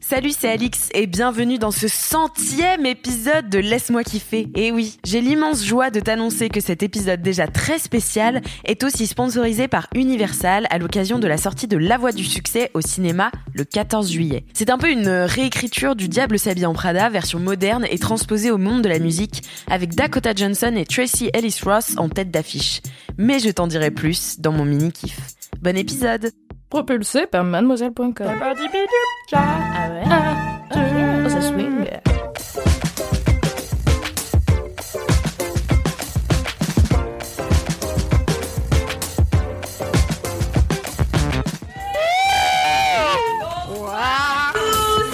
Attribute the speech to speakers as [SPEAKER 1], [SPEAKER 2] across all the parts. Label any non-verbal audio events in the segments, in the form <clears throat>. [SPEAKER 1] Salut, c'est Alix et bienvenue dans ce centième épisode de Laisse-moi kiffer. Et oui, j'ai l'immense joie de t'annoncer que cet épisode déjà très spécial est aussi sponsorisé par Universal à l'occasion de la sortie de La Voix du Succès au cinéma le 14 juillet. C'est un peu une réécriture du Diable s'habille en Prada version moderne et transposée au monde de la musique avec Dakota Johnson et Tracy Ellis Ross en tête d'affiche. Mais je t'en dirai plus dans mon mini-kiff. Bon épisode
[SPEAKER 2] propulsé par mademoiselle.com.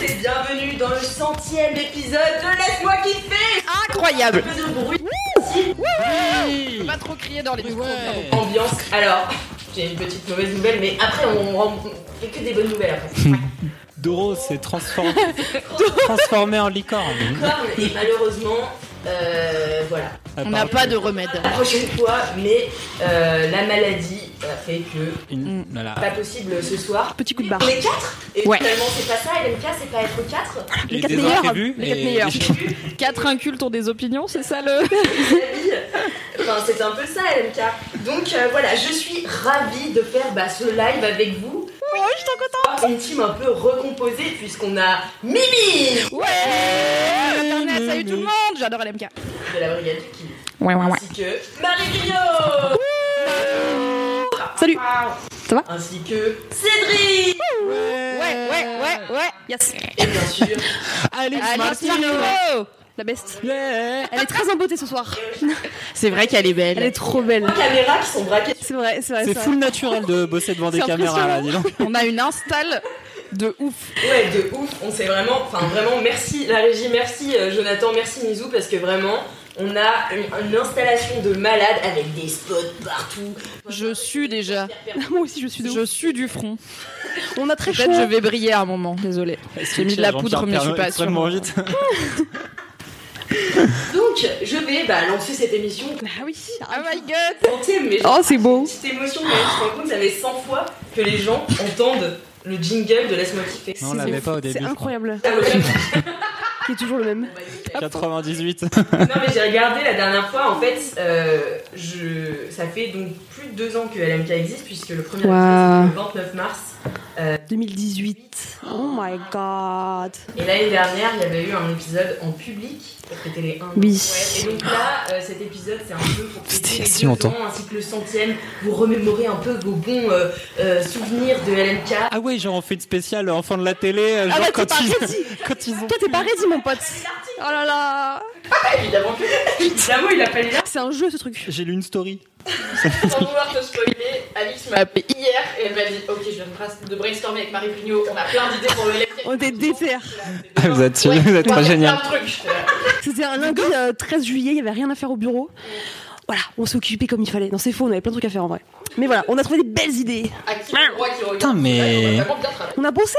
[SPEAKER 1] et bienvenue dans le centième épisode de Laisse-moi kiffer
[SPEAKER 3] Incroyable
[SPEAKER 1] Un peu de bruit,
[SPEAKER 3] Pas trop crier dans les micros.
[SPEAKER 1] ambiance. Alors, j'ai une petite mauvaise nouvelle, mais après on rend j'ai que des bonnes nouvelles
[SPEAKER 3] <laughs>
[SPEAKER 1] après.
[SPEAKER 4] Doro s'est transformé, transformé en licorne.
[SPEAKER 1] Comme- Et malheureusement, euh, voilà.
[SPEAKER 3] On n'a pas de remède.
[SPEAKER 1] La prochaine fois, mais euh, la maladie a fait que
[SPEAKER 4] Une- voilà.
[SPEAKER 1] pas possible ce soir.
[SPEAKER 5] Petit coup de barre.
[SPEAKER 1] Les quatre Et
[SPEAKER 3] Ouais.
[SPEAKER 1] finalement c'est pas ça, LMK c'est pas être quatre.
[SPEAKER 4] Les,
[SPEAKER 5] quatre meilleurs.
[SPEAKER 4] désintrébus,
[SPEAKER 3] Les Euh, quatre meilleurs.
[SPEAKER 4] les-
[SPEAKER 5] <laughs>
[SPEAKER 2] Quatre incultes ont des opinions, c'est ça le.
[SPEAKER 1] vie. <laughs> Enfin, c'est un peu ça, LMK. Donc euh, voilà, je suis ravie de faire bah, ce live avec vous. Oh, je suis Une team un peu recomposée puisqu'on a Mimi
[SPEAKER 3] Ouais
[SPEAKER 5] Ah,
[SPEAKER 3] Internet, salut tout le monde J'adore LMK.
[SPEAKER 1] de la brigade du Kiwi,
[SPEAKER 2] Ouais,
[SPEAKER 3] Ah
[SPEAKER 2] ouais, ouais.
[SPEAKER 1] ainsi que Marie Griot.
[SPEAKER 5] Salut. Ça va
[SPEAKER 1] Ainsi que Cédric
[SPEAKER 5] Euh,
[SPEAKER 3] Ouais, ouais, ouais, ouais. Yes.
[SPEAKER 1] Et bien sûr,
[SPEAKER 4] Alex
[SPEAKER 3] Allez,
[SPEAKER 4] Martino.
[SPEAKER 3] Martino.
[SPEAKER 5] La best.
[SPEAKER 4] Yeah.
[SPEAKER 5] Elle est très emboutée ce soir.
[SPEAKER 3] <laughs> C'est vrai qu'elle est belle.
[SPEAKER 5] Elle est trop belle.
[SPEAKER 1] trois caméras qui sont braquées.
[SPEAKER 5] C'est vrai, c'est vrai.
[SPEAKER 4] C'est
[SPEAKER 5] ça.
[SPEAKER 4] full naturel de bosser devant des
[SPEAKER 5] C'est
[SPEAKER 4] caméras là,
[SPEAKER 5] impressionnant.
[SPEAKER 4] dis donc.
[SPEAKER 3] On a une install de ouf.
[SPEAKER 1] Ouais, de ouf, on s'est vraiment, enfin vraiment, merci la régie, merci euh, Jonathan, merci Mizou, parce que vraiment, on a une, une installation de malade avec des spots partout.
[SPEAKER 3] Je sue déjà.
[SPEAKER 5] <laughs> Moi aussi, je suis de ouf.
[SPEAKER 3] Je sue du front.
[SPEAKER 5] On a très chaud.
[SPEAKER 3] Peut-être je vais briller à un moment, désolé. J'ai mis de la
[SPEAKER 4] Jean-Pierre
[SPEAKER 3] poudre, mais je suis
[SPEAKER 4] Pernaut
[SPEAKER 3] pas
[SPEAKER 4] extrêmement
[SPEAKER 3] sûre.
[SPEAKER 4] vite.
[SPEAKER 1] Donc, je vais bah, lancer cette émission
[SPEAKER 5] Ah oui.
[SPEAKER 3] Oh my god
[SPEAKER 1] entière, mais j'ai
[SPEAKER 5] Oh, c'est beau.
[SPEAKER 1] une petite émotion, mais je me rends compte, ça fait 100 fois que les gens entendent le jingle de Laisse-moi kiffer.
[SPEAKER 4] Non, on l'avait pas au début.
[SPEAKER 5] C'est
[SPEAKER 4] je
[SPEAKER 5] incroyable.
[SPEAKER 1] Ah, ouais.
[SPEAKER 5] Qui est toujours le même.
[SPEAKER 4] crois. 98.
[SPEAKER 1] Non mais j'ai regardé la dernière fois en fait euh, je ça fait donc plus de deux ans que LMK existe puisque le premier
[SPEAKER 5] Waouh.
[SPEAKER 1] épisode c'était le 29 mars
[SPEAKER 5] 2018. Oh my god.
[SPEAKER 1] et l'année dernière il y avait eu un épisode en public pour fêter les 1
[SPEAKER 5] Oui.
[SPEAKER 1] et donc là euh, cet épisode c'est un peu pour
[SPEAKER 4] C'était
[SPEAKER 1] fêter
[SPEAKER 4] il y a
[SPEAKER 1] les
[SPEAKER 4] si
[SPEAKER 1] deux
[SPEAKER 4] longtemps.
[SPEAKER 1] ans ainsi que le centième vous remémorer un peu vos bons euh, euh, souvenirs de LMK
[SPEAKER 4] Ah ouais, genre on fait une spéciale enfant de la télé. euh, Genre
[SPEAKER 5] Ah bah, t'es
[SPEAKER 4] quand,
[SPEAKER 5] pas
[SPEAKER 4] ils,
[SPEAKER 5] ready.
[SPEAKER 4] <laughs> quand ils ont.
[SPEAKER 5] Toi, t'es pas ready, mon pote. Oh là là.
[SPEAKER 1] Ah évidemment que évidemment il a fallu là
[SPEAKER 5] C'est un jeu, ce truc.
[SPEAKER 4] J'ai lu une story.
[SPEAKER 6] Sans vouloir te spoiler, Alix m'a appelé hier et elle m'a dit Ok, je viens de bras- de brainstormer avec Marie Prignot, on a plein d'idées pour le lecteur.
[SPEAKER 5] On était déter.
[SPEAKER 4] Ah, Vous êtes sûr,
[SPEAKER 6] Ouais,
[SPEAKER 4] vous êtes
[SPEAKER 6] on va
[SPEAKER 4] trop
[SPEAKER 6] faire
[SPEAKER 4] génial.
[SPEAKER 6] plein de trucs.
[SPEAKER 5] C'était un lundi euh, 13 juillet, il y avait rien à faire au bureau. Voilà, on s'est occupé comme il fallait. Non, c'est faux, on avait plein de trucs à faire en vrai. Mais voilà, on a trouvé des belles idées.
[SPEAKER 6] À qui le droit qui regarde
[SPEAKER 4] Putain, mais-
[SPEAKER 6] On a vraiment bien travaillé.
[SPEAKER 5] On a bossé.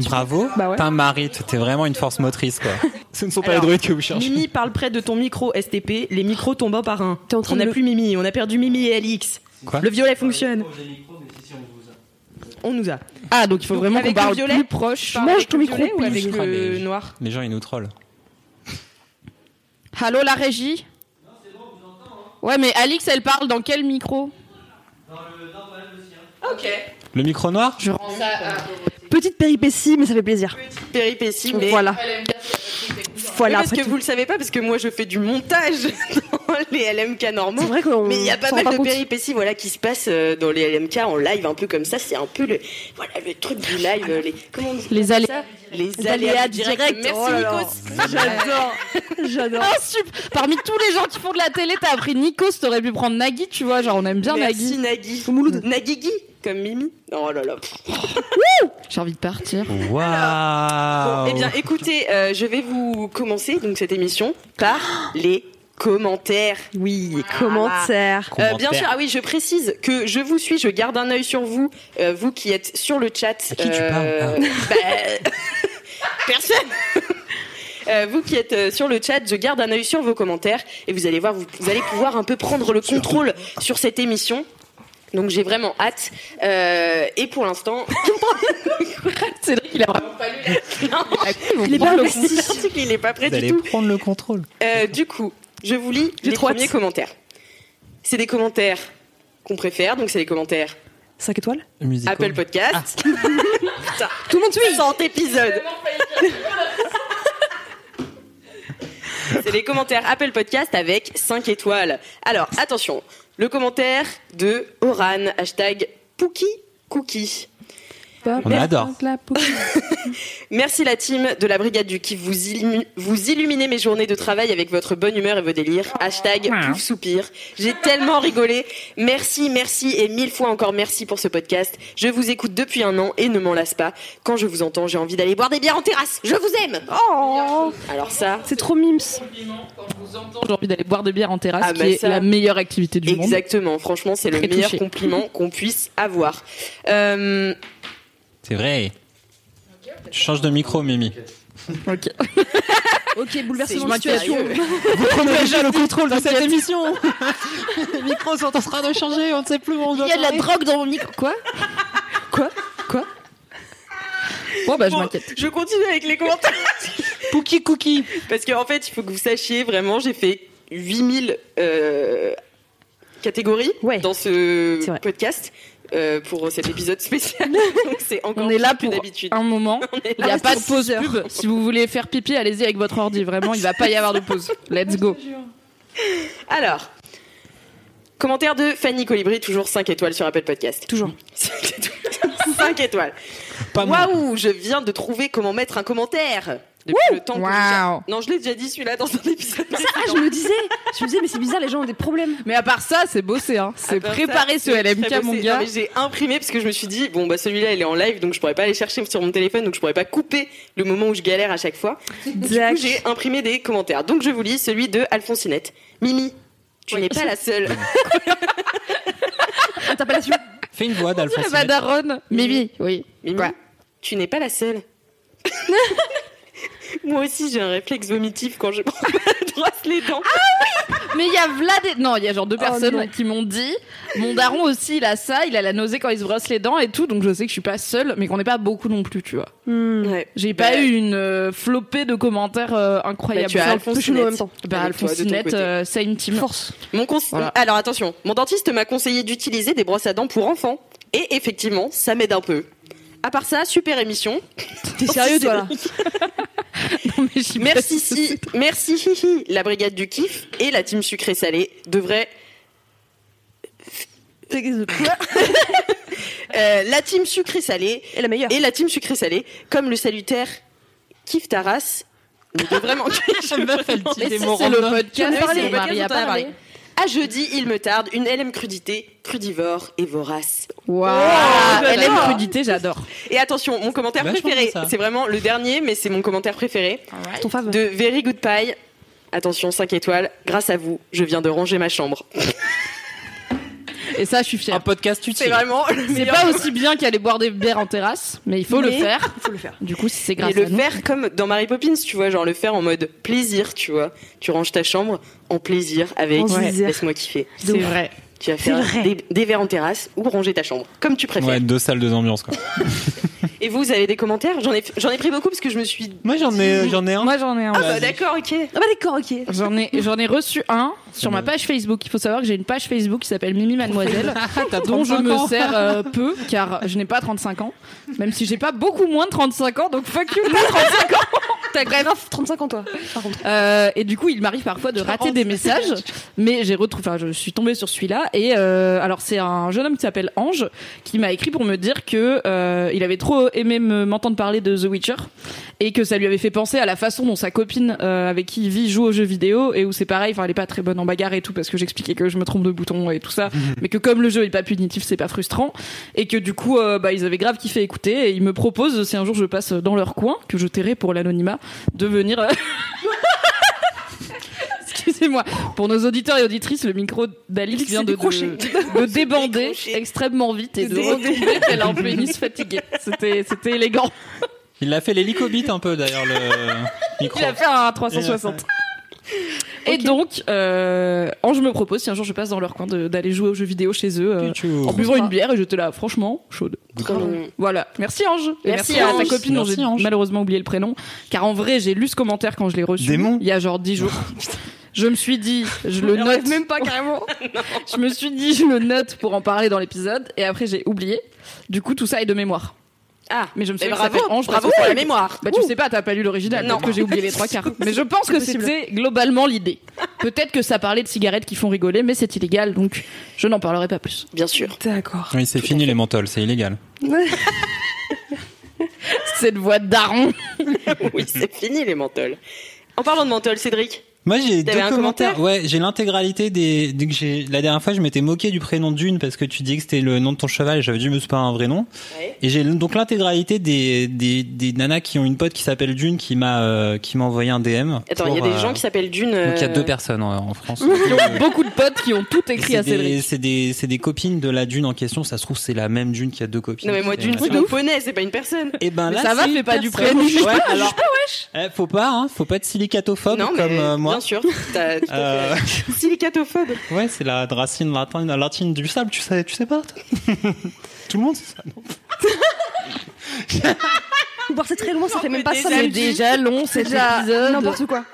[SPEAKER 4] Bravo.
[SPEAKER 5] Bah ouais.
[SPEAKER 4] Putain, Marie, t'es vraiment une force motrice quoi. Ce ne sont pas
[SPEAKER 1] Alors,
[SPEAKER 4] les droïdes que vous cherchez.
[SPEAKER 1] Mimi parle près de ton micro STP, les micros tombent un par un.
[SPEAKER 5] T'es en train
[SPEAKER 1] on
[SPEAKER 5] de
[SPEAKER 1] n'a
[SPEAKER 5] le-
[SPEAKER 1] plus Mimi, on a perdu Mimi et Alix.
[SPEAKER 4] Quoi
[SPEAKER 1] le violet fonctionne. On nous a.
[SPEAKER 3] Ah, donc il faut vraiment
[SPEAKER 1] avec
[SPEAKER 3] qu'on
[SPEAKER 1] le
[SPEAKER 3] parle
[SPEAKER 1] violet,
[SPEAKER 3] plus proche.
[SPEAKER 5] parle avec
[SPEAKER 3] ton
[SPEAKER 5] le violet ou
[SPEAKER 3] please.
[SPEAKER 5] avec
[SPEAKER 4] Ah, mais-
[SPEAKER 1] Le noir.
[SPEAKER 4] Les gens ils nous trollent.
[SPEAKER 3] Allô la régie
[SPEAKER 1] hein.
[SPEAKER 3] Ouais, mais Alix, elle parle dans quel micro
[SPEAKER 6] Ok,
[SPEAKER 4] Le micro noir
[SPEAKER 3] Je
[SPEAKER 6] ça a
[SPEAKER 5] euh, Petite péripétie, mais ça fait plaisir.
[SPEAKER 1] Péripétie,
[SPEAKER 5] Voilà,
[SPEAKER 6] elle aime bien ce truc des couleurs.
[SPEAKER 5] voilà.
[SPEAKER 1] parce
[SPEAKER 5] Après
[SPEAKER 1] que
[SPEAKER 5] tout.
[SPEAKER 7] <laughs>
[SPEAKER 1] vous le savez pas, parce que moi je fais du montage
[SPEAKER 7] les LMK normaux.
[SPEAKER 5] C'est vrai qu'on
[SPEAKER 7] Mais il y a pas
[SPEAKER 5] s'en
[SPEAKER 7] mal
[SPEAKER 5] rend
[SPEAKER 7] de
[SPEAKER 5] compte.
[SPEAKER 7] péripéties voilà, qui se passent euh, dans les LMK en live, un peu comme ça. C'est un peu le, voilà, le truc du live. euh, Les, comment on dit
[SPEAKER 3] Les allées.
[SPEAKER 7] ça Les
[SPEAKER 5] Les
[SPEAKER 7] aléas
[SPEAKER 5] aléas
[SPEAKER 7] du direct.
[SPEAKER 5] directs.
[SPEAKER 7] Merci,
[SPEAKER 5] Oh là là.
[SPEAKER 7] Nikos.
[SPEAKER 3] <laughs>
[SPEAKER 5] J'adore, j'adore.
[SPEAKER 3] Ah, super. Parmi tous les gens qui font de la télé, t'as appris Nikos, t'aurais pu prendre Nagui, tu vois, genre on aime bien
[SPEAKER 7] Merci,
[SPEAKER 3] Nagui.
[SPEAKER 7] Nagui.
[SPEAKER 5] Mouloud.
[SPEAKER 7] Nagigi, comme Mimi. Oh là là.
[SPEAKER 3] J'ai envie de partir.
[SPEAKER 4] Waouh
[SPEAKER 8] Ah,
[SPEAKER 7] Bon, eh bien, écoutez, euh, je vais vous commencer donc cette émission
[SPEAKER 5] <gasps>
[SPEAKER 7] par les commentaires.
[SPEAKER 5] Oui, commentaire.
[SPEAKER 7] Euh, bien sûr, ah oui, je précise que je vous suis, je garde un œil sur vous, euh, vous qui êtes sur le chat. Euh,
[SPEAKER 4] À qui tu parles,
[SPEAKER 7] <laughs> bah, <laughs> Personne. Euh, vous qui êtes euh, sur le chat, je garde un œil sur vos commentaires et vous allez voir, vous, vous allez pouvoir un peu prendre le contrôle sur cette émission. Donc j'ai vraiment hâte. Euh, et pour
[SPEAKER 4] <laughs>
[SPEAKER 7] l'instant, <laughs>
[SPEAKER 3] C'est vrai qu'il a
[SPEAKER 5] Les
[SPEAKER 7] Bon,
[SPEAKER 5] balles
[SPEAKER 7] le
[SPEAKER 5] aussi.
[SPEAKER 7] article il est pas prêt
[SPEAKER 4] Vous
[SPEAKER 7] du
[SPEAKER 4] allez
[SPEAKER 7] tout.
[SPEAKER 4] prendre le contrôle.
[SPEAKER 7] Euh, du coup, je vous lis les
[SPEAKER 5] trop hâte.
[SPEAKER 7] premiers commentaires. C'est des commentaires qu'on préfère, donc c'est les commentaires
[SPEAKER 5] 5 étoiles
[SPEAKER 4] Musique.
[SPEAKER 7] Apple Podcast. <laughs> Putain, Ah. tout le monde suit 100 épisodes. <laughs> C'est les commentaires Apple Podcast avec 5 étoiles. Alors, attention, le commentaire de Oran, hashtag Pookie Cookie.
[SPEAKER 4] On adore.
[SPEAKER 7] Merci la team de la brigade du kiff. Vous, illu- vous illuminez mes journées de travail avec votre bonne humeur et vos délires. Hashtag
[SPEAKER 3] hein.
[SPEAKER 7] pouf soupir. J'ai tellement rigolé. Merci, merci et mille fois encore merci pour ce podcast. Je vous écoute depuis un an et ne m'en lasse pas. Quand je vous entends, j'ai envie d'aller boire des bières en terrasse. Je vous aime.
[SPEAKER 5] Oh,
[SPEAKER 7] Alors ça,
[SPEAKER 5] c'est trop mimes.
[SPEAKER 3] j'ai envie d'aller boire des bières en terrasse,
[SPEAKER 7] Ah,
[SPEAKER 3] qui
[SPEAKER 7] bah
[SPEAKER 3] est
[SPEAKER 7] ça.
[SPEAKER 3] la meilleure activité du monde.
[SPEAKER 7] exactement. Franchement, c'est le
[SPEAKER 3] Très
[SPEAKER 7] meilleur
[SPEAKER 3] touché.
[SPEAKER 7] compliment qu'on puisse avoir. Euh,
[SPEAKER 4] C'est vrai. Tu changes de micro, Mimi.
[SPEAKER 3] Ok.
[SPEAKER 5] Ok,
[SPEAKER 7] c'est-
[SPEAKER 5] bouleversement
[SPEAKER 7] je
[SPEAKER 5] de
[SPEAKER 7] m'inquiète.
[SPEAKER 5] situation.
[SPEAKER 4] Vous prenez déjà le contrôle de cette émission. Les micros sont en train de changer, on ne sait plus où on doit
[SPEAKER 3] Il y a de la
[SPEAKER 4] parler.
[SPEAKER 3] drogue dans mon micro. Quoi Quoi Quoi Bon, bah, je
[SPEAKER 7] Bon,
[SPEAKER 3] m'inquiète.
[SPEAKER 7] Je continue avec les commentaires.
[SPEAKER 4] Pookie Cookie.
[SPEAKER 7] Parce qu'en fait, il faut que vous sachiez vraiment, j'ai fait 8000 euh, catégories
[SPEAKER 5] Ouais.
[SPEAKER 7] dans
[SPEAKER 5] C'est
[SPEAKER 7] ce
[SPEAKER 5] vrai.
[SPEAKER 7] podcast euh, pour cet épisode spécial. Donc c'est encore
[SPEAKER 3] On est là
[SPEAKER 7] plus que
[SPEAKER 3] pour
[SPEAKER 7] d'habitude.
[SPEAKER 3] un moment.
[SPEAKER 5] Ah,
[SPEAKER 7] est
[SPEAKER 3] Il n'y a pas de pause pub. Si vous voulez faire pipi, allez-y avec votre ordi. Vraiment, il va pas y avoir de pause. Let's
[SPEAKER 5] <laughs>
[SPEAKER 3] go.
[SPEAKER 7] Alors, commentaire de Fanny Colibri, toujours 5 étoiles sur Apple Podcast. <laughs>
[SPEAKER 5] Toujours.
[SPEAKER 7] 5 étoiles. 5 étoiles.
[SPEAKER 4] Pas moi.
[SPEAKER 7] Waouh, je viens de trouver comment mettre un commentaire. Depuis le temps que vous-
[SPEAKER 3] Waouh.
[SPEAKER 7] Non, je l'ai déjà dit celui-là dans un épisode.
[SPEAKER 5] Ah, je me disais, je me disais, mais c'est bizarre, les gens ont des problèmes.
[SPEAKER 3] Mais à part ça, c'est bossé. Hein. C'est
[SPEAKER 7] Après
[SPEAKER 3] préparer
[SPEAKER 7] ça,
[SPEAKER 3] ce
[SPEAKER 7] c'est très
[SPEAKER 3] LMK,
[SPEAKER 7] bossé.
[SPEAKER 3] mon
[SPEAKER 7] Non,
[SPEAKER 3] gars.
[SPEAKER 7] mais j'ai imprimé parce que je me suis dit, bon, bah celui-là, il est en live, donc je pourrais pas aller chercher sur mon téléphone, donc je pourrais pas couper le moment où je galère à chaque fois. Du coup,
[SPEAKER 5] Zac.
[SPEAKER 7] j'ai imprimé des commentaires. Donc je vous lis celui de Alphonsinette. Mimi, tu n'es pas la seule.
[SPEAKER 5] Interpellation.
[SPEAKER 4] Fais une voix d'Alphonse.
[SPEAKER 3] La daronne. Mimi, oui.
[SPEAKER 7] Mimi,
[SPEAKER 3] Quoi
[SPEAKER 7] tu n'es pas
[SPEAKER 3] <laughs>
[SPEAKER 7] la seule. Moi aussi, j'ai un réflexe vomitif quand je <laughs> me brosse les dents.
[SPEAKER 3] Ah. Mais il y a Vlad et- Non, il y a genre
[SPEAKER 7] Oh
[SPEAKER 3] deux personnes
[SPEAKER 5] non.
[SPEAKER 3] qui m'ont dit. Mon daron aussi, il a ça. Il a la nausée quand il se brosse les dents et tout. Donc je sais que je suis pas seule, mais qu'on n'est pas beaucoup non plus, tu vois.
[SPEAKER 5] Hmm.
[SPEAKER 7] Ouais.
[SPEAKER 3] J'ai pas
[SPEAKER 7] Bah,
[SPEAKER 3] eu une euh, flopée de commentaires euh, incroyables.
[SPEAKER 7] Bah, tu as
[SPEAKER 3] Enfin,
[SPEAKER 7] Alphonse
[SPEAKER 5] Deux chelous en même temps.
[SPEAKER 3] Bah,
[SPEAKER 7] Avec toi, de ton
[SPEAKER 3] Alphonsinette,
[SPEAKER 7] côté.
[SPEAKER 3] euh, same team. Force.
[SPEAKER 7] Mon conse-
[SPEAKER 3] Voilà.
[SPEAKER 7] Alors attention, mon dentiste m'a conseillé d'utiliser des brosses à dents pour enfants. Et effectivement, ça m'aide un peu. À part ça, super émission.
[SPEAKER 5] T'es sérieux, toi, là
[SPEAKER 3] <laughs>
[SPEAKER 7] Merci, si, merci, hihi, la brigade du kiff et la team sucré salé devraient. Euh, la team sucré salé
[SPEAKER 5] Et la meilleure.
[SPEAKER 7] et la team sucré salé, comme le salutaire kiff ta race, ne devrait manquer.
[SPEAKER 3] Mais si, c'est le podcast.
[SPEAKER 7] Ah oui, c'est
[SPEAKER 3] c'est
[SPEAKER 7] le podcast
[SPEAKER 3] Marie
[SPEAKER 7] dont
[SPEAKER 3] a
[SPEAKER 7] on a
[SPEAKER 3] parlé.
[SPEAKER 7] parlé. À jeudi, il me tarde une LM crudité, crudivore et vorace. Ah,
[SPEAKER 3] Waouh.
[SPEAKER 8] bah,
[SPEAKER 3] Elle aime crudité, j'adore.
[SPEAKER 7] Et attention, mon commentaire
[SPEAKER 4] Vachement
[SPEAKER 7] préféré,
[SPEAKER 4] bien, ça.
[SPEAKER 7] c'est vraiment le dernier, mais c'est mon commentaire préféré.
[SPEAKER 5] Ton fave.
[SPEAKER 7] de Very Good Pie. Attention, 5 étoiles. Grâce à vous, je viens de ranger ma chambre.
[SPEAKER 3] Et ça, je suis
[SPEAKER 4] Un
[SPEAKER 7] Ah,
[SPEAKER 3] fière.
[SPEAKER 4] podcast
[SPEAKER 7] C'est
[SPEAKER 4] utile.
[SPEAKER 7] vraiment le
[SPEAKER 3] C'est
[SPEAKER 7] meilleur.
[SPEAKER 3] pas aussi bien qu'aller boire des bières en terrasse, mais il faut le
[SPEAKER 5] Mais-
[SPEAKER 3] faire.
[SPEAKER 5] Faut le faire.
[SPEAKER 3] Du coup, si c'est
[SPEAKER 7] Et
[SPEAKER 3] grâce
[SPEAKER 7] le
[SPEAKER 3] à nous.
[SPEAKER 7] faire comme dans Mary Poppins, tu vois, genre le faire en mode plaisir, tu vois. Tu ranges ta chambre en plaisir avec
[SPEAKER 5] En plaisir.
[SPEAKER 7] laisse-moi kiffer.
[SPEAKER 3] C'est vrai.
[SPEAKER 7] Tu vas faire
[SPEAKER 5] vrai.
[SPEAKER 7] des, des verres en terrasse ou ranger ta chambre, comme tu préfères.
[SPEAKER 4] Ouais, deux salles, deux ambiances quoi.
[SPEAKER 7] Et vous, vous avez des commentaires J'en ai, j'en ai pris beaucoup parce que je me suis.
[SPEAKER 4] Moi j'en ai, euh, j'en ai un.
[SPEAKER 3] Moi, j'en ai un.
[SPEAKER 7] Ah bah d'accord, ok.
[SPEAKER 5] Ah, bah, d'accord, ok.
[SPEAKER 3] J'en ai, j'en ai reçu un sur ma
[SPEAKER 4] me-
[SPEAKER 3] page Facebook. Il faut savoir que j'ai une page Facebook qui s'appelle
[SPEAKER 4] <laughs>
[SPEAKER 3] Mimi Mademoiselle,
[SPEAKER 4] Ah, T'as
[SPEAKER 3] dont je
[SPEAKER 4] 35
[SPEAKER 3] me
[SPEAKER 4] ans.
[SPEAKER 3] sers euh, peu, car je n'ai pas 35 ans. Même si j'ai pas beaucoup moins de 35 ans, donc fuck you, pas 35 ans T'as quand même-
[SPEAKER 5] 35 ans, toi. Par contre.
[SPEAKER 3] Euh, et du coup, il m'arrive parfois de rater des messages, mais j'ai retrouvé. Enfin, je suis tombée sur celui-là. Et euh, alors, c'est un jeune homme qui s'appelle Ange qui m'a écrit pour me dire que euh, il avait trop aimé me- m'entendre parler de The Witcher et que ça lui avait fait penser à la façon dont sa copine euh, avec qui il vit joue aux jeux vidéo et où c'est pareil. Enfin, elle est pas très bonne en bagarre et tout parce que j'expliquais que je me trompe de bouton et tout ça, mais que comme le jeu est pas punitif, c'est pas frustrant et que du coup, euh, bah, ils avaient grave kiffé écouter. Et ils me proposent si un jour je passe dans leur coin que je tairai pour l'anonymat de venir. euh, <laughs> Excusez-moi. Pour nos auditeurs et auditrices, le micro d'Alix vient de, de- de débander extrêmement vite et de retomber tel un pénis fatigué. C'était c'était élégant.
[SPEAKER 8] Il l'a fait l'hélicobite un peu d'ailleurs
[SPEAKER 7] <laughs>
[SPEAKER 8] le micro.
[SPEAKER 3] Il a fait un
[SPEAKER 8] euh,
[SPEAKER 3] 360. Et donc, euh, Ange me propose, si un jour je passe dans leur coin, de- d'aller jouer aux jeux vidéo chez eux, euh, en buvant une bière, et j'étais là, franchement, chaude. Voilà. Merci Ange. Et merci,
[SPEAKER 7] Merci,
[SPEAKER 3] à ta
[SPEAKER 7] Ange.
[SPEAKER 3] copine dont
[SPEAKER 8] Merci,
[SPEAKER 3] j'ai
[SPEAKER 8] Ange.
[SPEAKER 3] malheureusement oublié le prénom. Car en vrai, j'ai lu ce commentaire quand je l'ai reçu.
[SPEAKER 9] Démon.
[SPEAKER 3] Il y a genre 10
[SPEAKER 8] <laughs>
[SPEAKER 3] jours. Je me suis dit, je le note. même pas carrément. <laughs> je me suis dit, je le note pour en parler dans l'épisode. Et après, j'ai oublié. Du coup, tout ça est de mémoire.
[SPEAKER 7] Ah,
[SPEAKER 3] Mais je me
[SPEAKER 7] mais
[SPEAKER 3] souviens que ça
[SPEAKER 7] bravo,
[SPEAKER 3] s'appelle Ange
[SPEAKER 7] bravo
[SPEAKER 3] parce que-
[SPEAKER 7] pour la mémoire.
[SPEAKER 3] Bah, tu sais pas, t'as pas lu l'original.
[SPEAKER 7] Non.
[SPEAKER 3] Donc que j'ai oublié les trois quarts. Mais je pense que c'était globalement l'idée. Peut-être que ça parlait de cigarettes qui font rigoler, mais c'est illégal. Donc, je n'en parlerai pas plus. <laughs>
[SPEAKER 7] Bien sûr.
[SPEAKER 5] D'accord.
[SPEAKER 8] Oui, c'est fini les menthols, c'est illégal.
[SPEAKER 3] Cette voix de daron.
[SPEAKER 7] Oui, c'est fini les menthols. En parlant de menthol, Cédric.
[SPEAKER 8] Moi j'ai deux
[SPEAKER 7] T'avais un
[SPEAKER 8] commentaires.
[SPEAKER 7] commentaire
[SPEAKER 8] ouais, j'ai l'intégralité des. dès que j'ai- La dernière fois, je m'étais moqué du prénom d'une parce que tu disais que c'était le nom de ton cheval. et J'avais dit mais c'est pas un vrai nom.
[SPEAKER 7] Ouais.
[SPEAKER 8] Et j'ai donc l'intégralité des, des des nanas qui ont une pote qui s'appelle Dune qui m'a euh, qui m'a envoyé un DM.
[SPEAKER 7] Attends, il y a
[SPEAKER 8] pour,
[SPEAKER 7] des
[SPEAKER 8] euh,
[SPEAKER 7] gens qui s'appellent Dune.
[SPEAKER 8] Donc il y a
[SPEAKER 7] euh,
[SPEAKER 8] deux personnes en, en
[SPEAKER 7] <laughs>
[SPEAKER 8] France.
[SPEAKER 3] Beaucoup de potes qui ont tout
[SPEAKER 8] Et
[SPEAKER 3] écrit
[SPEAKER 8] c'est
[SPEAKER 3] à
[SPEAKER 8] des,
[SPEAKER 3] Cédric.
[SPEAKER 8] c'est des c'est des copines de la Dune en question. Ça se trouve c'est la même Dune qui a deux copines.
[SPEAKER 7] Non mais moi
[SPEAKER 8] C'est-
[SPEAKER 7] Dune, c'est mon poney, c'est pas une personne.
[SPEAKER 8] Et ben
[SPEAKER 3] Mais
[SPEAKER 8] là,
[SPEAKER 3] ça va,
[SPEAKER 8] c'est
[SPEAKER 3] fais
[SPEAKER 8] une
[SPEAKER 3] pas du
[SPEAKER 8] personne.
[SPEAKER 3] prénom.
[SPEAKER 8] Ouais, alors, eh, faut pas, hein, faut pas être silicatophobe
[SPEAKER 7] non, mais
[SPEAKER 8] comme euh, moi. Euh,
[SPEAKER 7] bien sûr.
[SPEAKER 8] <laughs>
[SPEAKER 7] T'as tout à fait- <laughs> Silicatophobe.
[SPEAKER 8] Ouais, c'est la racine latine, la latine du sable, tu sais, tu sais pas toi Tout le monde sait ça, non
[SPEAKER 5] Boire, c'est très loin, ça fait même pas 5
[SPEAKER 3] C'est déjà long, c'est déjà <laughs> épisode.
[SPEAKER 5] N'importe quoi.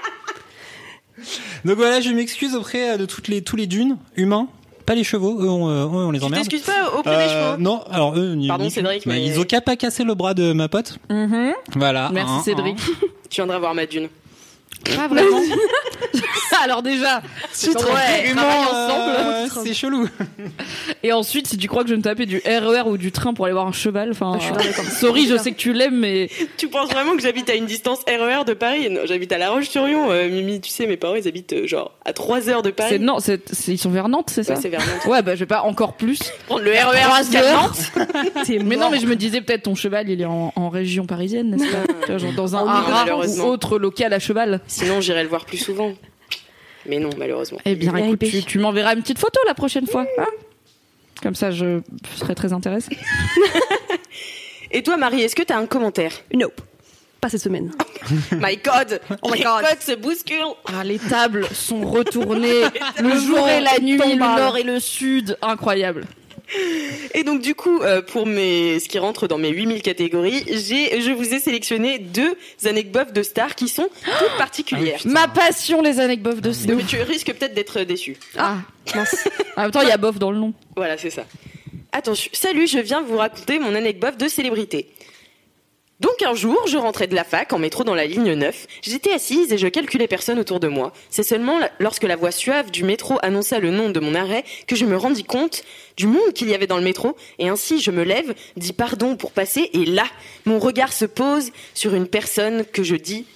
[SPEAKER 8] Donc voilà, je m'excuse auprès euh, de toutes les, tous les dunes, humains, pas les chevaux, eux on, euh, eux, on les
[SPEAKER 7] Tu
[SPEAKER 8] emmerde.
[SPEAKER 7] t'excuses pas auprès des
[SPEAKER 8] Euh,
[SPEAKER 7] chevaux.
[SPEAKER 8] non, alors eux, ni-
[SPEAKER 7] Pardon,
[SPEAKER 8] ni-
[SPEAKER 7] Cédric,
[SPEAKER 8] mais
[SPEAKER 7] mais-
[SPEAKER 8] ils ont qu'à pas casser le bras de ma pote.
[SPEAKER 3] Mhm.
[SPEAKER 8] Voilà.
[SPEAKER 3] Merci
[SPEAKER 8] hein,
[SPEAKER 3] Cédric.
[SPEAKER 8] hein.
[SPEAKER 7] Tu viendras voir ma Dune.
[SPEAKER 3] Pas vraiment. Alors déjà.
[SPEAKER 8] Titre
[SPEAKER 3] Ouais,
[SPEAKER 8] vraiment,
[SPEAKER 3] travaille
[SPEAKER 8] euh,
[SPEAKER 3] ensemble.
[SPEAKER 8] c'est chelou.
[SPEAKER 3] Et ensuite, si tu crois que je vais me tapais du RER ou du train pour aller voir un cheval, enfin. euh, Sorry, je sais que tu l'aimes, mais
[SPEAKER 7] Tu penses vraiment que j'habite à une distance RER de Paris Non, j'habite à La Roche-sur-Yon. euh, Mimi, tu sais, mes parents, ils habitent euh, genre à 3 heures de Paris.
[SPEAKER 3] c'est non, c'est c'est- ils sont vers Nantes, c'est ça
[SPEAKER 7] Ouais, c'est vers Nantes.
[SPEAKER 3] Ouais, bah je vais pas encore plus.
[SPEAKER 7] <laughs> Prendre le E RER jusqu'à
[SPEAKER 3] heures. <laughs>
[SPEAKER 7] Nantes.
[SPEAKER 3] Mais non, mais je me disais peut-être ton cheval, il est en, en région parisienne, n'est-ce pas Tu vois, genre dans un
[SPEAKER 7] Oh oui,
[SPEAKER 3] haras ou
[SPEAKER 7] malheureusement.
[SPEAKER 3] autre local à cheval.
[SPEAKER 7] Sinon, j'irai le voir plus souvent. Mais non, malheureusement.
[SPEAKER 3] Eh bien,
[SPEAKER 5] Il est
[SPEAKER 3] écoute,
[SPEAKER 5] hypé.
[SPEAKER 3] tu, tu m'enverras une petite photo la prochaine fois, hein Comme ça, je serais très intéressée.
[SPEAKER 7] Et toi, Marie, est-ce que t'as un commentaire
[SPEAKER 5] Nope. Pas cette semaine.
[SPEAKER 7] <laughs> My God <laughs> Oh my God Les codes se bousculent
[SPEAKER 3] Ah, les tables sont
[SPEAKER 7] <laughs>
[SPEAKER 3] retournées, le jour et la nuit, le nord et le sud, incroyable.
[SPEAKER 7] Et donc du coup, euh, pour mes, ce qui rentre dans mes 8000 catégories, j'ai, je vous ai sélectionné deux anecdotes de stars qui sont <gasps> toutes particulières.
[SPEAKER 3] Ma passion, les anecdotes de
[SPEAKER 7] Ah, Mais
[SPEAKER 3] Snoop.
[SPEAKER 7] tu risques peut-être d'être déçu.
[SPEAKER 3] Ah, mince. En même temps, il y a bof dans le nom.
[SPEAKER 7] Voilà, c'est ça. Attends, je- salut, je viens vous raconter mon anecdote de célébrité. Donc un jour, je rentrais de la fac en métro dans la ligne 9. J'étais assise et je calculais personne autour de moi. C'est seulement la- lorsque la voix suave du métro annonça le nom de mon arrêt que je me rendis compte du monde qu'il y avait dans le métro. Et ainsi, je me lève, dis pardon pour passer, et là, mon regard se pose sur une personne que je dis...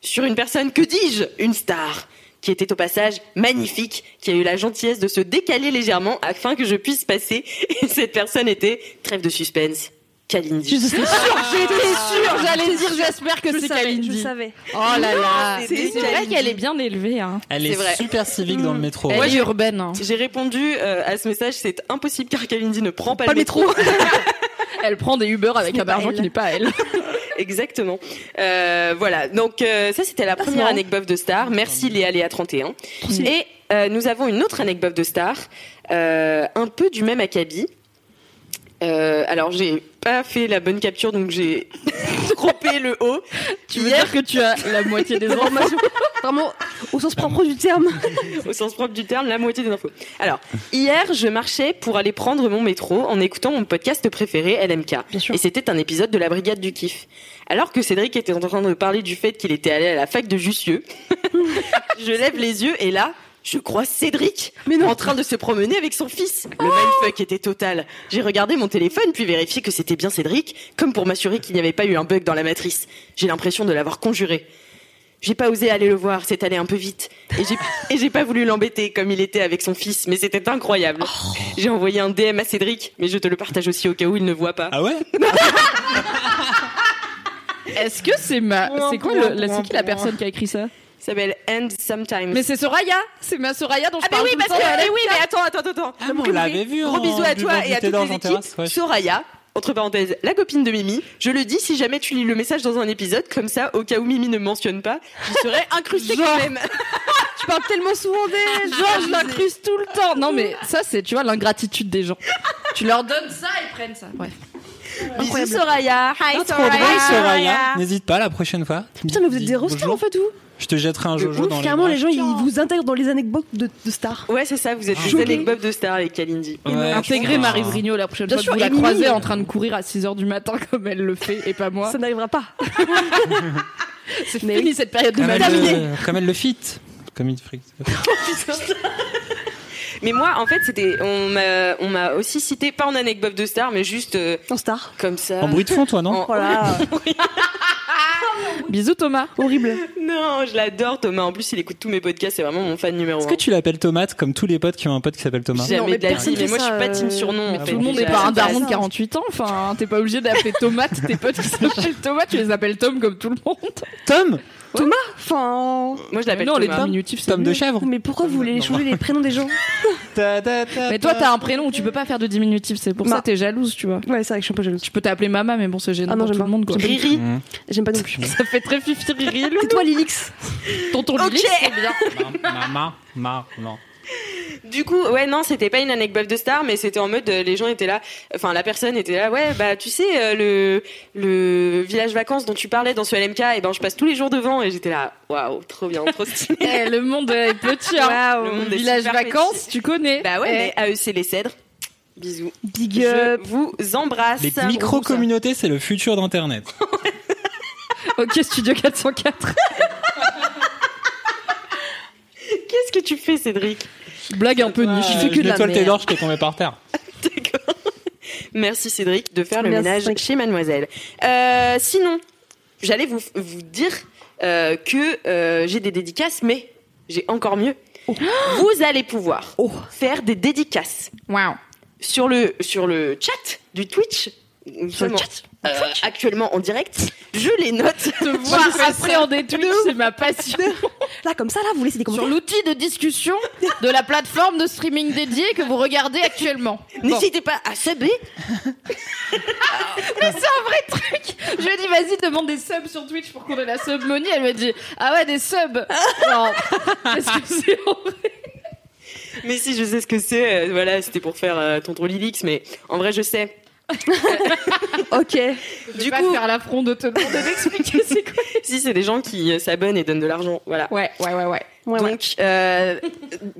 [SPEAKER 7] Sur une personne, que dis-je Une star qui était au passage magnifique, qui a eu la gentillesse de se décaler légèrement afin que je puisse passer. <laughs> Et cette personne était, trêve de suspense, Kalindi.
[SPEAKER 3] J'étais
[SPEAKER 7] Ah,
[SPEAKER 3] sûre, j'allais dire, j'espère que
[SPEAKER 5] Je
[SPEAKER 3] c'est
[SPEAKER 5] savais, je
[SPEAKER 3] Kalindi.
[SPEAKER 5] savais.
[SPEAKER 3] Oh là là,
[SPEAKER 7] Non, c'est
[SPEAKER 3] c'est vrai
[SPEAKER 7] Kalindi.
[SPEAKER 3] qu'elle est bien élevée. Hein.
[SPEAKER 8] Elle
[SPEAKER 7] C'est
[SPEAKER 8] est,
[SPEAKER 7] vrai.
[SPEAKER 8] super civique dans le métro.
[SPEAKER 3] Elle
[SPEAKER 7] Ouais,
[SPEAKER 3] est
[SPEAKER 7] j'ai-
[SPEAKER 3] urbaine. hein.
[SPEAKER 7] J'ai répondu euh, à ce message, c'est impossible car Kalindi ne prend pas, le métro.
[SPEAKER 3] Elle prend des Uber avec
[SPEAKER 5] n'est
[SPEAKER 3] un
[SPEAKER 5] pas
[SPEAKER 3] argent
[SPEAKER 5] elle.
[SPEAKER 3] qui n'est pas à elle.
[SPEAKER 7] Exactement. Euh, voilà, donc euh, ça c'était la première anecdote de star. Merci Léa Léa 31. Et euh, nous avons une autre anecdote de star, euh, un peu du même acabit. Euh, alors j'ai pas fait la bonne capture donc j'ai <laughs> croppé le haut.
[SPEAKER 3] Tu veux dire que tu as la moitié <laughs> des
[SPEAKER 5] Information. Vraiment, au sens propre du terme.
[SPEAKER 7] au sens propre du terme, la moitié des infos. Alors, hier, je marchais pour aller prendre mon métro en écoutant mon podcast préféré, LMK. Et c'était un épisode de la Brigade du Kiff. Alors que Cédric était en train de parler du fait qu'il était allé à la fac de Jussieu, <laughs> je lève les yeux et là, je crois Cédric en train de se promener avec son fils. Le mindfuck était total. J'ai regardé mon téléphone puis vérifié que c'était bien Cédric, comme pour m'assurer qu'il n'y avait pas eu un bug dans la matrice. J'ai l'impression de l'avoir conjuré. J'ai pas osé aller le voir, c'est allé un peu vite. Et j'ai, et j'ai pas voulu l'embêter comme il était avec son fils, mais c'était incroyable. J'ai envoyé un DM à Cédric, mais je te le partage aussi au cas où il ne voit pas.
[SPEAKER 8] Ah ouais
[SPEAKER 3] Est-ce que c'est ma. C'est quoi le. la- C'est qui la personne qui a écrit ça
[SPEAKER 7] Il s'appelle End Sometimes.
[SPEAKER 3] Mais c'est Soraya C'est ma Soraya dont je
[SPEAKER 7] ah, mais
[SPEAKER 3] parle.
[SPEAKER 7] oui,
[SPEAKER 3] tout le
[SPEAKER 7] parce
[SPEAKER 3] temps.
[SPEAKER 7] que, eh oui, mais attends, attends, attends.
[SPEAKER 8] mais on l'avait Ah, vu
[SPEAKER 7] Gros
[SPEAKER 8] en
[SPEAKER 7] bisous à
[SPEAKER 8] buvant
[SPEAKER 7] toi
[SPEAKER 8] du
[SPEAKER 7] et à
[SPEAKER 8] thé
[SPEAKER 7] toutes
[SPEAKER 8] d'orge
[SPEAKER 7] les
[SPEAKER 8] en
[SPEAKER 7] équipes.
[SPEAKER 8] terrasse, ouais.
[SPEAKER 7] Soraya, entre parenthèses, la copine de Mimi, je le dis si jamais tu lis le message dans un épisode, comme ça, au cas où Mimi ne mentionne pas, je serais incrustée
[SPEAKER 3] <laughs>
[SPEAKER 7] quand même.
[SPEAKER 5] Je parle tellement souvent des
[SPEAKER 3] Genre, je l'incruste tout le temps. Non, mais ça, c'est, tu vois, l'ingratitude des gens. tu leur donnes ça, ils prennent ça. Bref.
[SPEAKER 7] Bisous Soraya. Hi Soraya.
[SPEAKER 8] Soraya, n'hésite pas la prochaine fois.
[SPEAKER 5] Putain, mais vous êtes des
[SPEAKER 8] Dis
[SPEAKER 5] rockstars
[SPEAKER 8] bonjour.
[SPEAKER 5] en fait, vous
[SPEAKER 8] Je te jetterai un jojo dans
[SPEAKER 5] Ouf,
[SPEAKER 8] les
[SPEAKER 5] Clairement,
[SPEAKER 8] bras.
[SPEAKER 5] les gens, ils vous intègrent dans les anecdotes de, de stars.
[SPEAKER 7] Ouais, c'est ça, vous êtes des
[SPEAKER 8] Ah.
[SPEAKER 5] Choquée.
[SPEAKER 7] anecdotes de star avec Kalindi.
[SPEAKER 8] Ouais, Ah.
[SPEAKER 3] Intégrez
[SPEAKER 8] putain.
[SPEAKER 3] Marie Vrigno la prochaine
[SPEAKER 5] Bien
[SPEAKER 3] fois
[SPEAKER 5] sûr,
[SPEAKER 3] que vous la
[SPEAKER 5] Émilie.
[SPEAKER 3] croisez en train de courir à 6h du matin <laughs> comme elle le fait et pas moi.
[SPEAKER 5] Ça n'arrivera pas.
[SPEAKER 3] C'est
[SPEAKER 5] mais
[SPEAKER 3] fini cette période de
[SPEAKER 8] Comme
[SPEAKER 3] ma
[SPEAKER 8] elle,
[SPEAKER 3] vie.
[SPEAKER 8] le, comme elle le fit. Comme il fric.
[SPEAKER 7] Mais moi, en fait, c'était, on m'a, on m'a aussi cité, pas en anecdote de star, mais juste euh,
[SPEAKER 5] En star.
[SPEAKER 7] comme ça.
[SPEAKER 8] En bruit de fond, toi, non
[SPEAKER 7] En-
[SPEAKER 5] Voilà.
[SPEAKER 3] Bisous Thomas.
[SPEAKER 5] Horrible.
[SPEAKER 7] Non, je l'adore, Thomas. En plus, il écoute tous mes podcasts, c'est vraiment mon fan numéro
[SPEAKER 8] Est-ce
[SPEAKER 7] un.
[SPEAKER 8] que tu l'appelles Tomate comme tous les potes qui ont un pote qui s'appelle Thomas
[SPEAKER 5] Non,
[SPEAKER 7] Jamais
[SPEAKER 5] mais
[SPEAKER 7] de la
[SPEAKER 5] personne
[SPEAKER 7] vie, mais
[SPEAKER 5] fait
[SPEAKER 7] moi, je
[SPEAKER 5] ça,
[SPEAKER 7] suis pas
[SPEAKER 5] euh,
[SPEAKER 7] team surnom.
[SPEAKER 8] mais
[SPEAKER 7] en
[SPEAKER 8] tout
[SPEAKER 7] fait.
[SPEAKER 3] Tout le monde
[SPEAKER 7] J'ai-
[SPEAKER 3] n'est pas un
[SPEAKER 5] c'est
[SPEAKER 3] daron de
[SPEAKER 5] intéressant.
[SPEAKER 3] 48 ans, enfin, hein, t'es pas obligé d'appeler Tomate tes potes qui <laughs> s'appellent Thomas, tu les appelles Tom comme tout le monde.
[SPEAKER 8] Tom
[SPEAKER 5] <laughs> Enfin.
[SPEAKER 7] Moi, je l'appelle
[SPEAKER 3] non, les
[SPEAKER 7] Thomas.
[SPEAKER 3] diminutifs, c'est
[SPEAKER 8] Tom de
[SPEAKER 3] mieux.
[SPEAKER 8] chèvre
[SPEAKER 5] Mais pourquoi vous voulez changer les prénoms des gens
[SPEAKER 3] Mais toi, t'as un prénom où tu peux pas faire de diminutif, c'est pour
[SPEAKER 5] Bah.
[SPEAKER 3] ça t'es jalouse, tu vois.
[SPEAKER 5] <laughs> Ouais, c'est vrai que je suis un peu jalouse.
[SPEAKER 3] Tu peux t'appeler Mama, mais bon, c'est gênant
[SPEAKER 5] Ah non,
[SPEAKER 3] pour
[SPEAKER 5] j'aime
[SPEAKER 3] tout le
[SPEAKER 5] pas.
[SPEAKER 3] monde, quoi.
[SPEAKER 7] Riri.
[SPEAKER 5] J'aime pas non plus.
[SPEAKER 3] Ça fait très fifi riri, loulou.
[SPEAKER 5] Tais-toi, Lilix.
[SPEAKER 3] Tonton
[SPEAKER 7] Ok.
[SPEAKER 3] Lily, c'est bien.
[SPEAKER 8] Maman, ma, non.
[SPEAKER 7] Du coup, ouais, non, c'était pas une anecdote de star, mais c'était en mode euh, les gens étaient là, enfin la personne était là, ouais, bah tu sais euh, le le village vacances dont tu parlais dans ce LMK, et ben je passe tous les jours devant et j'étais là, waouh, trop bien, trop stylé.
[SPEAKER 3] Eh, le monde est petit, hein.
[SPEAKER 7] Le monde est
[SPEAKER 3] Village
[SPEAKER 7] super
[SPEAKER 3] vacances,
[SPEAKER 7] petit.
[SPEAKER 3] tu connais.
[SPEAKER 7] <laughs> Bah
[SPEAKER 3] Eh,
[SPEAKER 7] ouais, mais AEC les cèdres. Bisous.
[SPEAKER 5] Big
[SPEAKER 7] Je
[SPEAKER 5] up.
[SPEAKER 7] vous embrasse.
[SPEAKER 8] Les micro-communautés, c'est le futur d'Internet.
[SPEAKER 3] Eh, Ok, Studio 404.
[SPEAKER 7] Qu'est-ce que tu fais, Cédric
[SPEAKER 3] Blague un peu niche.
[SPEAKER 8] Euh,
[SPEAKER 3] Je fais que de la
[SPEAKER 8] l'étoile
[SPEAKER 3] merde.
[SPEAKER 8] Taylor, je t'ai tombé par terre.
[SPEAKER 7] D'accord. Merci, Cédric, de faire le
[SPEAKER 5] Merci.
[SPEAKER 7] ménage chez Mademoiselle. Euh, sinon, j'allais vous vous dire euh, que euh, j'ai des dédicaces, mais j'ai encore mieux. Vous allez pouvoir faire des dédicaces
[SPEAKER 3] Waouh.
[SPEAKER 7] sur le sur le chat du Twitch. seulement, euh, actuellement en direct, je les <laughs> note.
[SPEAKER 3] Te voir appréhender Twitch, c'est ma passion.
[SPEAKER 5] Là, comme ça, là, vous laissez des
[SPEAKER 3] Sur
[SPEAKER 5] commentaires.
[SPEAKER 3] l'outil de discussion de la plateforme de streaming dédiée que vous regardez actuellement. Bon.
[SPEAKER 7] N'hésitez pas à subber.
[SPEAKER 3] Je lui ai dit, vas-y, demande des subs sur Twitch pour qu'on ait la sub money. Elle m'a dit, ah ouais, des subs. Genre, <laughs> qu'est-ce que c'est en vrai
[SPEAKER 7] Mais si, je sais ce que c'est. euh, voilà, c'était pour faire euh, tonton Lilix, mais en vrai, je sais.
[SPEAKER 5] Ok.
[SPEAKER 3] Je
[SPEAKER 7] Du
[SPEAKER 3] vais pas
[SPEAKER 7] coup,
[SPEAKER 3] faire l'affront de te demander <laughs> d'expliquer c'est quoi.
[SPEAKER 7] si c'est des gens qui euh, s'abonnent et donnent de l'argent, voilà.
[SPEAKER 3] Ouais, ouais, ouais, ouais.
[SPEAKER 5] Ouais, ouais.
[SPEAKER 7] Donc, euh,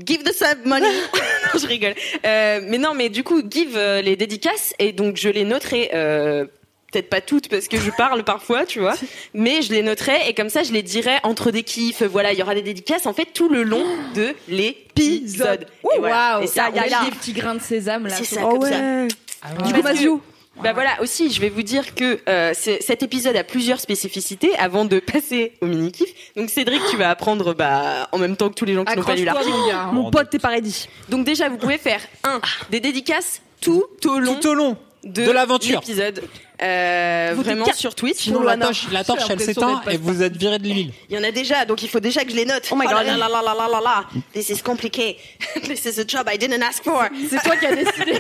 [SPEAKER 7] give the sub money. non, je rigole. Euh, mais non, mais du coup, give euh, les dédicaces et donc je les noterai. euh, Peut-être pas toutes parce que je parle parfois, tu vois. Mais je les noterai et comme ça, je les dirai entre des kiffs. Voilà, il y aura des dédicaces en fait tout le long de l'épisode. Et, voilà.
[SPEAKER 3] Waouh.
[SPEAKER 7] Et ça,
[SPEAKER 3] Il y a
[SPEAKER 7] voilà.
[SPEAKER 3] des petits grains de sésame là.
[SPEAKER 7] C'est ça,
[SPEAKER 5] Oh
[SPEAKER 7] comme ça.
[SPEAKER 5] ouais. Du
[SPEAKER 7] Parce que-
[SPEAKER 5] Damasio.
[SPEAKER 7] Bah voilà, aussi, je vais vous dire que euh, c'est- cet épisode a plusieurs spécificités avant de <laughs> passer au mini-kiff. Donc, Cédric, tu vas apprendre bah, en même temps que tous les gens qui n'ont pas lu
[SPEAKER 3] Accroche-toi,
[SPEAKER 7] l'article.
[SPEAKER 3] mon gars. hein.
[SPEAKER 5] Mon pote, t'es paradis.
[SPEAKER 7] Donc déjà, vous pouvez faire un des dédicaces tout au long
[SPEAKER 8] Tout au long.
[SPEAKER 7] de,
[SPEAKER 8] de l'aventure.
[SPEAKER 7] l'épisode. Euh,
[SPEAKER 5] Votez
[SPEAKER 7] vraiment
[SPEAKER 5] quatre.
[SPEAKER 7] sur Twitch.
[SPEAKER 8] Sinon, la
[SPEAKER 5] Lana.
[SPEAKER 8] torche, la torche
[SPEAKER 3] J'ai
[SPEAKER 8] elle
[SPEAKER 3] l'impression
[SPEAKER 8] s'éteint
[SPEAKER 3] d'être pas
[SPEAKER 8] et vous êtes viré de l'île.
[SPEAKER 7] Il y en a déjà, donc il faut déjà que je les note.
[SPEAKER 5] Oh my God.
[SPEAKER 7] là là là là là là là. This is compliqué. <laughs> This is a job I didn't ask for.
[SPEAKER 3] C'est toi qui as <laughs> décidé.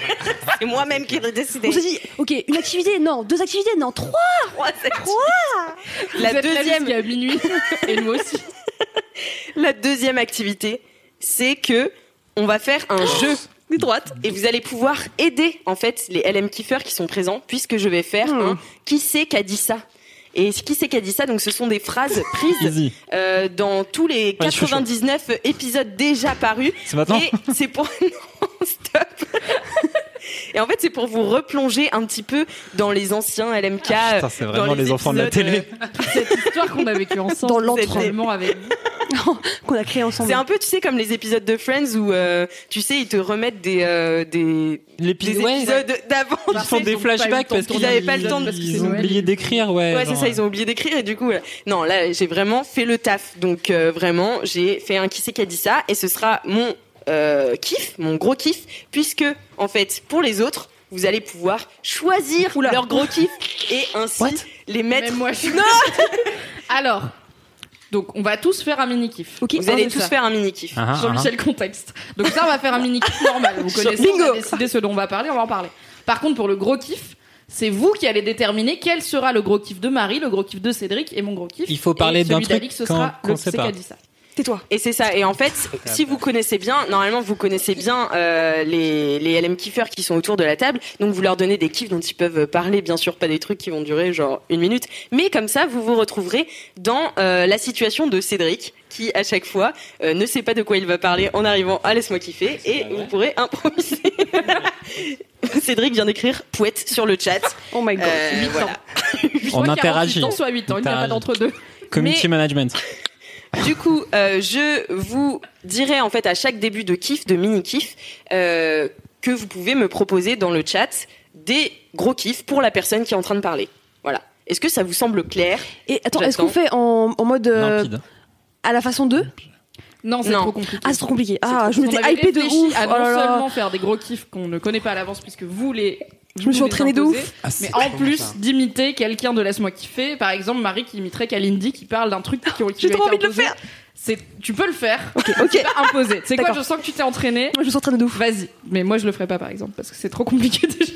[SPEAKER 7] C'est moi-même qui l'ai décidé.
[SPEAKER 5] On s'est
[SPEAKER 7] <laughs>
[SPEAKER 5] dit, ok, une activité, non, deux activités, non, trois.
[SPEAKER 7] Trois, c'est- La
[SPEAKER 3] Vous êtes là
[SPEAKER 7] deuxième-
[SPEAKER 3] jusqu'à minuit. <laughs> Et nous aussi.
[SPEAKER 8] Oh.
[SPEAKER 7] La deuxième activité, c'est que on va faire un jeu. de droite et vous allez pouvoir aider en fait les LM kiffeurs qui sont présents puisque je vais faire
[SPEAKER 8] Hmm.
[SPEAKER 7] un qui c'est qui a dit ça. Et qui c'est qui a dit ça Donc ce sont
[SPEAKER 8] <laughs>
[SPEAKER 7] des phrases prises
[SPEAKER 8] Easy.
[SPEAKER 7] euh, dans tous les
[SPEAKER 8] je suis chaud.
[SPEAKER 7] 99 épisodes déjà parus.
[SPEAKER 8] C'est maintenant
[SPEAKER 7] Et c'est pour <laughs> non, stop. Et en fait, c'est pour vous replonger un petit peu dans les anciens LMK.
[SPEAKER 8] Ah, Putain, c'est
[SPEAKER 7] dans
[SPEAKER 8] vraiment les, enfants de la
[SPEAKER 7] épisodes,
[SPEAKER 8] télé.
[SPEAKER 2] Cette histoire qu'on a vécue ensemble.
[SPEAKER 5] Dans
[SPEAKER 2] l'entraînement avec vous.
[SPEAKER 5] qu'on a créé ensemble.
[SPEAKER 7] C'est un peu, tu sais, comme les épisodes de Friends où, euh, tu sais, ils te remettent des, euh, des, des
[SPEAKER 8] L'épisode.
[SPEAKER 7] épisodes d'avant.
[SPEAKER 8] Ils font des flashbacks parce
[SPEAKER 7] qu'ils
[SPEAKER 8] qu'ils
[SPEAKER 7] avaient pas le temps de-
[SPEAKER 8] parce qu'ils ont oublié d'écrire, ouais.
[SPEAKER 7] Ouais, c'est
[SPEAKER 8] genre, euh.
[SPEAKER 7] ça, ils ont oublié d'écrire et du coup, voilà. non, là, j'ai vraiment fait le taf. Donc, euh, vraiment, j'ai fait un qui c'est qui a dit ça et ce sera mon euh, kiff, mon gros kiff, puisque, en fait, pour les autres, vous allez pouvoir choisir leur gros kiff et ainsi
[SPEAKER 5] What
[SPEAKER 7] les mettre.
[SPEAKER 3] Même moi, je
[SPEAKER 7] Non
[SPEAKER 3] Alors, donc on va tous faire un mini kiff.
[SPEAKER 5] Ok.
[SPEAKER 7] Vous allez
[SPEAKER 3] c'est
[SPEAKER 7] tous
[SPEAKER 3] ça.
[SPEAKER 7] faire un mini kiff.
[SPEAKER 8] Ah, ah, ah.
[SPEAKER 3] Jean-Michel contexte. Donc ça, on va faire un mini kiff normal. Vous connaissez, on a décidé ce dont on va parler, on va en parler. Par contre, pour le gros kiff, c'est vous qui allez déterminer quel sera le gros kiff de Marie, le gros kiff de Cédric et mon gros kiff.
[SPEAKER 8] Il faut parler
[SPEAKER 3] Et
[SPEAKER 8] d'un
[SPEAKER 3] celui
[SPEAKER 8] truc
[SPEAKER 3] d'Alix, ce
[SPEAKER 8] qu'on-
[SPEAKER 3] sera
[SPEAKER 8] qu'on
[SPEAKER 3] le
[SPEAKER 8] sait
[SPEAKER 3] c'est
[SPEAKER 8] pas.
[SPEAKER 3] qu'a dit ça.
[SPEAKER 5] Tais-toi.
[SPEAKER 7] Et c'est ça. Et en fait, si vous connaissez bien, normalement, vous connaissez bien euh, les, les LM kiffeurs qui sont autour de la table. Donc, vous leur donnez des kiffs dont ils peuvent parler, bien sûr, pas des trucs qui vont durer genre une minute. Mais comme ça, vous vous retrouverez dans euh, la situation de Cédric, qui à chaque fois euh, ne sait pas de quoi il va parler en arrivant à Laisse-moi kiffer. Et vous pourrez improviser. <laughs> Cédric vient d'écrire pouette sur le chat.
[SPEAKER 5] Oh my god.
[SPEAKER 7] Euh,
[SPEAKER 3] Huit
[SPEAKER 7] voilà.
[SPEAKER 3] ans.
[SPEAKER 8] On
[SPEAKER 3] Soit 48
[SPEAKER 8] interagit.
[SPEAKER 3] ans, soit 8 ans, il n'y a pas
[SPEAKER 8] Interagit.
[SPEAKER 3] d'entre-deux.
[SPEAKER 8] Community management.
[SPEAKER 7] Du coup, euh, je vous dirai en fait à chaque début de kiff, de mini kiff, euh, que vous pouvez me proposer dans le chat des gros kiffs pour la personne qui est en train de parler. Voilà. Est-ce que ça vous semble clair
[SPEAKER 5] Et attends, est-ce
[SPEAKER 7] J'attends.
[SPEAKER 5] qu'on fait en, en mode euh,
[SPEAKER 8] Limpide.
[SPEAKER 5] à la façon 2
[SPEAKER 3] Non, c'est
[SPEAKER 7] Non.
[SPEAKER 3] trop compliqué.
[SPEAKER 5] Ah, c'est trop compliqué.
[SPEAKER 3] C'est
[SPEAKER 5] Ah,
[SPEAKER 3] trop-
[SPEAKER 5] je
[SPEAKER 3] on
[SPEAKER 5] m'étais
[SPEAKER 3] avait
[SPEAKER 5] hypée de
[SPEAKER 3] réfléchi
[SPEAKER 5] ouf.
[SPEAKER 3] à
[SPEAKER 5] Oh
[SPEAKER 3] non
[SPEAKER 5] là là.
[SPEAKER 3] seulement faire des gros kiffs qu'on ne connaît pas à l'avance puisque vous les
[SPEAKER 5] Je me suis entraînée de ouf.
[SPEAKER 8] Ah,
[SPEAKER 3] mais en plus d'imiter quelqu'un de laisse-moi kiffer par exemple Marie qui imiterait Kalindi qui parle d'un truc qui, qui lui a
[SPEAKER 5] <laughs> J'ai
[SPEAKER 3] été
[SPEAKER 5] trop envie de le
[SPEAKER 3] imposé.
[SPEAKER 5] faire.
[SPEAKER 3] c'est tu peux le faire
[SPEAKER 5] Ok, ok.
[SPEAKER 3] pas imposé <laughs> c'est quoi
[SPEAKER 5] D'accord.
[SPEAKER 3] je sens que tu t'es entraîné
[SPEAKER 5] Moi, je me suis entraînée de ouf.
[SPEAKER 3] vas-y mais moi je le ferai pas par exemple parce que c'est trop compliqué <laughs> déjà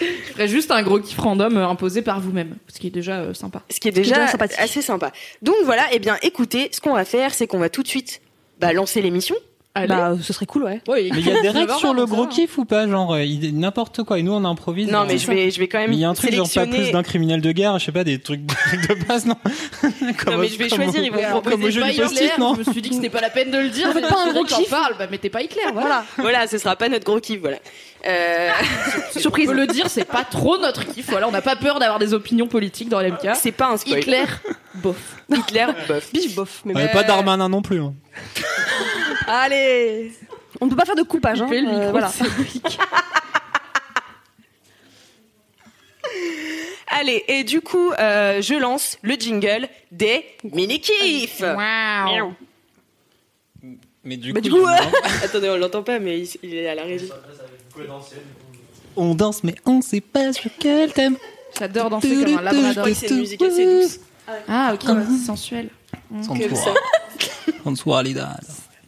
[SPEAKER 3] je ferai juste un gros kiff random euh, imposé par vous-même ce qui est déjà euh, sympa
[SPEAKER 7] Ce qui est
[SPEAKER 5] C'est
[SPEAKER 7] déjà
[SPEAKER 5] déjà sympathique.
[SPEAKER 7] assez sympa. Donc voilà, eh bien écoutez, ce qu'on va faire, c'est qu'on va tout de suite bah, lancer l'émission.
[SPEAKER 3] Allez.
[SPEAKER 5] Bah, ce serait cool, ouais.
[SPEAKER 3] Ouais,
[SPEAKER 8] Mais il
[SPEAKER 3] <laughs>
[SPEAKER 8] y a des
[SPEAKER 3] 19
[SPEAKER 8] règles
[SPEAKER 3] heures,
[SPEAKER 8] sur le
[SPEAKER 3] donc ça
[SPEAKER 8] gros
[SPEAKER 3] va.
[SPEAKER 8] kiff ou pas Genre, euh, il- n'importe quoi. Et nous, on improvise.
[SPEAKER 7] Non,
[SPEAKER 8] hein.
[SPEAKER 7] mais je vais, je vais quand
[SPEAKER 8] Mais
[SPEAKER 7] même
[SPEAKER 8] Il y a un truc, genre, pas
[SPEAKER 7] sélectionner.
[SPEAKER 8] plus d'un criminel de guerre, je sais pas, des trucs de, <laughs> de base, non
[SPEAKER 7] non, mais je vais choisir, ils vont
[SPEAKER 3] Ouais,
[SPEAKER 7] me
[SPEAKER 3] alors,
[SPEAKER 7] proposer.
[SPEAKER 8] comme au jeu
[SPEAKER 3] pas
[SPEAKER 8] du post-it,
[SPEAKER 3] Hitler,
[SPEAKER 8] non
[SPEAKER 3] je me suis dit que c'était pas la peine de le dire mais
[SPEAKER 5] pas un
[SPEAKER 3] c'est vrai
[SPEAKER 5] gros
[SPEAKER 3] que j'en
[SPEAKER 5] kiff.
[SPEAKER 3] parle bah, mais t'es pas Hitler voilà
[SPEAKER 5] <laughs>
[SPEAKER 7] Voilà, ce sera pas notre gros kiff, voilà. Euh,
[SPEAKER 3] Surprise. On peut le dire, c'est pas trop notre kiff. Voilà, on n'a pas peur d'avoir des opinions politiques dans l'MK.
[SPEAKER 7] c'est pas un spoil.
[SPEAKER 5] <laughs>
[SPEAKER 3] Hitler, bof.
[SPEAKER 7] Hitler, bof.
[SPEAKER 5] Bif bof. Mais
[SPEAKER 8] On n'est
[SPEAKER 3] Euh,
[SPEAKER 8] pas Darmanin non plus. hein.
[SPEAKER 5] Allez On ne peut pas faire de coupage, hein.
[SPEAKER 3] Coupez le
[SPEAKER 5] euh,
[SPEAKER 3] micro,
[SPEAKER 5] voilà.
[SPEAKER 7] Allez, et du coup, euh, je lance le jingle des mini-kiffs.
[SPEAKER 3] Waouh.
[SPEAKER 8] Mais du
[SPEAKER 5] Bah,
[SPEAKER 8] coup,
[SPEAKER 5] du coup,
[SPEAKER 8] il y en a un.
[SPEAKER 7] Attendez, on l'entend pas, mais il, il est à la régie.
[SPEAKER 8] on danse, mais on sait pas sur quel thème.
[SPEAKER 3] J'adore danser comme un labrador.
[SPEAKER 7] que c'est une musique assez douce.
[SPEAKER 3] Ah, ok, c'est sensuel.
[SPEAKER 7] Comme ça.
[SPEAKER 8] Bonsoir, les dames.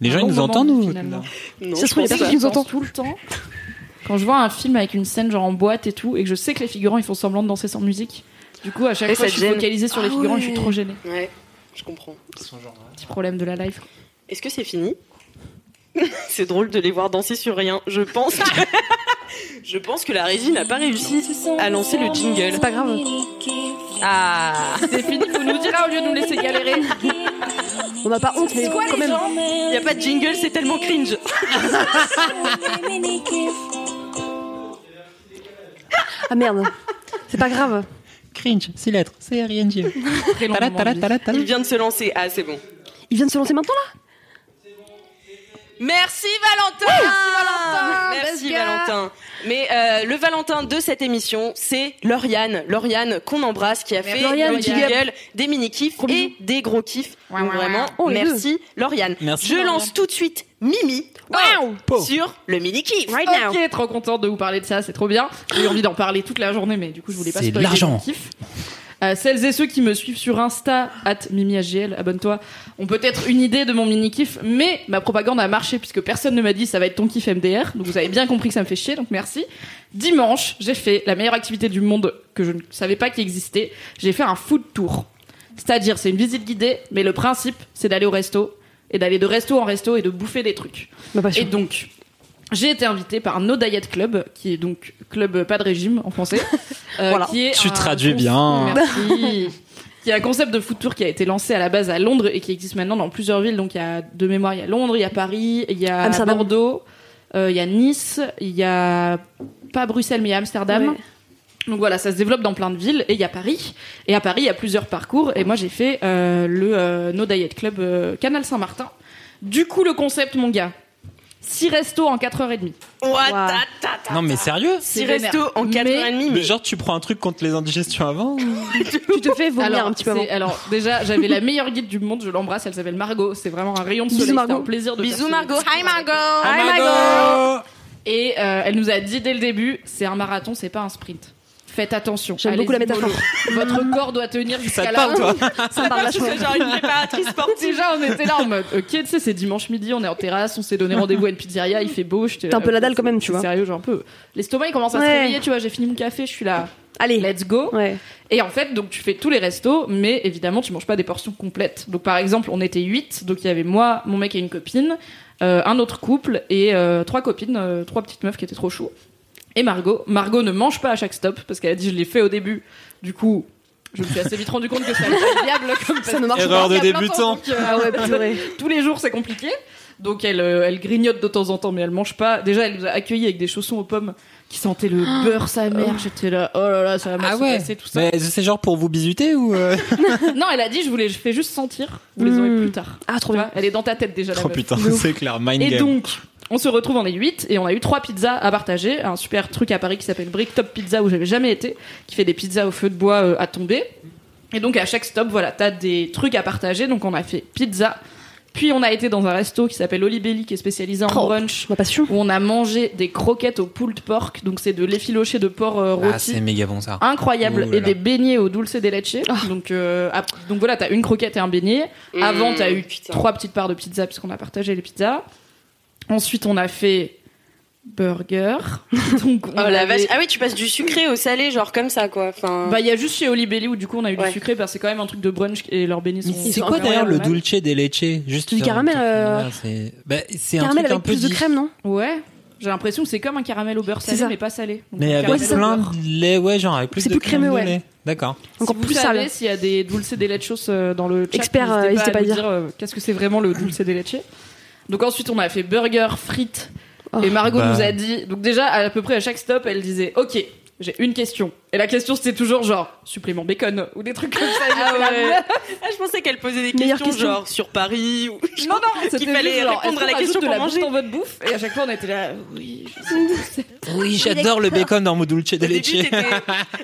[SPEAKER 8] Les gens,
[SPEAKER 3] Un
[SPEAKER 8] ils
[SPEAKER 3] bon
[SPEAKER 8] nous
[SPEAKER 3] moment,
[SPEAKER 8] entendent ou
[SPEAKER 3] finalement.
[SPEAKER 7] Non,
[SPEAKER 5] Ça se trouve, il y a
[SPEAKER 7] je pense
[SPEAKER 5] personne qui nous
[SPEAKER 3] Danse
[SPEAKER 5] entend.
[SPEAKER 3] tout le temps. Quand je vois un film avec une scène genre en boîte et tout, et que je sais que les figurants ils font semblant de danser sans musique, du coup à chaque
[SPEAKER 7] Et
[SPEAKER 3] fois
[SPEAKER 7] ça
[SPEAKER 3] je
[SPEAKER 7] te
[SPEAKER 3] suis
[SPEAKER 7] gêne.
[SPEAKER 3] focalisée sur les
[SPEAKER 5] Ah
[SPEAKER 3] figurants, et je suis
[SPEAKER 5] ouais.
[SPEAKER 3] trop gênée.
[SPEAKER 7] pas. Ouais, je comprends.
[SPEAKER 3] Petit problème de la life.
[SPEAKER 7] Est-ce que c'est fini <laughs> C'est drôle de les voir danser sur rien. Je pense que... <laughs> je pense que la régie n'a pas réussi à lancer le jingle.
[SPEAKER 5] C'est pas grave.
[SPEAKER 7] Ah
[SPEAKER 3] C'est fini, vous nous direz au lieu de nous laisser galérer.
[SPEAKER 5] On n'a pas honte, mais quand même.
[SPEAKER 7] Il n'y a pas de jingle, c'est tellement cringe.
[SPEAKER 5] Ah merde. C'est pas grave.
[SPEAKER 8] Cringe, six lettres, c'est RNG.
[SPEAKER 3] Très longuement, on dit.
[SPEAKER 7] Il vient de se lancer. Ah, c'est bon.
[SPEAKER 5] Il vient de se lancer maintenant, là
[SPEAKER 7] Merci Valentin
[SPEAKER 3] Merci,
[SPEAKER 7] Merci
[SPEAKER 3] Valentin.
[SPEAKER 7] Valentin Mais euh, le Valentin de cette émission, c'est Lauriane. Lauriane qu'on embrasse, qui a fait
[SPEAKER 3] Lauriane,
[SPEAKER 7] le
[SPEAKER 3] big
[SPEAKER 7] jingle des mini-kifs et des gros kifs.
[SPEAKER 3] Ouais,
[SPEAKER 7] Donc
[SPEAKER 3] ouais,
[SPEAKER 7] vraiment,
[SPEAKER 5] Oh, les
[SPEAKER 7] merci Lauriane.
[SPEAKER 8] Merci,
[SPEAKER 7] Je
[SPEAKER 8] Lauriane.
[SPEAKER 7] lance tout de suite Mimi
[SPEAKER 8] Po.
[SPEAKER 7] sur le mini-kif.
[SPEAKER 3] Ok, trop contente de vous parler de ça, c'est trop bien. J'ai eu envie d'en parler toute la journée, mais du coup, je voulais pas
[SPEAKER 8] C'est de
[SPEAKER 3] spoiler
[SPEAKER 8] l'argent.
[SPEAKER 3] mon kiff. Euh, celles et ceux qui me suivent sur Insta, at MimiHGL, abonne-toi, ont peut-être une idée de mon mini-kiff, mais ma propagande a marché puisque personne ne m'a dit ça va être ton kiff MDR, donc vous avez bien compris que ça me fait chier, donc merci. Dimanche, j'ai fait la meilleure activité du monde que je ne savais pas qui existait, j'ai fait un food tour. C'est-à-dire, c'est une visite guidée, mais le principe, c'est d'aller au resto, et d'aller de resto en resto et de bouffer des trucs.
[SPEAKER 5] Ma
[SPEAKER 3] Et
[SPEAKER 5] passion.
[SPEAKER 3] donc, J'ai été invitée par No Diet Club, qui est donc club pas de régime en français. euh,
[SPEAKER 5] Voilà.
[SPEAKER 3] qui est
[SPEAKER 8] Tu
[SPEAKER 3] un
[SPEAKER 8] traduis
[SPEAKER 3] conce-
[SPEAKER 8] bien.
[SPEAKER 3] <laughs> Merci. qui est un concept de food tour qui a été lancé à la base à Londres et qui existe maintenant dans plusieurs villes. Donc il y a de mémoire, il y a Londres, il y a Paris, il y a
[SPEAKER 5] Amsterdam.
[SPEAKER 3] Bordeaux, euh, il y a Nice, il y a pas Bruxelles mais il y a Amsterdam.
[SPEAKER 5] Ouais.
[SPEAKER 3] Donc voilà, ça se développe dans plein de villes et il y a Paris. Et à Paris, il y a plusieurs parcours. Et moi, j'ai fait euh, le euh, No Diet Club euh, Canal Saint-Martin. Du coup, le concept, mon gars, 6 restos en 4h30.
[SPEAKER 7] What
[SPEAKER 5] Wow.
[SPEAKER 7] ta, ta, ta.
[SPEAKER 8] Non, mais sérieux
[SPEAKER 7] Six restos en
[SPEAKER 3] Mais-
[SPEAKER 7] 4h30.
[SPEAKER 8] Mais genre, tu prends un truc contre les indigestions avant
[SPEAKER 5] Tu te fais vomir
[SPEAKER 3] alors,
[SPEAKER 5] un petit peu
[SPEAKER 3] c'est-
[SPEAKER 5] avant.
[SPEAKER 3] alors, déjà, j'avais la meilleure guide du monde, je l'embrasse, elle s'appelle Margot. C'est vraiment un rayon de soleil,
[SPEAKER 5] Bisous,
[SPEAKER 3] c'était un
[SPEAKER 5] Margot.
[SPEAKER 3] plaisir de faire
[SPEAKER 7] Bisous
[SPEAKER 3] ce-
[SPEAKER 7] Margot. Hi Margot.
[SPEAKER 8] Ah,
[SPEAKER 5] Hi, Margot.
[SPEAKER 3] Et euh, elle nous a dit dès le début, c'est un marathon, c'est pas un sprint. Faites attention.
[SPEAKER 5] J'aime
[SPEAKER 3] allez-y
[SPEAKER 5] beaucoup la métaphore.
[SPEAKER 3] mollo. Votre corps doit tenir
[SPEAKER 8] Ça
[SPEAKER 3] jusqu'à la
[SPEAKER 8] te parle, toi
[SPEAKER 3] <laughs>
[SPEAKER 5] Ça parle vachement.
[SPEAKER 7] genre une préparatrice sportive.
[SPEAKER 3] Déjà, on était là en mode, ok, tu sais, c'est dimanche midi, on est en terrasse, on s'est donné rendez-vous à une pizzeria, il fait beau. euh,
[SPEAKER 5] T'es un peu la dalle quand même, tu vois.
[SPEAKER 3] Sérieux, j'ai un peu. L'estomac, il commence à se
[SPEAKER 5] Ouais.
[SPEAKER 3] réveiller, tu vois, j'ai fini mon café, je suis là,
[SPEAKER 5] Allez.
[SPEAKER 3] let's go.
[SPEAKER 5] Ouais.
[SPEAKER 3] Et en fait, donc tu fais tous les restos, mais évidemment, tu manges pas des portions complètes. Donc par exemple, on était 8, donc il y avait moi, mon mec et une copine, euh, un autre couple et euh, trois copines, euh, trois petites meufs qui étaient trop chou. Et Margot, Margot ne mange pas à chaque stop parce qu'elle a dit je l'ai fait au début. Du coup, je me suis assez vite rendu compte que ça allait être viable comme
[SPEAKER 5] Ça ne marche
[SPEAKER 8] Erreur de
[SPEAKER 5] pas.
[SPEAKER 3] Il y a plein
[SPEAKER 8] débutant.
[SPEAKER 3] temps, donc, euh, <laughs>
[SPEAKER 5] Ah ouais, purée.
[SPEAKER 3] tous les jours, c'est compliqué. Donc elle, euh, elle grignote de temps en temps, mais elle mange pas. Déjà, elle nous a accueillis avec des chaussons aux pommes qui sentaient le beurre sa mère. J'étais là, oh là là, ça va mal
[SPEAKER 8] Ah
[SPEAKER 3] se
[SPEAKER 8] ouais.
[SPEAKER 3] passer, tout ça.
[SPEAKER 8] Mais c'est genre pour vous bisuter ou. euh
[SPEAKER 3] Non, elle a dit, je voulais, je fais juste sentir. Vous les aurez
[SPEAKER 5] Mm.
[SPEAKER 3] plus tard.
[SPEAKER 5] Ah, trop
[SPEAKER 3] Tu
[SPEAKER 5] bien.
[SPEAKER 3] vois, elle est dans ta tête déjà. la
[SPEAKER 8] Oh
[SPEAKER 3] meuf.
[SPEAKER 8] putain,
[SPEAKER 3] De ouf.
[SPEAKER 8] c'est clair, mind
[SPEAKER 3] Et
[SPEAKER 8] game.
[SPEAKER 3] donc, on se retrouve, on est 8 et on a eu trois pizzas à partager. Un super truc à Paris qui s'appelle Brick Top Pizza où j'avais jamais été, qui fait des pizzas au feu de bois euh, à tomber. Et donc à chaque stop, voilà, t'as des trucs à partager. Donc on a fait pizza. Puis on a été dans un resto qui s'appelle Olibelli qui est spécialisé en
[SPEAKER 5] Oh.
[SPEAKER 3] brunch
[SPEAKER 5] Ma passion.
[SPEAKER 3] où on a mangé des croquettes au pulled pork. Donc c'est de l'effiloché de porc euh,
[SPEAKER 8] Ah,
[SPEAKER 3] rôti
[SPEAKER 8] c'est méga bon ça.
[SPEAKER 3] incroyable
[SPEAKER 8] Ouh là
[SPEAKER 3] et
[SPEAKER 8] là.
[SPEAKER 3] des beignets au dulce de leche.
[SPEAKER 7] Ah.
[SPEAKER 3] Donc euh, ap- donc voilà, t'as une croquette et un beignet.
[SPEAKER 7] Mmh.
[SPEAKER 3] Avant, t'as eu
[SPEAKER 7] Putain.
[SPEAKER 3] trois petites parts de pizza puisqu'on a partagé les pizzas. Ensuite, on a fait
[SPEAKER 7] <laughs>
[SPEAKER 3] burger. Donc on
[SPEAKER 7] Oh la
[SPEAKER 3] avait-
[SPEAKER 7] vache. Ah oui, tu passes du sucré au salé, genre comme ça quoi. Enfin.
[SPEAKER 3] Bah il y a juste chez Oli Belly où du coup on a eu
[SPEAKER 7] Ouais.
[SPEAKER 3] du sucré parce que c'est quand même un truc de brunch et leurs beignets sont.
[SPEAKER 8] C'est
[SPEAKER 5] sont
[SPEAKER 8] quoi d'ailleurs le
[SPEAKER 3] incroyables.
[SPEAKER 8] dulce des leche Juste
[SPEAKER 5] Du
[SPEAKER 8] faire un
[SPEAKER 5] caramel,
[SPEAKER 8] truc,
[SPEAKER 5] euh,
[SPEAKER 8] voilà, c'est bah, c'est un
[SPEAKER 5] Caramel
[SPEAKER 8] truc un
[SPEAKER 5] avec
[SPEAKER 8] peu
[SPEAKER 5] plus de
[SPEAKER 8] diff-
[SPEAKER 5] crème, non
[SPEAKER 3] Ouais. J'ai l'impression que c'est comme un caramel au beurre
[SPEAKER 5] C'est
[SPEAKER 3] salé
[SPEAKER 5] ça.
[SPEAKER 3] mais pas salé. Donc,
[SPEAKER 8] Mais
[SPEAKER 3] un
[SPEAKER 8] avec
[SPEAKER 3] caramel
[SPEAKER 5] Ouais, c'est
[SPEAKER 3] au
[SPEAKER 8] plein
[SPEAKER 3] beurre.
[SPEAKER 8] de lait, ouais, genre avec plus
[SPEAKER 5] C'est
[SPEAKER 8] de
[SPEAKER 5] plus
[SPEAKER 8] crème
[SPEAKER 5] crémeux,
[SPEAKER 8] de
[SPEAKER 5] ouais.
[SPEAKER 8] lait. D'accord.
[SPEAKER 5] Encore
[SPEAKER 3] si
[SPEAKER 5] plus
[SPEAKER 3] vous savez
[SPEAKER 5] sale.
[SPEAKER 3] s'il y a des dulce de leche euh, dans le chat,
[SPEAKER 5] Expert, euh, n'hésitez pas à
[SPEAKER 3] nous
[SPEAKER 5] dire.
[SPEAKER 3] euh, qu'est-ce que c'est vraiment le dulce de leche. Donc ensuite, on a fait burger, frites.
[SPEAKER 7] Oh.
[SPEAKER 3] et Margot
[SPEAKER 8] Bah.
[SPEAKER 3] nous a dit... Donc déjà, à, peu près à chaque stop, elle disait « Ok, j'ai une question. » Et la question, c'était toujours genre « Supplément bacon » ou des trucs comme ça. Et j'étais là,
[SPEAKER 7] ouais. Ah, je pensais qu'elle posait des questions,
[SPEAKER 5] Meilleure question.
[SPEAKER 7] genre sur Paris ou.
[SPEAKER 3] Non, non, c'était
[SPEAKER 7] Qu'il fallait
[SPEAKER 3] juste genre,
[SPEAKER 7] répondre
[SPEAKER 3] Est-ce
[SPEAKER 7] à la
[SPEAKER 3] qu'on
[SPEAKER 7] question
[SPEAKER 3] rajoute de
[SPEAKER 7] pour
[SPEAKER 3] la bouffe
[SPEAKER 7] manger Mm.
[SPEAKER 3] dans votre bouffe. Et à chaque fois, on était là « Oui, je sais.
[SPEAKER 8] Oui, j'adore le bacon dans mon dulce de
[SPEAKER 7] Au début,
[SPEAKER 8] leche.
[SPEAKER 7] t'étais-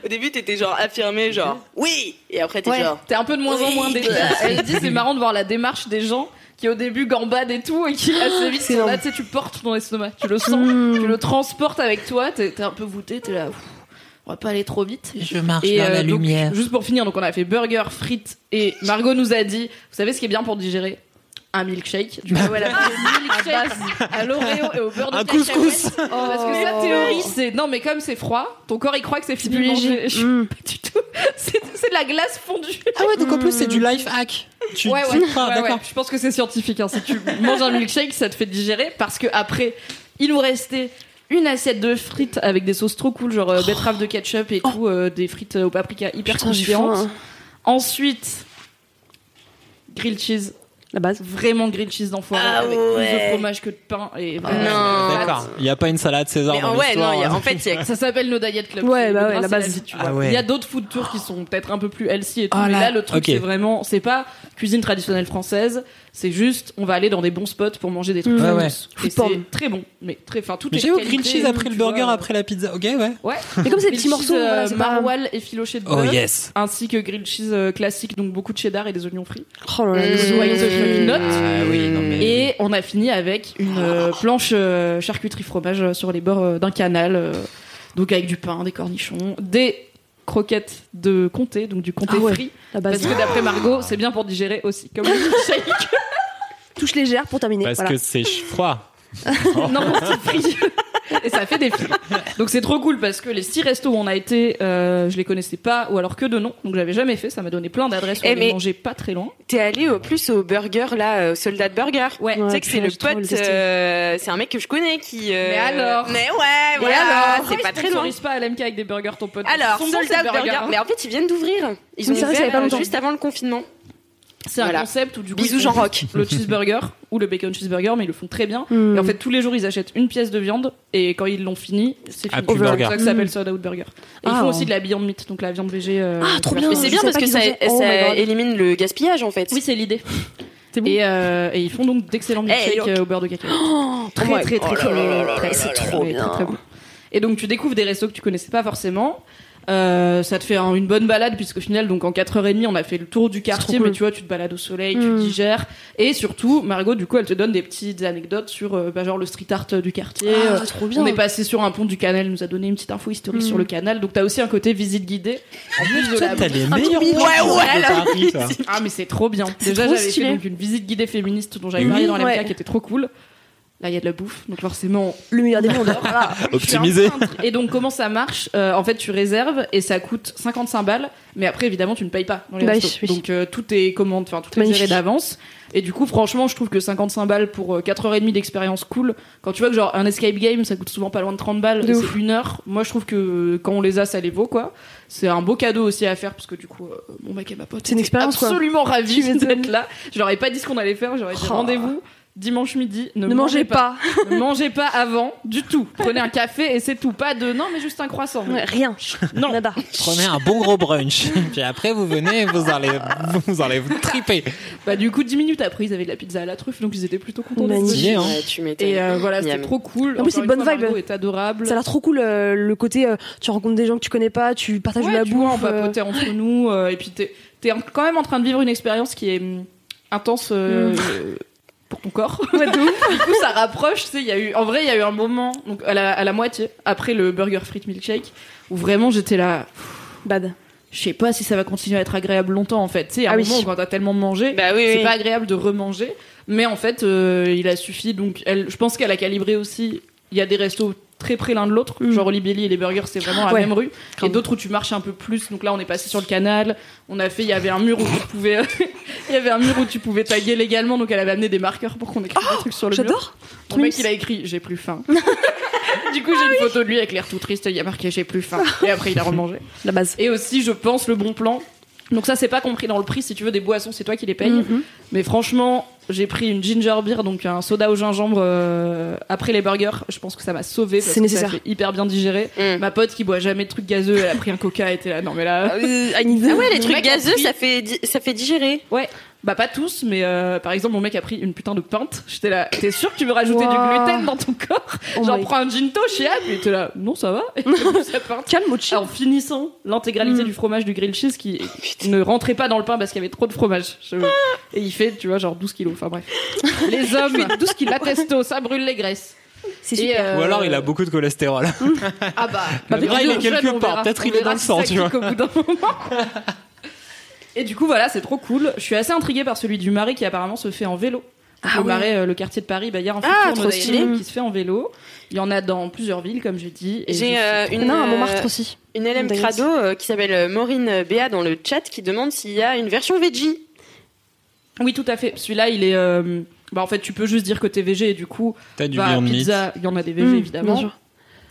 [SPEAKER 7] au début, t'étais genre affirmé, genre oui, et après t'es
[SPEAKER 3] Ouais,
[SPEAKER 7] genre.
[SPEAKER 3] T'es un peu de moins en moins déjà.
[SPEAKER 5] <laughs>
[SPEAKER 3] Elle dit c'est marrant de voir la démarche des gens qui au début gambadent et tout et qui assez vite
[SPEAKER 5] Ah, C'est
[SPEAKER 3] sont là,
[SPEAKER 5] énorme.
[SPEAKER 3] tu sais, tu portes ton estomac, tu le sens,
[SPEAKER 5] Mmh.
[SPEAKER 3] tu le transportes avec toi, t'es t'es un peu voûté, t'es là, Ouf, on va pas aller trop vite.
[SPEAKER 8] Je marche
[SPEAKER 3] Et euh, donc, juste pour finir, donc on a fait burger, frites et Margot nous a dit, vous savez ce qui est bien pour digérer un milkshake. Du coup, elle a
[SPEAKER 5] Ah,
[SPEAKER 3] fait un milkshake
[SPEAKER 5] bah,
[SPEAKER 3] à l'oreo et au beurre de
[SPEAKER 8] Un
[SPEAKER 3] cacahuète.
[SPEAKER 8] couscous.
[SPEAKER 3] Parce que
[SPEAKER 5] Oh.
[SPEAKER 3] sa théorie, c'est non, mais comme c'est froid, ton corps il croit que c'est fini de manger. Je-
[SPEAKER 5] Mm.
[SPEAKER 3] Du tout, <laughs> c'est c'est de la glace fondue.
[SPEAKER 8] Ah ouais, donc en plus c'est du life hack. Tu
[SPEAKER 3] Ouais, ouais,
[SPEAKER 8] sais pas,
[SPEAKER 3] ouais,
[SPEAKER 8] d'accord.
[SPEAKER 3] ouais. Je pense que c'est scientifique. hein. Si tu manges un milkshake, ça te fait digérer parce que après, il nous restait une assiette de frites avec des sauces trop cool, genre euh, betterave de ketchup et tout, euh, des frites au paprika hyper
[SPEAKER 5] Putain, j'ai faim.
[SPEAKER 3] croustillantes.
[SPEAKER 5] hein.
[SPEAKER 3] Ensuite, grilled cheese,
[SPEAKER 5] La base.
[SPEAKER 3] vraiment grilled cheese d'enfoiré
[SPEAKER 7] Ah
[SPEAKER 3] avec plus de
[SPEAKER 7] ouais.
[SPEAKER 3] fromage que de pain et
[SPEAKER 7] Ah non.
[SPEAKER 8] D'accord. Il y a pas une salade César
[SPEAKER 7] Mais
[SPEAKER 8] dans
[SPEAKER 7] en- ouais, non,
[SPEAKER 8] l'histoire.
[SPEAKER 7] il y a- en fait, il y
[SPEAKER 3] <laughs>
[SPEAKER 7] a
[SPEAKER 3] Ça s'appelle No Diet Club.
[SPEAKER 5] Ouais,
[SPEAKER 3] C'est
[SPEAKER 5] bah
[SPEAKER 3] le
[SPEAKER 5] ouais,
[SPEAKER 3] gras,
[SPEAKER 5] la
[SPEAKER 3] c'est
[SPEAKER 5] base. Oh
[SPEAKER 3] vie, tu
[SPEAKER 8] Ah
[SPEAKER 3] vois.
[SPEAKER 8] ouais.
[SPEAKER 3] Il y a d'autres food tours qui sont peut-être un peu plus healthy et tout.
[SPEAKER 8] Ah
[SPEAKER 3] mais
[SPEAKER 8] là.
[SPEAKER 3] là, le truc,
[SPEAKER 8] Ok.
[SPEAKER 3] c'est vraiment, c'est pas cuisine traditionnelle française. C'est juste, on va aller dans des bons spots pour manger des trucs.
[SPEAKER 5] Mm.
[SPEAKER 8] Ouais,
[SPEAKER 3] faits.
[SPEAKER 8] ouais.
[SPEAKER 3] Et
[SPEAKER 5] Food porn.
[SPEAKER 3] c'est très bon, mais très, enfin, tout
[SPEAKER 8] Mais
[SPEAKER 3] est.
[SPEAKER 8] j'ai au
[SPEAKER 3] qualité,
[SPEAKER 8] grilled cheese après le
[SPEAKER 3] tu vois. euh,
[SPEAKER 8] burger, après la pizza. Ok, ouais.
[SPEAKER 5] <laughs>
[SPEAKER 3] Ouais.
[SPEAKER 5] Mais comme c'est
[SPEAKER 3] Grilled
[SPEAKER 5] des petits morceaux,
[SPEAKER 3] cheese,
[SPEAKER 5] voilà,
[SPEAKER 3] euh,
[SPEAKER 5] c'est pas-
[SPEAKER 3] maroilles effiloché de
[SPEAKER 8] Oh
[SPEAKER 3] bœuf,
[SPEAKER 8] yes.
[SPEAKER 3] Ainsi que grilled cheese euh, classique, donc beaucoup de cheddar et des oignons frits.
[SPEAKER 5] Oh là là, les
[SPEAKER 3] Mmh.
[SPEAKER 7] Hmm.
[SPEAKER 5] oignons de
[SPEAKER 3] Une note.
[SPEAKER 8] Ah oui, non mais.
[SPEAKER 3] Et on a fini avec une euh, planche euh, charcuterie fromage euh, sur les bords euh, d'un canal, euh, donc avec du pain, des cornichons, des croquettes de comté, donc du comté
[SPEAKER 5] Ah ouais.
[SPEAKER 3] frit.
[SPEAKER 5] La
[SPEAKER 3] Parce
[SPEAKER 5] base.
[SPEAKER 3] que d'après Margot, c'est bien pour digérer aussi, comme le milkshake.
[SPEAKER 7] <laughs>
[SPEAKER 5] Touche légère pour terminer.
[SPEAKER 8] Parce
[SPEAKER 5] voilà.
[SPEAKER 8] que c'est froid.
[SPEAKER 3] non, c'est frit. et ça fait des films. Donc c'est trop cool parce que les six restos où on a été, euh, je les connaissais pas ou alors que de nom, donc j'avais jamais fait. Ça m'a donné plein d'adresses où
[SPEAKER 7] Eh, mais-
[SPEAKER 3] aller manger pas très loin.
[SPEAKER 7] T'es allé au plus au burger là, au Soldat Burger.
[SPEAKER 3] Ouais.
[SPEAKER 7] tu sais que c'est
[SPEAKER 5] purée,
[SPEAKER 7] le
[SPEAKER 5] j'ai trop le
[SPEAKER 7] pote,
[SPEAKER 5] tester.
[SPEAKER 7] euh, c'est un mec que je connais qui. euh,
[SPEAKER 3] Mais alors Ah
[SPEAKER 7] Mais ouais, voilà, Ah, c'est pas très loin.
[SPEAKER 3] Ils pas à l'MK avec des burgers ton pote.
[SPEAKER 7] Alors,
[SPEAKER 3] Ils sont bons, ces
[SPEAKER 7] Soldat
[SPEAKER 3] burgers,
[SPEAKER 7] Burger.
[SPEAKER 3] hein.
[SPEAKER 7] Mais en fait, ils viennent d'ouvrir. Ils ont
[SPEAKER 5] Oui, c'est vrai, ça fait pas
[SPEAKER 7] ouvert euh,
[SPEAKER 5] longtemps.
[SPEAKER 7] juste avant le confinement.
[SPEAKER 3] C'est un
[SPEAKER 7] Voilà.
[SPEAKER 3] concept où du coup
[SPEAKER 7] Bisous
[SPEAKER 3] ils font
[SPEAKER 7] Jean Rock.
[SPEAKER 3] le cheeseburger ou le bacon cheeseburger, mais ils le font très bien.
[SPEAKER 5] Hmm.
[SPEAKER 3] Et en fait, tous les jours, ils achètent une pièce de viande et quand ils l'ont fini, c'est fini.
[SPEAKER 8] Happy Burger.
[SPEAKER 3] C'est pour ça que ça s'appelle Sold Out Burger. Et ils
[SPEAKER 5] Ah,
[SPEAKER 3] font
[SPEAKER 5] ouais.
[SPEAKER 3] aussi de la Beyond Meat, donc la viande végé. euh,
[SPEAKER 5] Ah, trop bien. Mais
[SPEAKER 7] Mais c'est
[SPEAKER 5] c'est
[SPEAKER 7] bien
[SPEAKER 5] savais
[SPEAKER 7] parce
[SPEAKER 5] pas
[SPEAKER 7] que
[SPEAKER 5] qu'ils
[SPEAKER 7] ça,
[SPEAKER 5] ont fait- Oh my
[SPEAKER 7] ça
[SPEAKER 5] God.
[SPEAKER 7] élimine le gaspillage en fait.
[SPEAKER 3] Oui, c'est l'idée.
[SPEAKER 5] C'est bon.
[SPEAKER 3] Et, euh, et ils font donc d'excellents milkshakes
[SPEAKER 7] ok.
[SPEAKER 3] euh, au beurre de cacao. très,
[SPEAKER 5] ouais. Oh
[SPEAKER 3] très, très, très, très,
[SPEAKER 5] c'est
[SPEAKER 3] très,
[SPEAKER 5] trop
[SPEAKER 3] très,
[SPEAKER 5] bien.
[SPEAKER 3] très bon. Et donc, tu découvres des restos que tu connaissais pas forcément. Euh, ça te fait un- une bonne balade puisqu'au final donc en 4h30 on a fait le tour du quartier
[SPEAKER 5] cool.
[SPEAKER 3] mais tu vois tu te balades au soleil
[SPEAKER 5] Mm.
[SPEAKER 3] tu digères et surtout Margot du coup elle te donne des petites anecdotes sur euh, bah, genre le street art euh, du quartier euh,
[SPEAKER 5] Ah, trop bien.
[SPEAKER 3] on est passé sur un pont du canal elle nous a donné une petite info historique
[SPEAKER 5] Mm.
[SPEAKER 3] sur le canal donc t'as aussi un côté visite
[SPEAKER 5] <laughs>
[SPEAKER 3] guidée en plus de la
[SPEAKER 8] T'as les meilleurs
[SPEAKER 5] tourbillon.
[SPEAKER 8] plans
[SPEAKER 7] Ouais, ouais,
[SPEAKER 8] de Paris, <laughs> toi.
[SPEAKER 3] ah mais c'est trop bien.
[SPEAKER 5] C'est
[SPEAKER 3] Déjà
[SPEAKER 5] trop
[SPEAKER 3] j'avais fait
[SPEAKER 5] stylé.
[SPEAKER 3] donc une visite guidée féministe dont j'avais
[SPEAKER 8] Oui,
[SPEAKER 3] parlé dans la
[SPEAKER 5] ouais.
[SPEAKER 3] qui était trop cool. Là il y a de la bouffe donc forcément
[SPEAKER 5] Le meilleur des mondes. hein.
[SPEAKER 8] Optimisé.
[SPEAKER 3] Et donc comment ça marche Euh, En fait tu réserves et ça coûte 55 balles mais après évidemment tu ne payes pas dans les
[SPEAKER 5] Bah oui,
[SPEAKER 3] restos.
[SPEAKER 5] oui.
[SPEAKER 3] Donc euh, tout est commande, enfin tout est
[SPEAKER 5] Magnifique.
[SPEAKER 3] géré d'avance. Et du coup franchement je trouve que 55 balles pour euh, 4h30 d'expérience cool. Quand tu vois que genre un escape game ça coûte souvent pas loin de 30 balles,
[SPEAKER 5] De
[SPEAKER 3] et
[SPEAKER 5] ouf.
[SPEAKER 3] c'est une heure. Moi je trouve que euh, quand on les a ça les vaut quoi. C'est un beau cadeau aussi à faire parce que du coup euh, mon mec et ma pote
[SPEAKER 5] C'est une expérience, quoi.
[SPEAKER 3] absolument ravi
[SPEAKER 5] Tu
[SPEAKER 3] <laughs>
[SPEAKER 5] m'étonnes.
[SPEAKER 3] d'être là. Je leur ai pas dit ce qu'on allait faire, j'aurais dit
[SPEAKER 5] Oh.
[SPEAKER 3] rendez-vous dimanche midi, ne,
[SPEAKER 5] Ne mangez pas.
[SPEAKER 3] ne mangez pas avant du tout. Prenez un café et c'est tout, pas de non mais juste un croissant.
[SPEAKER 5] Ouais, Rien.
[SPEAKER 3] <laughs> Non.
[SPEAKER 5] Nada.
[SPEAKER 8] Prenez un bon gros brunch. Puis après, vous venez et vous allez vous, allez vous triper.
[SPEAKER 3] Bah du coup 10 minutes après ils avaient de la pizza à la truffe donc ils étaient plutôt contents. d'être
[SPEAKER 5] Magnifique.
[SPEAKER 3] venus.
[SPEAKER 8] Stylé, hein.
[SPEAKER 7] Ouais, tu m'étonnes.
[SPEAKER 3] Et euh, voilà, c'était
[SPEAKER 7] Miam.
[SPEAKER 3] trop cool.
[SPEAKER 5] En plus, c'est
[SPEAKER 3] Encore
[SPEAKER 5] bonne
[SPEAKER 3] fois,
[SPEAKER 5] vibe.
[SPEAKER 3] Margot est adorable.
[SPEAKER 5] Ça a l'air trop cool euh, le côté euh, tu rencontres des gens que tu connais pas, tu partages de
[SPEAKER 3] Ouais,
[SPEAKER 5] la
[SPEAKER 3] tu vois, on
[SPEAKER 5] bouffe. euh,
[SPEAKER 3] papotait entre nous euh, et puis t'es t'es en- quand même en train de vivre une expérience qui est hum, intense euh,
[SPEAKER 5] Mm.
[SPEAKER 3] euh, pour ton corps. <laughs> du coup, ça rapproche. Tu sais, il y a eu, en vrai, il y a eu un moment, donc à la, à la moitié, après le burger frites milkshake, où vraiment j'étais là.
[SPEAKER 5] Bad.
[SPEAKER 3] Je sais pas si ça va continuer à être agréable longtemps en fait. Tu sais, à un
[SPEAKER 5] Ah oui.
[SPEAKER 3] moment quand t'as tellement mangé,
[SPEAKER 7] Bah oui,
[SPEAKER 3] c'est
[SPEAKER 7] oui.
[SPEAKER 3] pas agréable de remanger. Mais en fait, euh, il a suffi. Donc, elle, je pense qu'elle a calibré aussi. Il y a des restos très près l'un de l'autre. Genre Oli Belly et les burgers, c'est vraiment la
[SPEAKER 5] Mm. Ouais.
[SPEAKER 3] même rue.
[SPEAKER 5] Grave.
[SPEAKER 3] Et d'autres où tu marches un peu plus. Donc là, on est passé sur le canal. On a fait. Il y avait un mur où tu pouvais. <laughs> il y avait un mur où tu pouvais taguer légalement. Donc elle avait amené des marqueurs pour qu'on écrive des trucs sur le mur.
[SPEAKER 5] Oh, J'adore.
[SPEAKER 3] Mon mec,
[SPEAKER 5] Mims.
[SPEAKER 3] il a écrit J'ai plus
[SPEAKER 5] <laughs>
[SPEAKER 3] faim. du coup, j'ai une photo de lui avec l'air tout triste. Il y a marqué J'ai plus faim.
[SPEAKER 5] Ah
[SPEAKER 3] Et après, il a remangé.
[SPEAKER 5] La base.
[SPEAKER 3] Et aussi, je pense, le bon plan. Donc ça, c'est pas compris dans le prix. Si tu veux des boissons, c'est toi qui les payes.
[SPEAKER 5] Mhm.
[SPEAKER 3] Mais franchement, j'ai pris une ginger beer, donc un soda au gingembre euh, après les burgers. Je pense que ça m'a sauvé.
[SPEAKER 5] C'est nécessaire.
[SPEAKER 3] hyper bien digéré.
[SPEAKER 7] Mm.
[SPEAKER 3] Ma pote qui boit jamais de trucs gazeux, elle a pris un coca, elle était là. Non mais là,
[SPEAKER 7] Ah ouais, les
[SPEAKER 3] Mon
[SPEAKER 7] trucs
[SPEAKER 3] euh, mec a
[SPEAKER 7] gazeux,
[SPEAKER 3] pris-
[SPEAKER 7] ça fait, di- ça fait digérer.
[SPEAKER 3] bah pas tous, mais euh, par exemple mon mec a pris une putain de pinte. J'étais là, t'es sûr que tu veux rajouter du
[SPEAKER 5] Wow.
[SPEAKER 3] gluten dans ton corps
[SPEAKER 5] Oh
[SPEAKER 3] J'en
[SPEAKER 5] my-
[SPEAKER 3] prends un ginto chez Apple. Et t'es là, non ça va. Et il a pris sa pinte.
[SPEAKER 5] Calme au chill.
[SPEAKER 3] En finissant l'intégralité
[SPEAKER 5] Mm.
[SPEAKER 3] du fromage du grilled cheese qui ne rentrait pas dans le pain parce qu'il y avait trop de fromage. Je-
[SPEAKER 5] Ah.
[SPEAKER 3] Et il fait, tu vois, genre 12 kilos. Enfin
[SPEAKER 5] <laughs>
[SPEAKER 3] bref. Les hommes, 12 kilos. La testo, ça brûle les graisses.
[SPEAKER 5] C'est
[SPEAKER 3] Et,
[SPEAKER 5] super.
[SPEAKER 3] euh,
[SPEAKER 8] Ou alors, il a beaucoup de cholestérol.
[SPEAKER 3] Ah bah, bah,
[SPEAKER 8] Le bras,
[SPEAKER 3] bien
[SPEAKER 8] il est
[SPEAKER 3] sûr,
[SPEAKER 8] quelque
[SPEAKER 3] on
[SPEAKER 8] part.
[SPEAKER 3] verra.
[SPEAKER 8] Peut-être
[SPEAKER 3] On
[SPEAKER 8] il est
[SPEAKER 3] verra
[SPEAKER 8] dans
[SPEAKER 3] si
[SPEAKER 8] le sang,
[SPEAKER 3] ça
[SPEAKER 8] tu
[SPEAKER 3] clique au bout d'un moment. <laughs> Et du coup, voilà, c'est trop cool. Je suis assez intriguée par celui du Marais qui apparemment se fait en vélo.
[SPEAKER 5] Ah
[SPEAKER 3] le
[SPEAKER 5] ouais.
[SPEAKER 3] Marais, euh, le quartier de Paris, bah, il y a un
[SPEAKER 7] Ah,
[SPEAKER 3] food
[SPEAKER 7] trop
[SPEAKER 3] tour
[SPEAKER 7] stylé.
[SPEAKER 3] qui se fait en vélo. Il y en a dans plusieurs villes, comme j'ai dit. Et je
[SPEAKER 7] J'ai
[SPEAKER 3] suis
[SPEAKER 7] euh, une,
[SPEAKER 5] Non, à
[SPEAKER 7] euh,
[SPEAKER 5] Montmartre aussi.
[SPEAKER 7] une LM
[SPEAKER 5] D'ailleurs.
[SPEAKER 7] Crado euh, qui s'appelle euh, Maureen Béa dans le chat qui demande s'il y a une version veggie.
[SPEAKER 3] Oui, tout à fait. Celui-là, il est. euh, Bah, en fait, tu peux juste dire que t'es végé et du coup,
[SPEAKER 8] T'as du
[SPEAKER 3] bah,
[SPEAKER 8] Beyond Meat.
[SPEAKER 3] pizza, il y en a des végés
[SPEAKER 5] Mm,
[SPEAKER 3] évidemment.
[SPEAKER 5] bien sûr.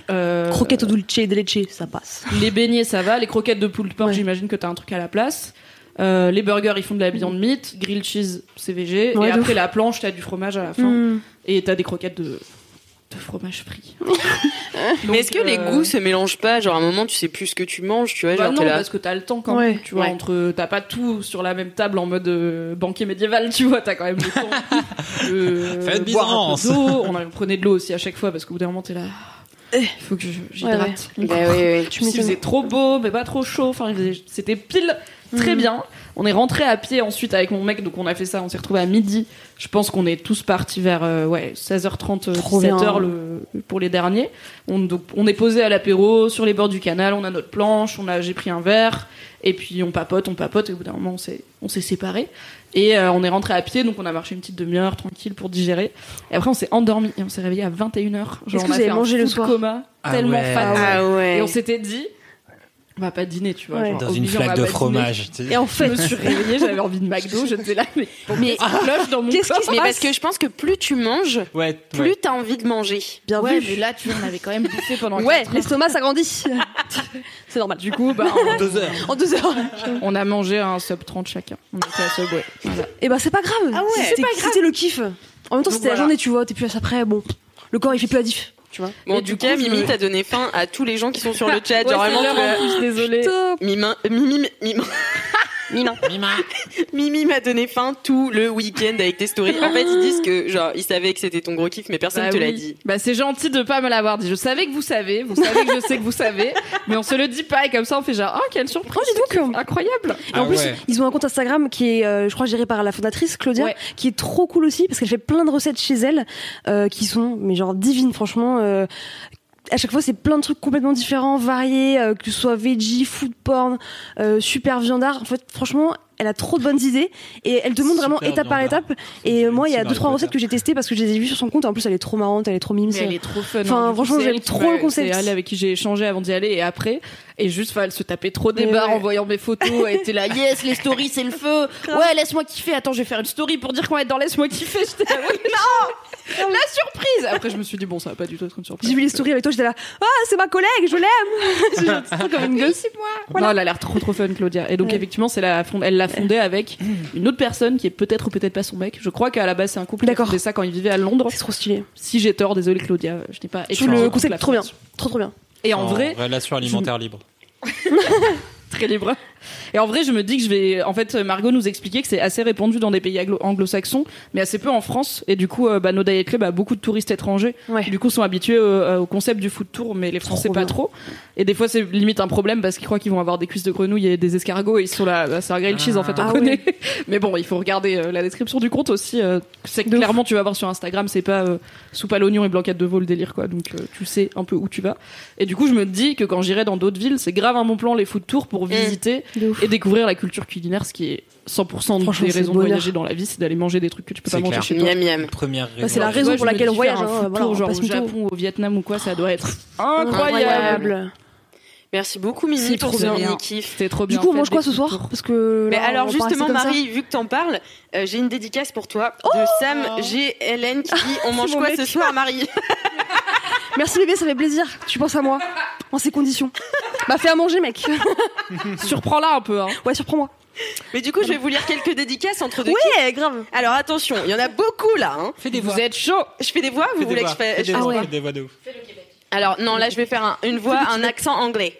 [SPEAKER 3] Euh,
[SPEAKER 5] Croquettes au dulce et de leche, ça passe.
[SPEAKER 3] les beignets, ça va. Les croquettes de poule de porc,
[SPEAKER 5] Ouais.
[SPEAKER 3] j'imagine que t'as un truc à la place. Euh, les burgers, ils font de la Beyond Meat. Grilled cheese, c'est végé.
[SPEAKER 5] Ouais,
[SPEAKER 3] et
[SPEAKER 5] de
[SPEAKER 3] après,
[SPEAKER 5] ouf.
[SPEAKER 3] la planche, t'as du fromage à la fin.
[SPEAKER 5] Mm.
[SPEAKER 3] Et t'as des croquettes de, de fromage
[SPEAKER 5] <laughs>
[SPEAKER 3] frit. Donc,
[SPEAKER 7] Mais est-ce que les
[SPEAKER 3] euh,
[SPEAKER 7] goûts se mélangent pas Genre à un moment, tu sais plus ce que tu manges, tu vois,
[SPEAKER 3] bah
[SPEAKER 7] genre
[SPEAKER 3] non,
[SPEAKER 7] t'es là.
[SPEAKER 3] parce que t'as le temps quand
[SPEAKER 5] Ouais.
[SPEAKER 3] même, tu vois,
[SPEAKER 7] Ouais.
[SPEAKER 3] entre, t'as pas tout sur la même table en mode euh, banquet médiéval, tu vois, t'as quand même le
[SPEAKER 5] <laughs>
[SPEAKER 3] temps Euh, de
[SPEAKER 8] Faites
[SPEAKER 3] boire un peu
[SPEAKER 8] Byzance.
[SPEAKER 3] d'eau, on a- prenait de l'eau aussi à chaque fois, parce qu'au bout d'un moment, t'es là, il faut que je-
[SPEAKER 5] Eh. Ouais, ouais.
[SPEAKER 3] j'hydrate. mon
[SPEAKER 7] Bah oui, oui.
[SPEAKER 5] Tu
[SPEAKER 3] Puis il faisait
[SPEAKER 5] m'étonnes.
[SPEAKER 3] trop beau, mais pas trop chaud. Enfin, il faisait- c'était pile très
[SPEAKER 5] Mm.
[SPEAKER 3] bien. On est rentré à pied ensuite avec mon mec, donc on a fait ça. On s'est retrouvé à midi. Je pense qu'on est tous partis vers euh, ouais 16h30, euh,
[SPEAKER 5] Trop
[SPEAKER 3] 17h
[SPEAKER 5] bien.
[SPEAKER 3] le, pour les derniers. On, donc, on est posé à l'apéro sur les bords du canal. On a notre planche. On a j'ai pris un verre et puis on papote, on papote. Et au bout d'un moment, on s'est on s'est séparés. Et euh, on est rentré à pied, donc on a marché une petite demi-heure tranquille pour digérer. Et après, on s'est endormi et on s'est réveillé à 21h.
[SPEAKER 5] Est-ce
[SPEAKER 3] Genre,
[SPEAKER 5] que
[SPEAKER 3] on
[SPEAKER 5] vous
[SPEAKER 3] a
[SPEAKER 5] avez
[SPEAKER 3] fait un
[SPEAKER 5] mangé le
[SPEAKER 3] food
[SPEAKER 5] soir
[SPEAKER 3] coma
[SPEAKER 10] Ah
[SPEAKER 3] tellement
[SPEAKER 10] ouais.
[SPEAKER 3] fat.
[SPEAKER 7] Ah ouais.
[SPEAKER 3] Et on s'était dit, on va pas dîner, tu vois.
[SPEAKER 5] Ouais.
[SPEAKER 3] genre,
[SPEAKER 8] Dans
[SPEAKER 3] obligé,
[SPEAKER 8] une
[SPEAKER 3] on va
[SPEAKER 8] flaque de
[SPEAKER 3] pas dîner.
[SPEAKER 8] fromage. bah, tu sais.
[SPEAKER 3] Et en fait, je me suis réveillée, j'avais envie de McDo, je là, <laughs> mais
[SPEAKER 7] Mais,
[SPEAKER 3] cloche dans mon
[SPEAKER 7] qu'est-ce
[SPEAKER 3] corps.
[SPEAKER 7] qui- mais parce que je pense que plus tu manges,
[SPEAKER 8] Ouais,
[SPEAKER 7] plus t'as envie de manger.
[SPEAKER 5] Bien
[SPEAKER 3] Ouais,
[SPEAKER 5] vu.
[SPEAKER 3] mais là, tu vois, on avait quand même bouffé pendant
[SPEAKER 5] Ouais,
[SPEAKER 3] quatre heures. <laughs>
[SPEAKER 5] l'estomac s'agrandit. C'est normal.
[SPEAKER 3] Du coup, bah,
[SPEAKER 8] ouais. deux heures.
[SPEAKER 5] En deux heures.
[SPEAKER 3] on a mangé un sub 30 chacun. On était à Subway. Voilà.
[SPEAKER 5] Et bah c'est pas grave.
[SPEAKER 7] Ah ouais.
[SPEAKER 5] C'était- C'était le kiff. En même temps,
[SPEAKER 3] Donc
[SPEAKER 5] c'était la
[SPEAKER 3] voilà.
[SPEAKER 5] journée, tu vois. T'es plus à ça après. Bon, le corps il fait plus la diff.
[SPEAKER 7] Bon,
[SPEAKER 3] Et
[SPEAKER 7] en
[SPEAKER 3] du
[SPEAKER 7] tout
[SPEAKER 3] coup,
[SPEAKER 7] cas,
[SPEAKER 3] je
[SPEAKER 7] Mimi,
[SPEAKER 3] me-
[SPEAKER 7] t'as donné faim à tous les gens qui sont sur <laughs> le chat.
[SPEAKER 3] Ouais,
[SPEAKER 7] Genre,
[SPEAKER 3] c'est
[SPEAKER 7] vraiment,
[SPEAKER 3] l'heure en
[SPEAKER 7] tu as-
[SPEAKER 3] plus, désolée.
[SPEAKER 5] Oh,
[SPEAKER 7] Mimin, euh, Mimi, Mimi, <laughs> Mimi m'a donné faim tout le week-end avec tes stories. En fait, ils disent que, genre, ils savaient que c'était ton gros kiff, mais personne
[SPEAKER 3] Bah
[SPEAKER 7] te l'a
[SPEAKER 3] oui.
[SPEAKER 7] dit.
[SPEAKER 3] Bah c'est gentil de pas me l'avoir dit. Je savais que vous savez, vous savez que je sais que vous savez, mais on se le dit pas et comme ça on fait genre ah quelle surprise.
[SPEAKER 5] Oh, dis donc.
[SPEAKER 3] c'est Incroyable.
[SPEAKER 8] Ah
[SPEAKER 5] Et en plus, ils ont un compte Instagram qui est, euh, je crois, géré par la fondatrice Claudia,
[SPEAKER 3] Ouais.
[SPEAKER 5] qui est trop cool aussi parce qu'elle fait plein de recettes chez elle euh, qui sont, mais genre divines, franchement. euh, à chaque fois, c'est plein de trucs complètement différents, variés, euh, que ce soit veggie, food porn, euh, super viandard. En fait, franchement, elle a trop de bonnes idées et elle te montre
[SPEAKER 8] Super
[SPEAKER 5] vraiment étape par
[SPEAKER 8] viandard.
[SPEAKER 5] étape. Et
[SPEAKER 8] C'est
[SPEAKER 5] euh, moi, il y a
[SPEAKER 8] Harry
[SPEAKER 5] deux trois
[SPEAKER 8] Potter.
[SPEAKER 5] recettes que j'ai testées parce que je les ai vues sur son compte. Et en plus, elle est trop marrante, elle est trop mime.
[SPEAKER 3] Mais elle est trop fun.
[SPEAKER 5] Enfin,
[SPEAKER 3] hein. Du coup,
[SPEAKER 5] franchement,
[SPEAKER 3] c'est
[SPEAKER 5] j'aime
[SPEAKER 3] elle qui
[SPEAKER 5] trop
[SPEAKER 3] m'a-
[SPEAKER 5] le concept.
[SPEAKER 3] C'est elle avec qui j'ai échangé avant d'y aller et après. Et juste, enfin, elle se tapait trop des
[SPEAKER 5] Mais
[SPEAKER 3] barres
[SPEAKER 5] ouais.
[SPEAKER 3] en voyant mes photos. Elle
[SPEAKER 5] <laughs>
[SPEAKER 3] était là, yes, les stories, c'est le feu. Ouais, laisse-moi kiffer. Attends, je vais faire une story pour dire qu'on est dans laisse-moi kiffer. J'étais là, ouais, non, la surprise. Après, je me suis dit bon, ça va pas du tout être une surprise.
[SPEAKER 5] J'ai vu les stories avec toi, j'étais là, ah, c'est ma collègue, je l'aime. C'est genre, c'est trop comme une gosse. Voilà.
[SPEAKER 3] Non, elle a l'air trop trop fun, Claudia. Et donc
[SPEAKER 5] Ouais.
[SPEAKER 3] effectivement, c'est la fond- elle l'a fondée avec une autre personne qui est peut-être ou peut-être pas son mec. Je crois qu'à la base c'est un couple. qui a
[SPEAKER 5] D'accord.
[SPEAKER 3] fondé ça quand ils vivaient à Londres.
[SPEAKER 5] C'est trop stylé,
[SPEAKER 3] Si j'ai tort, désolé Claudia, je n'ai pas.
[SPEAKER 5] trouve
[SPEAKER 3] écrit
[SPEAKER 5] le
[SPEAKER 3] toute
[SPEAKER 5] concept
[SPEAKER 3] la
[SPEAKER 5] trop bien.
[SPEAKER 3] formation.
[SPEAKER 5] trop trop bien.
[SPEAKER 3] Et en,
[SPEAKER 8] Oh.
[SPEAKER 3] vrai,
[SPEAKER 8] Relation alimentaire libre.
[SPEAKER 3] très libre. Et en vrai, je me dis que je vais. En fait, Margot nous expliquait que c'est assez répandu dans des pays anglo- anglo-saxons, mais assez peu en France. Et du coup, euh, bah, nos Diet Club a beaucoup de touristes étrangers.
[SPEAKER 5] Ouais.
[SPEAKER 3] qui, Du coup, sont habitués euh, au concept du food tour, mais les Français
[SPEAKER 5] Trop
[SPEAKER 3] pas
[SPEAKER 5] bien.
[SPEAKER 3] trop. Et des fois, c'est limite un problème parce qu'ils croient qu'ils vont avoir des cuisses de grenouille et des escargots. Et ils sont là, bah, c'est un grilled cheese en fait, on
[SPEAKER 5] Ah
[SPEAKER 3] connaît. <laughs> mais bon, il faut regarder euh, la description du compte aussi. euh, c'est que
[SPEAKER 5] De ouf.
[SPEAKER 3] clairement, tu vas voir sur Instagram, c'est pas euh, soupe à l'oignon et blanquette de veau le délire quoi. Donc, euh, tu sais un peu où tu vas. Et du coup, je me dis que quand j'irai dans d'autres villes, c'est grave un bon plan les food tours pour
[SPEAKER 5] Mm.
[SPEAKER 3] visiter
[SPEAKER 5] De ouf.
[SPEAKER 3] et découvrir la culture culinaire, ce qui est 100%
[SPEAKER 5] Franchement,
[SPEAKER 3] des
[SPEAKER 5] c'est
[SPEAKER 3] raisons de
[SPEAKER 5] bonheur.
[SPEAKER 3] voyager dans la vie, c'est d'aller manger des trucs que tu peux
[SPEAKER 8] C'est
[SPEAKER 3] pas manger
[SPEAKER 8] clair.
[SPEAKER 3] chez toi.
[SPEAKER 7] Miam, miam.
[SPEAKER 8] Première raison.
[SPEAKER 5] Bah, c'est la
[SPEAKER 3] Tu
[SPEAKER 5] raison
[SPEAKER 3] vois,
[SPEAKER 5] pour
[SPEAKER 3] je me
[SPEAKER 5] laquelle
[SPEAKER 3] dis,
[SPEAKER 5] on voyage,
[SPEAKER 3] faire
[SPEAKER 5] hein,
[SPEAKER 3] un food
[SPEAKER 5] voilà,
[SPEAKER 3] tour,
[SPEAKER 5] on
[SPEAKER 3] genre
[SPEAKER 5] passe
[SPEAKER 3] au
[SPEAKER 5] le tour.
[SPEAKER 3] Japon, au Vietnam ou quoi, ça doit être incroyable.
[SPEAKER 5] Incroyable.
[SPEAKER 7] Merci beaucoup,
[SPEAKER 3] C'est
[SPEAKER 7] Mimi, pour
[SPEAKER 3] trop
[SPEAKER 7] ce
[SPEAKER 3] bien.
[SPEAKER 7] mini kiff.
[SPEAKER 3] C'était trop
[SPEAKER 5] Du
[SPEAKER 3] bien.
[SPEAKER 5] coup, on
[SPEAKER 3] fait,
[SPEAKER 5] mange quoi
[SPEAKER 3] des
[SPEAKER 5] ce
[SPEAKER 3] food
[SPEAKER 5] soir
[SPEAKER 3] tours.
[SPEAKER 5] Parce que. euh,
[SPEAKER 7] Mais
[SPEAKER 5] là, on
[SPEAKER 7] alors
[SPEAKER 5] va pas rester
[SPEAKER 7] justement
[SPEAKER 5] comme ça.
[SPEAKER 7] Marie, vu que t'en parles, euh, j'ai une dédicace pour toi de Sam GLN qui dit on mange
[SPEAKER 5] mon
[SPEAKER 7] quoi
[SPEAKER 5] mec.
[SPEAKER 7] ce soir Marie
[SPEAKER 5] Merci bébé, ça fait plaisir. Tu penses à moi. En
[SPEAKER 3] <laughs>
[SPEAKER 5] ces conditions. Bah, fais à manger, mec. <laughs>
[SPEAKER 3] Surprends-la un peu. Hein.
[SPEAKER 5] Ouais, surprends-moi.
[SPEAKER 7] Mais du coup je vais vous lire quelques dédicaces entre deux kiffs.
[SPEAKER 5] Ouais, grave.
[SPEAKER 7] Alors attention, il y en a beaucoup là. hein.
[SPEAKER 8] Fais des voix.
[SPEAKER 3] Vous êtes chaud.
[SPEAKER 7] Je fais des voix, vous
[SPEAKER 8] Fais des
[SPEAKER 7] voulez que
[SPEAKER 8] voix.
[SPEAKER 7] je fasse
[SPEAKER 8] Fais des
[SPEAKER 5] Ah
[SPEAKER 8] voix.
[SPEAKER 5] ouais.
[SPEAKER 8] Fais des voix de ouf.
[SPEAKER 7] Alors non, là je vais faire un- une voix, un accent anglais.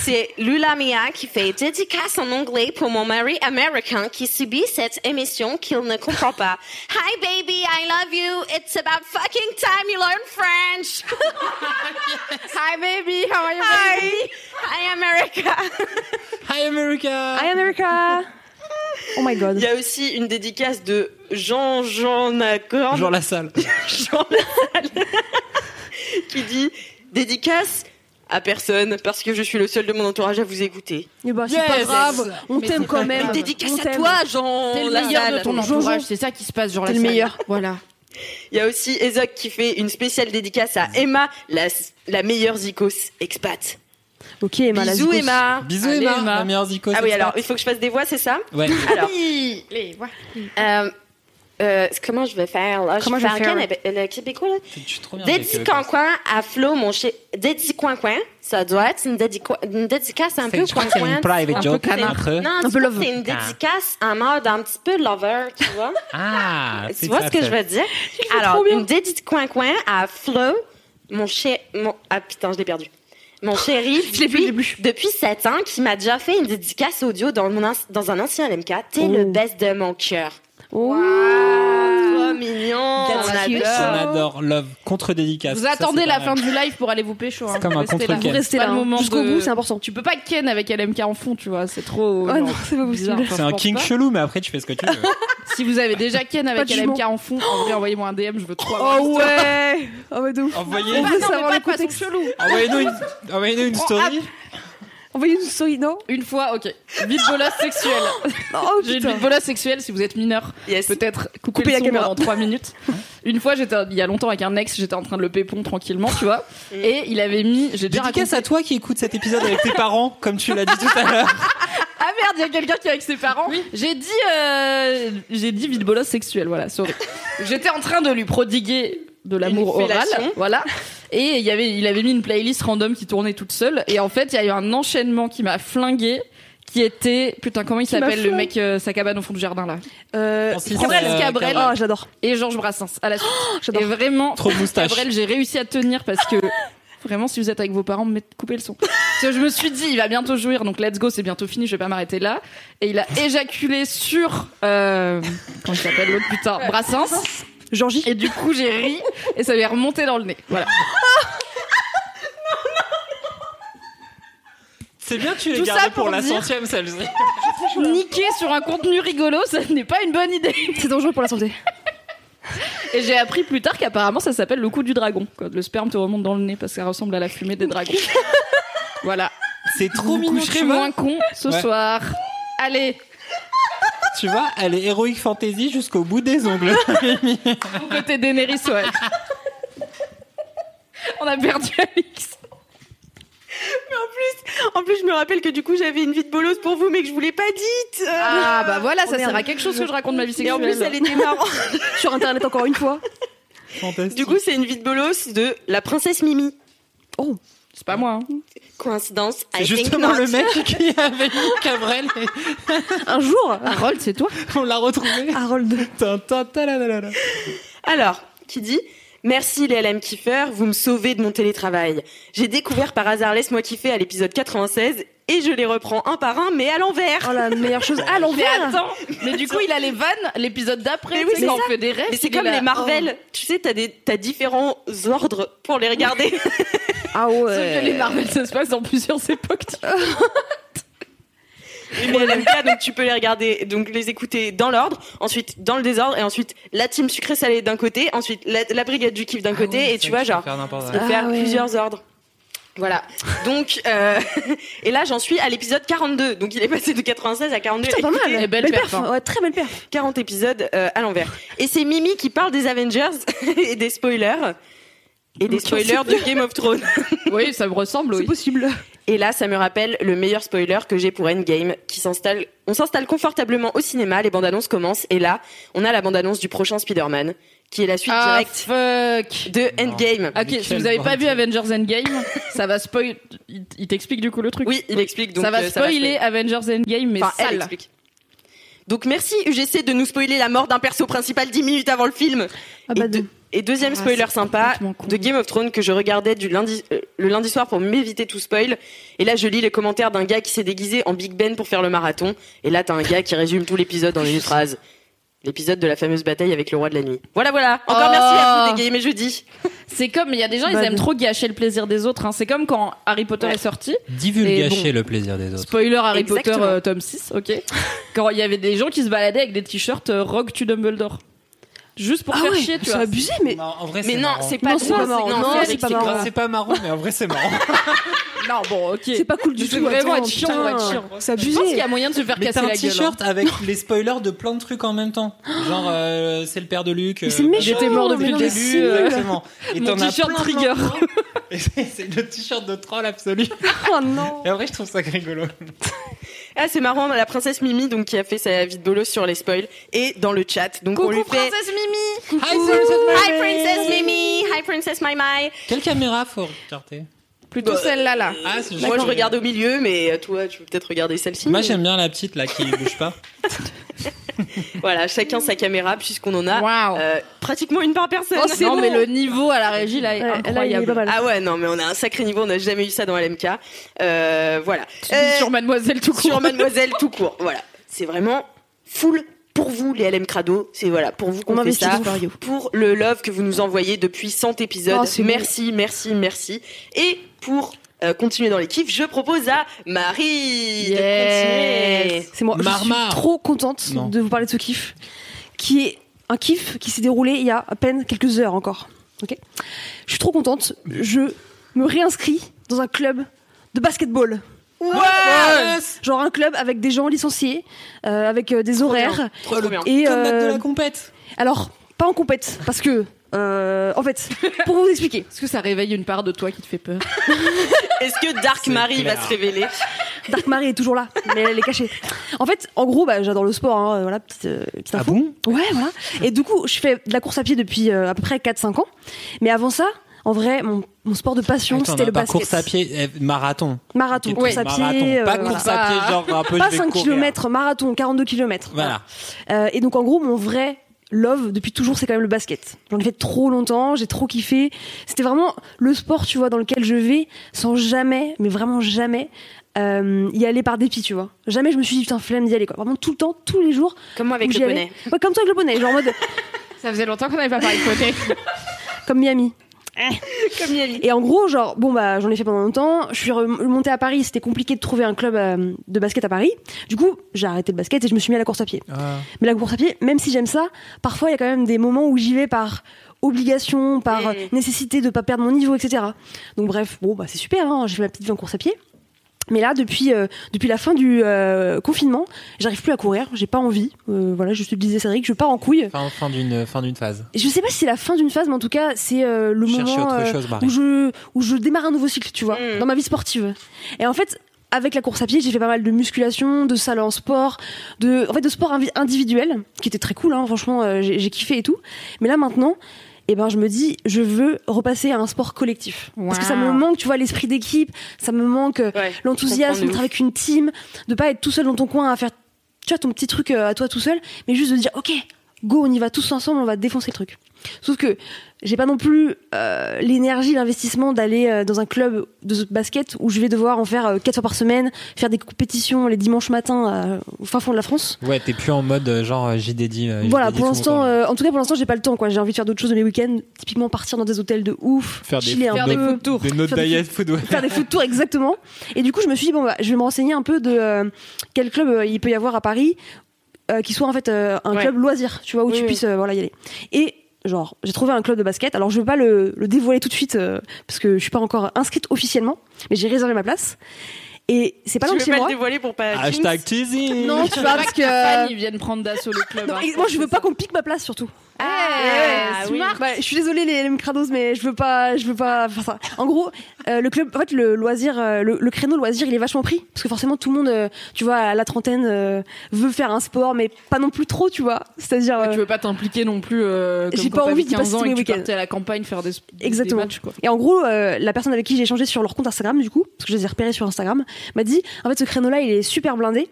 [SPEAKER 7] C'est Lula Mia qui fait dédicace en anglais pour mon mari américain qui subit cette émission qu'il ne comprend pas. Hi baby, I love you. It's about fucking time you learn French. <laughs> Hi baby, how are you? Hi, hi America.
[SPEAKER 8] Hi America.
[SPEAKER 5] Hi America. Oh my god.
[SPEAKER 7] Il y a aussi une dédicace de Jean Jean Accord.
[SPEAKER 8] Genre la salle.
[SPEAKER 7] Jean Lassalle, <laughs> qui dit dédicace à personne parce que je suis le seul de mon entourage à vous écouter.
[SPEAKER 5] Mais bah, c'est pas grave. On t'aime quand même.
[SPEAKER 7] Une dédicace
[SPEAKER 5] On
[SPEAKER 7] à
[SPEAKER 5] t'aime.
[SPEAKER 7] toi, Jean
[SPEAKER 3] T'es le meilleur de
[SPEAKER 7] Lassalle.
[SPEAKER 3] ton
[SPEAKER 5] Jojo.
[SPEAKER 3] entourage, c'est ça qui se passe genre
[SPEAKER 5] T'es
[SPEAKER 3] la
[SPEAKER 5] le
[SPEAKER 3] salle.
[SPEAKER 5] meilleur.
[SPEAKER 3] Voilà.
[SPEAKER 7] Il y a aussi Ezoc qui fait une spéciale dédicace à Emma, la, la meilleure zikos expat.
[SPEAKER 5] Ok, Emma, la
[SPEAKER 7] Bisous
[SPEAKER 5] zikos.
[SPEAKER 7] Emma.
[SPEAKER 8] Bisous
[SPEAKER 3] Allez,
[SPEAKER 8] Emma.
[SPEAKER 3] Emma.
[SPEAKER 8] La meilleure zico.
[SPEAKER 7] Ah oui,
[SPEAKER 8] c'est
[SPEAKER 7] alors
[SPEAKER 8] ça.
[SPEAKER 7] il faut que je fasse des voix, c'est ça
[SPEAKER 8] Ouais.
[SPEAKER 7] Alors, euh, euh, comment je vais faire là
[SPEAKER 5] Comment je vais
[SPEAKER 7] faire
[SPEAKER 5] faire
[SPEAKER 7] un Québec- le québécois là
[SPEAKER 8] Je suis trop bien. avec, euh,
[SPEAKER 7] Dédic coin à Flo, mon chéri. Dédic coin coin, ça doit être une, dédico- une dédicace un peu
[SPEAKER 8] Je crois
[SPEAKER 7] coin
[SPEAKER 8] que c'est
[SPEAKER 7] coin.
[SPEAKER 8] une private joke. entre eux.
[SPEAKER 7] Non,
[SPEAKER 5] Un
[SPEAKER 7] c'est
[SPEAKER 5] peu Ah.
[SPEAKER 7] pas-
[SPEAKER 5] love.
[SPEAKER 7] c'est une dédicace en mode un petit peu lover, tu <laughs> vois.
[SPEAKER 8] Ah,
[SPEAKER 7] tu vois ce que je veux dire? Alors, une dédicace coin coin à Flo, mon chéri. Mon... Ah putain, je l'ai perdu. <laughs> Mon chéri, depuis, depuis 7 ans, qui m'a déjà fait une dédicace audio dans, mon an- dans un ancien LMK. T'es le
[SPEAKER 5] Oh.
[SPEAKER 7] best de mon cœur.
[SPEAKER 5] Oh.
[SPEAKER 7] Trop mignon.
[SPEAKER 8] On
[SPEAKER 7] on adore.
[SPEAKER 8] adore love contre dédicace.
[SPEAKER 3] Vous
[SPEAKER 8] Ça,
[SPEAKER 3] attendez
[SPEAKER 8] c'est
[SPEAKER 3] la
[SPEAKER 8] pas
[SPEAKER 3] fin
[SPEAKER 8] mal.
[SPEAKER 3] du live pour aller vous pécho. hein.
[SPEAKER 8] C'est comme un
[SPEAKER 3] Restez là.
[SPEAKER 8] contre-ken.
[SPEAKER 3] Vous restez
[SPEAKER 5] Restez
[SPEAKER 3] là.
[SPEAKER 5] là.
[SPEAKER 3] hein.
[SPEAKER 5] hein. Jusqu'au
[SPEAKER 3] de-
[SPEAKER 5] bout, c'est important.
[SPEAKER 3] Tu peux pas Ken avec LMK en fond, tu vois, c'est trop.
[SPEAKER 5] Ouais,
[SPEAKER 3] genre,
[SPEAKER 5] Oh non, c'est pas possible.
[SPEAKER 3] bizarre,
[SPEAKER 8] C'est
[SPEAKER 3] enfin,
[SPEAKER 8] un
[SPEAKER 3] je pense
[SPEAKER 8] king
[SPEAKER 3] pas.
[SPEAKER 8] chelou, mais après tu fais ce que tu <laughs> veux.
[SPEAKER 3] Si vous avez déjà Ken avec
[SPEAKER 5] de
[SPEAKER 3] LMK
[SPEAKER 5] jugement.
[SPEAKER 3] en fond, en vrai, envoyez-moi un DM, je veux trop avoir
[SPEAKER 5] Oh ouais. Oh, mais de ouf.
[SPEAKER 8] Envoyez-
[SPEAKER 5] On
[SPEAKER 3] Ah,
[SPEAKER 5] veut
[SPEAKER 3] non, mais
[SPEAKER 5] savoir
[SPEAKER 3] pas
[SPEAKER 5] le
[SPEAKER 3] de façon
[SPEAKER 5] contexte.
[SPEAKER 3] chelou.
[SPEAKER 8] Envoyez-nous une, envoyez-nous une story.
[SPEAKER 5] Envoyez-nous souris, non
[SPEAKER 3] Une fois, ok. Bite bolasse sexuelle.
[SPEAKER 5] <laughs> Oh
[SPEAKER 3] J'ai une
[SPEAKER 5] putain.
[SPEAKER 3] bite bolasse sexuelle si vous êtes mineur.
[SPEAKER 7] Yes.
[SPEAKER 3] Peut-être couper
[SPEAKER 5] Coupez
[SPEAKER 3] le
[SPEAKER 5] la
[SPEAKER 3] son
[SPEAKER 5] caméra.
[SPEAKER 3] pendant 3 minutes. Une fois, j'étais il y a longtemps avec un ex, j'étais en train de le pépon tranquillement, tu vois.
[SPEAKER 5] Mm.
[SPEAKER 3] Et il avait mis. J'ai déjà raconté.
[SPEAKER 8] Dédicace à toi qui écoute cet épisode avec tes parents, comme tu l'as dit tout à l'heure.
[SPEAKER 3] Ah merde, il y a quelqu'un qui est avec ses parents. J'ai dit, euh, j'ai dit vite bolasse sexuelle, voilà, sorry. <laughs> J'étais en train de lui prodiguer de l'amour
[SPEAKER 7] Une
[SPEAKER 3] oral,
[SPEAKER 7] fellation.
[SPEAKER 3] voilà. Et il y avait, il avait mis une playlist random qui tournait toute seule. Et en fait, il y a eu un enchaînement qui m'a flingué, qui était, putain, comment il
[SPEAKER 5] m'a
[SPEAKER 3] s'appelle le
[SPEAKER 5] flingué.
[SPEAKER 3] mec, euh, sa cabane au fond du jardin là
[SPEAKER 5] Euh,
[SPEAKER 8] Francis
[SPEAKER 3] Cabrel,
[SPEAKER 8] euh,
[SPEAKER 3] Cabrel.
[SPEAKER 5] Oh, j'adore.
[SPEAKER 3] Et Georges Brassens. À la suite.
[SPEAKER 5] J'adore.
[SPEAKER 3] Et vraiment,
[SPEAKER 8] Trop de moustache.
[SPEAKER 3] Gabriel, j'ai réussi à tenir parce
[SPEAKER 5] <laughs>
[SPEAKER 3] que vraiment, si vous êtes avec vos parents, me- coupez le son. Parce que je me suis dit, il va bientôt jouir, donc let's go, c'est bientôt fini, je vais pas m'arrêter là. Et
[SPEAKER 5] <laughs>
[SPEAKER 3] il a éjaculé sur euh, comment il s'appelle l'autre putain, Brassens.
[SPEAKER 5] Georgie.
[SPEAKER 3] Et du coup, j'ai ri et ça lui est remonté dans le nez. Voilà.
[SPEAKER 8] C'est bien que tu l'aies
[SPEAKER 3] Tout ça
[SPEAKER 8] gardé pour,
[SPEAKER 3] pour
[SPEAKER 8] la
[SPEAKER 3] dire-
[SPEAKER 8] centième, celle-ci.
[SPEAKER 3] Niquer sur un contenu rigolo, ça n'est pas une bonne idée.
[SPEAKER 5] <laughs> C'est dangereux pour la santé.
[SPEAKER 3] Et j'ai appris plus tard qu'apparemment ça s'appelle le coup du dragon. Quand le sperme te remonte dans le nez parce que ça ressemble à la fumée des
[SPEAKER 5] <laughs>
[SPEAKER 3] dragons. voilà.
[SPEAKER 8] C'est trop
[SPEAKER 3] Vous
[SPEAKER 8] mignon,
[SPEAKER 3] coucherez
[SPEAKER 8] tu vois.
[SPEAKER 3] moins con ce
[SPEAKER 8] Ouais.
[SPEAKER 3] soir. Allez,
[SPEAKER 8] Tu vois, elle est héroïque fantasy jusqu'au bout des <laughs> ongles.
[SPEAKER 3] mon côté Daenerys, ouais. <laughs> On a perdu Alix.
[SPEAKER 7] En plus, je me rappelle que du coup, j'avais une vie de bolos pour vous, mais que je vous l'ai pas dite. euh.
[SPEAKER 3] Ah bah voilà,
[SPEAKER 5] Oh
[SPEAKER 3] ça
[SPEAKER 5] merde.
[SPEAKER 3] sert à quelque chose que je raconte ma vie
[SPEAKER 7] Et en
[SPEAKER 3] sexuelle.
[SPEAKER 7] plus, elle était marrante.
[SPEAKER 5] <laughs> Sur internet, encore une fois.
[SPEAKER 8] Fantastique.
[SPEAKER 7] Du coup, c'est une vie de bolos de la princesse Mimi.
[SPEAKER 3] C'est pas moi. hein.
[SPEAKER 7] Coïncidence,
[SPEAKER 8] c'est
[SPEAKER 7] I think
[SPEAKER 8] justement
[SPEAKER 7] not.
[SPEAKER 8] le mec qui avait mis Cabrel et
[SPEAKER 5] Un jour,
[SPEAKER 3] Harold, c'est toi.
[SPEAKER 8] on l'a <laughs> retrouvé.
[SPEAKER 5] Harold.
[SPEAKER 8] Tin, tin, ta, la, la, la, la.
[SPEAKER 7] Alors, qui dit Merci les LM Kiffer, vous me sauvez de mon télétravail. J'ai découvert par hasard Laisse-moi kiffer à l'épisode 96 et je les reprends un par un, mais à l'envers.
[SPEAKER 5] Oh, la meilleure chose. À
[SPEAKER 3] Mais
[SPEAKER 5] l'envers.
[SPEAKER 3] attends, mais du coup il a les vannes l'épisode d'après.
[SPEAKER 7] Mais oui,
[SPEAKER 3] tu sais,
[SPEAKER 7] c'est
[SPEAKER 3] quand on fait des rêves.
[SPEAKER 7] Mais c'est
[SPEAKER 3] il est
[SPEAKER 7] comme
[SPEAKER 3] là. Oh.
[SPEAKER 7] les Marvel, tu sais, t'as des t'as différents ordres pour
[SPEAKER 3] <laughs>
[SPEAKER 7] les regarder.
[SPEAKER 5] Ah
[SPEAKER 3] Sauf que les
[SPEAKER 5] ouais.
[SPEAKER 3] Marvel, ça se passe dans plusieurs époques.
[SPEAKER 7] mais LMK, donc tu peux les regarder, donc les écouter dans l'ordre, ensuite dans le désordre, et ensuite la team sucré salé d'un côté, ensuite la, la brigade du
[SPEAKER 3] Ah
[SPEAKER 7] kiff d'un côté, et tu vois genre
[SPEAKER 8] Faire n'importe
[SPEAKER 7] de
[SPEAKER 8] quoi.
[SPEAKER 5] Ah
[SPEAKER 7] faire
[SPEAKER 5] ouais.
[SPEAKER 7] plusieurs ordres. Voilà. Donc euh, <laughs> et là j'en suis à l'épisode 42, donc il est passé de 96 à 42.
[SPEAKER 5] Putain, pas mal.
[SPEAKER 3] Et belle perf, hein.
[SPEAKER 5] Ouais, très belle perf.
[SPEAKER 7] 40 épisodes euh, à l'envers. Et c'est Mimi qui parle des Avengers <laughs> et des spoilers. Et des spoilers de Game of Thrones.
[SPEAKER 3] Oui, ça me ressemble.
[SPEAKER 5] C'est
[SPEAKER 3] Oui.
[SPEAKER 5] possible.
[SPEAKER 7] Et là, ça me rappelle le meilleur spoiler que j'ai pour Endgame, qui s'installe. On s'installe confortablement au cinéma, les bandes annonces commencent, et là, on a la bande annonce du prochain Spider-Man, qui est la suite
[SPEAKER 3] Ah
[SPEAKER 7] directe
[SPEAKER 3] fuck.
[SPEAKER 7] de Endgame.
[SPEAKER 3] Ok, si
[SPEAKER 8] Michael
[SPEAKER 3] vous avez pas
[SPEAKER 8] Brandt.
[SPEAKER 3] vu Avengers Endgame, ça va spoil. Il il t'explique du coup le truc.
[SPEAKER 7] Oui, il explique donc.
[SPEAKER 3] ça va
[SPEAKER 7] euh,
[SPEAKER 3] spoiler
[SPEAKER 7] spoiler.
[SPEAKER 3] Avengers Endgame, mais
[SPEAKER 7] Enfin, elle
[SPEAKER 3] sale.
[SPEAKER 7] explique. Donc merci UGC de nous spoiler la mort d'un perso principal 10 minutes avant le film.
[SPEAKER 5] Ah bah,
[SPEAKER 7] et, de-
[SPEAKER 5] non.
[SPEAKER 7] et deuxième
[SPEAKER 3] Ah,
[SPEAKER 7] spoiler
[SPEAKER 3] c'est
[SPEAKER 7] sympa
[SPEAKER 3] complètement con.
[SPEAKER 7] de Game of Thrones que je regardais du lundi, euh, le lundi soir pour m'éviter tout spoil. Et là, je lis les commentaires d'un gars qui s'est déguisé en Big Ben pour faire le marathon. Et là, t'as un gars qui résume tout l'épisode en une phrase. L'épisode de la fameuse bataille avec le roi de la nuit. Voilà, voilà. Encore
[SPEAKER 3] Oh.
[SPEAKER 7] merci à vous d'égayer mes jeudis.
[SPEAKER 3] C'est comme, il y a des gens, ils
[SPEAKER 5] Bah,
[SPEAKER 3] aiment
[SPEAKER 5] non.
[SPEAKER 3] trop gâcher le plaisir des autres. hein. C'est comme quand Harry Potter
[SPEAKER 7] Ouais.
[SPEAKER 3] est sorti.
[SPEAKER 8] Divulgacher le plaisir des autres.
[SPEAKER 3] Spoiler Harry
[SPEAKER 7] Exactement.
[SPEAKER 3] Potter euh, tome 6,
[SPEAKER 5] <laughs>
[SPEAKER 3] ok. quand il y avait des gens qui se baladaient avec des t-shirts euh, Rogue to Dumbledore. Juste pour
[SPEAKER 5] Ah
[SPEAKER 3] faire
[SPEAKER 5] ouais,
[SPEAKER 3] chier, tu
[SPEAKER 5] c'est
[SPEAKER 3] vois.
[SPEAKER 5] abusé, mais.
[SPEAKER 8] Non, en vrai,
[SPEAKER 7] Mais
[SPEAKER 8] c'est
[SPEAKER 7] non,
[SPEAKER 8] marrant.
[SPEAKER 7] c'est pas
[SPEAKER 5] Non, c'est
[SPEAKER 7] drôle,
[SPEAKER 5] pas marrant. Non,
[SPEAKER 7] c'est
[SPEAKER 5] c'est pas
[SPEAKER 7] avec-
[SPEAKER 5] marrant.
[SPEAKER 8] Grave, c'est pas marrant, mais en vrai,
[SPEAKER 3] <laughs>
[SPEAKER 8] c'est marrant.
[SPEAKER 3] Non, bon, ok.
[SPEAKER 5] C'est pas cool du
[SPEAKER 3] Je
[SPEAKER 5] tout.
[SPEAKER 3] vais vraiment
[SPEAKER 5] attends,
[SPEAKER 3] être chiant, on va être
[SPEAKER 5] putain.
[SPEAKER 3] chiant. hein.
[SPEAKER 5] C'est
[SPEAKER 3] Je pense qu'il y
[SPEAKER 5] abusé.
[SPEAKER 3] a moyen de se faire
[SPEAKER 8] Mais
[SPEAKER 3] casser
[SPEAKER 8] t'as un
[SPEAKER 3] la gueule. hein.
[SPEAKER 8] t-shirt avec les spoilers de plein de trucs en même temps. Genre, euh, c'est le père de Luc. euh,
[SPEAKER 5] c'est méchant,
[SPEAKER 3] J'étais mort
[SPEAKER 5] mais
[SPEAKER 3] depuis le
[SPEAKER 5] non, mais
[SPEAKER 3] début.
[SPEAKER 5] c'est
[SPEAKER 3] euh,
[SPEAKER 8] Exactement. Et
[SPEAKER 3] Mon
[SPEAKER 8] t'en as
[SPEAKER 3] t-shirt
[SPEAKER 8] plein, plein,
[SPEAKER 3] trigger.
[SPEAKER 8] plein. Et c'est c'est le <laughs> t-shirt de troll absolu.
[SPEAKER 5] Oh non.
[SPEAKER 8] Et en vrai, je trouve ça rigolo.
[SPEAKER 7] Ah, c'est marrant, la princesse Mimi, donc, qui a fait sa vie de bolos sur les spoils et dans le chat. Donc, on lui fait.
[SPEAKER 8] Hi,
[SPEAKER 7] Hi, Princess Mimi! Hi, Princess Mai Mai!
[SPEAKER 8] Quelle caméra faut regarder
[SPEAKER 3] Plutôt celle-là, là.
[SPEAKER 8] Ah, c'est
[SPEAKER 7] Moi, je regarde au milieu, mais euh, toi, tu veux peut-être regarder celle-ci.
[SPEAKER 8] Moi, j'aime bien la petite là qui bouge pas.
[SPEAKER 7] Voilà, chacun sa caméra, puisqu'on en a
[SPEAKER 3] Waouh.
[SPEAKER 7] euh, pratiquement une par personne.
[SPEAKER 3] Oh, non, mais le niveau à la régie, là, est
[SPEAKER 5] Ouais, Là, il est pas
[SPEAKER 3] incroyable.
[SPEAKER 5] mal.
[SPEAKER 7] Ah ouais, non, mais on a un sacré niveau, on n'a jamais eu ça dans LMK. Euh, voilà.
[SPEAKER 3] Tu dis
[SPEAKER 7] Euh,
[SPEAKER 3] Sur Mademoiselle tout
[SPEAKER 7] sur
[SPEAKER 3] court.
[SPEAKER 7] Mademoiselle tout court. Voilà. C'est vraiment full pour vous, les LM Crado. C'est voilà, pour vous qu'on
[SPEAKER 5] On
[SPEAKER 7] fait
[SPEAKER 5] investit
[SPEAKER 7] ça.
[SPEAKER 5] dans Mario.
[SPEAKER 7] Pour le love que vous nous envoyez depuis 100 épisodes.
[SPEAKER 5] Oh, c'est
[SPEAKER 7] merci, merci, merci. Et pour euh, continuer dans les kiffs, je propose à Marie de
[SPEAKER 3] Yes.
[SPEAKER 7] continuer.
[SPEAKER 5] C'est moi. Je
[SPEAKER 8] Marmar.
[SPEAKER 5] suis trop contente
[SPEAKER 8] Non.
[SPEAKER 5] de vous parler de ce kiff, qui est un kiff qui s'est déroulé il y a à peine quelques heures encore. Ok. Je suis trop contente. Je me réinscris dans un club de basketball. Genre un club avec des gens licenciés, euh, avec euh, des horaires.
[SPEAKER 7] Trop bien.
[SPEAKER 5] Et
[SPEAKER 8] Comme date de
[SPEAKER 5] euh,
[SPEAKER 8] la compète.
[SPEAKER 5] alors, pas en compète, parce que. euh, en fait, pour vous expliquer,
[SPEAKER 3] Est-ce que ça réveille une part de toi qui te fait peur
[SPEAKER 7] Est-ce que Dark Marie va se révéler
[SPEAKER 5] Dark Marie est toujours là, mais elle est cachée. En fait, en gros, bah, j'adore le sport, hein, voilà, petite, euh, petite info.
[SPEAKER 8] Ah bon
[SPEAKER 5] Ouais, voilà. Et du coup, je fais de la course à pied depuis euh, à peu près 4-5 ans. Mais avant ça, en vrai, mon, mon sport de passion,
[SPEAKER 8] Attends,
[SPEAKER 5] c'était
[SPEAKER 8] non,
[SPEAKER 5] le
[SPEAKER 8] pas
[SPEAKER 5] basket.
[SPEAKER 8] course à pied, eh, marathon.
[SPEAKER 5] Marathon,
[SPEAKER 8] Ok,
[SPEAKER 5] course à
[SPEAKER 8] marathon.
[SPEAKER 5] pied. euh,
[SPEAKER 8] pas
[SPEAKER 5] voilà.
[SPEAKER 8] course à pied, genre un peu
[SPEAKER 5] Pas
[SPEAKER 8] je vais
[SPEAKER 5] 5
[SPEAKER 8] courir.
[SPEAKER 5] km, marathon, 42 km.
[SPEAKER 8] Voilà.
[SPEAKER 5] Euh, et donc en gros, mon vrai love depuis toujours, c'est quand même le basket. J'en ai fait trop longtemps, j'ai trop kiffé. C'était vraiment le sport, tu vois, dans lequel je vais sans jamais, mais vraiment jamais, euh, y aller par dépit, tu vois. Jamais je me suis dit putain flemme d'y aller quoi. Vraiment tout le temps, tous les jours.
[SPEAKER 7] Comme moi
[SPEAKER 5] où
[SPEAKER 7] avec
[SPEAKER 5] j'y
[SPEAKER 7] le
[SPEAKER 5] allais.
[SPEAKER 7] poney.
[SPEAKER 5] Ouais, comme toi avec le poney, genre en mode
[SPEAKER 3] Ça faisait longtemps qu'on n'avait pas parlé de côté.
[SPEAKER 5] <laughs> comme Miami.
[SPEAKER 7] Comme Yali.
[SPEAKER 5] Et en gros, genre, bon, bah, j'en ai fait pendant longtemps. Je suis remontée à Paris. C'était compliqué de trouver un club euh, de basket à Paris. Du coup, j'ai arrêté le basket et je me suis mis à la course à pied.
[SPEAKER 8] Ah.
[SPEAKER 5] Mais la course à pied, même si j'aime ça, parfois il y a quand même des moments où j'y vais par obligation, par
[SPEAKER 7] Mm.
[SPEAKER 5] euh, nécessité de pas perdre mon niveau, etc. Donc bref, bon, bah, c'est super, hein, j'ai fait ma petite vie en course à pied. Mais là, depuis, euh, depuis la fin du euh, confinement, j'arrive plus à courir, j'ai pas envie. Euh, voilà, je te le disais, Cédric, je pars en couille.
[SPEAKER 8] Fin, fin d'une euh, fin d'une phase.
[SPEAKER 5] Je sais pas si c'est la fin d'une phase, mais en tout cas, c'est euh, le
[SPEAKER 8] Chercher
[SPEAKER 5] moment
[SPEAKER 8] autre
[SPEAKER 5] euh,
[SPEAKER 8] chose, Marie.
[SPEAKER 5] où, je, où je démarre un nouveau cycle, tu vois,
[SPEAKER 7] Mm.
[SPEAKER 5] dans ma vie sportive. Et en fait, avec la course à pied, j'ai fait pas mal de musculation, de salle en sport, de, en fait, de sport invi- individuel, qui était très cool, hein, franchement, euh, j'ai j'ai kiffé et tout. Mais là, maintenant, eh ben, je me dis, je veux repasser à un sport collectif. Parce que ça me manque, tu vois, l'esprit d'équipe, ça me manque euh,
[SPEAKER 7] Ouais, je
[SPEAKER 5] l'enthousiasme
[SPEAKER 7] comprends de
[SPEAKER 5] d'être avec une team, de pas être tout seul dans ton coin à faire tu vois, ton petit truc euh, à toi tout seul, mais juste de dire ok, go, on y va tous ensemble, on va défoncer le truc. Sauf que j'ai pas non plus euh, l'énergie, l'investissement d'aller euh, dans un club de basket où je vais devoir en faire euh, quatre fois par semaine, faire des compétitions les dimanches matins euh, au fin fond de la France.
[SPEAKER 8] Ouais, t'es plus en mode euh, genre euh, JDD. euh,
[SPEAKER 5] Voilà,
[SPEAKER 8] JDD
[SPEAKER 5] pour
[SPEAKER 8] tout
[SPEAKER 5] l'instant,
[SPEAKER 8] le temps.
[SPEAKER 5] euh, en tout cas pour l'instant, j'ai pas le temps quoi. J'ai envie de faire d'autres choses de mes week-ends, typiquement partir dans des hôtels de ouf,
[SPEAKER 8] Faire des-
[SPEAKER 5] chiller un
[SPEAKER 8] faire
[SPEAKER 5] peu,
[SPEAKER 8] des food
[SPEAKER 3] euh,
[SPEAKER 8] Des notes
[SPEAKER 5] faire des
[SPEAKER 8] diet food. ouais.
[SPEAKER 5] faire des foot tours exactement. Et du coup, je me suis dit bon bah, je vais me renseigner un peu de euh, quel club euh, il peut y avoir à Paris euh, qui soit en fait euh, un
[SPEAKER 7] Ouais.
[SPEAKER 5] club loisir, tu vois, où
[SPEAKER 7] Oui,
[SPEAKER 5] tu
[SPEAKER 7] oui.
[SPEAKER 5] puisses euh, voilà y aller. Et genre, j'ai trouvé un club de basket. Alors, je veux pas le, le dévoiler tout de suite euh, parce que je suis pas encore inscrite officiellement, mais j'ai réservé ma place. Et c'est pas
[SPEAKER 7] Je
[SPEAKER 5] loin de
[SPEAKER 7] vais
[SPEAKER 5] chez
[SPEAKER 7] pas
[SPEAKER 5] moi.
[SPEAKER 7] le dévoiler pour pas.
[SPEAKER 8] Hashtag teasing.
[SPEAKER 5] Non, tu vois, parce
[SPEAKER 3] Fan,
[SPEAKER 5] que
[SPEAKER 3] ils viennent prendre d'assaut le club.
[SPEAKER 5] Non,
[SPEAKER 3] hein.
[SPEAKER 5] et moi, je veux pas qu'on pique ma place surtout.
[SPEAKER 1] Ah,
[SPEAKER 5] Ouais, smart. Bah, je suis désolée les, les crados, mais je veux pas, je veux pas faire ça. En gros, euh, le club, en fait, le loisir, euh, le, le créneau loisir, il est vachement pris parce que forcément tout le monde, euh, tu vois, à la trentaine euh, veut faire un sport, mais pas non plus trop, tu vois. C'est-à-dire,
[SPEAKER 3] Ouais,
[SPEAKER 5] euh,
[SPEAKER 3] Ah, tu veux pas t'impliquer non plus euh, comme
[SPEAKER 5] J'ai
[SPEAKER 3] quand
[SPEAKER 5] pas
[SPEAKER 3] t'avais
[SPEAKER 5] envie d'y
[SPEAKER 3] 15
[SPEAKER 5] passer
[SPEAKER 3] ans
[SPEAKER 5] tous
[SPEAKER 3] et
[SPEAKER 5] les
[SPEAKER 3] que tu
[SPEAKER 5] week-ends.
[SPEAKER 3] partais à la campagne faire des, des-
[SPEAKER 5] Exactement.
[SPEAKER 3] des matchs quoi.
[SPEAKER 5] Et en gros, euh, la personne avec qui j'ai échangé sur leur compte Instagram, du coup, parce que je les ai repérés sur Instagram, m'a dit en fait, ce créneau-là, il est super blindé,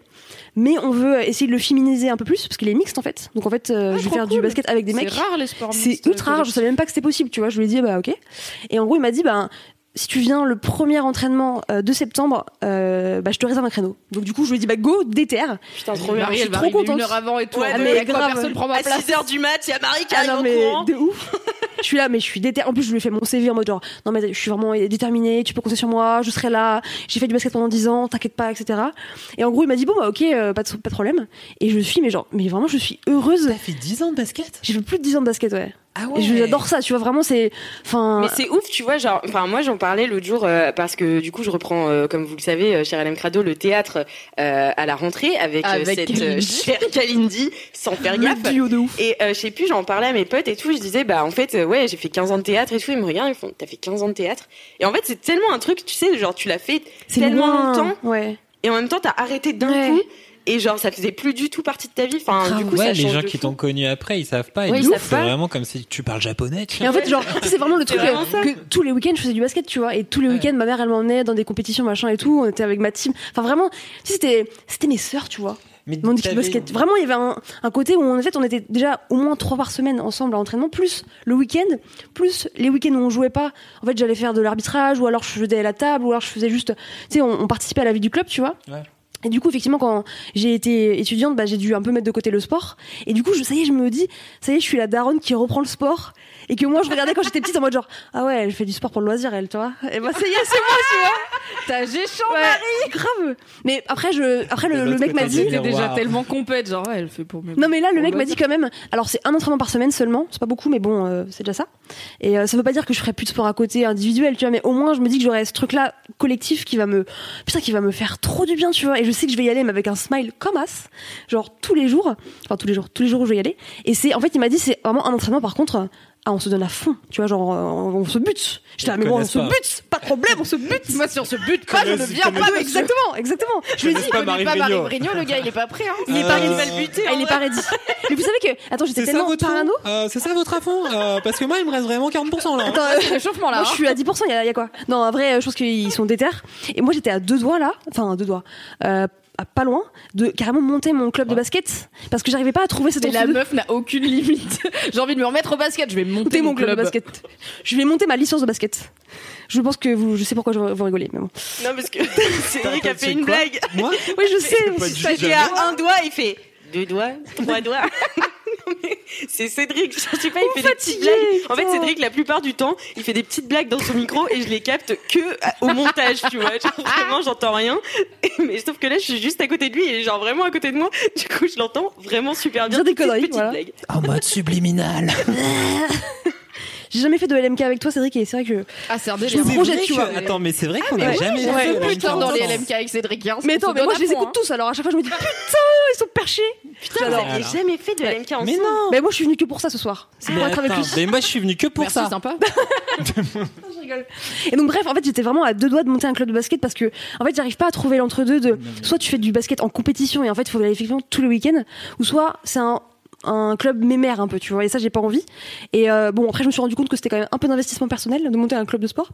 [SPEAKER 5] mais on veut essayer de le féminiser un peu plus, parce qu'il est mixte en fait. Donc en fait, euh, je
[SPEAKER 3] Ah,
[SPEAKER 5] vais
[SPEAKER 3] trop
[SPEAKER 5] faire du
[SPEAKER 3] cool.
[SPEAKER 5] basket avec des
[SPEAKER 3] C'est
[SPEAKER 5] mecs.
[SPEAKER 3] rare les
[SPEAKER 7] Oh,
[SPEAKER 3] sports
[SPEAKER 5] C'est
[SPEAKER 3] mixtes, euh,
[SPEAKER 5] ultra rare, je
[SPEAKER 3] collectifs.
[SPEAKER 5] savais même pas que c'était possible, tu vois. Je lui ai dit, bah ok. Et en gros, il m'a dit, bah, si tu viens le premier entraînement euh, de septembre, euh, bah, je te réserve un créneau. Donc du coup, je lui ai dit, bah go, déterre.
[SPEAKER 7] Putain, trop bien.
[SPEAKER 3] Marie,
[SPEAKER 5] je
[SPEAKER 3] elle
[SPEAKER 5] suis
[SPEAKER 3] va
[SPEAKER 5] trop
[SPEAKER 3] arriver
[SPEAKER 5] contente.
[SPEAKER 3] une heure avant et tout.
[SPEAKER 7] Ouais,
[SPEAKER 3] en
[SPEAKER 7] mais
[SPEAKER 3] mode, à quoi
[SPEAKER 5] grave.
[SPEAKER 3] personne prend ma
[SPEAKER 7] À
[SPEAKER 3] place.
[SPEAKER 7] 6h du mat, il y a Marie qui
[SPEAKER 5] Bah, Ah
[SPEAKER 7] arrive
[SPEAKER 5] non,
[SPEAKER 7] en
[SPEAKER 5] mais
[SPEAKER 7] courant.
[SPEAKER 5] de ouf. <laughs> je suis là, mais je suis déter. En plus, je lui ai fait mon CV en mode genre, non, mais je suis vraiment déterminée, tu peux compter sur moi, je serai là, j'ai fait du basket pendant 10 ans, t'inquiète pas, etc. Et en gros, il m'a dit, bon, bah, ok, euh, pas, de, pas de problème. Et je suis, mais genre, mais vraiment, je suis heureuse.
[SPEAKER 8] T'as fait 10 ans de basket
[SPEAKER 5] J'ai fait plus de 10 ans de basket, ouais.
[SPEAKER 8] Ah
[SPEAKER 5] Et je- j'adore ça, tu vois, vraiment, c'est. Enfin.
[SPEAKER 7] Mais c'est ouf, tu vois, genre, enfin moi j'en parlais l'autre jour euh, parce que du coup je reprends, euh, comme vous le savez, euh, cher Alain Crado, le théâtre euh, à la rentrée avec, euh,
[SPEAKER 3] Avec
[SPEAKER 7] cette
[SPEAKER 3] Kalindi.
[SPEAKER 7] euh, chère Kalindi, sans faire gaffe.
[SPEAKER 5] Le duo de ouf.
[SPEAKER 7] Et euh, je sais plus, j'en parlais à mes potes et tout, je disais, bah en fait, euh, ouais, j'ai fait 15 ans de théâtre et tout, ils me regardent, ils font, t'as fait 15 ans de théâtre Et en fait, c'est tellement un truc, tu sais, genre tu l'as fait
[SPEAKER 5] C'est
[SPEAKER 7] tellement
[SPEAKER 5] loin.
[SPEAKER 7] longtemps
[SPEAKER 5] Ouais.
[SPEAKER 7] et en même temps t'as arrêté d'un
[SPEAKER 5] Ouais.
[SPEAKER 7] coup et genre ça faisait plus du tout partie de ta vie. Enfin, Ah, du coup, ça
[SPEAKER 8] ouais, les
[SPEAKER 7] change
[SPEAKER 8] gens
[SPEAKER 7] de
[SPEAKER 8] qui
[SPEAKER 7] fou.
[SPEAKER 8] t'ont connu après, ils savent pas. Et
[SPEAKER 7] Ouais,
[SPEAKER 8] du
[SPEAKER 7] ils
[SPEAKER 8] coup,
[SPEAKER 7] savent
[SPEAKER 8] c'est
[SPEAKER 7] pas.
[SPEAKER 8] vraiment comme si tu parles japonais. tu
[SPEAKER 5] Et en fait, genre, tu sais, c'est vraiment le truc
[SPEAKER 7] vraiment
[SPEAKER 5] euh, que tous les week-ends, je faisais du basket, tu vois. Et tous les
[SPEAKER 8] Ouais.
[SPEAKER 5] week-ends, ma mère, elle m'emmenait dans des compétitions, machin et tout. On était avec ma team. Enfin, vraiment, tu sais, c'était, c'était mes sœurs, tu vois.
[SPEAKER 8] Mais
[SPEAKER 5] Mon équipe
[SPEAKER 8] t'avais-
[SPEAKER 5] de basket. Vraiment, il y avait un, un côté où, en fait, on était déjà au moins trois par semaine ensemble à entraînement, plus le week-end, plus les week-ends où on jouait pas. En fait, j'allais faire de l'arbitrage, ou alors je faisais la table, ou alors je faisais juste, tu sais, on, on participait à la vie du club, tu vois.
[SPEAKER 8] Ouais.
[SPEAKER 5] Et du coup, effectivement, quand j'ai été étudiante, bah, j'ai dû un peu mettre de côté le sport. Et du coup, je, ça y est, je me dis, ça y est, je suis la daronne qui reprend le sport. Et que moi, je regardais quand j'étais petite en mode genre, ah ouais, elle fait du sport pour le loisir, elle, toi. Et bah, ça y est, c'est moi, tu vois.
[SPEAKER 3] T'as géchant,
[SPEAKER 5] Ouais, grave. Mais après, je, après
[SPEAKER 8] De
[SPEAKER 5] le, le
[SPEAKER 8] l'autre
[SPEAKER 5] mec m'a
[SPEAKER 8] côté
[SPEAKER 5] dit,
[SPEAKER 8] du
[SPEAKER 3] T'es déjà
[SPEAKER 8] Waouh.
[SPEAKER 3] tellement compète, genre, ouais, elle fait pour mes
[SPEAKER 5] non mais là le mec
[SPEAKER 3] Bon,
[SPEAKER 5] m'a
[SPEAKER 3] bah,
[SPEAKER 5] dit quand même. Alors c'est un entraînement par semaine seulement, c'est pas beaucoup mais bon euh, c'est déjà ça. Et euh, ça veut pas dire que je ferai plus de sport à côté individuel, tu vois. Mais au moins je me dis que j'aurai ce truc là collectif qui va me putain qui va me faire trop du bien, tu vois. Et je sais que je vais y aller mais avec un smile comme as, genre tous les jours, enfin tous les jours, tous les jours où je vais y aller. Et c'est en fait il m'a dit c'est vraiment un entraînement par contre. Ah, on se donne à fond, tu vois, genre, euh, on, on se bute. J'étais là,
[SPEAKER 8] Ils
[SPEAKER 5] mais bon, on
[SPEAKER 8] connaissent
[SPEAKER 5] se
[SPEAKER 8] pas.
[SPEAKER 5] bute, pas de problème, on se bute.
[SPEAKER 3] Moi, sur ce but,
[SPEAKER 5] Pas, je
[SPEAKER 8] connaissent-
[SPEAKER 5] ne viens
[SPEAKER 8] ils
[SPEAKER 5] pas, exactement, exactement. Je lui ai dit,
[SPEAKER 8] pas Marie Vigneault.
[SPEAKER 3] le gars, il est pas prêt, hein.
[SPEAKER 8] Il est pas arrivé à le
[SPEAKER 5] Ah, il est pas ready. Mais vous savez que, attends, j'étais
[SPEAKER 8] C'est ça
[SPEAKER 5] tellement
[SPEAKER 8] votre
[SPEAKER 5] parano.
[SPEAKER 8] fond Euh, C'est ça votre affond Euh, Parce que moi, il me reste vraiment 40% là.
[SPEAKER 5] Attends, euh,
[SPEAKER 3] Réchauffement, là.
[SPEAKER 5] moi, je suis à 10%, il y, a- il y a quoi Non, en vrai, je pense qu'ils sont déter. Et moi, j'étais à deux doigts là, enfin, à deux doigts, euh, à pas loin, de carrément monter mon club de basket parce que j'arrivais pas à trouver cette
[SPEAKER 3] Mais la
[SPEAKER 5] envie de-
[SPEAKER 3] meuf n'a aucune limite. <laughs> J'ai envie de me remettre au basket, je vais monter
[SPEAKER 5] monter
[SPEAKER 3] mon club.
[SPEAKER 5] de basket. Je vais monter ma licence de basket. Je pense que vous, je sais pourquoi je- vous rigolez, mais bon.
[SPEAKER 7] Non,
[SPEAKER 8] <laughs>
[SPEAKER 7] parce que <laughs> Cédric a
[SPEAKER 8] T'as
[SPEAKER 7] fait une
[SPEAKER 8] quoi
[SPEAKER 7] blague.
[SPEAKER 8] Moi
[SPEAKER 5] <laughs> Oui, je sais.
[SPEAKER 8] pas
[SPEAKER 5] mais
[SPEAKER 8] du
[SPEAKER 5] c'est-
[SPEAKER 7] Ça
[SPEAKER 8] Juste
[SPEAKER 7] fait
[SPEAKER 8] un
[SPEAKER 7] à un doigt, il fait deux doigts, trois doigts. Non, mais <laughs> C'est Cédric, je sais pas, il fait des
[SPEAKER 5] fatigué,
[SPEAKER 7] petites blagues. En fait,
[SPEAKER 5] putain.
[SPEAKER 7] Cédric, la plupart du temps, il fait des petites blagues dans son micro et je les capte que à- au montage, tu vois. Genre, vraiment, j'entends rien. <laughs> Et- Mais sauf que là, je suis juste à côté de lui et genre vraiment à côté de moi. Du coup, je l'entends vraiment super bien.
[SPEAKER 5] Dire des
[SPEAKER 7] Toutes ces
[SPEAKER 5] conneries,
[SPEAKER 7] petites
[SPEAKER 5] voilà.
[SPEAKER 7] blagues.
[SPEAKER 8] En mode subliminal.
[SPEAKER 5] J'ai jamais fait de LMK avec toi, Cédric, et c'est vrai que.
[SPEAKER 3] Ah, c'est un
[SPEAKER 5] Je
[SPEAKER 3] délire.
[SPEAKER 5] me
[SPEAKER 8] C'est
[SPEAKER 5] projette,
[SPEAKER 8] vrai
[SPEAKER 5] tu
[SPEAKER 8] que-
[SPEAKER 5] vois. Ah,
[SPEAKER 8] Attends, mais c'est vrai qu'on
[SPEAKER 5] mais
[SPEAKER 8] a
[SPEAKER 5] ouais,
[SPEAKER 8] jamais
[SPEAKER 5] ouais,
[SPEAKER 8] fait
[SPEAKER 5] ouais,
[SPEAKER 8] le
[SPEAKER 3] Putain,
[SPEAKER 8] temps.
[SPEAKER 3] dans les LMK avec Cédric Guin,
[SPEAKER 5] Mais
[SPEAKER 3] on
[SPEAKER 5] attends,
[SPEAKER 3] se
[SPEAKER 5] mais
[SPEAKER 3] donne
[SPEAKER 5] moi,
[SPEAKER 3] à
[SPEAKER 5] je les
[SPEAKER 3] fond,
[SPEAKER 5] écoute
[SPEAKER 3] hein.
[SPEAKER 5] tous, alors à chaque fois, je me dis putain, ils sont perchés.
[SPEAKER 7] Putain, vous
[SPEAKER 8] Alors,
[SPEAKER 7] avez
[SPEAKER 8] alors.
[SPEAKER 7] jamais fait de la MK ensemble.
[SPEAKER 8] Mais non
[SPEAKER 5] Mais moi, je suis venue que pour ça ce soir. C'est pour
[SPEAKER 8] mais,
[SPEAKER 5] être avec
[SPEAKER 8] attends,
[SPEAKER 5] lui.
[SPEAKER 8] mais moi, je suis venu que pour
[SPEAKER 3] Merci,
[SPEAKER 5] hein.
[SPEAKER 8] ça.
[SPEAKER 3] sympa.
[SPEAKER 5] Et donc bref, en fait, j'étais vraiment à deux doigts de monter un club de basket parce que en fait, j'arrive pas à trouver l'entre-deux de soit tu fais du basket en compétition et en fait, il faut aller effectivement tous les week-ends ou soit c'est un un club mémère un peu tu vois et ça j'ai pas envie et euh, bon après je me suis rendu compte que c'était quand même un peu d'investissement personnel de monter un club de sport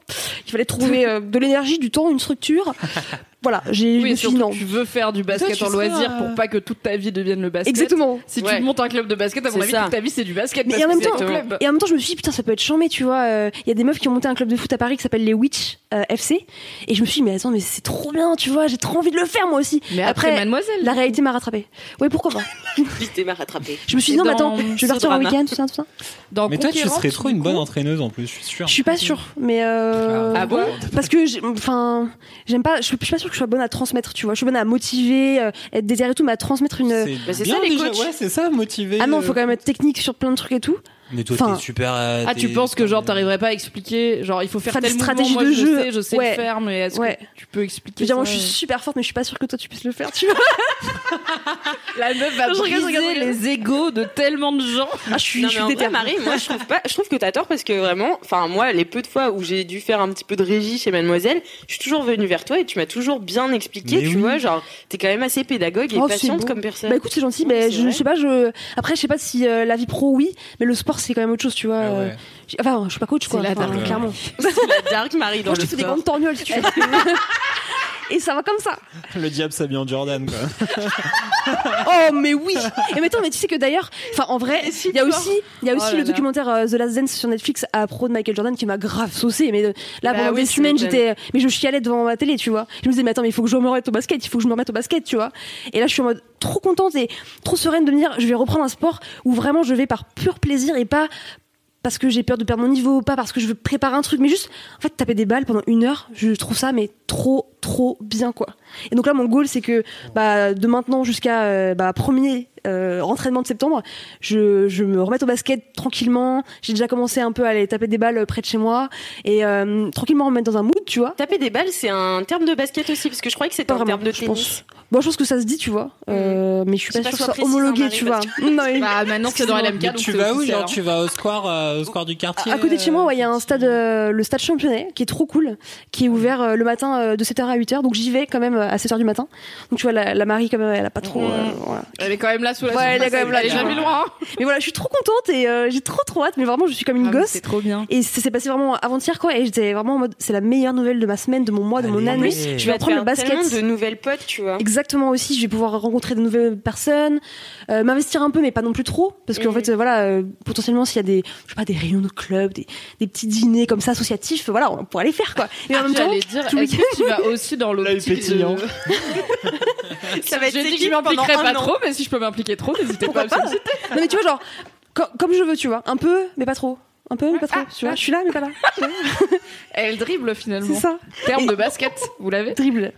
[SPEAKER 5] il fallait trouver euh, de l'énergie du temps une structure voilà j'ai
[SPEAKER 3] Oui,
[SPEAKER 5] je me
[SPEAKER 3] et
[SPEAKER 5] suis dit
[SPEAKER 3] surtout,
[SPEAKER 5] non
[SPEAKER 3] tu veux faire du
[SPEAKER 8] Toi,
[SPEAKER 3] basket
[SPEAKER 8] tu
[SPEAKER 3] en
[SPEAKER 8] seras,
[SPEAKER 3] loisir
[SPEAKER 8] euh,
[SPEAKER 3] pour pas que toute ta vie devienne le basket.
[SPEAKER 5] exactement
[SPEAKER 3] Si
[SPEAKER 7] Ouais.
[SPEAKER 3] tu montes un club de basket, à mon
[SPEAKER 1] C'est
[SPEAKER 3] avis,
[SPEAKER 1] ça.
[SPEAKER 3] toute ta vie, c'est du basket.
[SPEAKER 5] Mais
[SPEAKER 3] parce
[SPEAKER 5] et en,
[SPEAKER 3] que
[SPEAKER 5] même
[SPEAKER 3] c'est
[SPEAKER 5] temps,
[SPEAKER 3] le club.
[SPEAKER 5] et en même temps, je me suis dit, putain, ça peut être chambé, tu vois. euh, Il y a des meufs qui ont monté un club de foot à Paris qui s'appelle les Witch euh, FC. Et je me suis dit, mais attends, mais c'est trop bien, tu vois, j'ai trop envie de le faire moi aussi.
[SPEAKER 3] Mais après, mademoiselle.
[SPEAKER 5] la réalité m'a rattrapé. Ouais, pourquoi pas
[SPEAKER 7] Vite, m'a rattrapé.
[SPEAKER 5] Je me suis
[SPEAKER 3] Et
[SPEAKER 5] dit, non, mais
[SPEAKER 3] dans
[SPEAKER 5] attends, je vais partir en
[SPEAKER 7] Sodrama.
[SPEAKER 5] week-end, tout ça, tout ça.
[SPEAKER 3] Dans
[SPEAKER 8] Mais toi, tu
[SPEAKER 3] Conquérante,
[SPEAKER 8] serais trop
[SPEAKER 3] du
[SPEAKER 8] une bonne
[SPEAKER 3] coup,
[SPEAKER 8] entraîneuse en plus, je suis sûr.
[SPEAKER 5] Je suis pas sûre, mais. Euh...
[SPEAKER 3] Ah bon
[SPEAKER 5] Parce que, j'ai- enfin, j'aime pas, je suis je suis pas sûre que je sois bonne à transmettre, tu vois. Je suis bonne à motiver, euh, être désirée et tout, mais à transmettre une.
[SPEAKER 8] C'est
[SPEAKER 7] Bah, c'est
[SPEAKER 8] bien
[SPEAKER 7] ça, les
[SPEAKER 8] déjà.
[SPEAKER 7] coachs.
[SPEAKER 8] Ouais, c'est ça, motivé.
[SPEAKER 5] Ah non,
[SPEAKER 8] euh.
[SPEAKER 5] faut quand même être technique sur plein de trucs et tout.
[SPEAKER 8] Mais toi,
[SPEAKER 5] Enfin-
[SPEAKER 8] t'es super. euh,
[SPEAKER 3] Ah, tu
[SPEAKER 8] t'es-
[SPEAKER 3] penses que genre t'arriverais pas à expliquer genre il faut faire
[SPEAKER 5] Faire des
[SPEAKER 3] telle mouvement,
[SPEAKER 5] stratégies
[SPEAKER 3] moi,
[SPEAKER 5] de
[SPEAKER 3] je
[SPEAKER 5] jeu.
[SPEAKER 3] sais, je sais
[SPEAKER 5] Ouais.
[SPEAKER 3] le faire mais est-ce
[SPEAKER 5] Ouais.
[SPEAKER 3] que tu peux
[SPEAKER 5] Je veux
[SPEAKER 3] expliquer
[SPEAKER 5] dire, moi,
[SPEAKER 3] ça
[SPEAKER 5] je suis super forte, mais je suis pas sûre que toi, tu puisses le faire, tu vois.
[SPEAKER 3] la meuf va
[SPEAKER 5] <laughs> Je
[SPEAKER 3] briser
[SPEAKER 5] regarde, je regarde, je regarde.
[SPEAKER 3] les égos de tellement de gens
[SPEAKER 5] Ah, je suis,
[SPEAKER 7] Non,
[SPEAKER 5] je
[SPEAKER 7] mais
[SPEAKER 5] suis
[SPEAKER 7] en vrai,
[SPEAKER 5] déterminée.
[SPEAKER 7] Marie, moi je trouve pas, je trouve que t'as tort parce que vraiment, enfin moi, les peu de fois où j'ai dû faire un petit peu de régie chez Mademoiselle, je suis toujours venue vers toi et tu m'as toujours bien expliqué,
[SPEAKER 8] Mais
[SPEAKER 7] tu
[SPEAKER 8] oui.
[SPEAKER 7] vois, genre t'es quand même assez pédagogue et
[SPEAKER 5] Oh, c'est
[SPEAKER 7] patiente
[SPEAKER 5] beau.
[SPEAKER 7] comme personne.
[SPEAKER 5] Bah
[SPEAKER 7] <laughs>
[SPEAKER 5] écoute, c'est gentil,
[SPEAKER 7] Ouais,
[SPEAKER 5] mais
[SPEAKER 7] c'est
[SPEAKER 5] je, je
[SPEAKER 7] vrai.
[SPEAKER 5] sais pas, je. Après, je sais pas si euh, la vie pro, oui, mais le sport, c'est quand même autre chose, tu vois.
[SPEAKER 8] Ah
[SPEAKER 5] euh,
[SPEAKER 8] ouais.
[SPEAKER 5] j'ai- Enfin, je suis pas coach, quoi.
[SPEAKER 3] C'est la
[SPEAKER 5] enfin,
[SPEAKER 8] dark.
[SPEAKER 5] clairement.
[SPEAKER 7] la dark Marie dans
[SPEAKER 5] Moi, je
[SPEAKER 7] le
[SPEAKER 5] te fais des
[SPEAKER 7] sport.
[SPEAKER 5] grandes torgnoles, si tu veux. Et ça va comme ça.
[SPEAKER 8] <laughs> Le diable s'habille en Jordan, quoi.
[SPEAKER 5] <laughs> Oh, mais oui. Et mais attends, mais tu sais que d'ailleurs, enfin, en vrai, il y a aussi, il y a aussi
[SPEAKER 3] Oh là
[SPEAKER 5] le
[SPEAKER 3] là.
[SPEAKER 5] documentaire euh, The Last Dance sur Netflix à pro de Michael Jordan qui m'a grave saucé. Mais euh, là,
[SPEAKER 7] Bah
[SPEAKER 5] pendant
[SPEAKER 7] oui,
[SPEAKER 5] des
[SPEAKER 7] tu
[SPEAKER 5] semaines,
[SPEAKER 7] m'étonnes.
[SPEAKER 5] j'étais, euh, mais je chialais devant ma télé, tu vois. Je me disais, mais attends, mais il faut que je me remette au basket, il faut que je me remette au basket, tu vois. Et là, je suis en mode trop contente et trop sereine de me dire, je vais reprendre un sport où vraiment je vais par pur plaisir et pas parce que j'ai peur de perdre mon niveau, pas parce que je veux préparer un truc, mais juste, en fait, taper des balles pendant une heure, je trouve ça, mais trop, trop bien, quoi. Et donc là, mon goal, c'est que bah, de maintenant jusqu'à euh, bah, premier euh, entraînement de septembre, je, je me remette au basket tranquillement. J'ai déjà commencé un peu à aller taper des balles près de chez moi et euh, tranquillement remettre dans un mood, tu vois.
[SPEAKER 7] Taper des balles, c'est un terme de basket aussi parce que je croyais que c'était
[SPEAKER 5] Pas
[SPEAKER 7] un
[SPEAKER 5] vraiment,
[SPEAKER 7] terme de
[SPEAKER 5] je
[SPEAKER 7] tennis.
[SPEAKER 5] pense. Bon, je pense que ça se dit, tu vois, euh, mais je suis
[SPEAKER 7] Je sais
[SPEAKER 5] pas, sûre
[SPEAKER 7] pas
[SPEAKER 5] que
[SPEAKER 7] si on
[SPEAKER 5] ça soit
[SPEAKER 7] précise,
[SPEAKER 5] homologué,
[SPEAKER 7] Marie,
[SPEAKER 5] tu vois.
[SPEAKER 7] parce
[SPEAKER 5] Non, mais-
[SPEAKER 3] bah maintenant c'est dans LMK
[SPEAKER 8] Mais
[SPEAKER 3] donc
[SPEAKER 8] tu
[SPEAKER 3] c'est
[SPEAKER 8] vas où
[SPEAKER 3] officiel,
[SPEAKER 8] Genre,
[SPEAKER 3] hein.
[SPEAKER 8] tu vas au square, euh, au square du quartier.
[SPEAKER 5] À à côté de chez moi,
[SPEAKER 8] euh,
[SPEAKER 5] ouais, il y a un stade, euh, le stade championnat, qui est trop cool, qui est ouvert euh, le matin euh, de 7h à 8h. Donc j'y vais quand même euh, à 7h du matin. Donc tu vois, la, la Marie, quand même, elle a pas trop. euh, voilà.
[SPEAKER 3] elle est quand même là sous la
[SPEAKER 5] Ouais, elle est quand même là,
[SPEAKER 3] elle est
[SPEAKER 5] tu
[SPEAKER 3] jamais
[SPEAKER 5] vois.
[SPEAKER 3] loin hein.
[SPEAKER 5] Mais voilà, je suis trop contente et euh, j'ai trop trop hâte. Mais vraiment, je suis comme une
[SPEAKER 3] Ah, mais
[SPEAKER 5] gosse.
[SPEAKER 3] c'est trop bien
[SPEAKER 5] Et ça s'est passé vraiment avant-hier, quoi. Et j'étais vraiment en mode, c'est la meilleure nouvelle de ma semaine, de mon mois, de mon
[SPEAKER 8] Allez.
[SPEAKER 5] année.
[SPEAKER 8] En plus,
[SPEAKER 5] Je
[SPEAKER 7] Tu
[SPEAKER 5] vais
[SPEAKER 7] vas te
[SPEAKER 5] apprendre le
[SPEAKER 7] faire
[SPEAKER 5] basket. Euh,
[SPEAKER 7] tellement de hein. nouvelles potes, tu vois.
[SPEAKER 5] Exactement aussi, je vais pouvoir rencontrer de nouvelles personnes, euh, m'investir un peu, mais pas non plus trop, parce qu'en
[SPEAKER 7] Mhm.
[SPEAKER 5] fait, euh, voilà, euh, potentiellement s'il y a des, je sais pas, des réunions de
[SPEAKER 7] <laughs> Ah,
[SPEAKER 5] club, des, des petits dîners comme ça associatifs, voilà, on pourra les faire quoi. Mais en même temps,
[SPEAKER 3] j'allais dire
[SPEAKER 5] tout le
[SPEAKER 3] est-ce que tu vas aussi aussi dans l'optique de... <laughs>
[SPEAKER 4] pétillant.
[SPEAKER 7] Ça va être
[SPEAKER 3] J'ai dit que
[SPEAKER 7] séquille
[SPEAKER 3] je m'impliquerais
[SPEAKER 7] pendant un
[SPEAKER 3] pas
[SPEAKER 7] an.
[SPEAKER 3] trop, mais si je peux m'impliquer trop, n'hésitez pas à
[SPEAKER 5] Pourquoi
[SPEAKER 3] me
[SPEAKER 5] pas
[SPEAKER 3] solliciter.
[SPEAKER 5] <laughs> Non, mais tu vois, genre, co- comme je veux, tu vois. Un peu, mais pas trop. Un peu, mais pas
[SPEAKER 7] Ah,
[SPEAKER 5] trop. tu vois, je suis là, mais pas là.
[SPEAKER 3] Elle dribble
[SPEAKER 5] <laughs>
[SPEAKER 3] finalement.
[SPEAKER 5] C'est ça.
[SPEAKER 3] Terme de basket, vous l'avez
[SPEAKER 5] Dribble.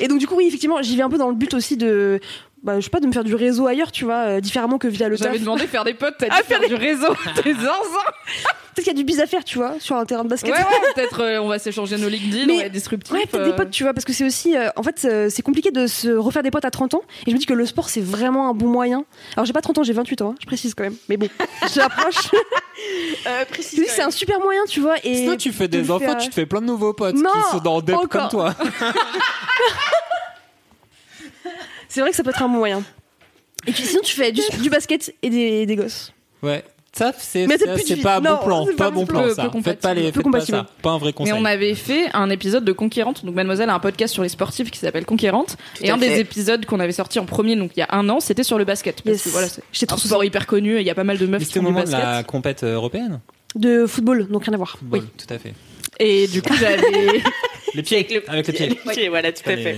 [SPEAKER 5] Et donc, du coup, oui, effectivement, j'y vais un peu dans le but aussi de. Bah, je sais pas, de me faire du réseau ailleurs, tu vois, euh, différemment que via le taf.
[SPEAKER 3] J'avais
[SPEAKER 5] Peut-être
[SPEAKER 3] demandé de faire des potes,
[SPEAKER 5] Ah,
[SPEAKER 3] t'as dit faire du
[SPEAKER 5] <laughs>
[SPEAKER 3] réseau, t'es zinzin.
[SPEAKER 5] qu'il y a du biz à faire, tu vois, sur un terrain de
[SPEAKER 3] Ouais,
[SPEAKER 5] basket.
[SPEAKER 3] ouais, peut-être euh, on va s'échanger nos LinkedIn,
[SPEAKER 5] Mais-
[SPEAKER 3] on va être disruptif. euh.
[SPEAKER 5] Ouais, peut-être des potes, tu vois, parce que c'est aussi, euh, en fait, euh, c'est compliqué de se refaire des potes à 30 ans. Et je me dis que le sport, c'est vraiment un bon moyen. Alors, j'ai pas 30 ans, j'ai 28 ans, hein, je précise quand même. Mais bon, j'approche.
[SPEAKER 7] Euh,
[SPEAKER 5] Je me
[SPEAKER 7] précise
[SPEAKER 5] dis,
[SPEAKER 7] quand
[SPEAKER 5] c'est un super moyen, tu vois. Et
[SPEAKER 8] Sinon, tu fais
[SPEAKER 5] de
[SPEAKER 8] des
[SPEAKER 5] faire-
[SPEAKER 8] enfants, tu te fais plein de nouveaux potes
[SPEAKER 5] Non,
[SPEAKER 8] qui sont dans
[SPEAKER 5] pas
[SPEAKER 8] des
[SPEAKER 5] encore.
[SPEAKER 8] comme toi.
[SPEAKER 5] C'est vrai que ça peut être un bon moyen. Et puis sinon, tu fais du, du basket et des, des gosses.
[SPEAKER 8] Ouais. Ça, c'est
[SPEAKER 5] Mais c'est
[SPEAKER 8] ça,
[SPEAKER 5] plus
[SPEAKER 8] c'est
[SPEAKER 5] du-
[SPEAKER 8] pas un
[SPEAKER 5] non,
[SPEAKER 8] bon plan.
[SPEAKER 5] c'est
[SPEAKER 8] Pas
[SPEAKER 5] pas
[SPEAKER 8] bon
[SPEAKER 5] un
[SPEAKER 8] plan,
[SPEAKER 3] peu-
[SPEAKER 8] ça.
[SPEAKER 3] peu
[SPEAKER 8] Faites pas, les,
[SPEAKER 5] peu
[SPEAKER 8] faites pas
[SPEAKER 5] compatible.
[SPEAKER 8] ça. Pas un vrai conseil.
[SPEAKER 3] Mais on avait fait un épisode de Conquérante. Donc, Mademoiselle a un podcast sur les sportifs qui s'appelle Conquérante.
[SPEAKER 7] Tout
[SPEAKER 3] Et
[SPEAKER 7] à
[SPEAKER 3] un
[SPEAKER 7] fait.
[SPEAKER 3] des épisodes qu'on avait sorti en premier, donc il y a un an, c'était sur le basket. Parce
[SPEAKER 5] Yes.
[SPEAKER 3] que voilà, c'est
[SPEAKER 5] J'étais
[SPEAKER 3] un
[SPEAKER 5] trop
[SPEAKER 3] sport hyper connu et il y a pas mal de meufs qui
[SPEAKER 8] C'était au
[SPEAKER 3] font du
[SPEAKER 8] moment de la
[SPEAKER 3] basket.
[SPEAKER 8] compète euh, européenne.
[SPEAKER 5] de football, donc rien à voir.
[SPEAKER 8] Oui, tout à fait.
[SPEAKER 3] Et du coup, j'avais.
[SPEAKER 8] Les pieds. Avec, les pieds.
[SPEAKER 7] Ok, voilà, tout à fait.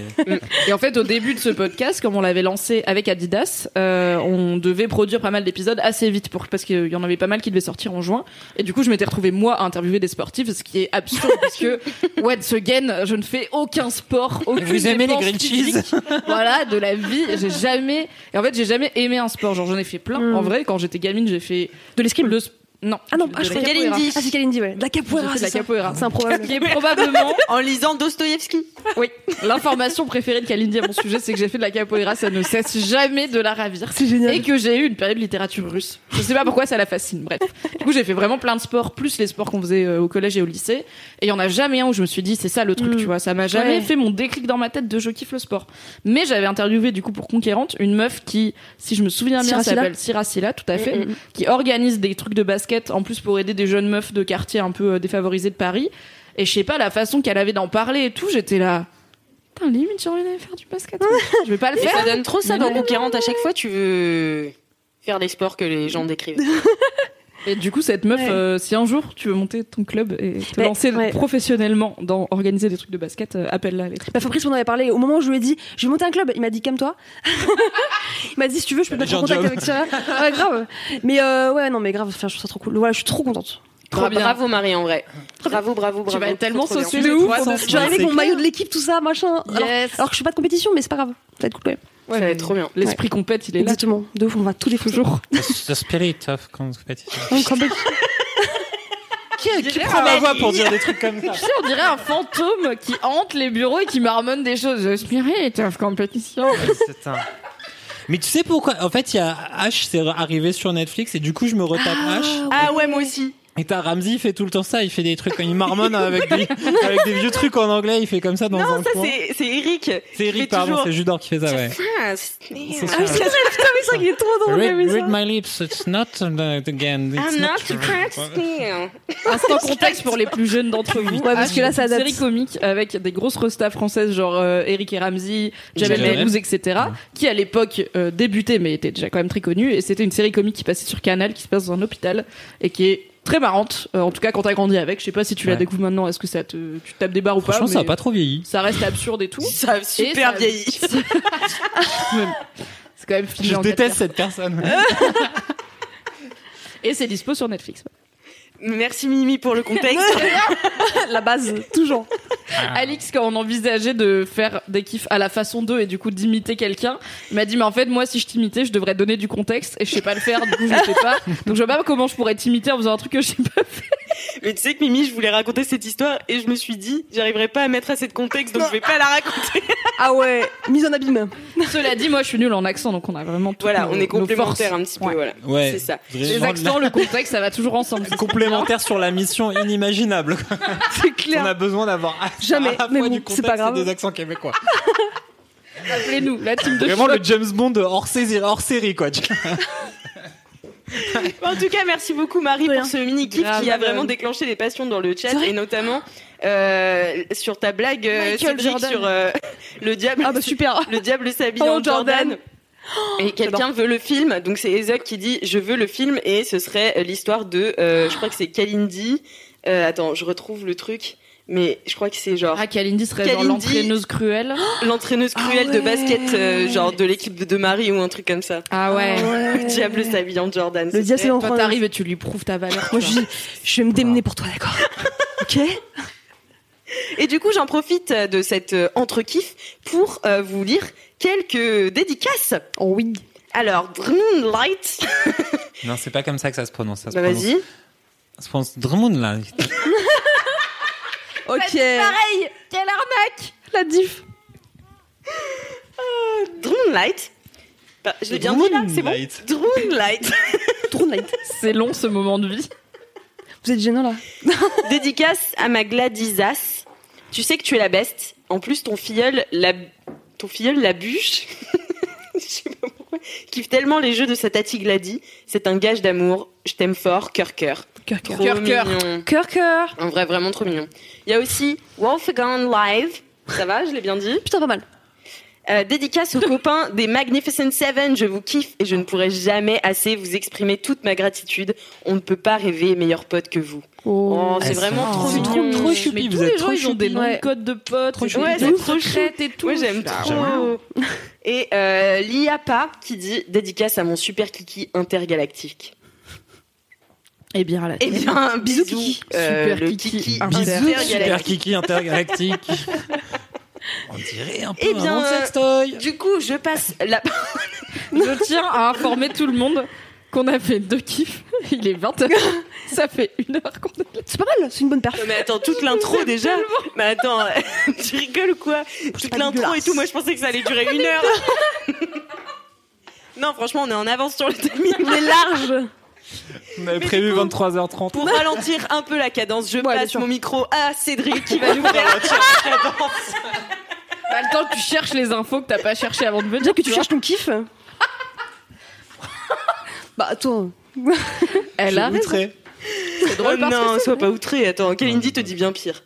[SPEAKER 3] et en fait, au début de ce podcast, comme on l'avait lancé avec Adidas, euh, on devait produire pas mal d'épisodes assez vite pour, parce qu'il y en avait pas mal qui devaient sortir en juin. Et du coup, je m'étais retrouvée moi à interviewer des sportifs, ce qui est absurde parce
[SPEAKER 5] <laughs>
[SPEAKER 3] que, once again, je ne fais aucun sport, aucune
[SPEAKER 8] Vous aimez les
[SPEAKER 3] dépense
[SPEAKER 8] grilled
[SPEAKER 3] physique.
[SPEAKER 8] cheese
[SPEAKER 3] voilà de la vie j'ai jamais et en fait j'ai jamais aimé un sport genre j'en ai fait plein
[SPEAKER 5] Mm.
[SPEAKER 3] en vrai quand j'étais gamine j'ai fait
[SPEAKER 5] De l'escrime.
[SPEAKER 3] le sp- non
[SPEAKER 5] Ah non,
[SPEAKER 3] De
[SPEAKER 5] ah, je
[SPEAKER 3] la
[SPEAKER 5] croyais-
[SPEAKER 3] capoeira.
[SPEAKER 7] Kalindi.
[SPEAKER 5] Ah, c'est Kalindi, ouais. De la
[SPEAKER 3] J'ai
[SPEAKER 5] capoeira.
[SPEAKER 3] fait de
[SPEAKER 5] c'est
[SPEAKER 3] la
[SPEAKER 5] ça.
[SPEAKER 3] capoeira
[SPEAKER 5] C'est improbable.
[SPEAKER 3] <laughs> qui est probablement
[SPEAKER 7] En lisant Dostoïevski.
[SPEAKER 3] oui l'information préférée de Kalindi à mon sujet c'est que j'ai fait de la capoeira ça ne cesse jamais de la ravir
[SPEAKER 5] C'est génial.
[SPEAKER 3] et que j'ai eu une période de littérature russe. Je sais pas pourquoi ça la fascine. Bref. Du coup, j'ai fait vraiment plein de sports, plus les sports qu'on faisait euh, au collège et au lycée. Et il y en a jamais un où je me suis dit, c'est ça le truc,
[SPEAKER 5] Mm.
[SPEAKER 3] tu vois. Ça m'a jamais
[SPEAKER 5] Ouais.
[SPEAKER 3] fait mon déclic dans ma tête de je kiffe le sport. Mais j'avais interviewé, du coup, pour Conquérante, une meuf qui, si je me souviens bien,
[SPEAKER 5] Syrah Silla.
[SPEAKER 3] s'appelle Siracila, tout
[SPEAKER 5] Mm,
[SPEAKER 3] à fait, qui organise des trucs de basket, en plus pour aider des jeunes meufs de quartiers un peu euh, défavorisés de Paris. Et je sais pas, la façon qu'elle avait d'en parler et tout, j'étais là. Putain, limite, j'ai envie d'aller faire du basket.
[SPEAKER 5] <laughs>
[SPEAKER 3] quoi. Je vais pas le
[SPEAKER 7] Et
[SPEAKER 3] faire.
[SPEAKER 7] ça donne trop ça
[SPEAKER 3] Mais
[SPEAKER 7] dans
[SPEAKER 3] non.
[SPEAKER 7] Groupe 40. À chaque fois, tu veux faire les sports que les gens décrivent.
[SPEAKER 3] Et du coup, cette meuf,
[SPEAKER 5] Ouais.
[SPEAKER 3] euh, si un jour tu veux monter ton club et te
[SPEAKER 5] Mais,
[SPEAKER 3] lancer
[SPEAKER 5] ouais.
[SPEAKER 3] professionnellement dans organiser des trucs de basket, euh, appelle-la. les
[SPEAKER 5] Bah, Fabrice m'en avait parlé. Au moment où je lui ai dit, je vais monter un club, il m'a dit, calme-toi. <laughs> il m'a dit, si tu veux, je peux te mettre en
[SPEAKER 8] Genre
[SPEAKER 5] contact
[SPEAKER 8] job.
[SPEAKER 5] avec ça. Ouais, grave. Mais euh, ouais, non, mais grave, enfin, je trouve ça trop cool. Voilà, je suis trop contente.
[SPEAKER 7] Bra-
[SPEAKER 3] bien.
[SPEAKER 7] Bravo Marie en vrai. Bravo, bravo, bravo.
[SPEAKER 3] Tu vas être tellement
[SPEAKER 7] Trop, trop bien.
[SPEAKER 3] sociaux.
[SPEAKER 5] Je vais arriver avec mon maillot de l'équipe, tout ça, machin. Alors,
[SPEAKER 3] Yes.
[SPEAKER 5] alors que je suis pas de compétition, mais c'est pas grave. Ça va être cool quand même.
[SPEAKER 7] Ça va être trop bien.
[SPEAKER 3] L'esprit compète, il est là.
[SPEAKER 5] Exactement. De ouf, on va tous les <laughs> toujours.
[SPEAKER 8] The spirit of competition.
[SPEAKER 3] Qui
[SPEAKER 8] Prends ma voix pour dire des trucs
[SPEAKER 3] <laughs>
[SPEAKER 8] comme ça.
[SPEAKER 3] Tu sais, on dirait un fantôme qui hante les bureaux et qui marmonne des choses. Spirit of compétition.
[SPEAKER 8] Mais tu sais pourquoi En fait, il y a H, c'est arrivé sur Netflix et du coup, je me retape H.
[SPEAKER 7] Ah ouais, moi aussi.
[SPEAKER 8] Et t'as Ramsey, il fait tout le temps ça. Il fait des trucs, il marmonne avec des, avec des vieux trucs en anglais. Il fait comme ça dans un
[SPEAKER 7] Ça,
[SPEAKER 8] coin.
[SPEAKER 7] c'est c'est Eric.
[SPEAKER 8] C'est
[SPEAKER 7] Il fait
[SPEAKER 8] Eric, pardon,
[SPEAKER 7] toujours-
[SPEAKER 8] c'est Judor qui fait ça, ouais.
[SPEAKER 7] Ah, c'est- merde.
[SPEAKER 8] C'est sûr.
[SPEAKER 5] C'est vrai qu'il est trop drôle,
[SPEAKER 8] Read,
[SPEAKER 5] mais ça.
[SPEAKER 8] read my lips, it's not uh, again. It's
[SPEAKER 7] I'm
[SPEAKER 8] not
[SPEAKER 7] not depressed.
[SPEAKER 3] Instant contexte pour les plus jeunes d'entre vous.
[SPEAKER 5] Ouais, parce que là, ça
[SPEAKER 3] Une
[SPEAKER 5] date.
[SPEAKER 3] série comique avec des grosses restas françaises, genre euh, Eric et Ramsey, Jamel
[SPEAKER 8] Jamel.
[SPEAKER 3] Debbouze, etc., qui à l'époque euh, débutaient, mais étaient déjà quand même très connus. Et c'était une série comique qui passait sur Canal, qui se passe dans un hôpital, et qui est très marrante. euh, en tout cas, quand t'as grandi avec, je sais pas si tu la
[SPEAKER 8] Ouais.
[SPEAKER 3] découvres maintenant, est-ce que ça te, tu te tapes des barres ou pas
[SPEAKER 8] Franchement, ça a
[SPEAKER 3] mais
[SPEAKER 8] pas trop vieilli.
[SPEAKER 3] ça reste absurde et tout.
[SPEAKER 7] Ça a
[SPEAKER 3] Et
[SPEAKER 7] super
[SPEAKER 3] ça- <laughs>
[SPEAKER 7] vieilli.
[SPEAKER 3] C'est quand même filmé
[SPEAKER 8] Je
[SPEAKER 3] en
[SPEAKER 8] déteste cette personne.
[SPEAKER 3] 4K. Et c'est dispo sur Netflix.
[SPEAKER 7] Merci Mimi pour le contexte.
[SPEAKER 5] <laughs> La base, toujours.
[SPEAKER 8] Ah.
[SPEAKER 3] Alix, quand on envisageait de faire des kiffs à la façon d'eux et du coup d'imiter quelqu'un, il m'a dit mais en fait moi si je t'imitais je devrais donner du contexte et je sais pas le faire du coup je sais
[SPEAKER 8] <laughs>
[SPEAKER 3] pas donc je vois pas comment je pourrais t'imiter en faisant un truc que je sais pas
[SPEAKER 7] Mais tu sais que Mimi, je voulais raconter cette histoire et je me suis dit, j'arriverai pas à mettre assez de contexte, donc je vais pas la raconter.
[SPEAKER 5] Ah ouais, mise en abîme.
[SPEAKER 3] cela dit moi je suis nulle en accent donc on a vraiment toutes
[SPEAKER 7] Voilà,
[SPEAKER 3] nos-
[SPEAKER 7] on
[SPEAKER 3] nos
[SPEAKER 7] est complémentaires hein.
[SPEAKER 3] forces.
[SPEAKER 7] un petit peu.
[SPEAKER 3] Ouais.
[SPEAKER 7] Voilà.
[SPEAKER 8] Ouais.
[SPEAKER 7] C'est ça.
[SPEAKER 3] les
[SPEAKER 8] Vraiment, <laughs>
[SPEAKER 3] accents le contexte ça va toujours ensemble
[SPEAKER 8] la- Complémentaire sur la mission inimaginable.
[SPEAKER 5] C'est
[SPEAKER 8] On
[SPEAKER 5] clair.
[SPEAKER 8] a besoin d'avoir à
[SPEAKER 5] Jamais,
[SPEAKER 8] à la
[SPEAKER 5] mais
[SPEAKER 8] fois
[SPEAKER 5] bon,
[SPEAKER 8] du
[SPEAKER 5] c'est pas
[SPEAKER 8] contexte et
[SPEAKER 5] grave.
[SPEAKER 8] des accents québécois.
[SPEAKER 3] appelez-nous la team de
[SPEAKER 8] Vraiment
[SPEAKER 3] choc.
[SPEAKER 8] le James Bond hors série, hors série quoi.
[SPEAKER 7] En tout cas, merci beaucoup Marie
[SPEAKER 5] Rien.
[SPEAKER 7] pour ce mini kiff
[SPEAKER 3] Grave.
[SPEAKER 7] qui a vraiment déclenché des passions dans le chat
[SPEAKER 5] C'est vrai
[SPEAKER 7] et notamment euh, sur ta blague euh,
[SPEAKER 5] Michael
[SPEAKER 7] Cédric,
[SPEAKER 5] Jordan.
[SPEAKER 7] sur euh, <laughs> le diable.
[SPEAKER 5] Ah bah super.
[SPEAKER 7] Le diable s'habille
[SPEAKER 5] Oh,
[SPEAKER 7] en Jordan.
[SPEAKER 5] Jordan.
[SPEAKER 7] Et quelqu'un veut le film, donc c'est Ezek qui dit je veux le film et ce serait euh, l'histoire de, euh, je crois que c'est Kalindi. Euh, attends, je retrouve le truc. mais je crois que c'est genre
[SPEAKER 3] Ah, Kalindi serait genre
[SPEAKER 7] Kalindi.
[SPEAKER 3] l'entraîneuse cruelle.
[SPEAKER 7] l'entraîneuse cruelle de basket, euh, genre de l'équipe de Marie ou un truc comme ça.
[SPEAKER 3] Ah ouais. <laughs>
[SPEAKER 7] Le diable s'habille en Jordan.
[SPEAKER 5] Le diable, c'est
[SPEAKER 3] Eh, Toi,
[SPEAKER 5] l'enfant.
[SPEAKER 3] t'arrives et tu lui prouves ta valeur.
[SPEAKER 5] Moi,
[SPEAKER 3] tu
[SPEAKER 5] je, je vais me démener pour toi, d'accord Ok
[SPEAKER 7] Et du coup, j'en profite euh, de cette euh, entre-kiff pour euh, vous lire quelques dédicaces.
[SPEAKER 5] Oh oui.
[SPEAKER 7] Alors, Moonlight,
[SPEAKER 8] Non, c'est pas comme ça que ça se prononce. Ça se
[SPEAKER 7] bah
[SPEAKER 8] prononce-
[SPEAKER 7] vas-y.
[SPEAKER 8] Ça se prononce Drummond, là.
[SPEAKER 5] Ok. Pareil Quelle arnaque La diff
[SPEAKER 7] Moonlight. Bah, je l'ai bien dit là, c'est bon.
[SPEAKER 8] Moonlight.
[SPEAKER 7] Moonlight.
[SPEAKER 5] True Night.
[SPEAKER 3] C'est long ce moment de vie.
[SPEAKER 5] Vous êtes gênant là
[SPEAKER 7] Dédicace à ma Gladisas. Tu sais que tu es la beste. En plus, ton filleul, la, ton filleul, la bûche. <laughs> Je sais pas pourquoi. Kiffe tellement les jeux de sa tati Gladys. C'est un gage d'amour. Je t'aime fort, cœur, cœur.
[SPEAKER 5] Cœur,
[SPEAKER 7] Trop
[SPEAKER 5] cœur.
[SPEAKER 7] mignon.
[SPEAKER 5] Cœur, cœur.
[SPEAKER 7] En vrai, vraiment trop mignon. Il y a aussi Wolfgang Live. Ça va, je l'ai bien dit.
[SPEAKER 5] Putain, pas mal.
[SPEAKER 7] Euh, dédicace aux copains des Magnificent Seven, je vous kiffe et je ne pourrai jamais assez vous exprimer toute ma gratitude. On ne peut pas rêver meilleur pote que vous. Oh, c'est
[SPEAKER 8] Elles
[SPEAKER 7] vraiment
[SPEAKER 8] sont-
[SPEAKER 7] trop
[SPEAKER 8] c'est
[SPEAKER 7] mignon.
[SPEAKER 8] trop
[SPEAKER 3] Mais
[SPEAKER 8] choupi, vous
[SPEAKER 3] tous les
[SPEAKER 8] êtes
[SPEAKER 3] gens,
[SPEAKER 8] trop
[SPEAKER 3] ils ont des
[SPEAKER 8] choupi.
[SPEAKER 3] noms de
[SPEAKER 5] Ouais.
[SPEAKER 3] codes de potes,
[SPEAKER 8] Trop
[SPEAKER 3] des
[SPEAKER 7] choupi.
[SPEAKER 3] noms
[SPEAKER 7] Ouais,
[SPEAKER 3] de
[SPEAKER 7] c'est trop
[SPEAKER 3] secrètes et tout.
[SPEAKER 7] Moi j'aime
[SPEAKER 3] Ah,
[SPEAKER 7] trop. <laughs> Et euh, Liapa qui dit dédicace à mon super kiki intergalactique.
[SPEAKER 3] Eh bien, à la
[SPEAKER 7] Eh bien, bisous,
[SPEAKER 3] Bisous,
[SPEAKER 7] kiki. Euh,
[SPEAKER 3] super
[SPEAKER 7] le
[SPEAKER 3] kiki
[SPEAKER 7] kiki
[SPEAKER 3] inter-
[SPEAKER 8] Super
[SPEAKER 7] intergalactique.
[SPEAKER 8] Kiki intergalactique. <laughs> On dirait un peu
[SPEAKER 7] Eh
[SPEAKER 8] un
[SPEAKER 7] bien,
[SPEAKER 8] nom de sextoy.
[SPEAKER 7] Du coup, je passe la
[SPEAKER 3] Je tiens à informer tout le monde qu'on a fait deux kiffs. Il est 20h. Ça fait une heure qu'on est là.
[SPEAKER 5] Euh, C'est pas mal, c'est une bonne perf.
[SPEAKER 7] Non, mais attends, toute l'intro déjà. Mais attends, <laughs> tu rigoles ou quoi Toute
[SPEAKER 5] pas
[SPEAKER 7] l'intro et
[SPEAKER 5] dégueulasse.
[SPEAKER 7] tout, moi je pensais que ça allait durer une heure. <laughs> non, franchement, on est en avance sur le timing.
[SPEAKER 5] On est large.
[SPEAKER 8] On avait
[SPEAKER 7] Mais
[SPEAKER 8] prévu
[SPEAKER 7] du coup-
[SPEAKER 8] 23h30.
[SPEAKER 7] Pour ralentir un peu la cadence, je
[SPEAKER 5] bien
[SPEAKER 7] passe
[SPEAKER 5] sûr.
[SPEAKER 7] mon micro à Cédric qui va nous faire ralentir la cadence. <laughs>
[SPEAKER 3] Pas le temps que tu cherches les infos que t'as pas cherché avant de venir.
[SPEAKER 5] Déjà que tu
[SPEAKER 3] vois.
[SPEAKER 5] cherches ton kiff. bah, attends.
[SPEAKER 3] Elle a
[SPEAKER 8] Je Oh goûterai.
[SPEAKER 3] C'est drôle parce
[SPEAKER 7] Oh non,
[SPEAKER 3] que c'est
[SPEAKER 7] sois pas outré. Attends, Kalindi te dit bien pire.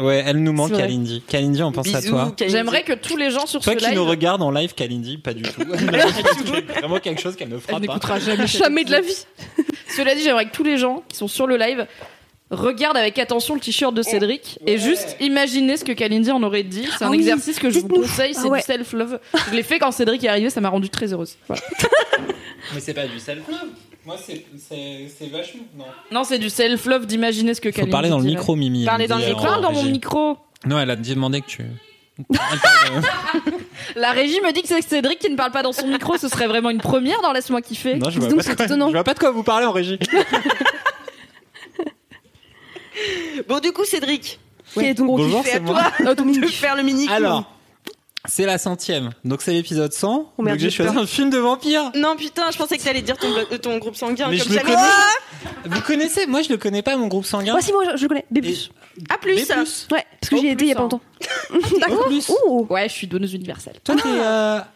[SPEAKER 8] Ouais, elle nous manque,
[SPEAKER 3] C'est vrai.
[SPEAKER 8] Kalindi. Kalindi, on pense à
[SPEAKER 7] Bisous,
[SPEAKER 8] toi.
[SPEAKER 7] Kalindi.
[SPEAKER 3] J'aimerais que tous les gens sur ce
[SPEAKER 8] Toi qui
[SPEAKER 3] live.
[SPEAKER 8] nous regarde en live, Kalindi, pas du tout. <laughs> C'est vraiment quelque chose qu'elle ne fera
[SPEAKER 3] Elle
[SPEAKER 8] pas.
[SPEAKER 3] n'écoutera jamais. cette
[SPEAKER 5] Jamais de la
[SPEAKER 3] émission. <laughs> Cela dit, j'aimerais que tous les gens qui sont sur le live regardent avec attention le t-shirt de Cédric et juste imaginez ce que Kalindi en aurait dit. C'est un
[SPEAKER 5] Ah oui,
[SPEAKER 3] exercice que je vous
[SPEAKER 5] dites-nous.
[SPEAKER 3] conseille, c'est
[SPEAKER 5] Ah ouais.
[SPEAKER 3] du self-love. Je l'ai fait quand Cédric est arrivé, ça m'a rendu très heureuse. Voilà.
[SPEAKER 8] Mais c'est pas du self Moi, c'est vachement. Non.
[SPEAKER 3] Non, c'est du self-love d'imaginer ce que
[SPEAKER 8] Faut
[SPEAKER 3] Kalindi
[SPEAKER 8] parler dans le
[SPEAKER 3] dirait.
[SPEAKER 8] micro, Mimi.
[SPEAKER 3] Parler
[SPEAKER 8] elle
[SPEAKER 3] dans
[SPEAKER 8] dit euh,
[SPEAKER 3] le micro.
[SPEAKER 8] en
[SPEAKER 3] Parle dans mon
[SPEAKER 8] régie.
[SPEAKER 3] micro.
[SPEAKER 8] Non, elle a demandé que tu.
[SPEAKER 3] <laughs>
[SPEAKER 8] Elle parle,
[SPEAKER 3] La régie me dit que c'est Cédric qui ne parle pas dans son micro, ce serait vraiment une première dans Laisse-moi
[SPEAKER 8] euh,
[SPEAKER 3] kiffer.
[SPEAKER 8] Non, je
[SPEAKER 5] Dis
[SPEAKER 8] vois,
[SPEAKER 5] donc,
[SPEAKER 8] pas
[SPEAKER 5] c'est
[SPEAKER 8] de quoi...
[SPEAKER 5] étonnant.
[SPEAKER 8] je vois pas de quoi vous parlez en régie.
[SPEAKER 7] Bon, du coup, Cédric,
[SPEAKER 5] Quel est ton gros
[SPEAKER 8] Bonjour,
[SPEAKER 5] kiff
[SPEAKER 7] Ah, c'est à
[SPEAKER 8] c'est moi.
[SPEAKER 7] toi
[SPEAKER 5] Ah, ton
[SPEAKER 7] de
[SPEAKER 5] mini-kiff.
[SPEAKER 7] faire le mini.
[SPEAKER 8] Alors, c'est la centième. Donc, c'est l'épisode 100.
[SPEAKER 5] Oh merde,
[SPEAKER 8] donc, j'ai
[SPEAKER 5] j'ai
[SPEAKER 8] choisi
[SPEAKER 5] peur.
[SPEAKER 8] un film de vampire.
[SPEAKER 7] Non, putain, je pensais que t'allais dire ton, blo- euh, ton groupe sanguin
[SPEAKER 8] Mais
[SPEAKER 7] comme
[SPEAKER 8] je le
[SPEAKER 7] jamais.
[SPEAKER 8] connais. Vous connaissez Moi, je le connais pas, mon groupe sanguin.
[SPEAKER 5] Moi, si, moi, je, je le connais. B.
[SPEAKER 7] Ah, plus.
[SPEAKER 8] Mais plus.
[SPEAKER 5] Ouais, parce que
[SPEAKER 3] Oh,
[SPEAKER 5] j'y ai été il y a pas
[SPEAKER 3] plus,
[SPEAKER 5] longtemps.
[SPEAKER 8] Oh, plus.
[SPEAKER 5] Oh
[SPEAKER 3] Ouais, je suis donneuse universelle.
[SPEAKER 8] Toi, t'es euh, A+.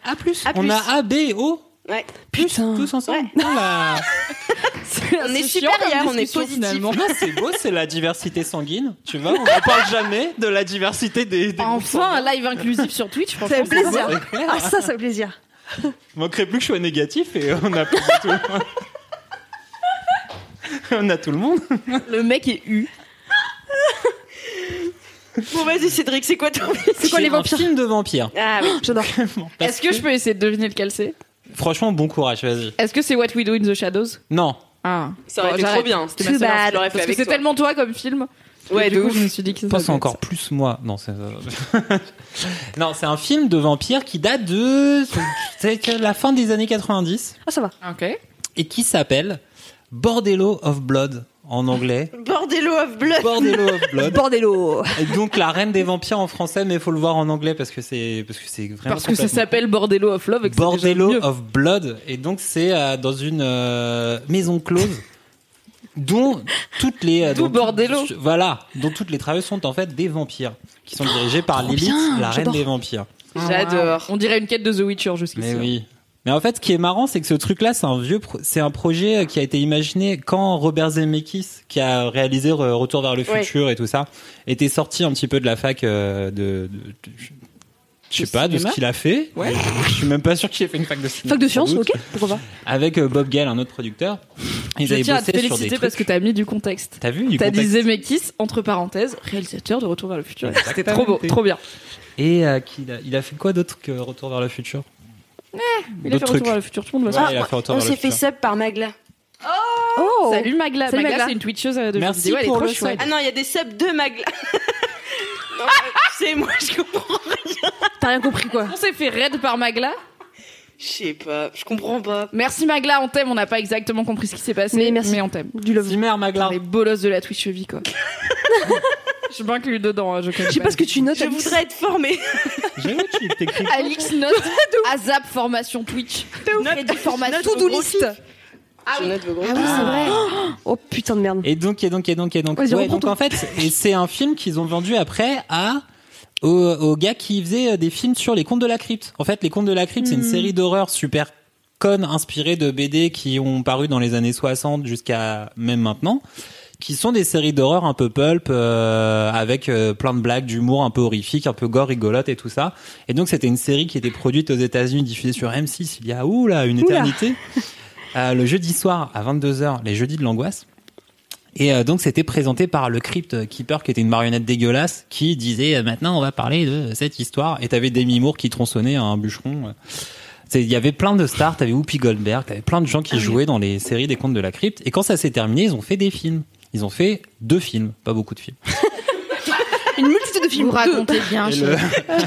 [SPEAKER 7] A+.
[SPEAKER 8] On a A, B et O.
[SPEAKER 7] Ouais.
[SPEAKER 5] Ah. Putain.
[SPEAKER 8] Tous ensemble. Oh là.
[SPEAKER 7] On
[SPEAKER 3] <laughs> C'est
[SPEAKER 7] est
[SPEAKER 3] chiant comme
[SPEAKER 7] supérieur, on est
[SPEAKER 3] discussion,
[SPEAKER 7] positif.
[SPEAKER 3] finalement.
[SPEAKER 8] Non, c'est beau, c'est la diversité sanguine. Tu vois, on ne parle jamais de la diversité des. des
[SPEAKER 3] Enfin, un live inclusif sur Twitch, franchement.
[SPEAKER 5] Ça fait
[SPEAKER 3] c'est
[SPEAKER 5] plaisir.
[SPEAKER 8] groupes. Ouais,
[SPEAKER 5] Ah, ça, ça fait plaisir.
[SPEAKER 8] Il manquerait plus que je sois négatif et on a plus du tout. <laughs> on a tout le monde.
[SPEAKER 3] Le mec est U.
[SPEAKER 7] Bon, vas-y, Cédric, c'est quoi ton
[SPEAKER 5] C'est quoi les
[SPEAKER 8] J'ai un
[SPEAKER 5] vampires
[SPEAKER 8] film de vampires.
[SPEAKER 7] Ah, oui.
[SPEAKER 5] J'adore.
[SPEAKER 8] Parce
[SPEAKER 3] Est-ce que je peux essayer de deviner lequel c'est
[SPEAKER 8] Franchement, bon courage, vas-y.
[SPEAKER 3] Est-ce que c'est What We Do in the Shadows
[SPEAKER 8] Non.
[SPEAKER 3] Ah.
[SPEAKER 7] Ça aurait
[SPEAKER 3] Bon,
[SPEAKER 7] été
[SPEAKER 3] j'arrête.
[SPEAKER 7] trop bien. C'était
[SPEAKER 5] Too
[SPEAKER 7] ma seule info,
[SPEAKER 5] bad.
[SPEAKER 7] je l'aurais fait
[SPEAKER 3] Parce que
[SPEAKER 7] avec
[SPEAKER 3] c'est
[SPEAKER 7] toi.
[SPEAKER 3] tellement toi comme film.
[SPEAKER 7] Ouais,
[SPEAKER 3] Et
[SPEAKER 7] de
[SPEAKER 3] du coup, je
[SPEAKER 7] ouf.
[SPEAKER 3] me suis dit que
[SPEAKER 8] Je
[SPEAKER 3] ça
[SPEAKER 8] pense
[SPEAKER 3] devait
[SPEAKER 8] encore
[SPEAKER 3] être
[SPEAKER 8] plus moi. Non, c'est. euh, <laughs> non, c'est un film de vampires qui date de. C'est la fin des années 90
[SPEAKER 5] Ah, ça va.
[SPEAKER 3] ça. Ok.
[SPEAKER 8] et qui s'appelle Bordello of Blood en anglais.
[SPEAKER 7] Bordello of Blood.
[SPEAKER 8] Bordello of Blood.
[SPEAKER 5] Bordello.
[SPEAKER 8] Et donc la reine des vampires en français, mais il faut le voir en anglais parce que c'est parce que c'est vraiment
[SPEAKER 3] Parce que ça
[SPEAKER 8] complètement-
[SPEAKER 3] s'appelle Bordello of Love. et que c'est déjà
[SPEAKER 8] Bordello
[SPEAKER 3] mieux.
[SPEAKER 8] of Blood. Et donc c'est euh, dans une euh, maison close dont toutes les euh,
[SPEAKER 3] D'où
[SPEAKER 8] dont tout-
[SPEAKER 3] Bordello.
[SPEAKER 8] voilà dont toutes les travailleuses sont en fait des vampires qui
[SPEAKER 3] Oh,
[SPEAKER 8] sont dirigées par
[SPEAKER 5] trop
[SPEAKER 8] Lilith,
[SPEAKER 5] bien,
[SPEAKER 8] la reine
[SPEAKER 5] j'adore.
[SPEAKER 8] des vampires.
[SPEAKER 7] Ah, J'adore.
[SPEAKER 3] On dirait une quête de The Witcher
[SPEAKER 8] Mais
[SPEAKER 3] jusqu'ici.
[SPEAKER 8] oui. Mais en fait, ce qui est marrant, c'est que ce truc-là, c'est un vieux, pro- c'est un projet euh, qui a été imaginé quand Robert Zemeckis, qui a réalisé euh, Retour vers le
[SPEAKER 7] Ouais.
[SPEAKER 8] futur et tout ça, était sorti un petit peu de la fac euh, de, de- de- Je sais pas de ce
[SPEAKER 3] cinéma
[SPEAKER 8] qu'il a fait.
[SPEAKER 3] Ouais.
[SPEAKER 8] Je suis même pas sûr qu'il ait fait une fac de cinéma.
[SPEAKER 5] Fac de
[SPEAKER 8] sans
[SPEAKER 5] sciences,
[SPEAKER 8] doute.
[SPEAKER 5] ok Pourquoi pas
[SPEAKER 8] Avec euh, Bob Gale, un autre producteur. Ils
[SPEAKER 3] Je
[SPEAKER 8] avaient
[SPEAKER 3] tiens à te
[SPEAKER 8] bossé sur des
[SPEAKER 3] féliciter
[SPEAKER 8] trucs.
[SPEAKER 3] parce que t'as mis du contexte.
[SPEAKER 8] T'as vu du
[SPEAKER 3] T'as dit
[SPEAKER 8] contexte.
[SPEAKER 3] Zemeckis, entre parenthèses, réalisateur de Retour vers le futur. C'était <laughs> trop beau,
[SPEAKER 8] Exactement.
[SPEAKER 3] trop bien.
[SPEAKER 8] Et euh, qu'il a- il a fait quoi d'autre que Retour vers le futur
[SPEAKER 3] Eh, Il a fait
[SPEAKER 8] D'autres trucs.
[SPEAKER 3] Retour vers le futur, Ah, tout le monde voit
[SPEAKER 8] Ouais,
[SPEAKER 3] ça.
[SPEAKER 8] il a fait Retour
[SPEAKER 7] On
[SPEAKER 8] vers le
[SPEAKER 7] s'est fait
[SPEAKER 8] futur.
[SPEAKER 7] sub par Magla.
[SPEAKER 5] Oh
[SPEAKER 3] Salut Magla.
[SPEAKER 5] Salut
[SPEAKER 3] Magla,
[SPEAKER 5] Magla.
[SPEAKER 3] c'est une Twitcheuse de jeux
[SPEAKER 8] Merci
[SPEAKER 3] vidéo, elle est
[SPEAKER 8] pour
[SPEAKER 3] trop
[SPEAKER 8] le
[SPEAKER 3] chouette.
[SPEAKER 7] Ah non, il y a des subs de <laughs> Magla. Non, C'est moi, je comprends.
[SPEAKER 5] T'as rien compris quoi
[SPEAKER 3] On s'est fait raid par Magla.
[SPEAKER 7] Je sais pas, je comprends pas.
[SPEAKER 3] Merci Magla, on t'aime. On n'a pas exactement compris ce qui s'est passé, mais,
[SPEAKER 5] Mais merci.
[SPEAKER 3] on t'aime.
[SPEAKER 5] Du love.
[SPEAKER 8] Zimmer, Maglar.
[SPEAKER 3] Les bolosses de la Twitch vie quoi. <laughs> je m'inclus dedans, hein, je connais
[SPEAKER 5] Je sais pas ce que tu notes.
[SPEAKER 7] Je
[SPEAKER 5] Alex.
[SPEAKER 7] voudrais être formée.
[SPEAKER 8] J'avoue, tu t'écris.
[SPEAKER 3] Alix <laughs> note ASAP formation Twitch. Note du formation
[SPEAKER 5] To-do list. Ah
[SPEAKER 7] Je note vos gros.
[SPEAKER 5] Oh putain de merde.
[SPEAKER 8] Et donc, et donc, et donc, et donc.
[SPEAKER 5] Vas-y,
[SPEAKER 8] Ouais,
[SPEAKER 5] reprends
[SPEAKER 8] donc en
[SPEAKER 5] <laughs>
[SPEAKER 8] fait, et c'est un film qu'ils ont vendu après à aux, aux gars qui faisaient euh, des films sur les contes de la crypte. En fait, les contes de la crypte, c'est
[SPEAKER 5] Hmm.
[SPEAKER 8] une série d'horreur super conne inspirée de BD qui ont paru dans les années 60 jusqu'à même maintenant, qui sont des séries d'horreur un peu pulp euh, avec euh, plein de blagues, d'humour un peu horrifique, un peu gore, rigolote et tout ça. Et donc c'était une série qui était produite aux États-Unis, diffusée sur M6 il y a oula une
[SPEAKER 5] Oula.
[SPEAKER 8] éternité, Euh, le jeudi soir à 22 h les jeudis de l'angoisse. Et euh, donc c'était présenté par le Crypt Keeper qui était une marionnette dégueulasse qui disait euh, maintenant on va parler de cette histoire et t'avais Demi Moore qui tronçonnait un bûcheron. euh. C'est- Il y avait plein de stars, t'avais Whoopi Goldberg, t'avais plein de gens qui jouaient dans les séries des contes de la crypte. Et quand ça s'est terminé, ils ont fait des films. Ils ont fait deux films, pas beaucoup de films.
[SPEAKER 5] <laughs> Une multitude de films.
[SPEAKER 3] Vous racontez bien.
[SPEAKER 8] Et le,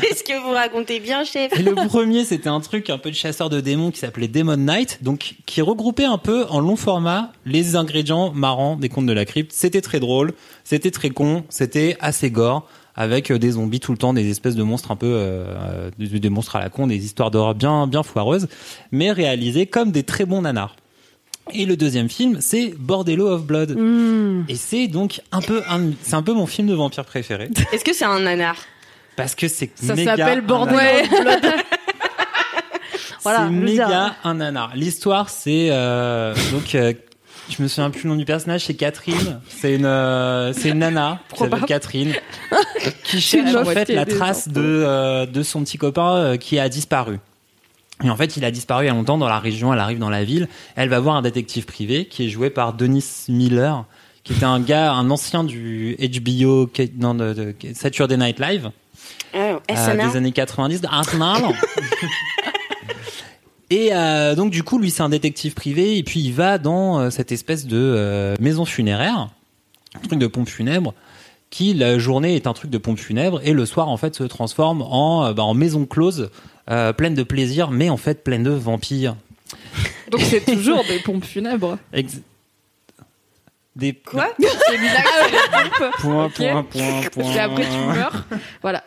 [SPEAKER 7] Qu'est-ce que vous racontez bien, chef
[SPEAKER 8] et le premier, c'était un truc un peu de chasseur de démons qui s'appelait Demon Knight, donc qui regroupait un peu en long format les ingrédients marrants des contes de la crypte. C'était très drôle, c'était très con, c'était assez gore, avec euh, des zombies tout le temps, des espèces de monstres un peu, euh, euh, des des monstres à la con, des histoires d'horreur bien, bien foireuses, mais réalisées comme des très bons nanars. Et le deuxième film, c'est Bordello of Blood.
[SPEAKER 5] Hmm,
[SPEAKER 3] Mm.
[SPEAKER 8] Et c'est donc un peu, un- c'est un peu mon film de vampire préféré.
[SPEAKER 7] Est-ce que c'est un nanar
[SPEAKER 8] Parce que c'est
[SPEAKER 3] Ça
[SPEAKER 8] méga
[SPEAKER 3] s'appelle
[SPEAKER 8] un
[SPEAKER 3] Bordeaux.
[SPEAKER 8] nanar.
[SPEAKER 5] Voilà,
[SPEAKER 8] c'est
[SPEAKER 5] je veux
[SPEAKER 8] méga
[SPEAKER 5] dire.
[SPEAKER 8] un nanar. L'histoire, c'est euh, donc euh, je me souviens plus le nom du personnage, c'est Catherine. C'est une euh, c'est une nana qui s'appelle
[SPEAKER 5] Probable. <laughs>
[SPEAKER 8] Catherine qui cherche
[SPEAKER 3] une
[SPEAKER 8] en
[SPEAKER 3] meuf
[SPEAKER 8] fait
[SPEAKER 3] qui a
[SPEAKER 8] la
[SPEAKER 3] des
[SPEAKER 8] trace de euh, de son petit copain euh, qui a disparu. Et en fait, il a disparu il y a longtemps dans la région. Elle arrive dans la ville. Elle va voir un détective privé qui est joué par Denis Miller, qui était un gars, un ancien du HBO, qui- non, de, de Saturday Night Live.
[SPEAKER 7] Ah,
[SPEAKER 8] Euh,
[SPEAKER 7] SNR.
[SPEAKER 8] des années 90 de Arsenal. <laughs> Et euh, donc du coup, lui, c'est un détective privé, et puis il va dans euh, cette espèce de euh, maison funéraire, un truc de pompe funèbre, qui la journée est un truc de pompe funèbre, et le soir, en fait, se transforme en, euh, bah, en maison close, euh, pleine de plaisir, mais en fait pleine de vampires.
[SPEAKER 3] <laughs> Donc c'est toujours des pompes funèbres.
[SPEAKER 8] Ex- des
[SPEAKER 7] Quoi
[SPEAKER 3] C'est bizarre que c'est les pompes.
[SPEAKER 8] Point,
[SPEAKER 3] Ok.
[SPEAKER 8] point, point, point.
[SPEAKER 3] Et après tu meurs. Voilà.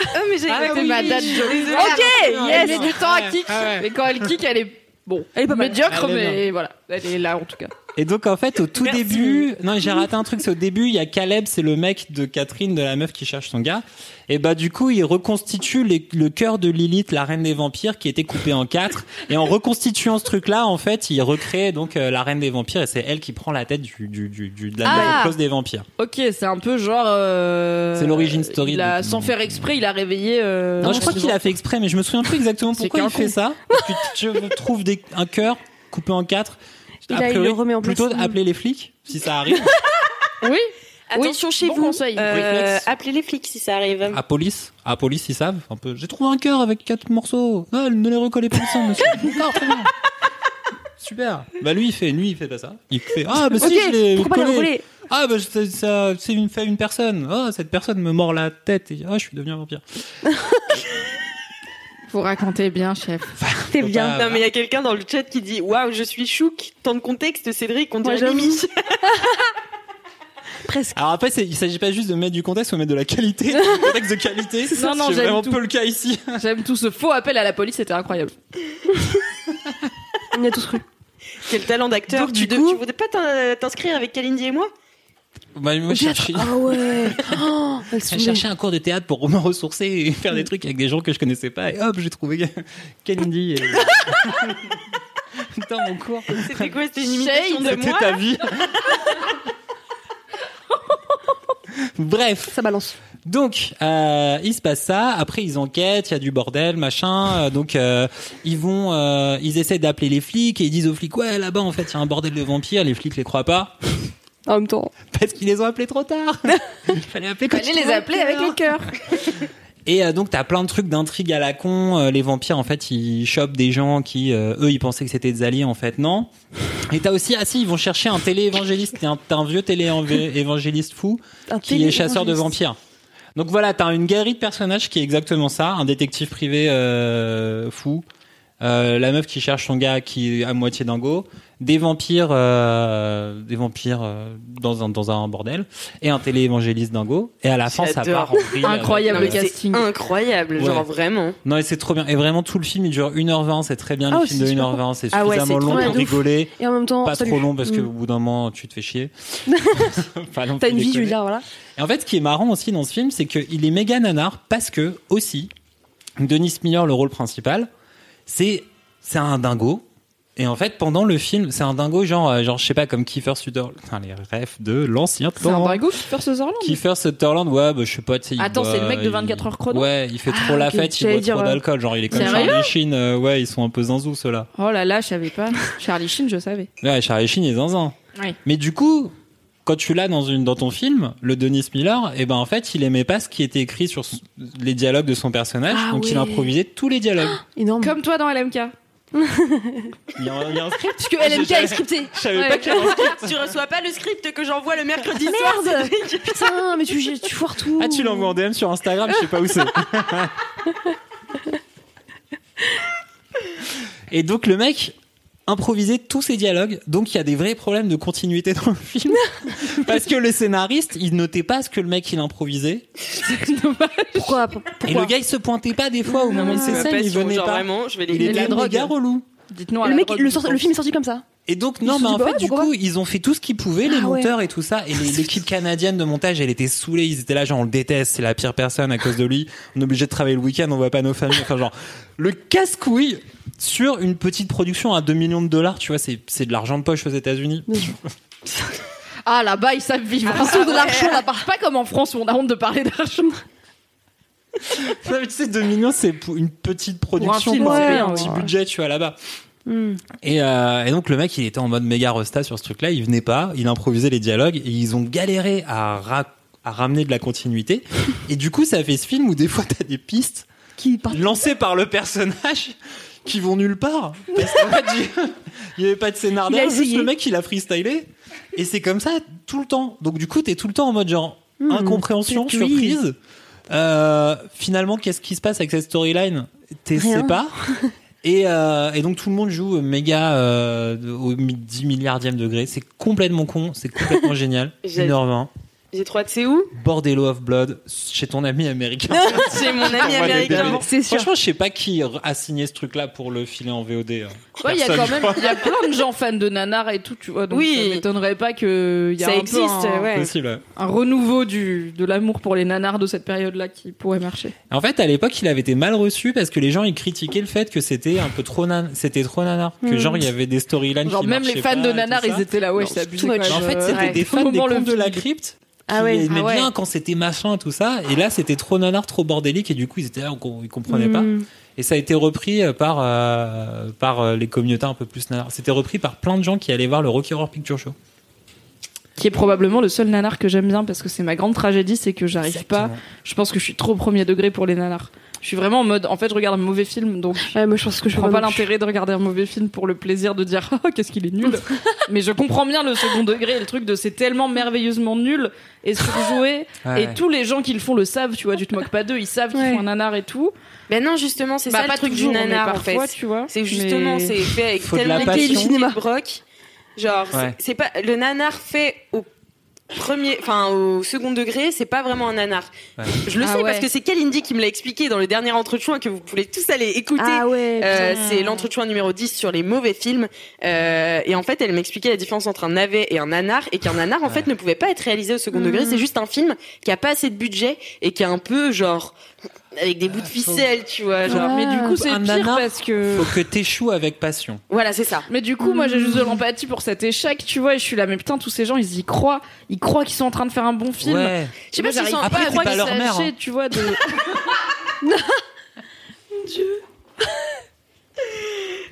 [SPEAKER 7] Ah, mais j'ai
[SPEAKER 3] Ah,
[SPEAKER 7] oui,
[SPEAKER 3] c'est ma date
[SPEAKER 7] je
[SPEAKER 3] de
[SPEAKER 7] suis désolée.
[SPEAKER 3] Ok,
[SPEAKER 5] yes.
[SPEAKER 3] elle met du temps à kick.
[SPEAKER 8] Ah ouais.
[SPEAKER 3] Mais quand elle kick, elle est bon.
[SPEAKER 5] Elle est pas mal.
[SPEAKER 3] médiocre,
[SPEAKER 8] Elle est
[SPEAKER 3] mais voilà. Elle est là en tout cas.
[SPEAKER 8] Et donc en fait au tout
[SPEAKER 7] Merci.
[SPEAKER 8] début, non j'ai raté un truc, c'est au début il y a Caleb, c'est le mec de Catherine, de la meuf qui cherche son gars. Et bah du coup il reconstitue les- le cœur de Lilith, la reine des vampires, qui était coupée en quatre. Et en reconstituant ce truc-là, en fait il recrée donc euh, la reine des vampires et c'est elle qui prend la tête du, du, du, du- de la
[SPEAKER 3] Ah.
[SPEAKER 8] cause des vampires.
[SPEAKER 3] Ok, c'est un peu genre. euh,
[SPEAKER 8] C'est l'origine story
[SPEAKER 3] Il a,
[SPEAKER 8] de-
[SPEAKER 3] sans faire exprès, il a réveillé. euh,
[SPEAKER 8] Non, je crois qu'il a fait exprès, mais je me souviens plus exactement
[SPEAKER 3] C'est
[SPEAKER 8] pourquoi il
[SPEAKER 3] qu'un
[SPEAKER 8] fait
[SPEAKER 3] con.
[SPEAKER 8] ça. Parce que Je trouve des, un cœur coupé en quatre.
[SPEAKER 5] Il a- il
[SPEAKER 8] priori,
[SPEAKER 5] le remet en place.
[SPEAKER 8] Plutôt appeler les flics si ça arrive.
[SPEAKER 3] Oui.
[SPEAKER 7] Attention chez
[SPEAKER 3] bon
[SPEAKER 7] vous.
[SPEAKER 3] conseil.
[SPEAKER 7] euh,
[SPEAKER 8] Réflexe.
[SPEAKER 7] appelez les flics si ça arrive.
[SPEAKER 8] À police, à police, ils savent un peu. J'ai trouvé un cœur avec quatre morceaux. Ah, ne les recollez pas ensemble, monsieur. Non, très bien. Super. Bah lui, il fait nuit, il fait pas ça. Il fait ah bah si, je l'ai
[SPEAKER 5] pourquoi pas les
[SPEAKER 8] collé.
[SPEAKER 5] recoller
[SPEAKER 8] Ah bah c'est- ça, c'est une fait une personne. Ah cette personne me mord la tête et ah je suis devenu un vampire.
[SPEAKER 3] Vous racontez bien, chef.
[SPEAKER 5] T'es
[SPEAKER 8] Faut
[SPEAKER 5] bien.
[SPEAKER 8] pas-
[SPEAKER 7] Non, mais il y a quelqu'un dans le chat qui dit Waouh, je suis chouque. Tant de contexte, Cédric, on
[SPEAKER 5] Moi,
[SPEAKER 7] dirait
[SPEAKER 5] j'avoue.
[SPEAKER 7] Mimi.
[SPEAKER 5] Presque.
[SPEAKER 8] ah, Alors après, c'est- il s'agit pas juste de mettre du contexte, mais mettre de la qualité, du contexte de qualité.
[SPEAKER 3] ça. Non, non,
[SPEAKER 8] c'est
[SPEAKER 3] j'aime
[SPEAKER 8] vraiment
[SPEAKER 3] tout.
[SPEAKER 8] peu le cas ici.
[SPEAKER 3] J'aime tout ce faux appel à la police, c'était incroyable.
[SPEAKER 5] On y a tous cru.
[SPEAKER 7] <laughs> Quel talent d'acteur.
[SPEAKER 8] Donc,
[SPEAKER 7] Tu,
[SPEAKER 8] du
[SPEAKER 7] ne
[SPEAKER 8] coup-
[SPEAKER 7] tu voudrais pas t'in- t'inscrire avec Kalindi et moi
[SPEAKER 8] Bah moi,
[SPEAKER 5] J'ai- Ah ouais. Oh, elles sont
[SPEAKER 8] <laughs> J'ai cherché un cours de théâtre pour me ressourcer et faire des trucs avec des gens que je connaissais pas. Et hop, j'ai trouvé <laughs> Candy et... dans mon cours.
[SPEAKER 7] C'était quoi C'était une imitation de
[SPEAKER 8] C'était
[SPEAKER 7] moi
[SPEAKER 8] <laughs> ta vie. Bref,
[SPEAKER 5] Ça balance.
[SPEAKER 8] Donc, euh, il se passe ça. Après, ils enquêtent, il y a du bordel, machin. Euh, donc, euh, ils vont, euh, ils essaient d'appeler les flics et ils disent aux flics, ouais, là-bas, en fait, il y a un bordel de vampires. Les flics les croient pas <laughs>
[SPEAKER 5] En même temps.
[SPEAKER 8] parce qu'ils les ont appelés trop tard. <laughs> il fallait appeler quand
[SPEAKER 1] Allez les appeler avec les cœurs.
[SPEAKER 8] Et euh, donc t'as plein de trucs d'intrigue à la con. Euh, les vampires en fait ils chopent des gens qui euh, eux ils pensaient que c'était des alliés en fait non. Et t'as aussi ah si ils vont chercher un téléévangéliste. T'as un, t'as un vieux téléévangéliste fou
[SPEAKER 5] Un
[SPEAKER 8] qui est chasseur de
[SPEAKER 5] téléévangéliste.
[SPEAKER 8] vampires. Donc voilà t'as une galerie de personnages qui est exactement ça. Un détective privé euh, fou. Euh, la meuf qui cherche son gars qui est à moitié dingo, des vampires, euh, des vampires euh, dans un dans un bordel et un téléévangéliste dingo et à la fin ça
[SPEAKER 7] J'adore.
[SPEAKER 8] part en vrille.
[SPEAKER 2] Incroyable le
[SPEAKER 7] mais c'est
[SPEAKER 2] casting.
[SPEAKER 7] Incroyable,
[SPEAKER 8] Ouais.
[SPEAKER 7] genre vraiment.
[SPEAKER 8] Non, et c'est trop bien. Et vraiment, tout le film, il dure 1h20. C'est très bien le
[SPEAKER 5] Ah,
[SPEAKER 8] film
[SPEAKER 5] c'est
[SPEAKER 8] de
[SPEAKER 5] super
[SPEAKER 8] 1h20. C'est
[SPEAKER 1] Ah ouais,
[SPEAKER 8] suffisamment
[SPEAKER 1] c'est trop
[SPEAKER 8] long
[SPEAKER 5] bien
[SPEAKER 8] pour
[SPEAKER 5] de ouf.
[SPEAKER 8] rigoler.
[SPEAKER 5] Et en même temps.
[SPEAKER 8] Pas
[SPEAKER 5] salut.
[SPEAKER 8] trop long parce que
[SPEAKER 5] Mm.
[SPEAKER 8] au bout d'un moment, tu te fais
[SPEAKER 5] <laughs>
[SPEAKER 8] chier. Enfin, non,
[SPEAKER 5] T'as
[SPEAKER 8] faut
[SPEAKER 5] une vie, je veux
[SPEAKER 8] déconner.
[SPEAKER 5] dire, voilà.
[SPEAKER 8] Et en fait, ce qui est marrant aussi dans ce film, c'est qu'il est méga nanar parce que, aussi, Denis Miller, le rôle principal, c'est c'est un dingo. Et en fait, pendant le film, c'est un dingo genre, euh, genre je sais pas, comme Kiefer Sutherland. Putain, les rêves de l'ancien
[SPEAKER 3] C'est un
[SPEAKER 8] temps.
[SPEAKER 3] dingo qui fait Sutherland.
[SPEAKER 8] Kiefer Sutherland, ouais, bah, je sais pas, tu sais, il
[SPEAKER 3] Attends, c'est le
[SPEAKER 8] boit,
[SPEAKER 3] mec de
[SPEAKER 8] il-
[SPEAKER 3] 24 heures chrono
[SPEAKER 8] Ouais, il fait trop
[SPEAKER 5] Ah,
[SPEAKER 8] la
[SPEAKER 5] ok,
[SPEAKER 8] fête, il
[SPEAKER 5] j'allais
[SPEAKER 8] boit
[SPEAKER 5] dire,
[SPEAKER 8] trop
[SPEAKER 5] euh,
[SPEAKER 8] d'alcool. Genre, il est comme
[SPEAKER 3] Sérieux
[SPEAKER 8] Charlie Sheen, euh, ouais, ils sont un peu zinzou, ceux-là.
[SPEAKER 3] Oh là là, je savais pas. Charlie Sheen, je savais.
[SPEAKER 8] Ouais, Charlie Sheen est zinzin.
[SPEAKER 3] Oui.
[SPEAKER 8] Mais du coup, quand tu l'as dans, une, dans ton film, le Denis Miller, eh ben, en fait, il aimait pas ce qui était écrit sur s- les dialogues de son personnage,
[SPEAKER 5] Ah
[SPEAKER 8] donc
[SPEAKER 5] ouais.
[SPEAKER 8] il improvisait tous les dialogues.
[SPEAKER 3] <laughs>
[SPEAKER 5] Énorme.
[SPEAKER 3] Comme toi dans LMK.
[SPEAKER 8] il, y a, un- il y a un script,
[SPEAKER 3] Parce que LMK
[SPEAKER 8] j'avais-
[SPEAKER 3] est scripté.
[SPEAKER 8] je savais
[SPEAKER 3] Ouais.
[SPEAKER 8] pas qu'il y avait un script.
[SPEAKER 7] <laughs> tu reçois pas le script que j'envoie le mercredi soir.
[SPEAKER 5] Merde Putain, mais tu, tu foires tout.
[SPEAKER 8] Ah, tu l'envoies en DM sur Instagram, je sais pas où c'est. Et donc, le mec improvisait tous ses dialogues, donc il y a des vrais problèmes de continuité dans le film. Parce que le scénariste, il notait pas ce que le mec il improvisait.
[SPEAKER 5] Pourquoi
[SPEAKER 8] Et
[SPEAKER 5] Pourquoi
[SPEAKER 8] le gars, il se pointait pas des fois au moment de ses
[SPEAKER 7] Ma
[SPEAKER 8] scènes, il
[SPEAKER 7] passion,
[SPEAKER 8] venait
[SPEAKER 7] genre,
[SPEAKER 8] pas.
[SPEAKER 7] vraiment, je vais les
[SPEAKER 8] Il
[SPEAKER 7] lire.
[SPEAKER 8] était
[SPEAKER 3] la drogue.
[SPEAKER 8] méga relou.
[SPEAKER 3] Dites-nous à
[SPEAKER 5] Le
[SPEAKER 3] la
[SPEAKER 5] mec,
[SPEAKER 3] drogue,
[SPEAKER 5] le,
[SPEAKER 3] je
[SPEAKER 5] sort- le
[SPEAKER 3] pense.
[SPEAKER 5] film est sorti comme ça.
[SPEAKER 8] Et donc,
[SPEAKER 5] Ils
[SPEAKER 8] non,
[SPEAKER 5] se
[SPEAKER 8] mais en
[SPEAKER 5] sont dit, bah
[SPEAKER 8] fait,
[SPEAKER 5] ouais,
[SPEAKER 8] du
[SPEAKER 5] pourquoi
[SPEAKER 8] coup, ils ont fait tout ce qu'ils pouvaient, les
[SPEAKER 5] Ah ouais.
[SPEAKER 8] monteurs et tout ça. Et les- l'équipe canadienne de montage, elle était saoulée. Ils étaient là, genre, on le déteste, c'est la pire personne à cause de lui. On est obligé de travailler le week-end, on voit pas nos familles. Enfin, genre, le casse-couille sur une petite production à 2 millions de dollars, tu vois, c'est c'est de l'argent de poche aux États-Unis.
[SPEAKER 3] Ah là-bas, ils savent vivre. Surtout de l'argent, on parle pas comme en France où on a honte de parler d'argent.
[SPEAKER 8] Non, mais tu sais, 2 millions, c'est pour une petite production,
[SPEAKER 3] film,
[SPEAKER 8] pour
[SPEAKER 3] c'est
[SPEAKER 8] un
[SPEAKER 3] payant,
[SPEAKER 8] petit
[SPEAKER 3] ouais.
[SPEAKER 8] budget, tu vois, là-bas.
[SPEAKER 5] Hmm.
[SPEAKER 8] Et, euh, et donc le mec, il était en mode méga resta sur ce truc-là. Il venait pas, il improvisait les dialogues et ils ont galéré à, ra- à ramener de
[SPEAKER 3] <laughs>
[SPEAKER 8] la continuité. et du coup, ça fait ce film où des fois t'as des pistes
[SPEAKER 5] Qui part
[SPEAKER 8] lancées par le personnage qui vont nulle part. Parce qu'en fait,
[SPEAKER 5] <laughs>
[SPEAKER 8] il- il y avait pas de scénar
[SPEAKER 5] Il a
[SPEAKER 8] derrière, juste
[SPEAKER 5] essayé.
[SPEAKER 8] le mec il a freestylé. Et c'est comme ça tout le temps. Donc du coup, t'es tout le temps en mode genre
[SPEAKER 5] Hmm,
[SPEAKER 8] incompréhension,
[SPEAKER 5] peut-être oui.
[SPEAKER 8] surprise. Euh, finalement, qu'est-ce qui se passe avec cette storyline T'es
[SPEAKER 5] Rien.
[SPEAKER 8] sais
[SPEAKER 5] <laughs>
[SPEAKER 8] pas. Et, euh, et donc tout le monde joue méga euh, au mi- 10 milliardième degré. C'est complètement con, c'est
[SPEAKER 5] <laughs>
[SPEAKER 8] complètement génial.
[SPEAKER 7] J'ai-
[SPEAKER 8] 1h20.
[SPEAKER 7] J'ai trop hâte, c'est où
[SPEAKER 8] Bordello of Blood chez ton ami américain.
[SPEAKER 7] C'est <laughs> mon ami
[SPEAKER 8] Envoie des
[SPEAKER 7] américain.
[SPEAKER 8] DVD.
[SPEAKER 5] C'est sûr.
[SPEAKER 8] Franchement, je sais pas qui a signé ce truc-là pour le filer en VOD. hein.
[SPEAKER 3] Ouais, il y a quand
[SPEAKER 8] Personne,
[SPEAKER 3] même, il y a plein de gens fans de nanar et tout, tu vois. Donc
[SPEAKER 7] Oui.
[SPEAKER 3] ça m'étonnerait pas que il y a
[SPEAKER 7] Ça
[SPEAKER 3] un peu
[SPEAKER 7] existe,
[SPEAKER 3] un,
[SPEAKER 7] ouais.
[SPEAKER 8] Possible, ouais.
[SPEAKER 3] un renouveau du de l'amour pour les nanars de cette période-là qui pourrait marcher.
[SPEAKER 8] En fait, à l'époque, il avait été mal reçu parce que les gens ils critiquaient le fait que c'était un peu trop nan, c'était trop nanar, que
[SPEAKER 5] Hmm.
[SPEAKER 8] genre il y avait des storylines
[SPEAKER 3] Genre
[SPEAKER 8] qui
[SPEAKER 3] même
[SPEAKER 8] marchaient
[SPEAKER 3] les fans
[SPEAKER 8] pas
[SPEAKER 3] de
[SPEAKER 8] et tout
[SPEAKER 3] nanars,
[SPEAKER 8] ça.
[SPEAKER 3] ils étaient là, ouais,
[SPEAKER 8] Non,
[SPEAKER 3] c'est abusé.
[SPEAKER 5] too
[SPEAKER 3] quand
[SPEAKER 5] much.
[SPEAKER 8] Mais en
[SPEAKER 3] même,
[SPEAKER 8] fait,
[SPEAKER 3] euh,
[SPEAKER 8] c'était
[SPEAKER 3] ouais.
[SPEAKER 8] des
[SPEAKER 3] Au
[SPEAKER 8] fans des
[SPEAKER 3] moment, le
[SPEAKER 8] contes de la
[SPEAKER 3] film-
[SPEAKER 8] crypte.
[SPEAKER 5] Ah
[SPEAKER 8] qui
[SPEAKER 5] ouais.
[SPEAKER 8] aimaient
[SPEAKER 3] Ah ouais.
[SPEAKER 8] bien quand c'était machin, tout ça. Et là, c'était trop nanar, trop bordélique. Et du coup, ils étaient là, on com- ils comprenaient pas.
[SPEAKER 5] Hmm.
[SPEAKER 8] Et ça a été repris euh, par, euh, par euh, les communautés un peu plus nanar. C'était repris par plein de gens qui allaient voir le Rocky Horror Picture Show.
[SPEAKER 3] qui est probablement le seul nanar que j'aime bien parce que c'est ma grande tragédie, c'est que j'arrive pas.
[SPEAKER 8] Exactement.
[SPEAKER 3] Je pense que je suis trop premier degré pour les nanars. Je suis vraiment en mode, en fait, je regarde un mauvais film, donc
[SPEAKER 5] Ouais, moi je pense que
[SPEAKER 3] je
[SPEAKER 5] je
[SPEAKER 3] prends
[SPEAKER 5] vois
[SPEAKER 3] pas
[SPEAKER 5] non plus.
[SPEAKER 3] l'intérêt de regarder un mauvais film pour le plaisir de dire <laughs> oh, qu'est-ce qu'il est nul. Mais je comprends bien le second degré, et le truc de c'est tellement merveilleusement nul et surjoué.
[SPEAKER 8] Ouais.
[SPEAKER 3] Et tous les gens qui le font le savent, tu vois, tu te moques pas d'eux, ils savent qu'ils
[SPEAKER 5] Ouais.
[SPEAKER 3] font un nanar et tout.
[SPEAKER 7] Ben non, justement, c'est
[SPEAKER 3] Bah,
[SPEAKER 7] ça le truc
[SPEAKER 3] toujours,
[SPEAKER 7] du
[SPEAKER 3] mais
[SPEAKER 7] nanar en fait.
[SPEAKER 3] parfois, tu vois.
[SPEAKER 7] C'est justement,
[SPEAKER 3] Mais-
[SPEAKER 7] c'est fait avec
[SPEAKER 8] Faut de
[SPEAKER 7] tellement
[SPEAKER 8] la passion.
[SPEAKER 7] cinéma broc. Genre, c'est-
[SPEAKER 8] Ouais.
[SPEAKER 7] c'est pas le nanar fait au premier, enfin au second degré, c'est pas vraiment un nanar.
[SPEAKER 8] Ouais.
[SPEAKER 7] Je le
[SPEAKER 3] Ah
[SPEAKER 7] sais
[SPEAKER 3] ouais.
[SPEAKER 7] parce que c'est Kalindi qui me l'a expliqué dans le dernier entrechoin que vous pouvez tous aller écouter.
[SPEAKER 5] Ah ouais.
[SPEAKER 7] Euh,
[SPEAKER 5] putain.
[SPEAKER 7] c'est l'entretien numéro 10 sur les mauvais films. Euh, et en fait, elle m'expliquait la différence entre un navet et un nanar, et qu'un nanar, en fait,
[SPEAKER 5] Mm.
[SPEAKER 7] ne pouvait pas être réalisé au second degré. C'est juste un film qui a pas assez de budget et qui est un peu genre avec
[SPEAKER 8] Ah,
[SPEAKER 7] des bouts de ficelle, tu vois. Genre.
[SPEAKER 3] mais du coup, c'est
[SPEAKER 8] Un
[SPEAKER 3] pire
[SPEAKER 8] nana.
[SPEAKER 3] parce que.
[SPEAKER 8] Faut que t'échoues avec passion.
[SPEAKER 7] Voilà, c'est ça.
[SPEAKER 3] Mais du coup, moi, j'ai juste de l'empathie pour cet échec, tu vois. Et je suis là, mais putain, tous ces gens, ils y croient. Ils croient qu'ils sont en train de faire un bon film.
[SPEAKER 8] Ouais.
[SPEAKER 7] Je sais pas
[SPEAKER 3] Moi,
[SPEAKER 7] s'ils
[SPEAKER 3] j'arrive
[SPEAKER 7] sont
[SPEAKER 8] Après,
[SPEAKER 3] pas à
[SPEAKER 8] c'est
[SPEAKER 3] croire
[SPEAKER 8] pas
[SPEAKER 3] qu'ils
[SPEAKER 8] leur
[SPEAKER 3] s'est
[SPEAKER 8] mère,
[SPEAKER 3] acheté,
[SPEAKER 8] hein.
[SPEAKER 3] tu vois. De...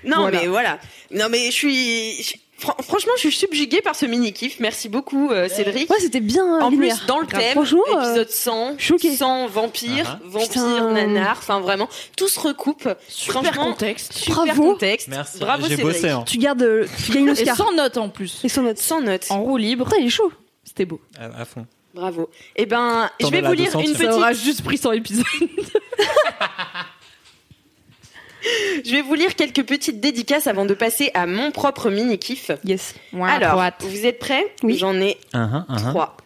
[SPEAKER 7] Non,
[SPEAKER 3] Voilà.
[SPEAKER 7] mais voilà. Non, mais je suis. je- fran- Franchement, je suis subjuguée par ce mini kiff. Merci beaucoup, euh, Cédric.
[SPEAKER 5] Ouais, c'était bien. euh,
[SPEAKER 7] en plus,
[SPEAKER 5] linéaire.
[SPEAKER 7] dans le
[SPEAKER 5] Grave.
[SPEAKER 7] thème,
[SPEAKER 5] Franchement, euh,
[SPEAKER 7] épisode 100,
[SPEAKER 5] choquée.
[SPEAKER 7] 100 vampires,
[SPEAKER 8] Ah,
[SPEAKER 7] vampires,
[SPEAKER 5] Putain.
[SPEAKER 7] nanars, enfin vraiment, tout se recoupe.
[SPEAKER 3] Super
[SPEAKER 7] Franchement,
[SPEAKER 3] contexte.
[SPEAKER 7] super
[SPEAKER 5] Bravo.
[SPEAKER 7] contexte.
[SPEAKER 8] Merci.
[SPEAKER 7] Bravo,
[SPEAKER 8] J'ai
[SPEAKER 7] Cédric.
[SPEAKER 8] bossé. hein.
[SPEAKER 5] tu gardes, euh, tu gagnes
[SPEAKER 3] Et
[SPEAKER 5] l'Oscar.
[SPEAKER 3] sans note en plus.
[SPEAKER 5] Et sans notes.
[SPEAKER 7] Sans note.
[SPEAKER 3] En roue libre.
[SPEAKER 5] Putain, il est chaud.
[SPEAKER 3] C'était beau.
[SPEAKER 8] À, à fond.
[SPEAKER 7] Bravo. Eh ben, je
[SPEAKER 8] T'en
[SPEAKER 7] vais
[SPEAKER 8] mets la
[SPEAKER 7] vous lire
[SPEAKER 8] 200,
[SPEAKER 7] une
[SPEAKER 8] tiens.
[SPEAKER 3] Ça
[SPEAKER 7] petite
[SPEAKER 3] aura juste pris 100 épisodes.
[SPEAKER 7] Je vais vous lire quelques petites dédicaces avant de passer à mon propre mini-kiff.
[SPEAKER 5] Yes.
[SPEAKER 7] Alors,
[SPEAKER 3] droite.
[SPEAKER 7] vous êtes prêts
[SPEAKER 5] Oui.
[SPEAKER 7] J'en ai
[SPEAKER 8] Un, un,
[SPEAKER 5] Uh-huh.
[SPEAKER 8] un, un.
[SPEAKER 7] trois.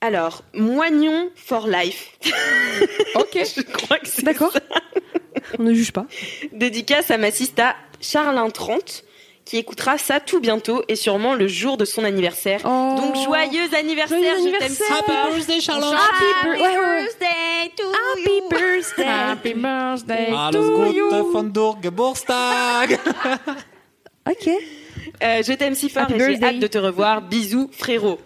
[SPEAKER 7] Alors, Moignon
[SPEAKER 5] <laughs>
[SPEAKER 7] for Life.
[SPEAKER 3] Ok.
[SPEAKER 7] <laughs> Je crois que c'est
[SPEAKER 5] D'accord. On ne juge pas.
[SPEAKER 7] dédicace à ma sista Charlin 30 qui écoutera ça tout bientôt et sûrement le jour de son anniversaire.
[SPEAKER 5] Oh.
[SPEAKER 7] Donc, joyeux anniversaire,
[SPEAKER 5] Joyeux
[SPEAKER 7] je t'aime
[SPEAKER 5] anniversaire.
[SPEAKER 7] si fort.
[SPEAKER 8] birthday, Charlotte.
[SPEAKER 5] Happy birthday. Ah, Ouais, ouais, ouais.
[SPEAKER 7] Birthday to
[SPEAKER 5] Happy
[SPEAKER 7] you.
[SPEAKER 5] birthday.
[SPEAKER 3] Happy birthday.
[SPEAKER 8] Alles Gute von der Geburtstag.
[SPEAKER 5] Ok.
[SPEAKER 7] Euh, je t'aime si fort
[SPEAKER 5] Happy
[SPEAKER 7] et j'ai
[SPEAKER 5] birthday. Eh
[SPEAKER 7] hâte de te revoir. Bisous, frérot.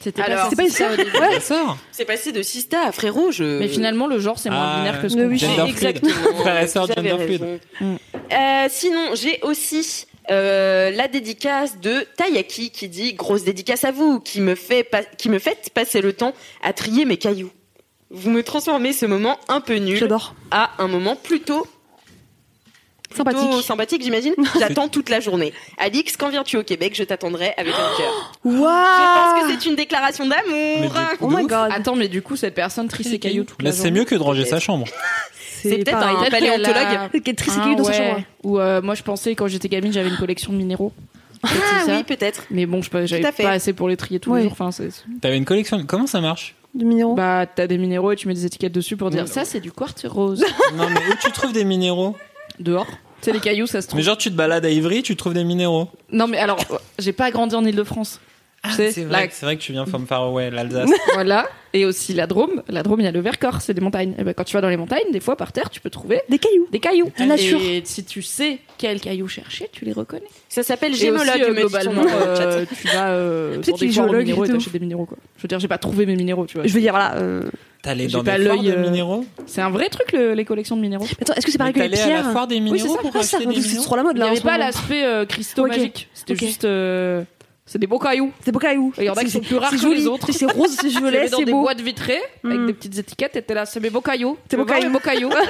[SPEAKER 3] C'était
[SPEAKER 5] ben,
[SPEAKER 7] Alors,
[SPEAKER 5] C'est pas une sœur. Ouais.
[SPEAKER 8] Ma sœur.
[SPEAKER 7] C'est passé de sista à frérot, je...
[SPEAKER 3] Mais finalement, le genre, c'est moins
[SPEAKER 8] Ah,
[SPEAKER 3] binaire que ce
[SPEAKER 5] mais
[SPEAKER 3] qu'on
[SPEAKER 5] oui.
[SPEAKER 3] pense.
[SPEAKER 8] Gender fluid. Frère et sœur
[SPEAKER 7] Vous avez
[SPEAKER 8] gender fluid.
[SPEAKER 7] raison. Euh, sinon, j'ai aussi euh, la dédicace de Tayaki qui dit grosse dédicace à vous, qui me fait pas- qui me faites passer le temps à trier mes cailloux. Vous me transformez ce moment un peu nul
[SPEAKER 5] J'adore.
[SPEAKER 7] à un moment plutôt plutôt
[SPEAKER 5] Sympathique.
[SPEAKER 7] sympathique j'imagine. J'attends toute la journée. Alix, quand viens-tu au Québec Je t'attendrai avec un cœur. Je pense
[SPEAKER 5] Waouh.
[SPEAKER 7] que c'est une déclaration
[SPEAKER 8] Mais
[SPEAKER 7] d'amour.
[SPEAKER 8] du
[SPEAKER 5] Oh
[SPEAKER 8] coup, de
[SPEAKER 5] my
[SPEAKER 8] ouf.
[SPEAKER 5] god.
[SPEAKER 3] Attends, mais du coup, cette personne trie ses cailloux toute la
[SPEAKER 8] Là, c'est mieux que de ranger sa chambre.
[SPEAKER 7] C'est peut-être
[SPEAKER 5] pareil.
[SPEAKER 7] un Ah
[SPEAKER 3] Peut-être qu'elle a-
[SPEAKER 7] paléontologue.
[SPEAKER 5] Qui est triste et qui est dans sa chambre.
[SPEAKER 3] Ou euh, moi, je pensais quand j'étais gamine, j'avais une collection de <laughs> minéraux.
[SPEAKER 7] Ah
[SPEAKER 3] Petit, ça.
[SPEAKER 7] oui, peut-être.
[SPEAKER 3] Mais bon, je peux- j'avais
[SPEAKER 7] Tout à fait.
[SPEAKER 3] pas assez pour les trier tous
[SPEAKER 5] Ouais.
[SPEAKER 3] les jours. Enfin, c'est-
[SPEAKER 8] T'avais une collection. de- Comment ça marche
[SPEAKER 5] De minéraux.
[SPEAKER 3] bah, t'as des minéraux et tu mets des étiquettes dessus pour dire ça, c'est du quartz rose.
[SPEAKER 8] <laughs> Non, mais où tu trouves des minéraux
[SPEAKER 3] <laughs> Dehors. Tu sais, les cailloux, ça se trouve.
[SPEAKER 8] Mais genre, tu te balades à Ivry, tu trouves des minéraux.
[SPEAKER 3] Non, mais alors, euh, j'ai pas grandi en Ile-de-France. Tu sais,
[SPEAKER 8] Ah, C'est vrai,
[SPEAKER 3] la-
[SPEAKER 8] que- c'est vrai que tu viens from far away,
[SPEAKER 3] <laughs>
[SPEAKER 8] l'Alsace.
[SPEAKER 3] voilà. Et aussi la Drôme. La Drôme, il y a le Vercors, c'est des montagnes. Et ben, quand tu vas dans les montagnes, des fois, par terre, tu peux trouver
[SPEAKER 5] Des cailloux.
[SPEAKER 3] des cailloux.
[SPEAKER 5] De la nature.
[SPEAKER 3] Et si tu sais quel caillou chercher, tu les reconnais.
[SPEAKER 7] Ça s'appelle
[SPEAKER 3] Et aussi,
[SPEAKER 7] gémologue,
[SPEAKER 3] euh,
[SPEAKER 7] me dit-on
[SPEAKER 3] globalement,
[SPEAKER 7] dans le chat.
[SPEAKER 3] euh, tu vas <laughs> euh,
[SPEAKER 5] Peut-être
[SPEAKER 3] dans des
[SPEAKER 5] les
[SPEAKER 3] foires aux
[SPEAKER 5] géologues,
[SPEAKER 3] minéraux et
[SPEAKER 5] de
[SPEAKER 3] t'achètes
[SPEAKER 5] ouf.
[SPEAKER 3] des minéraux quoi. Je veux dire, j'ai pas trouvé mes minéraux, tu vois.
[SPEAKER 5] Je veux dire, voilà. euh,
[SPEAKER 8] T'es allé
[SPEAKER 3] J'ai
[SPEAKER 8] dans
[SPEAKER 3] pas
[SPEAKER 8] des foires
[SPEAKER 3] l'œil,
[SPEAKER 8] de
[SPEAKER 3] euh,
[SPEAKER 8] minéraux
[SPEAKER 3] C'est un vrai truc le- les collections de minéraux.
[SPEAKER 5] Mais Attends, est-ce que c'est pareil que
[SPEAKER 8] Mais
[SPEAKER 5] les
[SPEAKER 8] t'es allé à
[SPEAKER 5] pierres
[SPEAKER 8] la foire des
[SPEAKER 5] Oui, c'est
[SPEAKER 8] minéraux
[SPEAKER 5] ça.
[SPEAKER 8] pour
[SPEAKER 5] pourquoi ça
[SPEAKER 8] acheter des
[SPEAKER 5] C'est
[SPEAKER 8] minéraux
[SPEAKER 5] trop la mode
[SPEAKER 3] Il n'y
[SPEAKER 5] là. en
[SPEAKER 3] avait
[SPEAKER 5] ce
[SPEAKER 3] pas
[SPEAKER 5] moment.
[SPEAKER 3] l'aspect euh, cristaux
[SPEAKER 5] Ok.
[SPEAKER 3] magique. C'était
[SPEAKER 5] Ok.
[SPEAKER 3] juste euh, c'est des beaux cailloux.
[SPEAKER 5] C'est beau cailloux.
[SPEAKER 3] Et il y en a qui
[SPEAKER 5] C'est-
[SPEAKER 3] sont plus rares
[SPEAKER 5] c'est
[SPEAKER 3] que les
[SPEAKER 5] joli.
[SPEAKER 3] autres.
[SPEAKER 5] C'est rose, c'est
[SPEAKER 3] Tu les mets
[SPEAKER 5] violet,
[SPEAKER 3] dans
[SPEAKER 5] c'est
[SPEAKER 3] des
[SPEAKER 5] beau.
[SPEAKER 3] boîtes vitrées avec
[SPEAKER 5] Mm.
[SPEAKER 3] des petites étiquettes et t'es là, c'est mes beaux cailloux.
[SPEAKER 5] C'est
[SPEAKER 3] Tu
[SPEAKER 5] beaux
[SPEAKER 3] peux voir
[SPEAKER 5] cailloux.
[SPEAKER 3] mes beaux cailloux.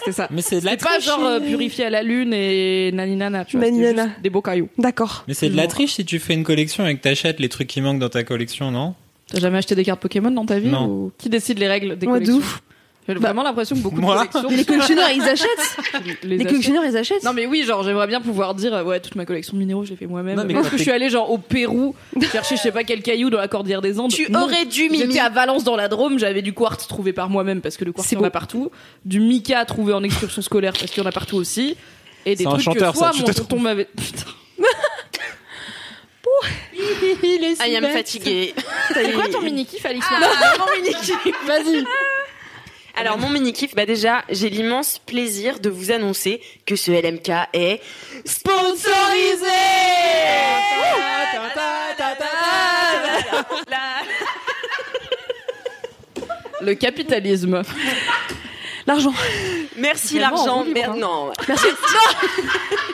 [SPEAKER 3] C'était ça.
[SPEAKER 8] Mais c'est de
[SPEAKER 3] <laughs>
[SPEAKER 8] la
[SPEAKER 3] C'est pas
[SPEAKER 8] triche.
[SPEAKER 3] genre euh, purifié à la lune et naninana, tu vois.
[SPEAKER 5] Nani
[SPEAKER 3] c'était
[SPEAKER 5] nana.
[SPEAKER 3] juste Des beaux cailloux.
[SPEAKER 5] D'accord.
[SPEAKER 8] Mais c'est de la triche si tu fais une collection et que t'achètes les trucs qui manquent dans ta collection, non
[SPEAKER 3] T'as jamais acheté des cartes Pokémon dans ta vie
[SPEAKER 8] Non.
[SPEAKER 3] ou- Qui décide les règles des
[SPEAKER 5] Moi, de
[SPEAKER 3] collections
[SPEAKER 5] ouf.
[SPEAKER 3] J'ai vraiment l'impression que beaucoup
[SPEAKER 8] Moi.
[SPEAKER 3] de
[SPEAKER 5] <laughs>
[SPEAKER 3] collections.
[SPEAKER 5] Mais les collectionneurs, ils achètent.
[SPEAKER 3] les
[SPEAKER 5] Les
[SPEAKER 3] achètent.
[SPEAKER 5] collectionneurs, ils achètent.
[SPEAKER 3] Non mais oui, genre j'aimerais bien pouvoir dire euh, ouais toute ma collection de minéraux je l'ai fait moi-même.
[SPEAKER 8] Non, mais
[SPEAKER 3] Parce
[SPEAKER 8] quand
[SPEAKER 3] que je
[SPEAKER 8] t'es-
[SPEAKER 3] suis allée genre au Pérou chercher je sais pas quel caillou dans la cordillère des Andes.
[SPEAKER 7] Tu
[SPEAKER 3] Non.
[SPEAKER 7] aurais dû, Mimi.
[SPEAKER 3] J'étais à Valence dans la Drôme, j'avais du quartz trouvé par moi-même parce que le quartz
[SPEAKER 5] C'est
[SPEAKER 3] il y en a
[SPEAKER 5] beau.
[SPEAKER 3] partout, du mica trouvé en excursion scolaire parce qu'il y en a partout aussi, et des
[SPEAKER 8] C'est un
[SPEAKER 3] trucs
[SPEAKER 8] chanteur,
[SPEAKER 3] que soit
[SPEAKER 8] ça, tu
[SPEAKER 3] mon
[SPEAKER 8] te
[SPEAKER 3] tonton m'avait. Putain.
[SPEAKER 5] Ah,
[SPEAKER 7] I am
[SPEAKER 3] <laughs>
[SPEAKER 7] fatiguée.
[SPEAKER 3] C'est quoi ton mini kiff Alix
[SPEAKER 7] mon mini-kiff
[SPEAKER 3] Vas-y.
[SPEAKER 7] Alors, mon mini-kiff, bah déjà, j'ai l'immense plaisir de vous annoncer que ce LMK est
[SPEAKER 3] Ah,
[SPEAKER 7] sponsorisé
[SPEAKER 3] bah, Le capitalisme.
[SPEAKER 5] L'argent.
[SPEAKER 7] Merci
[SPEAKER 3] Vraiment,
[SPEAKER 7] l'argent.
[SPEAKER 3] on vous
[SPEAKER 7] Mer-
[SPEAKER 3] libre, hein.
[SPEAKER 7] Non,
[SPEAKER 5] Merci.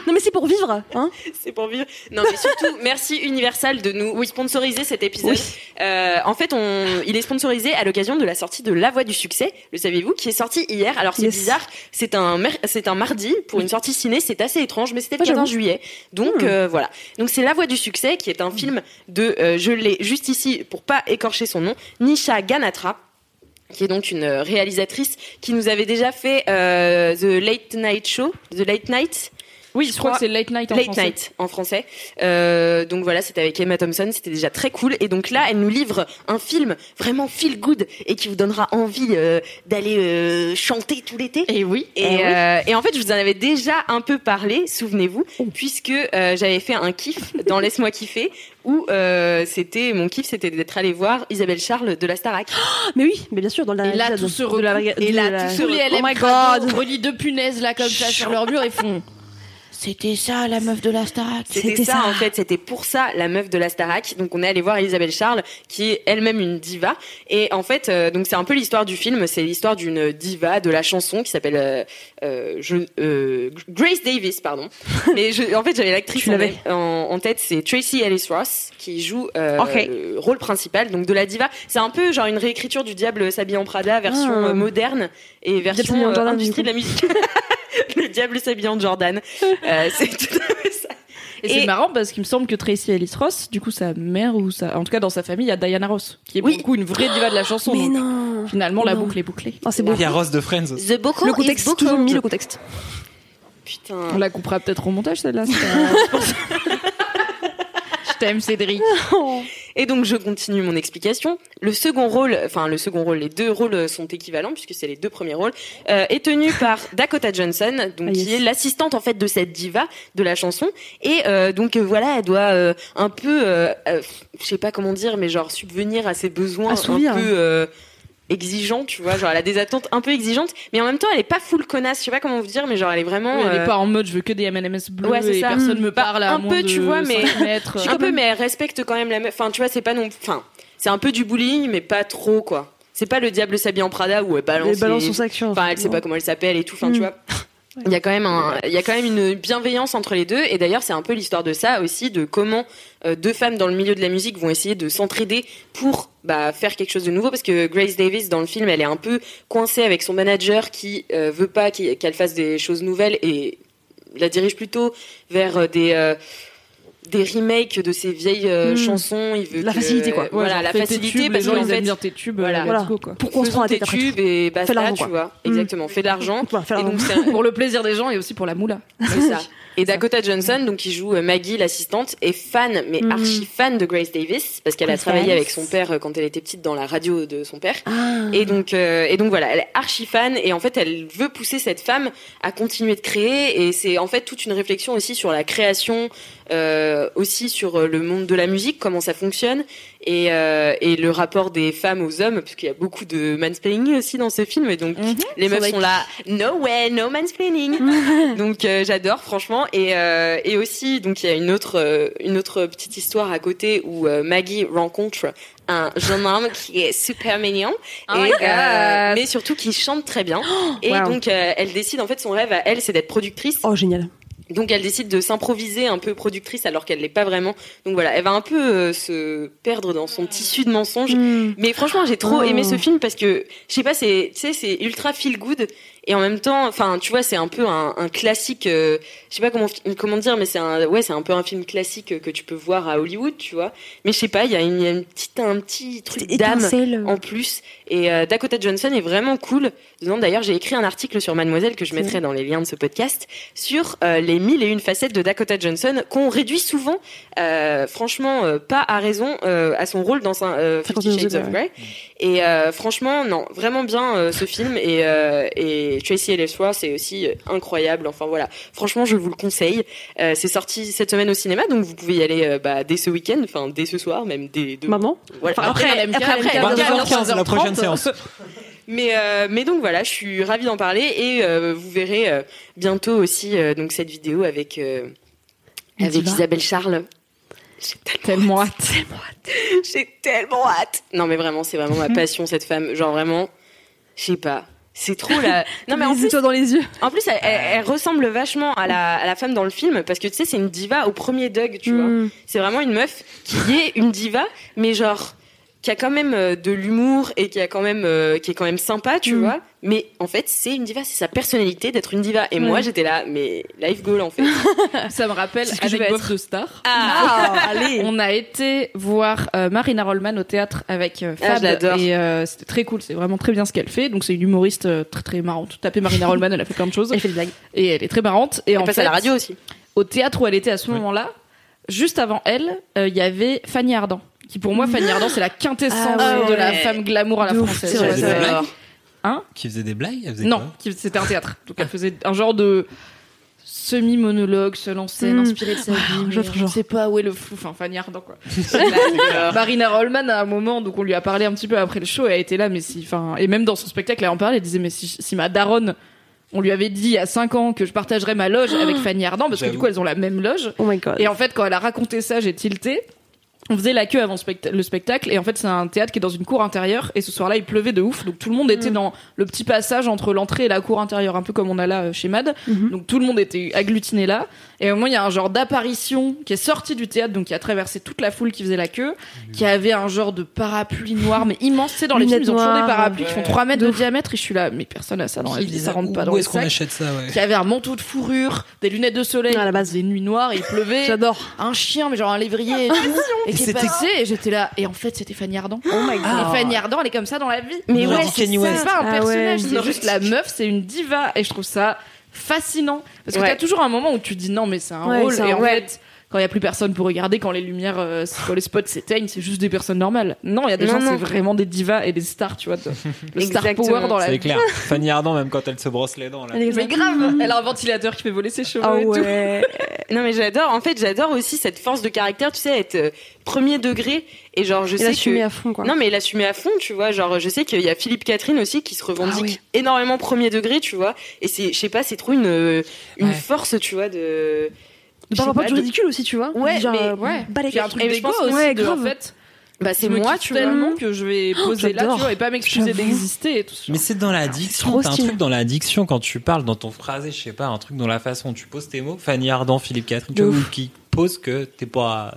[SPEAKER 5] non mais c'est pour vivre, hein.
[SPEAKER 7] <laughs> c'est pour vivre. Non, mais surtout, merci Universal de nous sponsoriser cet épisode. Euh, en fait, on, il est sponsorisé à l'occasion de la sortie de La Voix du Succès, le savez-vous, qui est sortie hier. Alors c'est
[SPEAKER 5] Yes.
[SPEAKER 7] bizarre, c'est un, mer- c'est un mardi pour une sortie ciné, c'est assez étrange, mais c'était le
[SPEAKER 5] Ah, j'avoue.
[SPEAKER 7] 14 juillet. Donc
[SPEAKER 5] Hmm.
[SPEAKER 7] euh, voilà. Donc c'est La Voix du Succès, qui est un film de, euh, je l'ai juste ici pour pas écorcher son nom, Nisha Ganatra qui est donc une euh, réalisatrice qui nous avait déjà fait euh, The Late Night Show, The Late Night,
[SPEAKER 2] Oui, je, crois, que c'est Late Night en
[SPEAKER 7] Late
[SPEAKER 2] français.
[SPEAKER 7] Night en français. Euh, donc voilà, c'était avec Emma Thompson, c'était déjà très cool. Et donc là, elle nous livre un film vraiment feel good et qui vous donnera envie euh, d'aller euh, chanter tout l'été.
[SPEAKER 2] Et oui.
[SPEAKER 7] Et, euh, et en fait, je vous en avais déjà un peu parlé, souvenez-vous,
[SPEAKER 2] Oh.
[SPEAKER 7] puisque euh, j'avais fait un kiff dans Laisse-moi kiffer, où euh, c'était mon kiff, c'était d'être allé voir Isabelle Charles de la Starac.
[SPEAKER 5] Mais oui, mais bien sûr, dans la
[SPEAKER 2] Et là,
[SPEAKER 5] épisode
[SPEAKER 2] tout se
[SPEAKER 5] Ah, de la-
[SPEAKER 2] recoupe.
[SPEAKER 5] de
[SPEAKER 7] Et là,
[SPEAKER 5] la-
[SPEAKER 7] tout se
[SPEAKER 2] Tous les LM
[SPEAKER 5] Oh my
[SPEAKER 2] crado
[SPEAKER 5] God.
[SPEAKER 2] relient deux punaises là comme ça sur leur mur et font. C'était ça la meuf de la Starac.
[SPEAKER 7] C'était
[SPEAKER 5] C'était
[SPEAKER 7] ça,
[SPEAKER 5] ça.
[SPEAKER 7] en fait, c'était pour ça la meuf de la Starac. Donc on est allé voir Isabelle Charles, qui est elle-même une diva. Et en fait, euh, donc c'est un peu l'histoire du film, c'est l'histoire d'une diva de la chanson qui s'appelle euh, euh, je- euh, Grace Davis,
[SPEAKER 5] <laughs>
[SPEAKER 7] pardon. Mais je- en fait, j'avais l'actrice
[SPEAKER 5] Tu l'avais.
[SPEAKER 7] en, en tête, c'est Tracy Ellis Ross qui joue euh,
[SPEAKER 5] Ok.
[SPEAKER 7] le rôle principal, donc de la diva. C'est un peu genre une réécriture du Diable s'habille en Prada, version
[SPEAKER 5] Ah.
[SPEAKER 7] euh, moderne et version
[SPEAKER 5] s'habille en
[SPEAKER 7] euh,
[SPEAKER 5] Jordan, du
[SPEAKER 7] industrie
[SPEAKER 5] coup.
[SPEAKER 7] de la musique. <laughs> le Diable s'habille en Jordan, Euh,
[SPEAKER 5] <laughs>
[SPEAKER 7] c'est tout à fait ça.
[SPEAKER 2] Et, c'est
[SPEAKER 7] Et-
[SPEAKER 2] marrant parce qu'il me semble que Tracy Ellis Ross, du coup sa mère ou sa, en tout cas dans sa famille, il y a Diana Ross qui est
[SPEAKER 7] Oui.
[SPEAKER 2] beaucoup une vraie diva de la chanson.
[SPEAKER 5] Mais
[SPEAKER 2] donc
[SPEAKER 5] non.
[SPEAKER 2] Finalement, la
[SPEAKER 5] Non.
[SPEAKER 2] boucle est bouclée.
[SPEAKER 5] Oh, c'est beau.
[SPEAKER 8] Il y a Ross de Friends.
[SPEAKER 7] The Boko
[SPEAKER 5] Le contexte, toujours mis le contexte.
[SPEAKER 2] On
[SPEAKER 7] Putain.
[SPEAKER 2] la coupera peut-être au montage celle-là. c'est pas- c'est pour ça. Je t'aime Cédric.
[SPEAKER 7] Et donc je continue mon explication. Le second rôle, enfin le second rôle, les deux rôles sont équivalents puisque c'est les deux premiers rôles, euh,
[SPEAKER 5] <laughs>
[SPEAKER 7] est tenu par Dakota Johnson, donc
[SPEAKER 5] Ah, yes.
[SPEAKER 7] qui est l'assistante en fait de cette diva de la chanson. Et euh, donc euh, voilà, elle doit euh, un peu, euh, euh, je sais pas comment dire, mais genre subvenir à ses besoins
[SPEAKER 5] Assouvir.
[SPEAKER 7] un peu. euh, exigeants, tu vois genre elle a des attentes un peu exigeantes mais en même temps elle est pas full connasse je sais pas comment vous dire mais genre elle est vraiment
[SPEAKER 2] elle
[SPEAKER 7] euh,
[SPEAKER 2] est pas en mode je veux que des M&M's bleus
[SPEAKER 7] Ouais, c'est
[SPEAKER 2] et
[SPEAKER 7] ça.
[SPEAKER 2] personne
[SPEAKER 7] Mm.
[SPEAKER 2] me parle à
[SPEAKER 7] Un
[SPEAKER 2] moins
[SPEAKER 7] peu,
[SPEAKER 2] de
[SPEAKER 7] tu vois, mais-
[SPEAKER 2] cinq mètres.
[SPEAKER 7] un peu, mais elle respecte quand même la meuf. Enfin, tu vois, c'est pas non. Enfin, c'est un peu du bullying, mais pas trop, quoi. C'est pas le diable s'habille en Prada où elle balance.
[SPEAKER 5] Les balances
[SPEAKER 7] les-
[SPEAKER 5] sont sacrées.
[SPEAKER 7] Enfin, elle sait pas comment elle s'appelle et tout. Enfin, tu
[SPEAKER 5] Mm.
[SPEAKER 7] vois. Il y, a quand même un, il y a quand même une bienveillance entre les deux et d'ailleurs c'est un peu l'histoire de ça aussi de comment euh, deux femmes dans le milieu de la musique vont essayer de s'entraider pour bah, faire quelque chose de nouveau parce que Grace Davis dans le film elle est un peu coincée avec son manager qui euh, veut pas qu'il- qu'elle fasse des choses nouvelles et la dirige plutôt vers euh, des euh, des remakes de ses vieilles euh,
[SPEAKER 5] Hmm.
[SPEAKER 7] chansons il veut
[SPEAKER 5] La
[SPEAKER 7] que-
[SPEAKER 5] facilité, quoi. Ouais,
[SPEAKER 7] voilà
[SPEAKER 2] Genre,
[SPEAKER 7] la
[SPEAKER 2] fais tes
[SPEAKER 7] facilité
[SPEAKER 2] tubes,
[SPEAKER 7] parce
[SPEAKER 2] les gens
[SPEAKER 7] qu'en
[SPEAKER 2] ils aiment
[SPEAKER 7] fait
[SPEAKER 2] bien tes tubes.
[SPEAKER 7] voilà.
[SPEAKER 2] euh,
[SPEAKER 5] Voilà.
[SPEAKER 2] let's go, quoi.
[SPEAKER 5] Pourquoi on se prend
[SPEAKER 7] faisons
[SPEAKER 5] la
[SPEAKER 7] tes
[SPEAKER 5] tête après tout
[SPEAKER 7] tubes et basta
[SPEAKER 5] l'argent,
[SPEAKER 7] tu
[SPEAKER 5] quoi.
[SPEAKER 7] vois
[SPEAKER 5] Hmm.
[SPEAKER 7] exactement fais de l'argent
[SPEAKER 5] Voilà, faire
[SPEAKER 7] et
[SPEAKER 5] la
[SPEAKER 7] donc
[SPEAKER 5] ronde.
[SPEAKER 7] c'est un-
[SPEAKER 2] Pour le plaisir des gens et aussi pour la moula.
[SPEAKER 7] c'est ça. Et Dakota Johnson, donc qui joue euh, Maggie, l'assistante, est fan, mais
[SPEAKER 5] Mhm.
[SPEAKER 7] archi fan de Grace Davis, parce qu'elle a
[SPEAKER 5] Grace
[SPEAKER 7] travaillé
[SPEAKER 5] Davis.
[SPEAKER 7] avec son père euh, quand elle était petite dans la radio de son père.
[SPEAKER 5] Ah.
[SPEAKER 7] Et donc, euh, et donc voilà, elle est archi fan et en fait, elle veut pousser cette femme à continuer de créer. Et c'est en fait toute une réflexion aussi sur la création, euh, aussi sur euh, le monde de la musique, comment ça fonctionne et, euh, et le rapport des femmes aux hommes, parce qu'il y a beaucoup de mansplaining aussi dans ce film. Et donc, les meufs sont là, no way, no <laughs> mansplaining. donc, euh, j'adore franchement. Et, euh, et aussi, donc il y a une autre, euh, une autre petite histoire à côté où euh, Maggie rencontre un jeune homme qui est super mignon et, euh, mais surtout qui chante très <gasps> bien. et
[SPEAKER 5] wow.
[SPEAKER 7] donc, euh, elle décide, en fait, son rêve à elle, c'est d'être productrice.
[SPEAKER 5] Oh, génial.
[SPEAKER 7] Donc, elle décide de s'improviser un peu productrice alors qu'elle l'est pas vraiment. Donc voilà, elle va un peu euh, se perdre dans son tissu de mensonges. Mais franchement, j'ai trop
[SPEAKER 5] Oh.
[SPEAKER 7] aimé ce film parce que, je sais pas, c'est, tu sais, c'est ultra feel good. Et en même temps, enfin, tu vois, c'est un peu un, un classique, euh, je sais pas comment, comment dire, mais c'est un, ouais, c'est un peu un film classique que tu peux voir à Hollywood, tu vois. Mais je sais pas, il y a, une, il y a une petite, un petit truc d'âme en plus. Et euh, Dakota Johnson est vraiment cool. Dedans, D'ailleurs, j'ai écrit un article sur Mademoiselle que je mettrai dans les liens de ce podcast sur euh, les mille et une facettes de Dakota Johnson qu'on réduit souvent, euh, franchement, euh, pas à raison, euh, à son rôle dans un, euh, Fifty
[SPEAKER 5] Fifty
[SPEAKER 7] Shades of Grey. Et euh, franchement, non, vraiment bien euh, ce film. Et, euh, et Tracy Ellis Ross c'est aussi euh, incroyable. Enfin voilà, franchement, je vous le conseille. Euh, C'est sorti cette semaine au cinéma, donc vous pouvez y aller euh, bah, dès ce week-end, enfin dès ce soir, même dès demain.
[SPEAKER 5] Maman
[SPEAKER 7] Voilà.
[SPEAKER 5] Enfin,
[SPEAKER 7] Bah, après,
[SPEAKER 2] après,
[SPEAKER 7] après,
[SPEAKER 2] LMK,
[SPEAKER 7] après,
[SPEAKER 8] 22h15, la prochaine séance.
[SPEAKER 7] mais, euh, mais donc voilà, je suis ravie d'en parler et euh, vous verrez euh, bientôt aussi euh, donc cette vidéo avec, euh, avec Isabelle Charles. J'ai tellement-
[SPEAKER 2] Tellement hâte.
[SPEAKER 7] J'ai tellement hâte. Non mais vraiment,
[SPEAKER 5] <laughs>
[SPEAKER 7] c'est vraiment ma passion cette femme. Genre vraiment, je sais pas. C'est trop
[SPEAKER 5] <laughs>
[SPEAKER 7] la. Non mais en plus,
[SPEAKER 5] toi dans les yeux.
[SPEAKER 7] en plus elle, elle- elle ressemble vachement à la, à la femme dans le film parce que tu sais, c'est une diva au premier Doug, tu vois.
[SPEAKER 5] Mm.
[SPEAKER 7] C'est vraiment une meuf qui est une diva, mais genre qui a quand même euh, de l'humour et qui a quand même euh, qui est quand même sympa,
[SPEAKER 5] Mm.
[SPEAKER 7] tu vois. Mais en fait, c'est une diva, c'est sa personnalité d'être une diva. Et moi, j'étais là, mais life goal en fait.
[SPEAKER 3] Ça me rappelle
[SPEAKER 2] C'est ce que je
[SPEAKER 3] avec
[SPEAKER 2] vais
[SPEAKER 3] Bob de Star.
[SPEAKER 7] allez.
[SPEAKER 3] On a été voir euh, Marina Rollman au théâtre avec euh,
[SPEAKER 7] Ah, je
[SPEAKER 3] Fab
[SPEAKER 7] l'adore.
[SPEAKER 3] et euh, c'était très cool. C'est vraiment très bien ce qu'elle fait. Donc c'est une humoriste euh, très très marrante. Tapez Marina Rollman, elle a fait plein de choses
[SPEAKER 5] <laughs> Elle fait des blagues.
[SPEAKER 3] et elle est très marrante. Et
[SPEAKER 7] On
[SPEAKER 3] en
[SPEAKER 7] passe
[SPEAKER 3] fait,
[SPEAKER 7] à la radio aussi.
[SPEAKER 3] au théâtre où elle était à ce moment-là, juste avant elle, euh, il y avait Fanny Ardant. Qui pour moi, Fanny Ardant, c'est la quintessence
[SPEAKER 5] Ah
[SPEAKER 7] ouais.
[SPEAKER 3] de la femme glamour à la
[SPEAKER 5] De ouf,
[SPEAKER 3] française.
[SPEAKER 5] c'est vrai,
[SPEAKER 3] Ouais,
[SPEAKER 8] Qui faisait
[SPEAKER 3] c'est-
[SPEAKER 8] des blagues
[SPEAKER 3] Hein
[SPEAKER 8] Qui faisait des blagues Elle faisait
[SPEAKER 3] non,
[SPEAKER 8] quoi
[SPEAKER 3] qui- c'était un théâtre. Donc elle faisait un genre de semi-monologue, se lancer,
[SPEAKER 5] Mm.
[SPEAKER 3] inspirée de sa vie. mais
[SPEAKER 5] j'offre
[SPEAKER 3] Je
[SPEAKER 5] genre.
[SPEAKER 3] sais pas où est le flou, enfin Fanny Ardant quoi.
[SPEAKER 7] <laughs>
[SPEAKER 3] La- Marina Rollman à un moment, donc on lui a parlé un petit peu après le show, et elle était là, mais si, enfin, et même dans son spectacle, elle en parlait, elle disait, mais si, si ma daronne, on lui avait dit à 5 ans que je partagerais ma loge avec Fanny Ardant, parce que du
[SPEAKER 8] J'avoue.
[SPEAKER 3] coup elles ont la même loge,
[SPEAKER 5] Oh my god.
[SPEAKER 3] et en fait, quand elle a raconté ça, j'ai tilté. On faisait la queue avant specta- le spectacle et en fait c'est un théâtre qui est dans une cour intérieure et ce soir-là il pleuvait de ouf donc tout le monde était dans le petit passage entre l'entrée et la cour intérieure un peu comme on a là euh, chez Mad donc tout le monde était agglutiné là et au moins il y a un genre d'apparition qui est sortie du théâtre donc qui a traversé toute la foule qui faisait la queue qui avait un genre de parapluie noir mais immense c'est dans les films
[SPEAKER 5] Lunettes
[SPEAKER 3] ils ont toujours des
[SPEAKER 5] noires.
[SPEAKER 3] parapluis qui font 3 mètres de diamètre et je suis là mais personne a ça dans la
[SPEAKER 8] Qui
[SPEAKER 3] vie
[SPEAKER 8] faisait
[SPEAKER 3] ça rentre pas dans
[SPEAKER 8] Où
[SPEAKER 3] les
[SPEAKER 8] est-ce qu'on
[SPEAKER 3] sacs
[SPEAKER 8] achète ça ouais.
[SPEAKER 3] qui avait un manteau de fourrure des lunettes de soleil
[SPEAKER 5] À la base.
[SPEAKER 3] des nuits noires et il pleuvait
[SPEAKER 5] <laughs> J'adore.
[SPEAKER 3] un chien, mais genre un lévrier et tout, et qui est passé, et j'étais là. Et en fait, c'était Fanny Ardant.
[SPEAKER 5] Oh my
[SPEAKER 3] Et Fanny Ardant, elle est comme ça dans la vie.
[SPEAKER 5] Mais ouais,
[SPEAKER 8] Nordic Kanye West.
[SPEAKER 3] C'est pas un
[SPEAKER 5] Ah
[SPEAKER 3] personnage,
[SPEAKER 5] ouais.
[SPEAKER 3] c'est juste la meuf, c'est une diva, et je trouve ça fascinant. Parce que
[SPEAKER 7] Ouais.
[SPEAKER 3] t'as toujours un moment où tu te dis non, mais c'est un
[SPEAKER 5] Ouais,
[SPEAKER 3] rôle,
[SPEAKER 5] c'est
[SPEAKER 3] et
[SPEAKER 5] un
[SPEAKER 3] en
[SPEAKER 5] rôle.
[SPEAKER 3] fait, quand il y a plus personne pour regarder, quand les lumières, euh, quand les spots s'éteignent, c'est juste des personnes normales. Non, il y a des
[SPEAKER 7] Non,
[SPEAKER 3] gens,
[SPEAKER 7] non.
[SPEAKER 3] c'est vraiment des divas et des stars, tu vois. de- Le star
[SPEAKER 7] Exactement.
[SPEAKER 3] power dans la
[SPEAKER 8] C'est
[SPEAKER 3] vie.
[SPEAKER 8] clair. Fanny Ardant, même quand elle se brosse les dents là.
[SPEAKER 3] Mais grave, elle a un ventilateur qui fait voler ses cheveux
[SPEAKER 5] Ah
[SPEAKER 3] et tout.
[SPEAKER 5] ouais.
[SPEAKER 7] Bah, Non mais j'adore. En fait, j'adore aussi cette force de caractère. Tu sais, être euh, premier degré et genre je
[SPEAKER 5] Il a
[SPEAKER 7] sais que
[SPEAKER 5] à fond quoi.
[SPEAKER 7] Non, mais l'assumer à fond, tu vois. Genre, je sais qu'il y a Philippe Catherine aussi qui se revendique énormément premier degré, tu vois. Et c'est, je sais pas, c'est trop une, euh, une
[SPEAKER 8] Ouais.
[SPEAKER 7] force, tu vois, de.
[SPEAKER 5] De
[SPEAKER 7] je sais
[SPEAKER 5] par rapport
[SPEAKER 7] pas,
[SPEAKER 5] du
[SPEAKER 7] de-
[SPEAKER 5] ridicule aussi, tu vois.
[SPEAKER 7] Ouais,
[SPEAKER 5] Genre,
[SPEAKER 7] mais-
[SPEAKER 5] euh,
[SPEAKER 3] ouais.
[SPEAKER 5] Bah, les
[SPEAKER 3] Puis il y a un
[SPEAKER 5] gars.
[SPEAKER 3] truc
[SPEAKER 7] Et je
[SPEAKER 3] d'égo
[SPEAKER 7] pense-
[SPEAKER 3] aussi.
[SPEAKER 5] ouais,
[SPEAKER 3] de,
[SPEAKER 5] grave.
[SPEAKER 3] En fait,
[SPEAKER 7] Bah, c'est
[SPEAKER 3] je me
[SPEAKER 7] moi,
[SPEAKER 3] kiffe
[SPEAKER 7] tu vois.
[SPEAKER 3] tellement que je vais poser là,
[SPEAKER 5] Oh, j'adore.
[SPEAKER 3] tu vois, et pas m'excuser
[SPEAKER 5] J'avoue.
[SPEAKER 3] d'exister et tout. ce
[SPEAKER 8] Mais
[SPEAKER 3] genre.
[SPEAKER 8] c'est dans la diction,
[SPEAKER 5] trop
[SPEAKER 8] t'as un
[SPEAKER 5] stylé.
[SPEAKER 8] truc dans la diction quand tu parles, dans ton phrasé, je sais pas, un truc dans la façon dont tu poses tes mots. Fanny Ardant, Philippe Catherine, tu
[SPEAKER 5] De
[SPEAKER 8] vois,
[SPEAKER 5] ouf.
[SPEAKER 8] ou qui pose que t'es pas,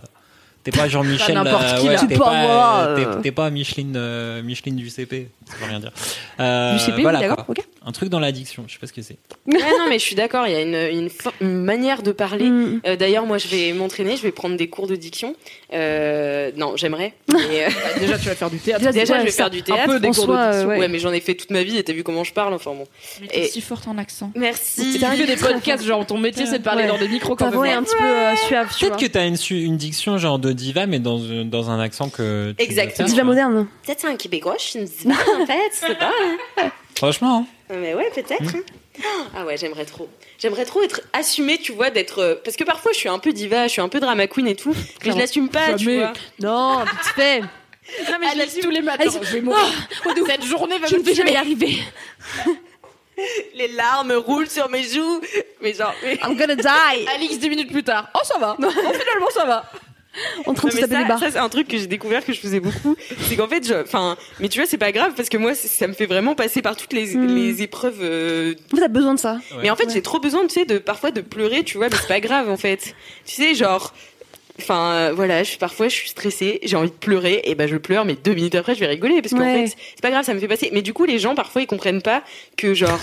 [SPEAKER 8] t'es pas Jean-Michel,
[SPEAKER 3] Pas n'importe
[SPEAKER 8] euh,
[SPEAKER 3] qui,
[SPEAKER 8] ouais,
[SPEAKER 3] là.
[SPEAKER 8] t'es
[SPEAKER 5] C'est pas moi,
[SPEAKER 8] euh,
[SPEAKER 5] euh.
[SPEAKER 8] t'es- t'es pas Micheline, euh, Micheline du CP, ça veut rien dire. Euh,
[SPEAKER 5] Du CP,
[SPEAKER 8] voilà,
[SPEAKER 5] oui, d'accord,
[SPEAKER 8] quoi.
[SPEAKER 5] ok.
[SPEAKER 8] Un truc dans la diction, je sais pas ce que c'est.
[SPEAKER 7] Ouais, non, mais je suis d'accord. Il y a une, une, for- une manière de parler.
[SPEAKER 5] Mm.
[SPEAKER 7] Euh, D'ailleurs, moi, je vais m'entraîner. Je vais prendre des cours de diction. Euh, non, j'aimerais. mais, euh,
[SPEAKER 3] Bah, déjà, tu vas faire du théâtre.
[SPEAKER 5] Déjà,
[SPEAKER 7] déjà,
[SPEAKER 5] ouais,
[SPEAKER 7] je vais
[SPEAKER 5] ça,
[SPEAKER 7] faire du
[SPEAKER 3] un
[SPEAKER 7] théâtre.
[SPEAKER 3] peu des
[SPEAKER 5] en
[SPEAKER 3] cours
[SPEAKER 5] soi,
[SPEAKER 3] d'audition.
[SPEAKER 5] euh, ouais.
[SPEAKER 7] Ouais, mais j'en ai fait toute ma vie. Et t'as vu comment je parle. Enfin bon.
[SPEAKER 3] T'es
[SPEAKER 7] Et-
[SPEAKER 3] si forte en accent.
[SPEAKER 7] Merci.
[SPEAKER 3] Si tu fais des podcasts, genre ton métier c'est de parler
[SPEAKER 5] Ouais.
[SPEAKER 3] dans des micros
[SPEAKER 5] Ta
[SPEAKER 3] quand
[SPEAKER 5] voix est
[SPEAKER 3] même.
[SPEAKER 5] un petit peu euh, suave, tu
[SPEAKER 8] Peut-être
[SPEAKER 5] vois.
[SPEAKER 8] que t'as une, su- une diction genre de diva, mais dans, un- dans un accent que. tu
[SPEAKER 7] Exact.
[SPEAKER 8] veux faire.
[SPEAKER 5] Diva moderne.
[SPEAKER 7] Peut-être c'est un Québécois. Je ne sais pas. En fait, c'est pas.
[SPEAKER 8] Franchement, hein.
[SPEAKER 7] Non, Ah, Mais ouais, peut-être. hein. Ah ouais, j'aimerais trop. J'aimerais trop être assumée, tu vois, d'être. euh, Parce que parfois, je suis un peu diva, je suis un peu drama queen et tout, mais je
[SPEAKER 5] Clairement.
[SPEAKER 7] l'assume pas, tu
[SPEAKER 3] Jamais.
[SPEAKER 7] vois.
[SPEAKER 5] Non, vite
[SPEAKER 3] <laughs>
[SPEAKER 5] fait. Oh,
[SPEAKER 7] Non, mais je l'assume.
[SPEAKER 3] tous les matins, je vais mourir. Cette journée va
[SPEAKER 5] Je
[SPEAKER 3] me
[SPEAKER 5] ne vais jamais y
[SPEAKER 3] tuer.
[SPEAKER 5] arriver.
[SPEAKER 7] Les larmes roulent sur mes joues, mais genre. mais-
[SPEAKER 5] I'm gonna die.
[SPEAKER 3] Alix, 10 minutes plus tard. Oh, ça va. Oh, finalement, ça va.
[SPEAKER 5] En train de
[SPEAKER 7] Non,
[SPEAKER 5] se
[SPEAKER 7] mais
[SPEAKER 5] taper des
[SPEAKER 7] ça,
[SPEAKER 5] barres.
[SPEAKER 7] ça, c'est un truc que j'ai découvert que je faisais beaucoup. C'est qu'en fait, je. Enfin, mais tu vois, c'est pas grave parce que moi, c'est- ça me fait vraiment passer par toutes les,
[SPEAKER 5] Hmm.
[SPEAKER 7] les épreuves. euh,
[SPEAKER 5] Vous avez besoin de ça.
[SPEAKER 7] Mais en fait, j'ai trop besoin, tu sais, de parfois de pleurer, tu vois, mais c'est pas grave en fait. Tu sais, genre. Enfin, euh, voilà, je, suis- parfois je suis stressée, j'ai envie de pleurer, et ben je pleure, mais deux minutes après je vais rigoler, parce qu'en
[SPEAKER 5] Ouais.
[SPEAKER 7] fait, c'est pas grave, ça me fait passer. Mais du coup, les gens parfois ils comprennent pas que genre.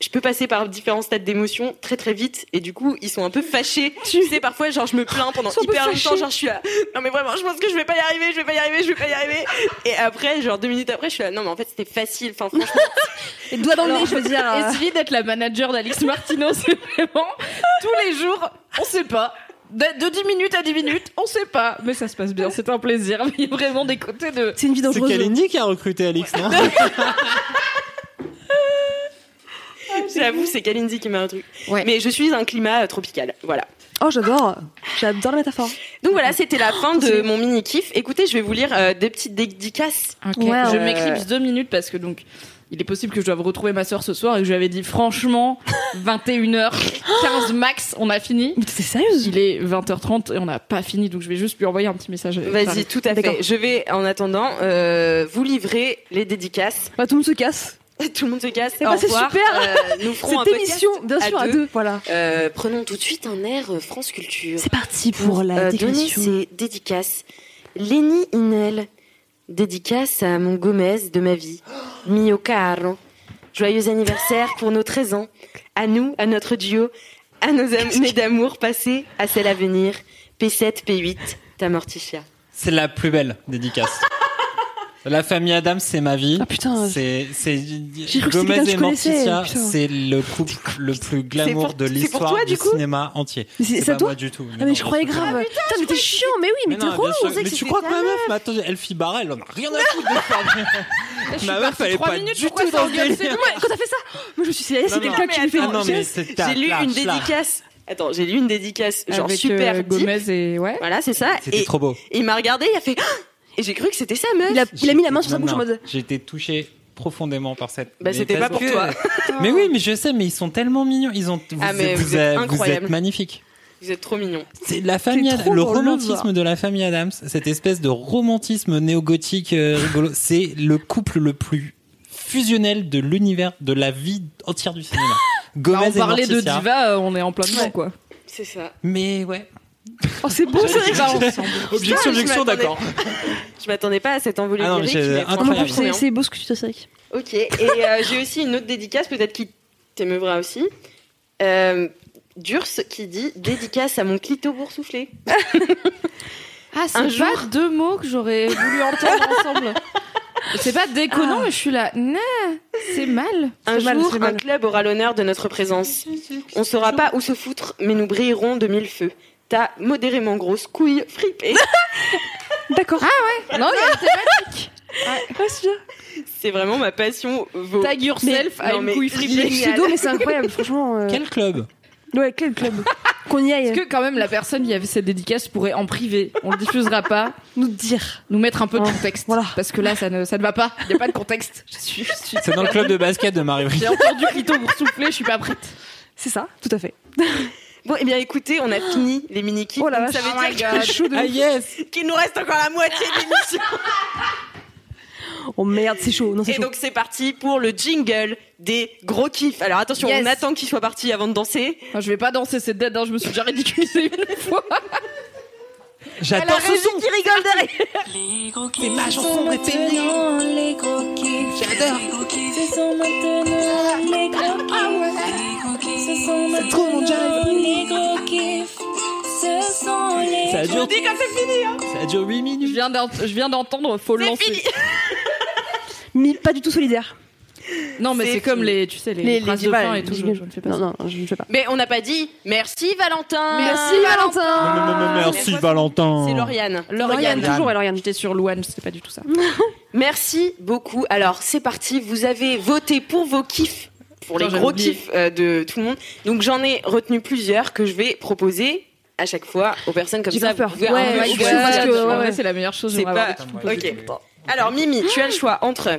[SPEAKER 7] Je peux passer par différents stades d'émotion très très vite et du coup ils sont un
[SPEAKER 5] <laughs>
[SPEAKER 7] peu fâchés. Tu sais parfois genre je me plains pendant
[SPEAKER 5] Ils sont un peu
[SPEAKER 7] hyper longtemps
[SPEAKER 5] fâchés.
[SPEAKER 7] genre je suis là non mais vraiment je pense que je vais pas y arriver je vais pas y arriver je vais pas y arriver et après genre deux minutes après je suis là non mais en fait c'était facile enfin franchement
[SPEAKER 5] Et doigt dans le nez, je
[SPEAKER 3] <laughs>
[SPEAKER 5] veux dire. euh,
[SPEAKER 3] Essayez d'être la manager d'Alix Martino, <laughs> c'est vraiment tous les jours, on sait pas. De, de 10 minutes à 10 minutes, on sait pas. Mais ça se passe bien, c'est un plaisir. <laughs> Mais il y a vraiment des côtés de.
[SPEAKER 5] C'est une vie
[SPEAKER 8] C'est
[SPEAKER 5] dangereuse.
[SPEAKER 8] Kalindi qui a recruté Alix,
[SPEAKER 5] <laughs>
[SPEAKER 8] non
[SPEAKER 7] J'avoue, c'est Kalindi qui m'a un truc.
[SPEAKER 3] Ouais.
[SPEAKER 7] Mais je suis un climat euh, tropical. Voilà.
[SPEAKER 5] Oh, j'adore. J'adore la métaphore. Mm-hmm.
[SPEAKER 7] Donc voilà, c'était la fin
[SPEAKER 5] Oh,
[SPEAKER 7] de mon mini kiff. Écoutez, je vais vous lire euh, des petites dédicaces.
[SPEAKER 5] Ouais,
[SPEAKER 3] je
[SPEAKER 5] ouais.
[SPEAKER 3] m'éclipse deux minutes parce que donc. Il est possible que je doive retrouver ma sœur ce soir et que je lui avais dit franchement 21h 15 max on a fini.
[SPEAKER 5] Mais t'es sérieuse
[SPEAKER 3] Il est 20h30 et on n'a pas fini donc je vais juste lui envoyer un petit message.
[SPEAKER 7] Vas-y, tout à
[SPEAKER 5] Euh, D'accord.
[SPEAKER 7] fait. Je vais, en attendant, euh, vous livrer les dédicaces. <laughs>
[SPEAKER 5] Bah, tout le monde se casse.
[SPEAKER 7] Tout le monde se casse.
[SPEAKER 5] Eh ben,
[SPEAKER 7] Au
[SPEAKER 5] c'est
[SPEAKER 7] revoir.
[SPEAKER 5] super.
[SPEAKER 7] Euh, nous ferons un
[SPEAKER 5] Cette
[SPEAKER 7] podcast.
[SPEAKER 5] émission, bien
[SPEAKER 7] à
[SPEAKER 5] sûr, à
[SPEAKER 7] deux.
[SPEAKER 5] deux. Voilà.
[SPEAKER 7] Euh, prenons tout de suite un air euh, France Culture.
[SPEAKER 5] C'est parti
[SPEAKER 7] pour
[SPEAKER 5] pour la
[SPEAKER 7] euh, donner
[SPEAKER 5] déclaration.
[SPEAKER 7] ses dédicaces. Lénie Inel, Dédicace à mon Gomez de ma vie, mio caro. Joyeux anniversaire pour nos 13 ans. À nous, à notre duo, à nos années d'amour passées, à celle à venir. P7, P8, ta morticia.
[SPEAKER 8] C'est la plus belle dédicace. La famille Adam, c'est ma vie.
[SPEAKER 5] Ah, putain.
[SPEAKER 8] C'est c'est
[SPEAKER 5] cru que c'était quelqu'un que
[SPEAKER 8] Gomez et
[SPEAKER 5] je connaissais,
[SPEAKER 8] Morticia,
[SPEAKER 5] putain.
[SPEAKER 8] c'est le couple le plus
[SPEAKER 7] C'est pour-
[SPEAKER 8] glamour de
[SPEAKER 7] c'est pour
[SPEAKER 8] l'histoire
[SPEAKER 7] toi,
[SPEAKER 8] du
[SPEAKER 7] du coup
[SPEAKER 8] cinéma entier.
[SPEAKER 5] Mais c'est- c'est
[SPEAKER 8] pas
[SPEAKER 5] toi
[SPEAKER 8] moi du tout.
[SPEAKER 5] Ah, mais
[SPEAKER 8] non,
[SPEAKER 5] je croyais
[SPEAKER 8] bien sûr.
[SPEAKER 5] grave. Putain, mais t'es chiant, mais oui, mais, t'es
[SPEAKER 8] non,
[SPEAKER 5] relou,
[SPEAKER 8] bien
[SPEAKER 5] on
[SPEAKER 8] sûr.
[SPEAKER 5] sait
[SPEAKER 8] Mais
[SPEAKER 5] que
[SPEAKER 8] tu
[SPEAKER 5] c'était
[SPEAKER 8] crois que
[SPEAKER 5] ta
[SPEAKER 8] ma
[SPEAKER 5] meuf.
[SPEAKER 8] meuf, mais attendez, Elfie Barrel, on a
[SPEAKER 5] <laughs>
[SPEAKER 8] rien à foutre de ça. ma meuf, elle est pas du tout dans le délire.
[SPEAKER 5] Ouais, quand t'as fait ça, moi je me suis dit, ah,
[SPEAKER 8] Non,
[SPEAKER 5] c'est
[SPEAKER 8] non.
[SPEAKER 5] quelqu'un qui me fait
[SPEAKER 8] Ah
[SPEAKER 5] un
[SPEAKER 8] non, mais
[SPEAKER 5] geste.
[SPEAKER 8] c'est ta
[SPEAKER 7] J'ai lu une
[SPEAKER 8] classe, là.
[SPEAKER 7] dédicace. Attends, j'ai lu une dédicace genre
[SPEAKER 11] Avec,
[SPEAKER 7] super
[SPEAKER 11] euh,
[SPEAKER 7] deep.
[SPEAKER 11] Gomez et ouais.
[SPEAKER 7] Voilà, c'est ça.
[SPEAKER 8] C'était
[SPEAKER 7] Et
[SPEAKER 8] trop beau.
[SPEAKER 7] il m'a regardé, il a fait. <gasps> Ah Et j'ai cru que c'était ça, meuf.
[SPEAKER 5] Il a, il a mis la main sur sa
[SPEAKER 8] Non,
[SPEAKER 5] bouche en
[SPEAKER 8] non,
[SPEAKER 5] mode.
[SPEAKER 8] J'ai été touché profondément par cette.
[SPEAKER 7] Bah,
[SPEAKER 8] mais
[SPEAKER 7] c'était pas
[SPEAKER 8] parce
[SPEAKER 7] pour
[SPEAKER 8] que-
[SPEAKER 7] toi.
[SPEAKER 8] <laughs> Mais oui, mais je sais, mais ils sont tellement mignons. Ils ont. Vous,
[SPEAKER 7] Ah, mais vous êtes
[SPEAKER 8] êtes- vous
[SPEAKER 7] incroyables.
[SPEAKER 8] êtes magnifiques.
[SPEAKER 7] Vous êtes trop mignon.
[SPEAKER 8] C'est la famille, Ad-
[SPEAKER 5] trop
[SPEAKER 8] le
[SPEAKER 5] dans le
[SPEAKER 8] romantisme
[SPEAKER 5] Var.
[SPEAKER 8] de la famille Adams, cette espèce de romantisme néo-gothique euh, rigolo, <laughs> c'est le couple le plus fusionnel de l'univers, de la vie entière du cinéma.
[SPEAKER 11] Bah,
[SPEAKER 8] Gomez
[SPEAKER 11] on parlait
[SPEAKER 8] et
[SPEAKER 11] de
[SPEAKER 8] Morticia.
[SPEAKER 11] diva, euh, on est en plein dedans quoi.
[SPEAKER 7] C'est ça.
[SPEAKER 8] Mais ouais.
[SPEAKER 5] Oh, c'est beau, c'est vrai que
[SPEAKER 11] Diva ensemble.
[SPEAKER 5] Ah,
[SPEAKER 8] Objection,
[SPEAKER 7] je
[SPEAKER 8] objection,
[SPEAKER 5] <laughs>
[SPEAKER 7] m'attendais.
[SPEAKER 8] d'accord.
[SPEAKER 7] Je m'attendais pas à cette envolée
[SPEAKER 8] Ah non, mais
[SPEAKER 7] lyrique.
[SPEAKER 8] j'ai-
[SPEAKER 7] mais
[SPEAKER 8] incroyable.
[SPEAKER 7] franchement,
[SPEAKER 8] Non, mais
[SPEAKER 7] trop
[SPEAKER 5] c'est-
[SPEAKER 7] bien.
[SPEAKER 5] c'est beau ce que tu t'as fait.
[SPEAKER 7] Ok, et euh, <laughs> j'ai aussi une autre dédicace, peut-être qui t'émeuvra aussi. Euh, Durs qui dit dédicace à mon clito boursouflé.
[SPEAKER 3] Ah,
[SPEAKER 7] Un
[SPEAKER 3] c'est
[SPEAKER 7] jour.
[SPEAKER 3] pas deux mots que j'aurais voulu entendre ensemble. Ah. C'est pas déconnant, mais je suis là. Nah, c'est mal.
[SPEAKER 7] Un
[SPEAKER 5] C'est mal,
[SPEAKER 7] jour,
[SPEAKER 5] c'est mal.
[SPEAKER 7] un club aura l'honneur de notre présence. On saura pas où se foutre, mais nous brillerons de mille feux. Ta modérément grosse couille
[SPEAKER 5] <laughs>
[SPEAKER 7] fripée.
[SPEAKER 5] D'accord. Ah,
[SPEAKER 3] Non, mais c'est pas
[SPEAKER 5] c'est bien.
[SPEAKER 7] C'est vraiment ma passion. Vos...
[SPEAKER 3] tag yourself
[SPEAKER 7] Mais-
[SPEAKER 3] à
[SPEAKER 7] non,
[SPEAKER 3] une
[SPEAKER 7] mais
[SPEAKER 3] couille
[SPEAKER 5] Mais
[SPEAKER 3] fripée.
[SPEAKER 5] pseudo, mais c'est incroyable, franchement. euh,
[SPEAKER 8] Quel club
[SPEAKER 5] Ouais, quel club. <laughs> Qu'on y aille.
[SPEAKER 3] Est-ce que quand même la personne qui avait cette dédicace pourrait en privé, on le diffusera pas,
[SPEAKER 5] Nous dire.
[SPEAKER 3] nous mettre un peu de
[SPEAKER 5] Oh,
[SPEAKER 3] contexte
[SPEAKER 5] voilà.
[SPEAKER 3] Parce que là, ça ne, ça ne va pas. Il n'y a pas de contexte. Je suis, je suis-
[SPEAKER 8] C'est dans le club de basket de marie
[SPEAKER 3] J'ai entendu Clito pour souffler, je suis pas prête.
[SPEAKER 5] C'est ça, tout à fait.
[SPEAKER 7] Bon, eh bien écoutez, on a fini les mini kits.
[SPEAKER 5] Oh la
[SPEAKER 7] ça
[SPEAKER 5] vache.
[SPEAKER 7] veut dire
[SPEAKER 8] Ah yes
[SPEAKER 7] <laughs> qu'il nous reste encore la moitié d'émission.
[SPEAKER 5] Oh merde, c'est chaud. Non, c'est
[SPEAKER 7] Et
[SPEAKER 5] chaud.
[SPEAKER 7] donc c'est parti pour le jingle des gros kiffs. Alors attention,
[SPEAKER 3] Yes.
[SPEAKER 7] on attend qu'il soit parti avant de danser.
[SPEAKER 3] Enfin, Ah, je vais pas danser cette dead, hein, je me suis déjà ridiculisée une fois.
[SPEAKER 8] J'adore ce son
[SPEAKER 7] qui rigole derrière.
[SPEAKER 8] C'est ma chanson préférée C'est trop mon Ça dure Ça dure 8
[SPEAKER 3] Je
[SPEAKER 8] minutes
[SPEAKER 3] viens d'ent- je viens d'entendre, faut le lancer.
[SPEAKER 5] Mais pas du tout solidaire.
[SPEAKER 3] Non, mais
[SPEAKER 7] C'est
[SPEAKER 3] c'est comme
[SPEAKER 7] fini.
[SPEAKER 3] les, tu sais, les,
[SPEAKER 5] Les-
[SPEAKER 3] les
[SPEAKER 5] les
[SPEAKER 3] phrases de
[SPEAKER 5] divas,
[SPEAKER 3] fin et
[SPEAKER 5] les
[SPEAKER 3] tout. Je,
[SPEAKER 5] divas.
[SPEAKER 3] je ne fais pas
[SPEAKER 5] Non,
[SPEAKER 3] ça.
[SPEAKER 5] non, je ne fais pas.
[SPEAKER 7] <laughs> Mais on n'a pas dit merci Valentin.
[SPEAKER 5] Valentin.
[SPEAKER 7] merci,
[SPEAKER 8] Valentin
[SPEAKER 7] C'est Lauriane.
[SPEAKER 3] Lauriane,
[SPEAKER 5] toujours, ouais,
[SPEAKER 3] Lauriane. J'étais sur Louane, c'était pas du tout ça.
[SPEAKER 7] Merci beaucoup. Alors c'est parti, vous avez voté pour vos kiffs, pour les
[SPEAKER 3] Putain,
[SPEAKER 7] gros
[SPEAKER 3] j'avais oublié.
[SPEAKER 7] kiffs euh, de tout le monde. Donc j'en ai retenu plusieurs que je vais proposer à chaque fois aux personnes comme
[SPEAKER 5] J'ai
[SPEAKER 7] ça.
[SPEAKER 5] grave peur.
[SPEAKER 7] Vous pouvez
[SPEAKER 5] Ouais,
[SPEAKER 7] un peu
[SPEAKER 5] ouais,
[SPEAKER 7] choisir.
[SPEAKER 5] je trouve parce que, ouais,
[SPEAKER 3] en vrai,
[SPEAKER 5] ouais.
[SPEAKER 3] c'est la meilleure chose.
[SPEAKER 7] C'est
[SPEAKER 3] j'aimerais
[SPEAKER 7] pas.
[SPEAKER 3] avoir.
[SPEAKER 7] Ok. Alors Mimi, tu as le choix entre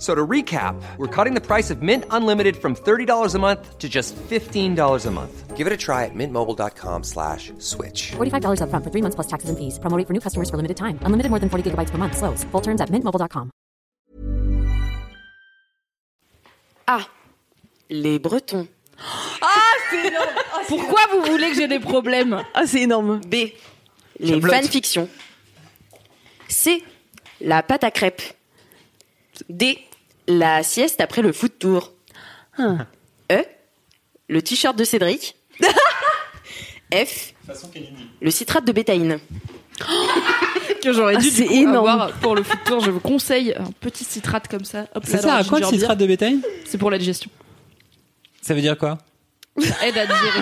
[SPEAKER 12] So to recap, we're cutting the price of Mint Unlimited from $30 a month to just $15 a month. Give it a try at mintmobile.com slash switch.
[SPEAKER 13] $45 upfront for three months plus taxes and fees. Promoting for new customers for limited time. Unlimited more than 40 gigabytes per month. Slows. Full terms at mintmobile.com.
[SPEAKER 7] A. Les Bretons.
[SPEAKER 3] Pourquoi vous voulez que j'ai des problèmes
[SPEAKER 5] Ah, c'est énorme.
[SPEAKER 7] B. Les fanfictions. C. La pâte à crêpes. D. La sieste après le foot tour.
[SPEAKER 5] Ah.
[SPEAKER 7] E. Le t-shirt
[SPEAKER 3] <laughs>
[SPEAKER 7] de Cédric. F. Le citrate de bétaïne.
[SPEAKER 3] Que j'aurais
[SPEAKER 5] Ah,
[SPEAKER 3] dû
[SPEAKER 5] c'est
[SPEAKER 3] du coup,
[SPEAKER 5] énorme.
[SPEAKER 3] avoir pour le futur. Je vous conseille un petit citrate comme ça. Hop là
[SPEAKER 8] C'est
[SPEAKER 3] dans
[SPEAKER 8] ça, à
[SPEAKER 3] la
[SPEAKER 8] quoi le
[SPEAKER 3] ginger
[SPEAKER 8] citrate de bétail
[SPEAKER 3] beer. C'est pour la digestion.
[SPEAKER 8] Ça veut dire quoi
[SPEAKER 3] Ça aide à digérer.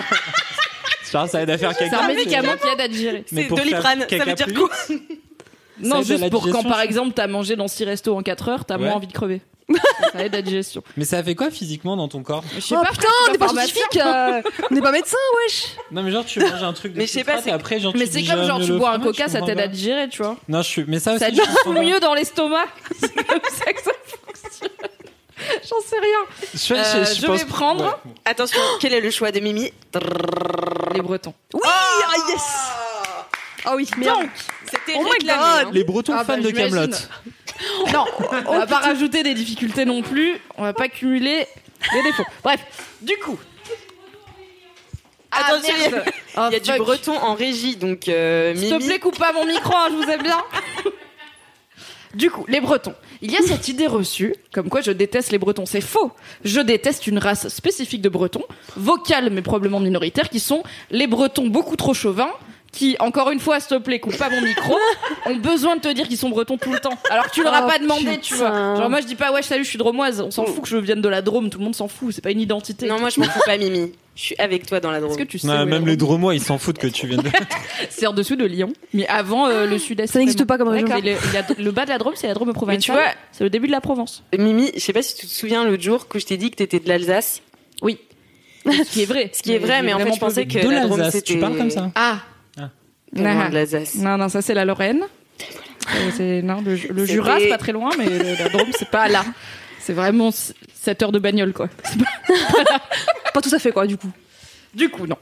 [SPEAKER 8] Genre, ça aide à faire
[SPEAKER 3] C'est
[SPEAKER 8] quelqu'un
[SPEAKER 3] un médicament qui aide à digérer.
[SPEAKER 8] Mais
[SPEAKER 7] C'est
[SPEAKER 8] pour
[SPEAKER 7] Doliprane,
[SPEAKER 8] faire
[SPEAKER 7] ça veut
[SPEAKER 8] caca
[SPEAKER 7] dire
[SPEAKER 8] plus
[SPEAKER 7] quoi
[SPEAKER 8] vite,
[SPEAKER 3] Non,
[SPEAKER 8] aide à
[SPEAKER 3] juste
[SPEAKER 8] la
[SPEAKER 3] pour quand
[SPEAKER 8] digestion,
[SPEAKER 3] par
[SPEAKER 8] ça
[SPEAKER 3] exemple t'as mangé dans 6 restos en 4 heures, t'as
[SPEAKER 8] Ouais.
[SPEAKER 3] moins envie de <laughs> crever. ça aide à la digestion.
[SPEAKER 8] Mais ça fait quoi physiquement dans ton corps
[SPEAKER 3] Je sais
[SPEAKER 5] Oh
[SPEAKER 3] pas,
[SPEAKER 5] putain, on n'est pas scientifique. euh, On n'est pas médecin, wesh.
[SPEAKER 8] Non, mais genre, tu manges un truc de
[SPEAKER 7] Mais je sais
[SPEAKER 8] citrate
[SPEAKER 7] pas,
[SPEAKER 8] et
[SPEAKER 7] c'est-
[SPEAKER 8] après, genre,
[SPEAKER 3] mais
[SPEAKER 8] tu
[SPEAKER 3] c'est
[SPEAKER 8] digères
[SPEAKER 3] comme genre
[SPEAKER 8] mieux
[SPEAKER 3] tu
[SPEAKER 8] le
[SPEAKER 3] bois un
[SPEAKER 8] fromage,
[SPEAKER 3] coca,
[SPEAKER 8] je
[SPEAKER 3] ça
[SPEAKER 8] comprends
[SPEAKER 3] t'aide
[SPEAKER 8] pas. Ah,
[SPEAKER 3] à digérer, tu vois.
[SPEAKER 8] Non, je suis. Mais ça aussi,
[SPEAKER 3] Ça
[SPEAKER 8] je
[SPEAKER 3] digère
[SPEAKER 8] comprends
[SPEAKER 3] mieux dans l'estomac. <laughs> C'est comme ça que ça fonctionne. J'en sais rien.
[SPEAKER 8] pas. Je, je-
[SPEAKER 3] Euh,
[SPEAKER 8] je
[SPEAKER 3] je
[SPEAKER 8] pense-
[SPEAKER 3] vais prendre-
[SPEAKER 7] <gasps>
[SPEAKER 8] Ouais.
[SPEAKER 7] Attention, quel est le choix de Mimi
[SPEAKER 3] Les Bretons.
[SPEAKER 7] Oui, ah, yes.
[SPEAKER 5] Ah oui,
[SPEAKER 7] Donc, c'était
[SPEAKER 3] Oh my
[SPEAKER 7] réclamé.
[SPEAKER 3] God.
[SPEAKER 7] hein.
[SPEAKER 8] Les Bretons
[SPEAKER 3] Ah bah,
[SPEAKER 8] fans de
[SPEAKER 3] j'imagine.
[SPEAKER 8] Camelot. <laughs>
[SPEAKER 3] Non, on va pas rajouter des difficultés non plus. On va pas cumuler les défauts. Bref, du coup. Ah,
[SPEAKER 7] Attention, il y a-
[SPEAKER 3] merde. Ah,
[SPEAKER 7] il y a du
[SPEAKER 3] fuck.
[SPEAKER 7] breton en régie, donc euh,
[SPEAKER 3] S'il te
[SPEAKER 7] Mimi.
[SPEAKER 3] plaît, coupe pas mon micro, hein, je vous aime bien. <laughs> Du coup, les Bretons. Il y a cette idée reçue, comme quoi je déteste les Bretons. C'est faux. Je déteste une race spécifique de Bretons, vocale mais probablement minoritaire, qui sont les Bretons beaucoup trop chauvins, qui, encore une fois, s'il te plaît, coupe pas mon micro, <laughs> ont besoin de te dire qu'ils sont Bretons tout le temps. Alors que tu leur as
[SPEAKER 5] Oh,
[SPEAKER 3] pas demandé, tu vois.
[SPEAKER 5] putain.
[SPEAKER 3] Genre, moi, je dis pas, ouais, salut, je suis dromoise. On s'en fout que je vienne de la Drôme, tout le monde s'en fout. C'est pas une identité.
[SPEAKER 7] Non, moi
[SPEAKER 3] <laughs>
[SPEAKER 7] je m'en fous pas, Mimi. Je suis avec toi dans la
[SPEAKER 3] Est-ce
[SPEAKER 7] drôme.
[SPEAKER 3] que tu sais
[SPEAKER 8] Ouais,
[SPEAKER 3] où est
[SPEAKER 8] même
[SPEAKER 3] la
[SPEAKER 8] les
[SPEAKER 3] Drôme
[SPEAKER 8] Dromois, ils s'en foutent que tu viennes de.
[SPEAKER 3] C'est en dessous de Lyon, mais avant euh, le sud-est.
[SPEAKER 5] Ah, Ça n'existe pas comme région.
[SPEAKER 3] D'accord. Mais Le, la- le bas de la Drôme, c'est la Drôme provinciale.
[SPEAKER 7] Mais tu vois-
[SPEAKER 3] c'est le début de la Provence.
[SPEAKER 7] Mimi, je sais pas si tu te souviens l'autre jour que je t'ai dit que t'étais de l'Alsace.
[SPEAKER 3] Oui. Ce qui est vrai.
[SPEAKER 7] Ce qui est vrai, mais en fait, je pensais que
[SPEAKER 8] de
[SPEAKER 7] la Drôme
[SPEAKER 8] l'Alsace,
[SPEAKER 7] c'était.
[SPEAKER 8] tu parles comme ça
[SPEAKER 3] Ah.
[SPEAKER 7] Pas
[SPEAKER 5] Ah.
[SPEAKER 7] loin de l'Alsace.
[SPEAKER 3] Non, non, ça c'est la Lorraine. Euh, c'est- non, le, le
[SPEAKER 7] C'était-
[SPEAKER 3] Jura, c'est pas très loin, mais le- la Drôme, c'est pas là. C'est vraiment 7 heures de bagnole, quoi. C'est pas-
[SPEAKER 5] Pas tout à fait, quoi, du coup.
[SPEAKER 3] Du coup, non.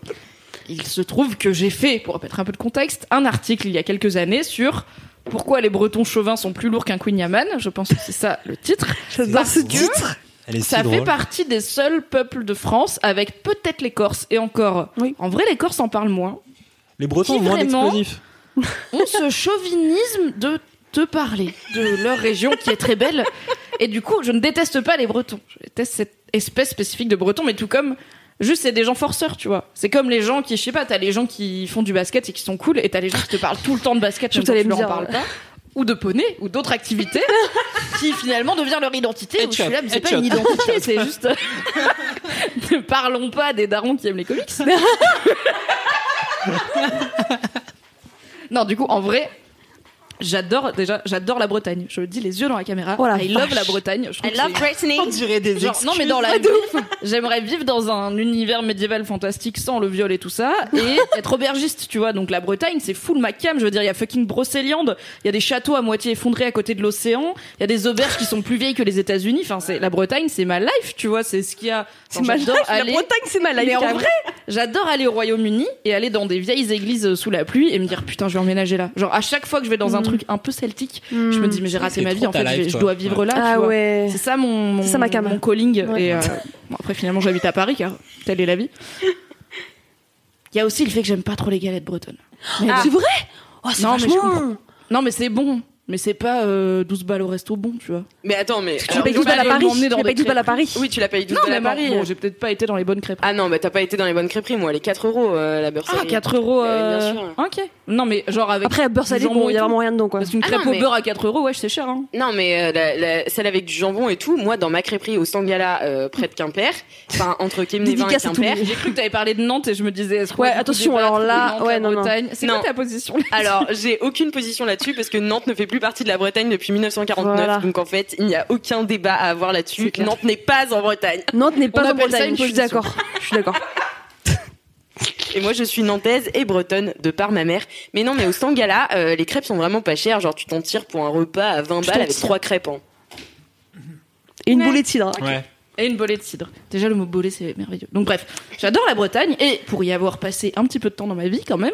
[SPEAKER 3] Il se trouve que j'ai fait, pour mettre un peu de contexte, un article il y a quelques années sur pourquoi les Bretons chauvins sont plus lourds qu'un Queen Yaman. Je pense que c'est ça le titre.
[SPEAKER 5] <laughs> J'adore ce
[SPEAKER 3] Parce que-
[SPEAKER 5] titre.
[SPEAKER 8] Elle est si
[SPEAKER 3] Ça fait
[SPEAKER 8] drôle.
[SPEAKER 3] partie des seuls peuples de France, avec peut-être les Corses, et encore.
[SPEAKER 5] Oui.
[SPEAKER 3] En vrai, les Corses en parlent moins.
[SPEAKER 8] Les Bretons
[SPEAKER 3] Qui
[SPEAKER 8] ont moins
[SPEAKER 3] vraiment
[SPEAKER 8] d'explosifs.
[SPEAKER 3] Ont ce chauvinisme de te parler de leur région qui est très belle. Et du coup, je ne déteste pas les Bretons. Je déteste cette espèce spécifique de Bretons, mais tout comme. Juste, c'est des gens forceurs, tu vois. C'est comme les gens qui, je sais pas, t'as les gens qui font du basket et qui sont cool, et t'as les gens qui te parlent tout le temps de basket,
[SPEAKER 5] Je
[SPEAKER 3] même
[SPEAKER 5] trouve
[SPEAKER 3] quand
[SPEAKER 5] que
[SPEAKER 3] tu leur en
[SPEAKER 5] t'allais me
[SPEAKER 3] parles
[SPEAKER 5] dire,
[SPEAKER 3] pas. Ou de poney, ou d'autres activités, qui finalement devient leur identité.
[SPEAKER 8] Et
[SPEAKER 3] où
[SPEAKER 8] tu
[SPEAKER 3] je suis
[SPEAKER 8] as-
[SPEAKER 3] là, mais c'est
[SPEAKER 8] et
[SPEAKER 3] pas
[SPEAKER 8] tu as-
[SPEAKER 3] une identité, c'est juste. ne parlons pas des darons qui aiment les comics. <laughs> non, du coup, en vrai, j'adore déjà, j'adore la Bretagne. Je le dis les yeux dans la caméra.
[SPEAKER 5] Oh la
[SPEAKER 3] I love
[SPEAKER 5] vache.
[SPEAKER 3] la Bretagne. Je trouve
[SPEAKER 7] I
[SPEAKER 3] que
[SPEAKER 7] love
[SPEAKER 3] c'est-
[SPEAKER 7] Britney.
[SPEAKER 14] On dirait des
[SPEAKER 3] Genre, non mais dans la vie, j'aimerais vivre dans un univers médiéval fantastique sans le viol et tout ça
[SPEAKER 5] <laughs>
[SPEAKER 3] et être aubergiste, tu vois. Donc la Bretagne, c'est full macam, je veux dire, il y a fucking Brocéliande, il y a des châteaux à moitié effondrés à côté de l'océan, il y a des auberges qui sont plus vieilles que les États-Unis. Enfin, c'est la Bretagne, c'est ma life, tu vois, c'est ce qu'il y a.
[SPEAKER 5] C'est
[SPEAKER 3] Enfin,
[SPEAKER 5] ma
[SPEAKER 3] j'adore
[SPEAKER 5] life, La
[SPEAKER 3] aller-
[SPEAKER 5] Bretagne, c'est ma life.
[SPEAKER 3] mais en
[SPEAKER 5] carrément.
[SPEAKER 3] vrai, j'adore aller au Royaume-Uni et aller dans des vieilles églises euh, sous la pluie et me dire putain, je vais emménager là. Genre à chaque fois que je vais dans un
[SPEAKER 5] Mm.
[SPEAKER 3] truc un peu celtique,
[SPEAKER 5] Mm.
[SPEAKER 3] je me dis mais j'ai
[SPEAKER 8] C'est
[SPEAKER 3] raté ma
[SPEAKER 8] trop
[SPEAKER 3] vie en
[SPEAKER 8] ta
[SPEAKER 3] fait, je,
[SPEAKER 8] life,
[SPEAKER 3] vais- je
[SPEAKER 8] toi.
[SPEAKER 3] dois vivre là. tu
[SPEAKER 5] Ah
[SPEAKER 3] vois.
[SPEAKER 5] ouais.
[SPEAKER 3] C'est ça mon mon,
[SPEAKER 5] C'est ça ma cam.
[SPEAKER 3] mon calling
[SPEAKER 5] Ouais.
[SPEAKER 3] et euh, bon, après finalement j'habite à Paris car telle est la vie. Il y a aussi le fait que j'aime pas trop les galettes bretonnes. Mais
[SPEAKER 5] C'est vrai Oh, c'est
[SPEAKER 3] Non, mais je
[SPEAKER 5] vachement-
[SPEAKER 3] comprends. Non mais c'est bon, mais c'est pas euh, 12 balles au resto bon, tu vois.
[SPEAKER 7] <laughs> Mais attends, mais.
[SPEAKER 5] Tu
[SPEAKER 7] alors,
[SPEAKER 5] payes
[SPEAKER 3] ils vont
[SPEAKER 5] 12 balles à
[SPEAKER 3] aller
[SPEAKER 5] Paris.
[SPEAKER 3] m'emmener
[SPEAKER 5] Tu
[SPEAKER 3] dans des
[SPEAKER 5] payes 12 balles à Paris.
[SPEAKER 7] Oui, tu l'as payé 12
[SPEAKER 3] Non
[SPEAKER 7] balles
[SPEAKER 3] mais euh.
[SPEAKER 7] à Paris.
[SPEAKER 3] bon, j'ai peut-être pas été dans les bonnes crêpes.
[SPEAKER 7] Ah non, mais t'as pas été dans les bonnes crêperies, moi, les 4 euros euh, la beurre.
[SPEAKER 3] Ah,
[SPEAKER 7] salée.
[SPEAKER 3] 4 euaux.
[SPEAKER 7] Euh, bien
[SPEAKER 3] euh,
[SPEAKER 7] sûr.
[SPEAKER 3] Ok. Non, mais genre avec.
[SPEAKER 5] Après, à beurre
[SPEAKER 3] du
[SPEAKER 5] salé,
[SPEAKER 3] jambon
[SPEAKER 5] bon, il y
[SPEAKER 3] et
[SPEAKER 5] a
[SPEAKER 3] tout.
[SPEAKER 5] vraiment rien dedans, quoi.
[SPEAKER 3] Parce qu'une
[SPEAKER 7] Ah
[SPEAKER 3] crêpe
[SPEAKER 7] non,
[SPEAKER 3] au
[SPEAKER 7] mais-
[SPEAKER 3] beurre à 4 euros, ouais, c'est cher. Hein.
[SPEAKER 7] Non, mais euh, la- la- celle avec du jambon et tout, moi, dans ma crêperie au Sangala, euh, près de Quimper, enfin, entre Kemnevin et
[SPEAKER 5] Dédicace à tout le
[SPEAKER 7] Quimper.
[SPEAKER 5] monde.
[SPEAKER 3] J'ai cru que t'avais parlé de Nantes et je me disais. est-ce qu'on
[SPEAKER 5] Ouais,
[SPEAKER 3] va du coup
[SPEAKER 5] attention,
[SPEAKER 3] débattre
[SPEAKER 5] alors là,
[SPEAKER 3] de Nantes,
[SPEAKER 5] ouais,
[SPEAKER 3] la
[SPEAKER 5] non, non.
[SPEAKER 3] Bretagne C'est
[SPEAKER 7] Non.
[SPEAKER 3] quoi ta position là
[SPEAKER 7] Alors, j'ai aucune position là-dessus parce que Nantes ne fait plus partie de la Bretagne depuis 1949.
[SPEAKER 5] Voilà.
[SPEAKER 7] Donc, en fait, il n'y a aucun débat à avoir
[SPEAKER 5] C'est
[SPEAKER 7] là-dessus.
[SPEAKER 5] clair.
[SPEAKER 7] Nantes n'est pas en Bretagne.
[SPEAKER 5] Nantes n'est
[SPEAKER 3] On
[SPEAKER 5] pas en
[SPEAKER 3] appelle ça
[SPEAKER 5] Bretagne,
[SPEAKER 3] une
[SPEAKER 5] je suis
[SPEAKER 3] position.
[SPEAKER 5] d'accord. Je suis d'accord.
[SPEAKER 7] Et moi, je suis nantaise et bretonne de par ma mère. Mais non, mais au Sangala, euh, les crêpes sont vraiment pas chères. Genre, tu t'en tires pour un repas à 20
[SPEAKER 5] Tu t'en
[SPEAKER 7] balles avec
[SPEAKER 5] tires.
[SPEAKER 7] trois crêpes. hein.
[SPEAKER 5] Et une boulette de cidre. hein.
[SPEAKER 8] Ouais.
[SPEAKER 3] Et une bolée de cidre. Déjà, le mot bolée, c'est merveilleux. Donc, bref, j'adore la Bretagne et pour y avoir passé un petit peu de temps dans ma vie quand même.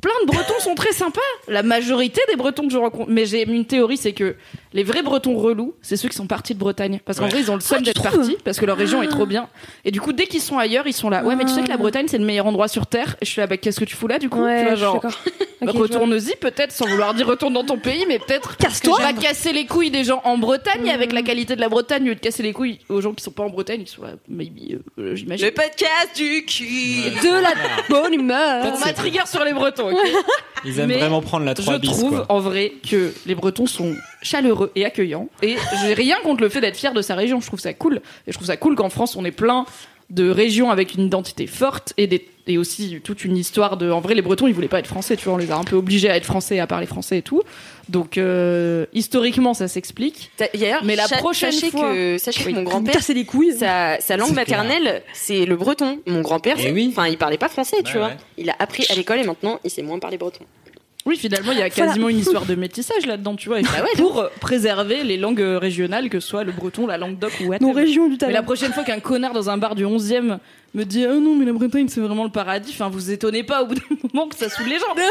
[SPEAKER 3] Plein de Bretons sont très sympas. La majorité des Bretons que je rencontre. Mais j'ai une théorie, c'est que les vrais Bretons relous, c'est ceux qui sont partis de Bretagne. Parce qu'en
[SPEAKER 8] Ouais.
[SPEAKER 3] vrai, ils ont le
[SPEAKER 5] Ah,
[SPEAKER 3] seum d'être partis, parce que leur région est trop bien. Et du coup, dès qu'ils sont ailleurs, ils sont là. Ouais, mais tu sais que la Bretagne, c'est le meilleur endroit sur Terre. Et je suis là, bah, qu'est-ce que tu fous là, du coup Tu vois,
[SPEAKER 5] Ah. Ouais, je suis
[SPEAKER 3] genre,
[SPEAKER 5] <laughs> d'accord.
[SPEAKER 3] bah,
[SPEAKER 5] Ok, je vois.
[SPEAKER 3] Retourne-y peut-être, sans vouloir dire retourne dans ton pays, mais peut-être
[SPEAKER 5] Casse-toi.
[SPEAKER 3] que tu vas casser les couilles des gens en Bretagne avec
[SPEAKER 8] Mmh.
[SPEAKER 3] la qualité de la Bretagne, au lieu de casser les couilles aux gens qui sont pas en Bretagne, qui sont là, maybe, euh, j'imagine.
[SPEAKER 7] Le podcast du cul.
[SPEAKER 5] De la bonne humeur.
[SPEAKER 3] On m'a trigger sur les Bretons, ok
[SPEAKER 8] Ils aiment
[SPEAKER 3] Mais
[SPEAKER 8] vraiment prendre la 3
[SPEAKER 3] Je
[SPEAKER 8] bis.
[SPEAKER 3] trouve
[SPEAKER 8] quoi.
[SPEAKER 3] en vrai que les Bretons sont chaleureux et accueillants. Et j'ai rien contre le fait d'être fier de sa région. Je trouve ça cool. Et je trouve ça cool qu'en France, on ait plein de régions avec une identité forte et, des, et aussi toute une histoire de. En vrai, les Bretons, ils voulaient pas être français. Tu vois, on les a un peu obligés à être français, à parler français et tout. Donc euh, historiquement, ça s'explique.
[SPEAKER 7] T'as- D'ailleurs,
[SPEAKER 3] Mais la
[SPEAKER 7] cha-
[SPEAKER 3] prochaine
[SPEAKER 7] sachez
[SPEAKER 3] fois-
[SPEAKER 7] que, sachez que mon
[SPEAKER 5] Vous me
[SPEAKER 7] <laughs> grand-père,
[SPEAKER 5] cassez les couilles.
[SPEAKER 7] sa, sa langue
[SPEAKER 8] C'est
[SPEAKER 7] maternelle, c'est le breton. Mon grand-père,
[SPEAKER 8] Eh
[SPEAKER 7] c'est-
[SPEAKER 8] oui.
[SPEAKER 7] enfin, il parlait pas français, tu
[SPEAKER 8] Ouais,
[SPEAKER 7] vois.
[SPEAKER 8] ouais.
[SPEAKER 7] Il a appris à l'école et maintenant, il sait moins parler breton.
[SPEAKER 3] Oui, finalement, il y a
[SPEAKER 5] Voilà.
[SPEAKER 3] quasiment une histoire de métissage là-dedans, tu vois, et pour euh, préserver les langues euh, régionales, que ce soit le breton, la languedoc ou whatever.
[SPEAKER 5] Nos régions du
[SPEAKER 3] Mais la
[SPEAKER 5] talent.
[SPEAKER 3] prochaine fois qu'un connard dans un bar du 11e me dit Ah non, mais la Bretagne, c'est vraiment le paradis, enfin, vous étonnez pas au bout d'un <laughs> moment que ça saoule les gens. mais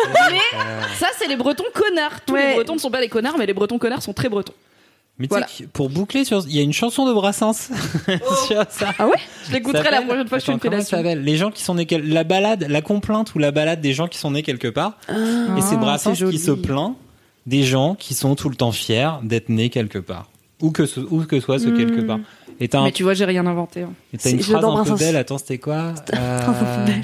[SPEAKER 3] ça, c'est les Bretons connards. Tous les
[SPEAKER 5] Ouais.
[SPEAKER 3] Bretons ne sont pas des connards, mais les Bretons connards sont très Bretons.
[SPEAKER 8] Mais tu sais
[SPEAKER 3] Voilà.
[SPEAKER 8] que pour boucler sur, il y a une chanson de Brassens <laughs> sur ça.
[SPEAKER 5] Ah ouais
[SPEAKER 3] Je l'écouterai la
[SPEAKER 8] s'appelle-
[SPEAKER 3] prochaine fois que je fais une
[SPEAKER 8] Attends, comment ça
[SPEAKER 3] pédation.
[SPEAKER 8] s'appelle Les gens qui sont nés quel- la balade, la complainte ou la balade des gens qui sont nés quelque part. et c'est Brassens
[SPEAKER 3] Ah. c'est joli.
[SPEAKER 8] qui se plaint des gens qui sont tout le temps fiers d'être nés quelque part, ou que ce, ou que soit ce quelque part. Et t'as un-
[SPEAKER 3] Hmm. Mais tu vois, j'ai rien inventé. hein.
[SPEAKER 8] et t'as une
[SPEAKER 5] c'est-
[SPEAKER 8] phrase
[SPEAKER 5] j'adore
[SPEAKER 8] un peu
[SPEAKER 5] Brassens.
[SPEAKER 8] belle. Attends, c'était quoi Euh,
[SPEAKER 5] un peu belle.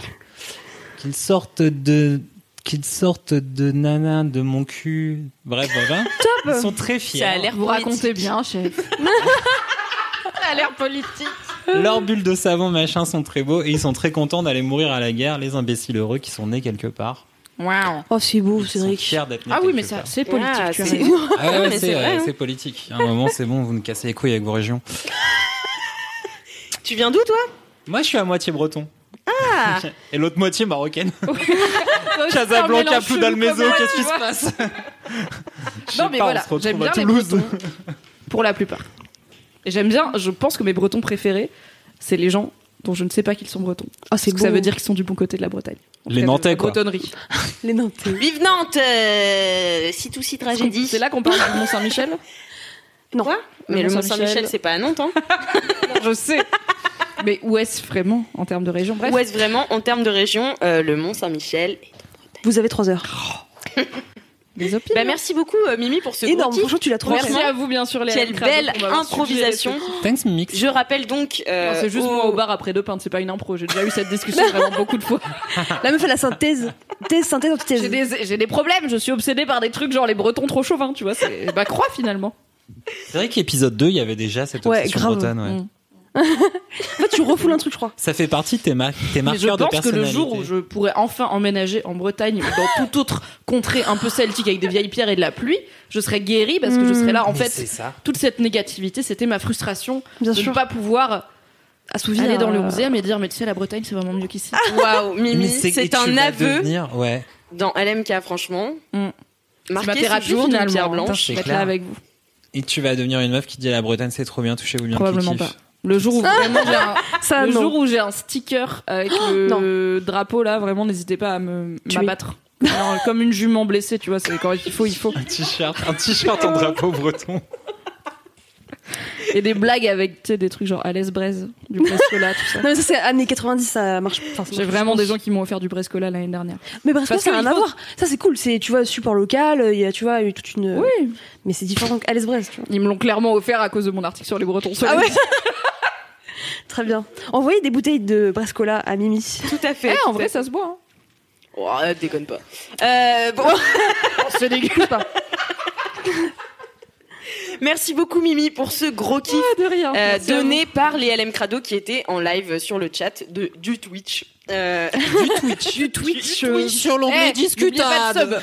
[SPEAKER 8] Qu'ils sortent de qu'ils sortent de nana de mon cul. Bref, voilà. Ils sont très fiers.
[SPEAKER 3] Ça a l'air
[SPEAKER 6] Vous racontez bien,
[SPEAKER 3] chef.
[SPEAKER 6] Ça a l'air politique.
[SPEAKER 8] Leurs bulles de savon, machin, sont très beaux et ils sont très contents d'aller mourir à la guerre, les imbéciles heureux qui sont nés quelque part.
[SPEAKER 3] Waouh.
[SPEAKER 5] Oh, c'est beau,
[SPEAKER 8] Ils sont
[SPEAKER 5] Cédric.
[SPEAKER 8] fiers d'être nés
[SPEAKER 3] Ah oui,
[SPEAKER 8] quelque
[SPEAKER 3] mais <laughs> ça,
[SPEAKER 8] part.
[SPEAKER 3] c'est politique.
[SPEAKER 7] Ah,
[SPEAKER 3] tu as
[SPEAKER 7] c'est-
[SPEAKER 3] raison.
[SPEAKER 8] Ah ouais,
[SPEAKER 7] Non, mais
[SPEAKER 8] c'est
[SPEAKER 7] c'est vrai,
[SPEAKER 8] euh,
[SPEAKER 7] hein.
[SPEAKER 8] c'est politique. À un moment, c'est bon, vous me cassez les couilles avec vos régions.
[SPEAKER 7] Tu viens d'où, toi
[SPEAKER 8] Moi, je suis à moitié breton.
[SPEAKER 7] Ah
[SPEAKER 8] <laughs> Et l'autre moitié marocaine.
[SPEAKER 3] Toi aussi, un
[SPEAKER 8] Casablanca,
[SPEAKER 3] mélange
[SPEAKER 8] Poudalmézo,
[SPEAKER 3] chelou comme
[SPEAKER 8] qu'est-ce qui
[SPEAKER 3] moi,
[SPEAKER 8] se passe Je sais
[SPEAKER 3] Non, mais
[SPEAKER 8] pas, on
[SPEAKER 3] voilà,
[SPEAKER 8] se retrouve
[SPEAKER 3] j'aime bien
[SPEAKER 8] à
[SPEAKER 3] les
[SPEAKER 8] Toulouse.
[SPEAKER 3] Bretons. Pour la plupart. Et j'aime bien, je pense que mes Bretons préférés, c'est les gens dont je ne sais pas qu'ils sont Bretons.
[SPEAKER 5] Oh, c'est
[SPEAKER 3] Parce que ça
[SPEAKER 5] beau.
[SPEAKER 3] veut dire qu'ils sont du bon côté de la Bretagne. En
[SPEAKER 8] Les
[SPEAKER 3] tout cas, de
[SPEAKER 8] Nantais,
[SPEAKER 3] la
[SPEAKER 8] quoi.
[SPEAKER 3] Bretonnerie.
[SPEAKER 5] Les Nantais.
[SPEAKER 7] Vive Nantes euh, Si tout si tragédie.
[SPEAKER 3] C'est là qu'on parle du Mont-Saint-Michel
[SPEAKER 5] Non.
[SPEAKER 7] Mais le
[SPEAKER 3] Mont
[SPEAKER 7] Mont Saint-Michel, c'est pas à Nantes, hein
[SPEAKER 3] <laughs> Je sais. Mais où est-ce vraiment, en termes de région Bref.
[SPEAKER 7] Où est-ce vraiment, en termes de région, euh, le Mont Saint-Michel
[SPEAKER 5] Vous avez 3 heures.
[SPEAKER 3] Les opines.
[SPEAKER 7] Bah merci beaucoup euh, Mimi pour ce
[SPEAKER 5] Énorme,
[SPEAKER 7] gros kick.
[SPEAKER 5] franchement, tu l'as trouvé.
[SPEAKER 3] Merci à vous, bien sûr, les
[SPEAKER 7] Quelle belle improvisation.
[SPEAKER 8] Thanks, Mix.
[SPEAKER 7] Je rappelle donc euh,
[SPEAKER 3] c'est juste moi au bar après deux pintes, c'est pas une impro. J'ai déjà eu cette <laughs> discussion vraiment beaucoup de fois.
[SPEAKER 5] La meuf, elle a synthèse. Thèse, synthèse,
[SPEAKER 3] J'ai
[SPEAKER 5] antithèse.
[SPEAKER 3] des, j'ai des problèmes, je suis obsédée par des trucs genre les Bretons trop chauvins, tu vois. C'est bah croix finalement.
[SPEAKER 8] C'est vrai qu'épisode 2, il y avait déjà cette
[SPEAKER 5] Ouais,
[SPEAKER 8] obsession
[SPEAKER 5] grave.
[SPEAKER 8] bretonne. ouais.
[SPEAKER 3] Mm.
[SPEAKER 5] En fait, tu refoules un truc, je crois.
[SPEAKER 8] Ça fait partie de
[SPEAKER 3] <laughs>
[SPEAKER 8] tes, mar- tes
[SPEAKER 3] Mais je
[SPEAKER 8] marqueurs de
[SPEAKER 3] pense que le
[SPEAKER 8] personnalité.
[SPEAKER 3] jour où je pourrais enfin emménager en Bretagne ou dans toute autre contrée un peu celtique avec des vieilles pierres et de la pluie, je serais guérie parce que je serais là. En
[SPEAKER 8] Hmm. Mais c'est
[SPEAKER 3] fait,
[SPEAKER 8] ça.
[SPEAKER 3] toute cette négativité, c'était ma frustration
[SPEAKER 5] Bien
[SPEAKER 3] de
[SPEAKER 5] sûr.
[SPEAKER 3] ne pas pouvoir
[SPEAKER 5] Assouvir.
[SPEAKER 3] aller dans le
[SPEAKER 5] euh,
[SPEAKER 3] 11e et dire mais tu sais la Bretagne c'est vraiment mieux qu'ici. <laughs>
[SPEAKER 7] Waouh Mimi,
[SPEAKER 8] Mais et
[SPEAKER 7] c'est
[SPEAKER 8] tu
[SPEAKER 7] un
[SPEAKER 8] vas
[SPEAKER 7] aveu
[SPEAKER 8] devenir- Ouais.
[SPEAKER 7] dans LMK franchement.
[SPEAKER 3] Mm. C'est
[SPEAKER 7] Marqué
[SPEAKER 3] ma thérapie
[SPEAKER 7] ce jour d'une
[SPEAKER 3] finalement. hein.
[SPEAKER 7] pierre
[SPEAKER 3] Putain,
[SPEAKER 7] blanche.
[SPEAKER 3] je
[SPEAKER 8] C'est
[SPEAKER 3] vais être
[SPEAKER 8] clair.
[SPEAKER 3] là avec vous.
[SPEAKER 8] Et tu vas devenir une meuf qui dit la Bretagne, c'est trop bien, touchez-vous bien.
[SPEAKER 3] Probablement
[SPEAKER 8] kiffe.
[SPEAKER 3] pas. Le jour où vraiment j'ai un,
[SPEAKER 5] Ça,
[SPEAKER 3] le
[SPEAKER 5] ah, non.
[SPEAKER 3] jour où j'ai un sticker avec le drapeau là, vraiment n'hésitez pas à me
[SPEAKER 5] Tuer.
[SPEAKER 3] m'abattre. Non, comme une jument blessée, tu vois, c'est quand il faut, il faut.
[SPEAKER 8] Un t-shirt, un t-shirt en drapeau breton.
[SPEAKER 3] Et des blagues avec tu sais, des trucs genre à l'aise braise, du brescola, tout ça.
[SPEAKER 5] Non, mais ça, c'est années 90, ça marche. enfin, ça
[SPEAKER 3] J'ai
[SPEAKER 5] marche,
[SPEAKER 3] vraiment
[SPEAKER 5] je
[SPEAKER 3] des
[SPEAKER 5] pense.
[SPEAKER 3] gens qui m'ont offert du brescola l'année dernière.
[SPEAKER 5] Mais bref,
[SPEAKER 3] Parce
[SPEAKER 5] ça n'a
[SPEAKER 3] que
[SPEAKER 5] rien
[SPEAKER 3] il
[SPEAKER 5] à
[SPEAKER 3] faut-
[SPEAKER 5] voir. Ça, c'est cool. C'est, tu vois, support local, euh, il y a, tu vois, eu toute une.
[SPEAKER 3] Oui.
[SPEAKER 5] Mais c'est différent qu'Alès Brest, tu vois.
[SPEAKER 3] Ils me l'ont clairement offert à cause de mon article sur les Bretons.
[SPEAKER 5] Ah ouais Très bien. Envoyez des bouteilles de Brescola à Mimi.
[SPEAKER 7] Tout à fait.
[SPEAKER 3] Eh, en vrai, ça se boit. hein.
[SPEAKER 7] <laughs> Oh, euh, déconne pas. Euh, bon, <laughs>
[SPEAKER 3] Oh, C'est dégueu pas.
[SPEAKER 7] merci beaucoup Mimi pour ce gros kiff
[SPEAKER 3] Ah, De rien.
[SPEAKER 7] euh,
[SPEAKER 3] Merci à vous.
[SPEAKER 7] donné par les LM Crado qui étaient en live sur le chat de, du Twitch. Euh,
[SPEAKER 8] Du Twitch. Du Twitch. Sur l'onglet
[SPEAKER 3] Eh, n'oubliez pas de sub.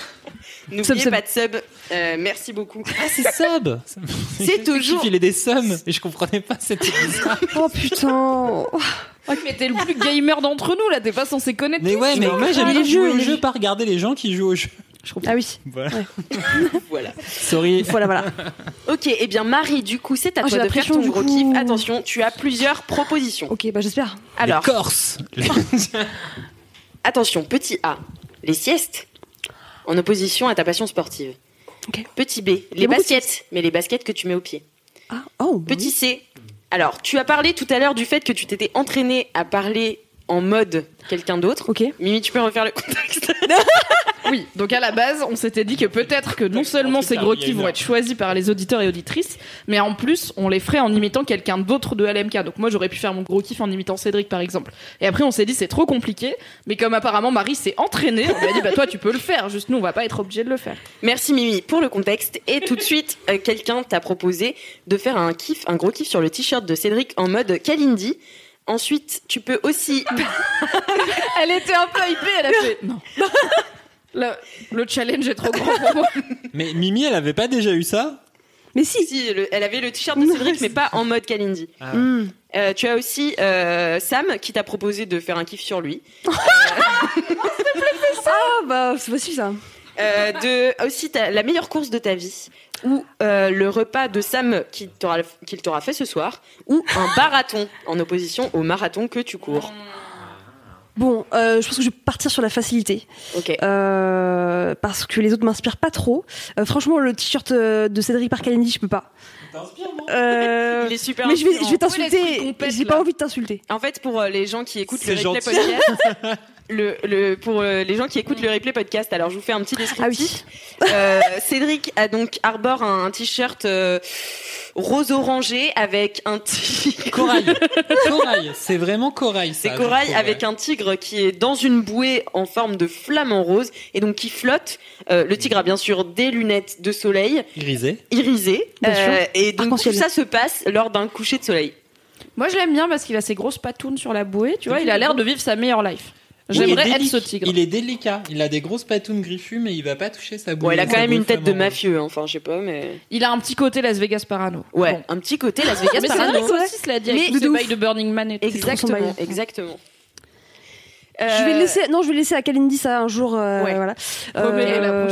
[SPEAKER 7] N'oubliez
[SPEAKER 5] sub.
[SPEAKER 7] pas de sub. Euh, merci
[SPEAKER 3] <laughs>
[SPEAKER 7] beaucoup.
[SPEAKER 8] Ah, c'est sub <laughs>
[SPEAKER 7] C'est toujours.
[SPEAKER 8] filait des sommes et je comprenais pas cette bizarre.
[SPEAKER 5] Oh putain.
[SPEAKER 3] Ah, mais t'es le plus gamer d'entre nous là, t'es pas censé connaître.
[SPEAKER 8] Mais
[SPEAKER 3] tout,
[SPEAKER 8] ouais,
[SPEAKER 3] tu
[SPEAKER 8] mais
[SPEAKER 3] vois.
[SPEAKER 8] moi j'aime
[SPEAKER 5] les
[SPEAKER 8] bien
[SPEAKER 5] jeux,
[SPEAKER 8] jouer au
[SPEAKER 5] les
[SPEAKER 8] jeu,
[SPEAKER 5] jeux.
[SPEAKER 8] pas regarder les gens qui jouent au jeu.
[SPEAKER 5] Ah oui.
[SPEAKER 8] Voilà. <laughs>
[SPEAKER 7] Voilà.
[SPEAKER 8] Sorry.
[SPEAKER 5] Voilà, voilà.
[SPEAKER 7] Ok, et bien Marie, du coup, c'est à
[SPEAKER 5] Oh, j'ai
[SPEAKER 7] toi
[SPEAKER 5] la
[SPEAKER 7] de faire
[SPEAKER 5] pression,
[SPEAKER 7] ton
[SPEAKER 5] du
[SPEAKER 7] gros
[SPEAKER 5] coup.
[SPEAKER 7] kiff. Attention, tu as plusieurs propositions.
[SPEAKER 5] Ok, bah j'espère.
[SPEAKER 7] Alors,
[SPEAKER 8] Les Corses.
[SPEAKER 7] attention, petit A, les siestes, en opposition à ta passion sportive.
[SPEAKER 5] Ok.
[SPEAKER 7] Petit B,
[SPEAKER 5] y
[SPEAKER 7] les
[SPEAKER 5] a beaucoup de
[SPEAKER 7] baskets, mais les baskets que tu mets au pied.
[SPEAKER 5] Ah, oh. bah
[SPEAKER 7] Petit C. Alors, tu as parlé tout à l'heure du fait que tu t'étais entraîné à parler en mode quelqu'un d'autre.
[SPEAKER 5] oui. Ok.
[SPEAKER 7] Mimi, tu peux refaire le contexte
[SPEAKER 3] Oui, donc à la base, on s'était dit que peut-être que non seulement ces gros kiffs vont être choisis par les auditeurs et auditrices, mais en plus, on les ferait en imitant quelqu'un d'autre de LMK. Donc moi, j'aurais pu faire mon gros kiff en imitant Cédric, par exemple. Et après, on s'est dit, c'est trop compliqué, mais comme apparemment Marie s'est entraînée, on lui a dit, bah toi, tu peux le faire, juste nous, on va pas être obligé de le faire.
[SPEAKER 7] Merci Mimi pour le contexte. Et tout de suite, euh, quelqu'un t'a proposé de faire un kiff, un gros kiff sur le t-shirt de Cédric en mode Kalindi. Ensuite, tu peux aussi. <laughs>
[SPEAKER 3] Elle était un peu hypée, elle a fait, <laughs> non. Le, le challenge est trop grand pour moi.
[SPEAKER 8] Mais Mimi, elle avait pas déjà eu ça
[SPEAKER 5] Mais si.
[SPEAKER 7] Si, le- elle avait le t-shirt de Cédric, mais pas en mode Kalindi.
[SPEAKER 8] Ah.
[SPEAKER 5] Hmm.
[SPEAKER 7] Euh, tu as aussi euh, Sam qui t'a proposé de faire un kiff sur lui.
[SPEAKER 5] Ah, bah c'est facile ça.
[SPEAKER 7] Euh, de aussi ta- la meilleure course de ta vie ou euh, le repas de Sam qu'il t'aura qu'il t'aura fait ce soir ou un <laughs> marathon en opposition au marathon que tu cours.
[SPEAKER 5] Bon, euh, je pense que je vais partir sur la facilité.
[SPEAKER 7] Ok.
[SPEAKER 5] Euh, parce que les autres m'inspirent pas trop. Euh, franchement, le t-shirt euh, de Cédric Parcalini, je peux pas. Euh,
[SPEAKER 7] <laughs> Il est super
[SPEAKER 5] Mais je vais, je vais
[SPEAKER 7] inspirant. Oui, l'esprit
[SPEAKER 5] t'insulter.
[SPEAKER 7] compète,
[SPEAKER 5] J'ai
[SPEAKER 7] là.
[SPEAKER 5] pas envie de t'insulter.
[SPEAKER 7] En fait, pour euh, les gens qui écoutent le
[SPEAKER 5] C'est
[SPEAKER 7] replay
[SPEAKER 5] gentil.
[SPEAKER 7] podcast, le, le- pour euh, les gens qui écoutent le replay podcast, alors je vous fais un petit descriptif.
[SPEAKER 2] Ah
[SPEAKER 7] Euh, Cédric a donc arbore un, un t-shirt euh, rose orangé avec un tigre. <laughs>
[SPEAKER 8] Corail. corail, c'est vraiment corail. ça,
[SPEAKER 7] C'est
[SPEAKER 8] Ah, je
[SPEAKER 7] corail
[SPEAKER 8] trouve,
[SPEAKER 7] avec
[SPEAKER 8] ouais.
[SPEAKER 7] un tigre qui est dans une bouée en forme de flamant rose et donc qui flotte. Euh, le tigre a bien sûr des lunettes de soleil
[SPEAKER 8] Irisé.
[SPEAKER 7] irisées
[SPEAKER 2] Bien
[SPEAKER 7] Euh,
[SPEAKER 2] sûr.
[SPEAKER 7] et donc tout
[SPEAKER 2] Arc-en-ciel.
[SPEAKER 7] ça se passe lors d'un coucher de soleil.
[SPEAKER 2] Moi, je l'aime bien parce qu'il a ses grosses patounes sur la bouée, tu vois, il a l'air de vivre sa meilleure life.
[SPEAKER 8] Oui, il est
[SPEAKER 2] J'aimerais être
[SPEAKER 8] délic-
[SPEAKER 2] ce tigre.
[SPEAKER 8] Il est délicat. Il a des grosses patounes griffues, mais il va pas toucher sa boule.
[SPEAKER 7] Bon, il a quand même une tête de mafieux, hein. enfin je sais pas, mais
[SPEAKER 2] Il a un petit côté Las Vegas parano.
[SPEAKER 7] ouais, un petit côté Las Vegas
[SPEAKER 2] <laughs> Mais c'est
[SPEAKER 7] parano.
[SPEAKER 2] vrai que aussi cela dit, avec
[SPEAKER 7] Mais
[SPEAKER 2] ce
[SPEAKER 7] de
[SPEAKER 2] bail
[SPEAKER 7] ouf.
[SPEAKER 2] de Burning Man et tout.
[SPEAKER 7] Exactement, exactement. Euh,
[SPEAKER 5] Je vais laisser, non, je vais laisser à Kalindi ça un jour. euh, voilà. Euh,
[SPEAKER 7] Remets-la la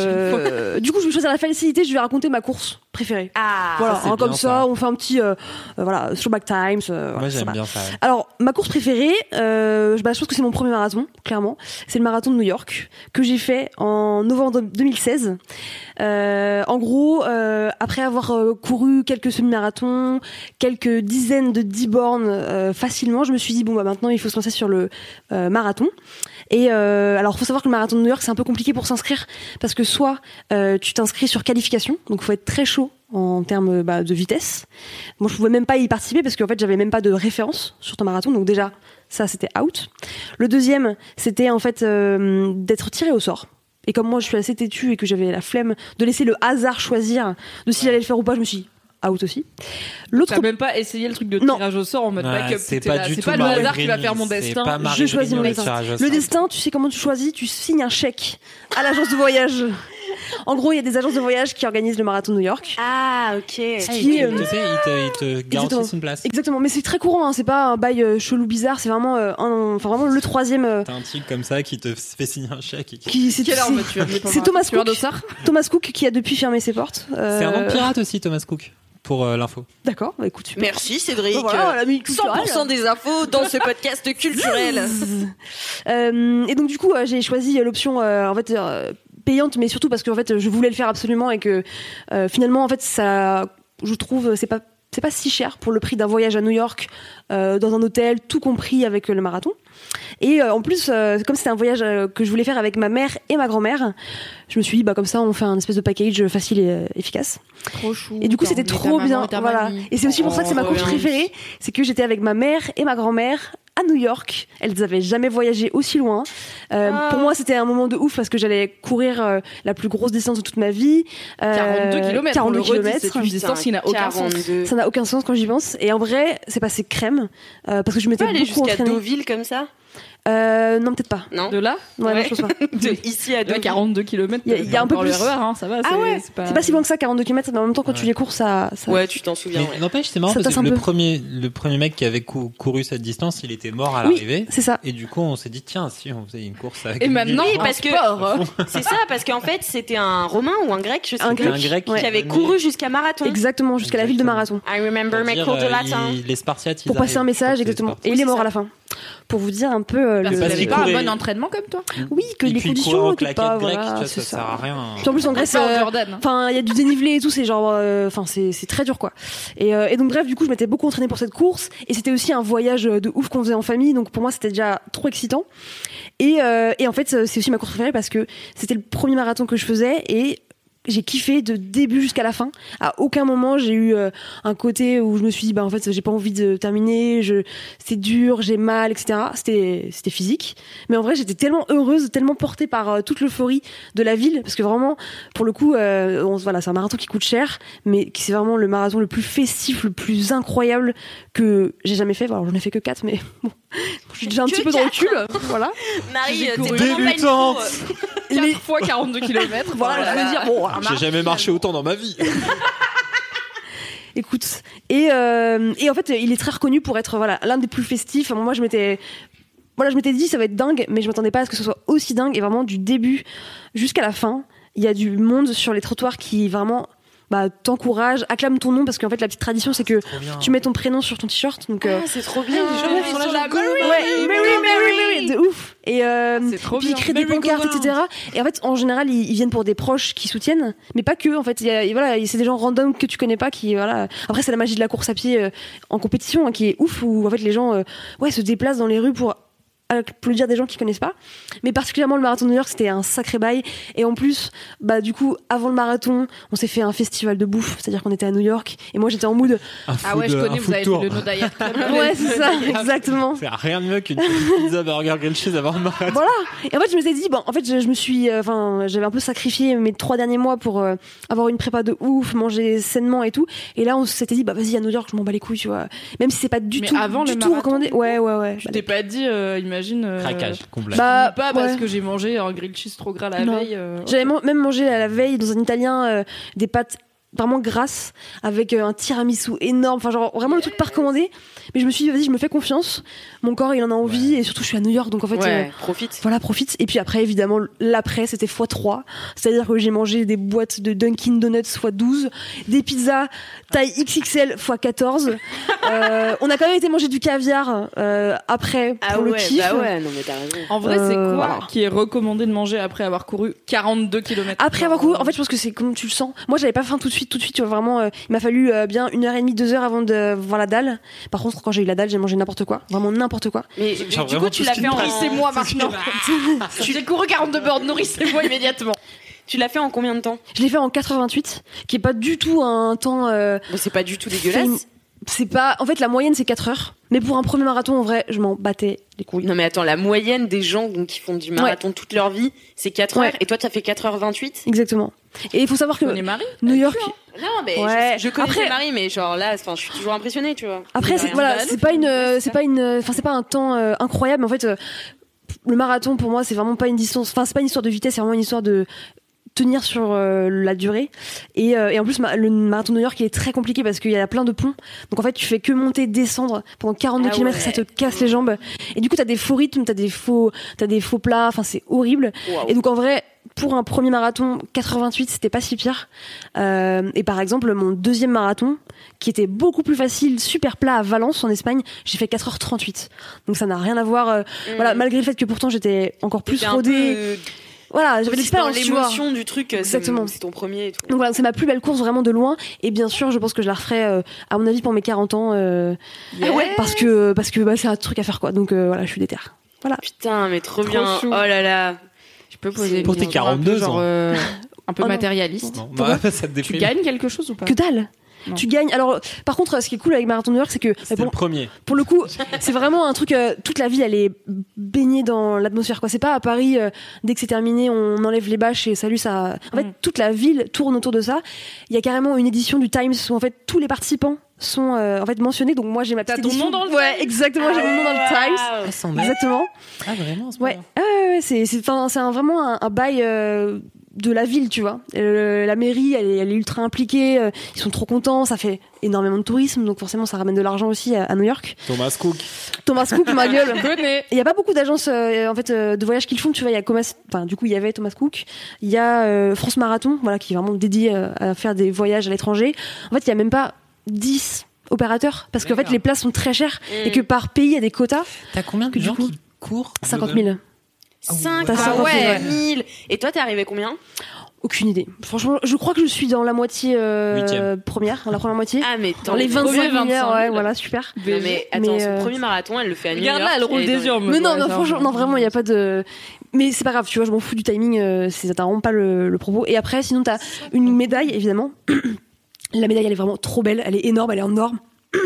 [SPEAKER 5] <laughs>
[SPEAKER 7] prochaine
[SPEAKER 5] du coup, je vais choisir la facilité. Je vais raconter ma course préférée.
[SPEAKER 7] Ah,
[SPEAKER 5] voilà.
[SPEAKER 8] Ça, c'est
[SPEAKER 5] hein, comme
[SPEAKER 8] bien,
[SPEAKER 5] ça, on fait un petit, euh, euh, voilà, throwback times. euh, voilà,
[SPEAKER 8] Moi, j'aime
[SPEAKER 5] va.
[SPEAKER 8] bien ça, ouais.
[SPEAKER 5] Alors, ma course préférée, euh, bah, je pense que c'est mon premier marathon, clairement. C'est le marathon de New York que j'ai fait en novembre 2016. Euh, en gros, euh, après avoir euh, couru quelques semi-marathons, quelques dizaines de 10 bornes euh, facilement, je me suis dit bon bah maintenant il faut se lancer sur le euh, marathon. Et euh, alors faut savoir que le marathon de New York c'est un peu compliqué pour s'inscrire parce que soit euh, tu t'inscris sur qualification, donc faut être très chaud en termes bah, de vitesse. Moi, je pouvais même pas y participer parce qu'en fait, j'avais même pas de référence sur ton marathon. Donc déjà, ça, c'était out. Le deuxième, c'était en fait euh, d'être tiré au sort. Et comme moi, je suis assez têtue et que j'avais la flemme de laisser le hasard choisir de s'il allait le faire ou pas, je me suis dit, out aussi. L'autre
[SPEAKER 2] T'as même pas essayé le truc de tirage au sort en mode
[SPEAKER 8] Ouais,
[SPEAKER 2] backup.
[SPEAKER 8] Ah, Bah, c'est
[SPEAKER 2] t'es
[SPEAKER 8] pas
[SPEAKER 2] là,
[SPEAKER 8] du
[SPEAKER 2] C'est
[SPEAKER 8] tout
[SPEAKER 2] pas le
[SPEAKER 8] Marie
[SPEAKER 2] hasard qui va
[SPEAKER 8] Grigny,
[SPEAKER 2] faire mon
[SPEAKER 8] c'est
[SPEAKER 2] destin.
[SPEAKER 8] pas Marie
[SPEAKER 5] je choisis mon
[SPEAKER 8] Grigny, le
[SPEAKER 5] destin.
[SPEAKER 8] tirage au
[SPEAKER 5] Le
[SPEAKER 8] sort.
[SPEAKER 5] destin, tu sais comment tu choisis Tu signes un chèque à l'agence de voyage. En gros, il y a des agences de voyage qui organisent le marathon de New York.
[SPEAKER 7] Ah, ok.
[SPEAKER 8] Qui, il te, il te garantit une place.
[SPEAKER 5] euh, Exactement, mais c'est très courant, hein, c'est pas un bail euh, chelou bizarre, c'est vraiment, euh, un- enfin, vraiment le troisième. euh,
[SPEAKER 8] T'as un tigre comme ça qui te fait signer un chèque. et qui-
[SPEAKER 5] qui, c'est
[SPEAKER 2] Quelle
[SPEAKER 5] c'est-
[SPEAKER 2] arme tu vas mettre en
[SPEAKER 5] C'est
[SPEAKER 2] main
[SPEAKER 5] Thomas
[SPEAKER 2] Tu vas
[SPEAKER 5] Cook. Thomas Cook qui a depuis fermé ses portes.
[SPEAKER 8] C'est un nom
[SPEAKER 5] Euh,
[SPEAKER 8] pirate aussi, Thomas Cook, pour euh, l'info.
[SPEAKER 5] D'accord, bah, écoute. super.
[SPEAKER 7] Merci Cédric.
[SPEAKER 5] Bon, voilà, la minute culturelle.
[SPEAKER 7] 100% des infos dans ce podcast culturel.
[SPEAKER 5] <laughs> Euh, et donc du coup, euh, j'ai choisi euh, l'option euh, en fait euh, payante, mais surtout parce que en fait, je voulais le faire absolument et que euh, finalement, en fait, ça, je trouve, euh, c'est pas c'est pas si cher pour le prix d'un voyage à New York euh, dans un hôtel, tout compris avec euh, le marathon. Et euh, en plus, euh, comme c'était un voyage euh, que je voulais faire avec ma mère et ma grand-mère, je me suis dit bah comme ça, on fait un espèce de package facile et euh, efficace.
[SPEAKER 2] Trop chou.
[SPEAKER 5] Et du coup,
[SPEAKER 2] t'as
[SPEAKER 5] c'était
[SPEAKER 2] emmené ta
[SPEAKER 5] trop
[SPEAKER 2] maman
[SPEAKER 5] bien.
[SPEAKER 2] et ta
[SPEAKER 5] voilà.
[SPEAKER 2] mamie.
[SPEAKER 5] Et c'est aussi pour ça que c'est ma
[SPEAKER 2] Oh,
[SPEAKER 5] course
[SPEAKER 2] bien.
[SPEAKER 5] préférée. C'est que j'étais avec ma mère et ma grand-mère à New York. Elles avaient jamais voyagé aussi loin. Euh,
[SPEAKER 2] Ah.
[SPEAKER 5] Pour moi, c'était un moment de ouf parce que j'allais courir euh, la plus grosse distance de toute ma vie. Euh,
[SPEAKER 2] 42 kilomètres, on le
[SPEAKER 5] 42
[SPEAKER 2] redit,
[SPEAKER 5] kilomètres.
[SPEAKER 2] c'est une distance qui n'a aucun sens.
[SPEAKER 7] 42.
[SPEAKER 5] Ça n'a aucun sens quand j'y pense. Et en vrai, c'est passé crème euh, parce que je
[SPEAKER 7] Tu
[SPEAKER 5] m'étais
[SPEAKER 7] peux aller
[SPEAKER 5] beaucoup
[SPEAKER 7] jusqu'à
[SPEAKER 5] entraînée.
[SPEAKER 7] Deauville comme ça
[SPEAKER 5] Euh, non, peut-être pas.
[SPEAKER 7] Non
[SPEAKER 2] De là
[SPEAKER 5] Ouais, non, je pense pas.
[SPEAKER 7] De ici à
[SPEAKER 2] Là,
[SPEAKER 7] Deauville.
[SPEAKER 2] 42 km.
[SPEAKER 5] Il y a- il y a un peu plus.
[SPEAKER 2] hein, ça va.
[SPEAKER 5] Ah
[SPEAKER 2] c'est-
[SPEAKER 5] ouais,
[SPEAKER 2] c'est pas...
[SPEAKER 5] C'est pas si loin que ça, 42 km. Mais en même temps, quand tu les cours, ça. ça-
[SPEAKER 7] Ouais, tu t'en souviens.
[SPEAKER 8] Mais
[SPEAKER 7] ouais.
[SPEAKER 8] N'empêche, c'est marrant
[SPEAKER 5] Ça
[SPEAKER 8] parce que
[SPEAKER 5] tasse un
[SPEAKER 8] le
[SPEAKER 5] peu.
[SPEAKER 8] premier, le premier mec qui avait cou- couru cette distance, il était mort à
[SPEAKER 5] Oui,
[SPEAKER 8] l'arrivée.
[SPEAKER 5] c'est ça.
[SPEAKER 8] Et du coup, on s'est dit, tiens, si on faisait une course avec.
[SPEAKER 2] Et maintenant,
[SPEAKER 7] Oui,
[SPEAKER 2] un
[SPEAKER 7] parce que-
[SPEAKER 2] sport.
[SPEAKER 7] C'est ça, parce qu'en fait, c'était un Romain ou un Grec, je sais
[SPEAKER 5] Un
[SPEAKER 7] plus,
[SPEAKER 8] Grec. Un Grec,
[SPEAKER 7] qui
[SPEAKER 8] ouais.
[SPEAKER 7] avait couru jusqu'à Marathon.
[SPEAKER 5] Exactement, jusqu'à la ville de
[SPEAKER 8] Exactement.
[SPEAKER 5] Marathon.
[SPEAKER 7] I remember my
[SPEAKER 8] Pour
[SPEAKER 7] cours de
[SPEAKER 8] dire,
[SPEAKER 7] latin.
[SPEAKER 8] euh, ils- les Spartiates, ils
[SPEAKER 5] pour passer
[SPEAKER 8] arrivent.
[SPEAKER 5] un message,
[SPEAKER 8] Pour les
[SPEAKER 5] exactement.
[SPEAKER 8] Spartiates.
[SPEAKER 5] Et il est mort à la fin. Pour vous dire un peu euh,
[SPEAKER 2] Parce que
[SPEAKER 5] le.
[SPEAKER 8] Parce
[SPEAKER 2] c'est
[SPEAKER 8] qu'il
[SPEAKER 2] pas un
[SPEAKER 8] courait-
[SPEAKER 2] bon entraînement comme toi.
[SPEAKER 5] Oui, que
[SPEAKER 8] Mm. Et puis
[SPEAKER 5] les
[SPEAKER 8] courir
[SPEAKER 5] conditions
[SPEAKER 8] en
[SPEAKER 5] n'étaient
[SPEAKER 8] claquette
[SPEAKER 5] pas.
[SPEAKER 8] grecque,
[SPEAKER 5] voilà,
[SPEAKER 8] tu vois,
[SPEAKER 5] c'est
[SPEAKER 8] ça sert à rien.
[SPEAKER 5] Puis en plus en Grèce,
[SPEAKER 2] Pas en
[SPEAKER 5] euh,
[SPEAKER 2] Jordan.
[SPEAKER 5] enfin il y a du dénivelé et tout, c'est genre, euh, enfin c'est c'est très dur quoi. Et, euh, et donc bref, du coup je m'étais beaucoup entraînée pour cette course et c'était aussi un voyage euh, de ouf qu'on faisait en famille, donc pour moi c'était déjà trop excitant. Et, euh, et en fait c'est aussi ma course préférée parce que c'était le premier marathon que je faisais et j'ai kiffé de début jusqu'à la fin. À aucun moment j'ai eu euh, un côté où je me suis dit bah en fait j'ai pas envie de terminer, je c'est dur, j'ai mal, etc. C'était c'était physique, mais en vrai j'étais tellement heureuse, tellement portée par euh, toute l'euphorie de la ville parce que vraiment pour le coup euh, on- voilà c'est un marathon qui coûte cher mais qui c'est vraiment le marathon le plus festif, le plus incroyable que j'ai jamais fait. Alors j'en ai fait que quatre mais bon <laughs> je suis déjà un
[SPEAKER 7] Que
[SPEAKER 5] petit peu dans le cul voilà.
[SPEAKER 7] Marie, euh, t'es
[SPEAKER 2] couru.
[SPEAKER 7] vraiment pas une
[SPEAKER 8] Débutante.
[SPEAKER 7] cour, euh,
[SPEAKER 2] 4 fois 42 km.
[SPEAKER 5] <laughs> Voilà, je veux dire bon voilà.
[SPEAKER 8] J'ai jamais marché autant dans ma vie.
[SPEAKER 5] Écoute, et, euh, et en fait, il est très reconnu pour être voilà l'un des plus festifs. Moi, je m'étais voilà, je m'étais dit ça va être dingue, mais je m'attendais pas à ce que ce soit aussi dingue et vraiment du début jusqu'à la fin. il y a du monde sur les trottoirs qui vraiment bah, t'encourage, acclame ton nom parce qu'en fait la petite tradition c'est que tu mets ton prénom sur ton t-shirt donc euh,
[SPEAKER 7] c'est trop bien.
[SPEAKER 5] Ah, ils sont là, genre, ouais, Mary, Mary, Mary, de ouf. Et euh,
[SPEAKER 2] C'est trop
[SPEAKER 5] puis ils
[SPEAKER 2] bien.
[SPEAKER 5] créent des
[SPEAKER 2] Merry go
[SPEAKER 5] pancartes,
[SPEAKER 2] round.
[SPEAKER 5] etc. Et en fait, en général, ils, ils viennent pour des proches qui soutiennent, mais pas que. En fait, il y a- et voilà, c'est des gens random que tu connais pas qui voilà. Après, c'est la magie de la course à pied euh, en compétition hein, qui est ouf où en fait les gens euh, ouais se déplacent dans les rues pour applaudir des gens qui connaissent pas mais particulièrement le marathon de New York c'était un sacré bail et en plus bah du coup avant le marathon on s'est fait un festival de bouffe c'est à dire qu'on était à New York et moi j'étais en mood
[SPEAKER 2] Ah ouais, je connais, vous avez fait le No Diet Club.
[SPEAKER 5] ouais c'est ça <laughs> exactement
[SPEAKER 8] C'est rien de mieux qu'une petite pizza burger grilled cheese avant le
[SPEAKER 2] Euh,
[SPEAKER 8] marathon.
[SPEAKER 5] <laughs> voilà et en fait je me suis dit bon en fait je, je me suis euh, enfin j'avais un peu sacrifié mes trois derniers mois pour euh, avoir une prépa de ouf manger sainement et tout et là on s'était dit bah vas-y à New York je m'en bats les couilles tu vois même si c'est pas du
[SPEAKER 2] Mais
[SPEAKER 5] tout
[SPEAKER 2] avant
[SPEAKER 5] du
[SPEAKER 2] le
[SPEAKER 5] tout
[SPEAKER 2] marathon,
[SPEAKER 5] recommandé ouais ouais ouais
[SPEAKER 2] Tu t'es pas dit, euh, imagine. euh,
[SPEAKER 8] Craquage complet.
[SPEAKER 5] bah
[SPEAKER 2] pas parce
[SPEAKER 5] ouais.
[SPEAKER 2] que j'ai mangé un grilled cheese trop gras la
[SPEAKER 5] Non.
[SPEAKER 2] veille. euh,
[SPEAKER 5] J'avais man- même mangé à la veille dans un italien euh, des pâtes vraiment grasses avec euh, un tiramisu énorme. Enfin, genre vraiment le truc pas recommandé. Mais je me suis dit, vas-y, je me fais confiance. Mon corps, il en a envie. Et surtout, je suis à New York. Donc en fait, euh,
[SPEAKER 7] Ouais, profite.
[SPEAKER 5] voilà, profite. Et puis après, évidemment, l'après, c'était x3. C'est-à-dire que j'ai mangé des boîtes de Dunkin' Donuts x12, des pizzas taille XXL x14.
[SPEAKER 7] <laughs>
[SPEAKER 5] Euh, on a quand même été manger du caviar euh, après pour
[SPEAKER 7] Ah
[SPEAKER 5] le
[SPEAKER 7] ouais,
[SPEAKER 5] kiff.
[SPEAKER 7] bah ouais, non mais t'as raison.
[SPEAKER 2] En vrai, c'est
[SPEAKER 5] Euh,
[SPEAKER 2] quoi
[SPEAKER 5] voilà.
[SPEAKER 2] qui est recommandé de manger après avoir couru 42 km
[SPEAKER 5] Après avoir couru, en fait, je pense que c'est comme tu le sens. Moi, j'avais pas faim tout de suite, tout de suite. Tu vois, vraiment, euh, il m'a fallu euh, bien une heure et demie, deux heures avant de voir la dalle. Par contre, quand j'ai eu la dalle, j'ai mangé n'importe quoi, vraiment n'importe quoi.
[SPEAKER 7] Mais
[SPEAKER 8] Genre
[SPEAKER 2] du
[SPEAKER 8] vraiment
[SPEAKER 2] coup, tu
[SPEAKER 8] tout
[SPEAKER 2] l'as
[SPEAKER 8] ce qui
[SPEAKER 2] fait en
[SPEAKER 8] me prend.
[SPEAKER 2] nourrissez-moi maintenant.
[SPEAKER 7] Bah.
[SPEAKER 2] J'ai couru 42 bornes, nourrissez-moi immédiatement.
[SPEAKER 7] Tu l'as fait en combien de temps
[SPEAKER 5] <laughs> Je l'ai fait en 88, qui est pas du tout un temps. euh,
[SPEAKER 7] Bah, C'est pas du tout
[SPEAKER 5] fait-
[SPEAKER 7] dégueulasse.
[SPEAKER 5] C'est pas. En fait, la moyenne c'est 4 heures. Mais pour un premier marathon, en vrai, je m'en battais les couilles.
[SPEAKER 7] Non mais attends, la moyenne des gens donc, qui font du marathon toute leur vie, c'est 4
[SPEAKER 5] Ouais.
[SPEAKER 7] heures. Et toi, t'as fait 4h28
[SPEAKER 5] Exactement. Et il faut savoir que
[SPEAKER 2] On hein. est mariés.
[SPEAKER 5] New York,
[SPEAKER 7] Non, mais
[SPEAKER 5] Ouais.
[SPEAKER 7] je, je connaissais
[SPEAKER 5] Après-
[SPEAKER 7] Marie, mais genre là, enfin, je suis toujours impressionnée, tu vois.
[SPEAKER 5] Après,
[SPEAKER 7] Mais
[SPEAKER 5] c'est
[SPEAKER 7] rien.
[SPEAKER 5] voilà,
[SPEAKER 2] bah
[SPEAKER 5] c'est pas une, euh, c'est
[SPEAKER 2] ça.
[SPEAKER 5] pas une, euh, enfin c'est pas un temps euh, incroyable. mais En fait, euh, le marathon pour moi, c'est vraiment pas une distance. Enfin, c'est pas une histoire de vitesse, c'est vraiment une histoire de tenir sur euh, la durée. Et, euh, et en plus, ma- le marathon de New York, il est très compliqué parce qu'il y a plein de ponts. Donc en fait, tu fais que monter, descendre pendant 42
[SPEAKER 7] Ah
[SPEAKER 5] km,
[SPEAKER 7] ouais.
[SPEAKER 5] ça te casse les jambes. Et du coup, t'as des faux rythmes, t'as des faux, t'as des faux plats. Enfin, c'est horrible.
[SPEAKER 7] Waouh.
[SPEAKER 5] Et donc en vrai, pour un premier marathon, 88, c'était pas si pire. Euh, et par exemple, mon deuxième marathon, qui était beaucoup plus facile, super plat à Valence en Espagne, j'ai fait 4h38. Donc ça n'a rien à voir. euh,
[SPEAKER 7] Mm.
[SPEAKER 5] Voilà, malgré le fait que pourtant j'étais encore plus
[SPEAKER 7] T'es un
[SPEAKER 5] rodée.
[SPEAKER 7] peu, euh,
[SPEAKER 5] Voilà, j'avais
[SPEAKER 7] dans
[SPEAKER 5] l'expérience. tu vois.
[SPEAKER 7] l'émotion du truc. euh, c'est-
[SPEAKER 5] Exactement.
[SPEAKER 7] C'est ton premier et tout.
[SPEAKER 5] Donc voilà, c'est ma plus belle course vraiment de loin. Et bien sûr, je pense que je la referai, euh, à mon avis, pour mes 40 ans. euh, Parce que parce que bah, c'est un truc à faire quoi. Donc euh, voilà, je suis déter.
[SPEAKER 7] Putain, mais trop, bien.
[SPEAKER 2] chou.
[SPEAKER 7] Oh là là.
[SPEAKER 2] Je peux poser une
[SPEAKER 8] Pour tes
[SPEAKER 2] question un peu
[SPEAKER 8] 42
[SPEAKER 2] genre,
[SPEAKER 8] ans.
[SPEAKER 2] euh, un peu
[SPEAKER 5] Oh non.
[SPEAKER 2] matérialiste.
[SPEAKER 8] Non,
[SPEAKER 5] Pourquoi
[SPEAKER 8] bah, <laughs> ça te
[SPEAKER 2] Tu
[SPEAKER 8] déprime.
[SPEAKER 2] gagnes quelque chose ou pas
[SPEAKER 5] Que dalle
[SPEAKER 2] Non.
[SPEAKER 5] tu gagnes. Alors, par contre, ce qui est cool avec Marathon de New York, c'est que
[SPEAKER 8] C'était
[SPEAKER 5] bon,
[SPEAKER 8] le premier.
[SPEAKER 5] pour le coup, c'est vraiment un truc. euh, toute la ville, elle est baignée dans l'atmosphère. Quoi, c'est pas à Paris. euh, dès que c'est terminé, on enlève les bâches et salut. Ça. En fait,
[SPEAKER 2] Mm.
[SPEAKER 5] toute la ville tourne autour de ça. Il y a carrément une édition du Times où en fait tous les participants sont euh, en fait mentionnés. Donc moi, j'ai ma
[SPEAKER 2] T'as
[SPEAKER 5] petite
[SPEAKER 2] ton
[SPEAKER 5] édition. Ah
[SPEAKER 2] nom dans le
[SPEAKER 5] Ouais, exactement. j'ai mon nom dans le Times.
[SPEAKER 7] Waouh.
[SPEAKER 5] Exactement.
[SPEAKER 8] Ah, vraiment, ce
[SPEAKER 5] Ouais, Ah ouais, ouais, c'est c'est enfin, c'est un- vraiment un, un bail euh, de la ville, tu vois. Euh, la mairie, elle, est- elle est ultra impliquée. euh, ils sont trop contents. Ça fait énormément de tourisme, donc forcément, ça ramène de l'argent aussi à, à New York.
[SPEAKER 8] Thomas Cook.
[SPEAKER 5] Thomas Cook, ma
[SPEAKER 8] <laughs>
[SPEAKER 5] gueule.
[SPEAKER 2] Je connais.
[SPEAKER 5] Il y a pas beaucoup d'agences euh, en fait euh, de voyage qu'ils font. Tu vois, il y a Thomas, enfin du coup il y avait Thomas Cook, il y a euh, France Marathon, voilà qui est vraiment dédié euh, à faire des voyages à l'étranger. En fait, il y a même pas 10 opérateurs parce qu'en fait
[SPEAKER 8] D'accord.
[SPEAKER 5] les places sont très chères et
[SPEAKER 7] Mm.
[SPEAKER 5] que par pays il y a des quotas.
[SPEAKER 8] T'as combien
[SPEAKER 5] Que
[SPEAKER 8] de
[SPEAKER 5] du
[SPEAKER 8] gens
[SPEAKER 5] coup-
[SPEAKER 8] qui courent
[SPEAKER 5] 50 000.
[SPEAKER 7] Cinq-
[SPEAKER 5] T'as
[SPEAKER 7] ah
[SPEAKER 5] 50
[SPEAKER 7] ouais, 1000. Et toi, t'es arrivé combien
[SPEAKER 5] Aucune idée. Franchement, je crois que je suis dans la moitié euh,
[SPEAKER 8] Huitième.
[SPEAKER 5] première, dans la première moitié.
[SPEAKER 7] Ah, mais
[SPEAKER 5] dans
[SPEAKER 7] attends.
[SPEAKER 5] les
[SPEAKER 7] mais-
[SPEAKER 5] 25
[SPEAKER 2] premiers
[SPEAKER 5] 000,
[SPEAKER 2] 25
[SPEAKER 5] ouais,
[SPEAKER 2] 000.
[SPEAKER 5] voilà, super.
[SPEAKER 7] Non, mais attends,
[SPEAKER 5] Mais,
[SPEAKER 7] son
[SPEAKER 5] euh,
[SPEAKER 7] premier marathon, elle le fait à New
[SPEAKER 2] Regarde là, elle
[SPEAKER 7] York,
[SPEAKER 2] roule
[SPEAKER 7] et
[SPEAKER 2] des
[SPEAKER 7] dans-
[SPEAKER 2] yeux en mode,
[SPEAKER 5] Mais non,
[SPEAKER 2] ouais,
[SPEAKER 5] non,
[SPEAKER 2] ça,
[SPEAKER 5] franchement,
[SPEAKER 2] on-
[SPEAKER 5] non, vraiment, il n'y a pas de. Mais c'est pas grave, tu vois, je m'en fous du timing, euh, c'est t'as vraiment pas le, le propos. Et après, sinon, t'as une médaille, évidemment. <clears throat> la médaille, elle est vraiment trop belle, elle est énorme, elle est énorme.
[SPEAKER 2] Ah,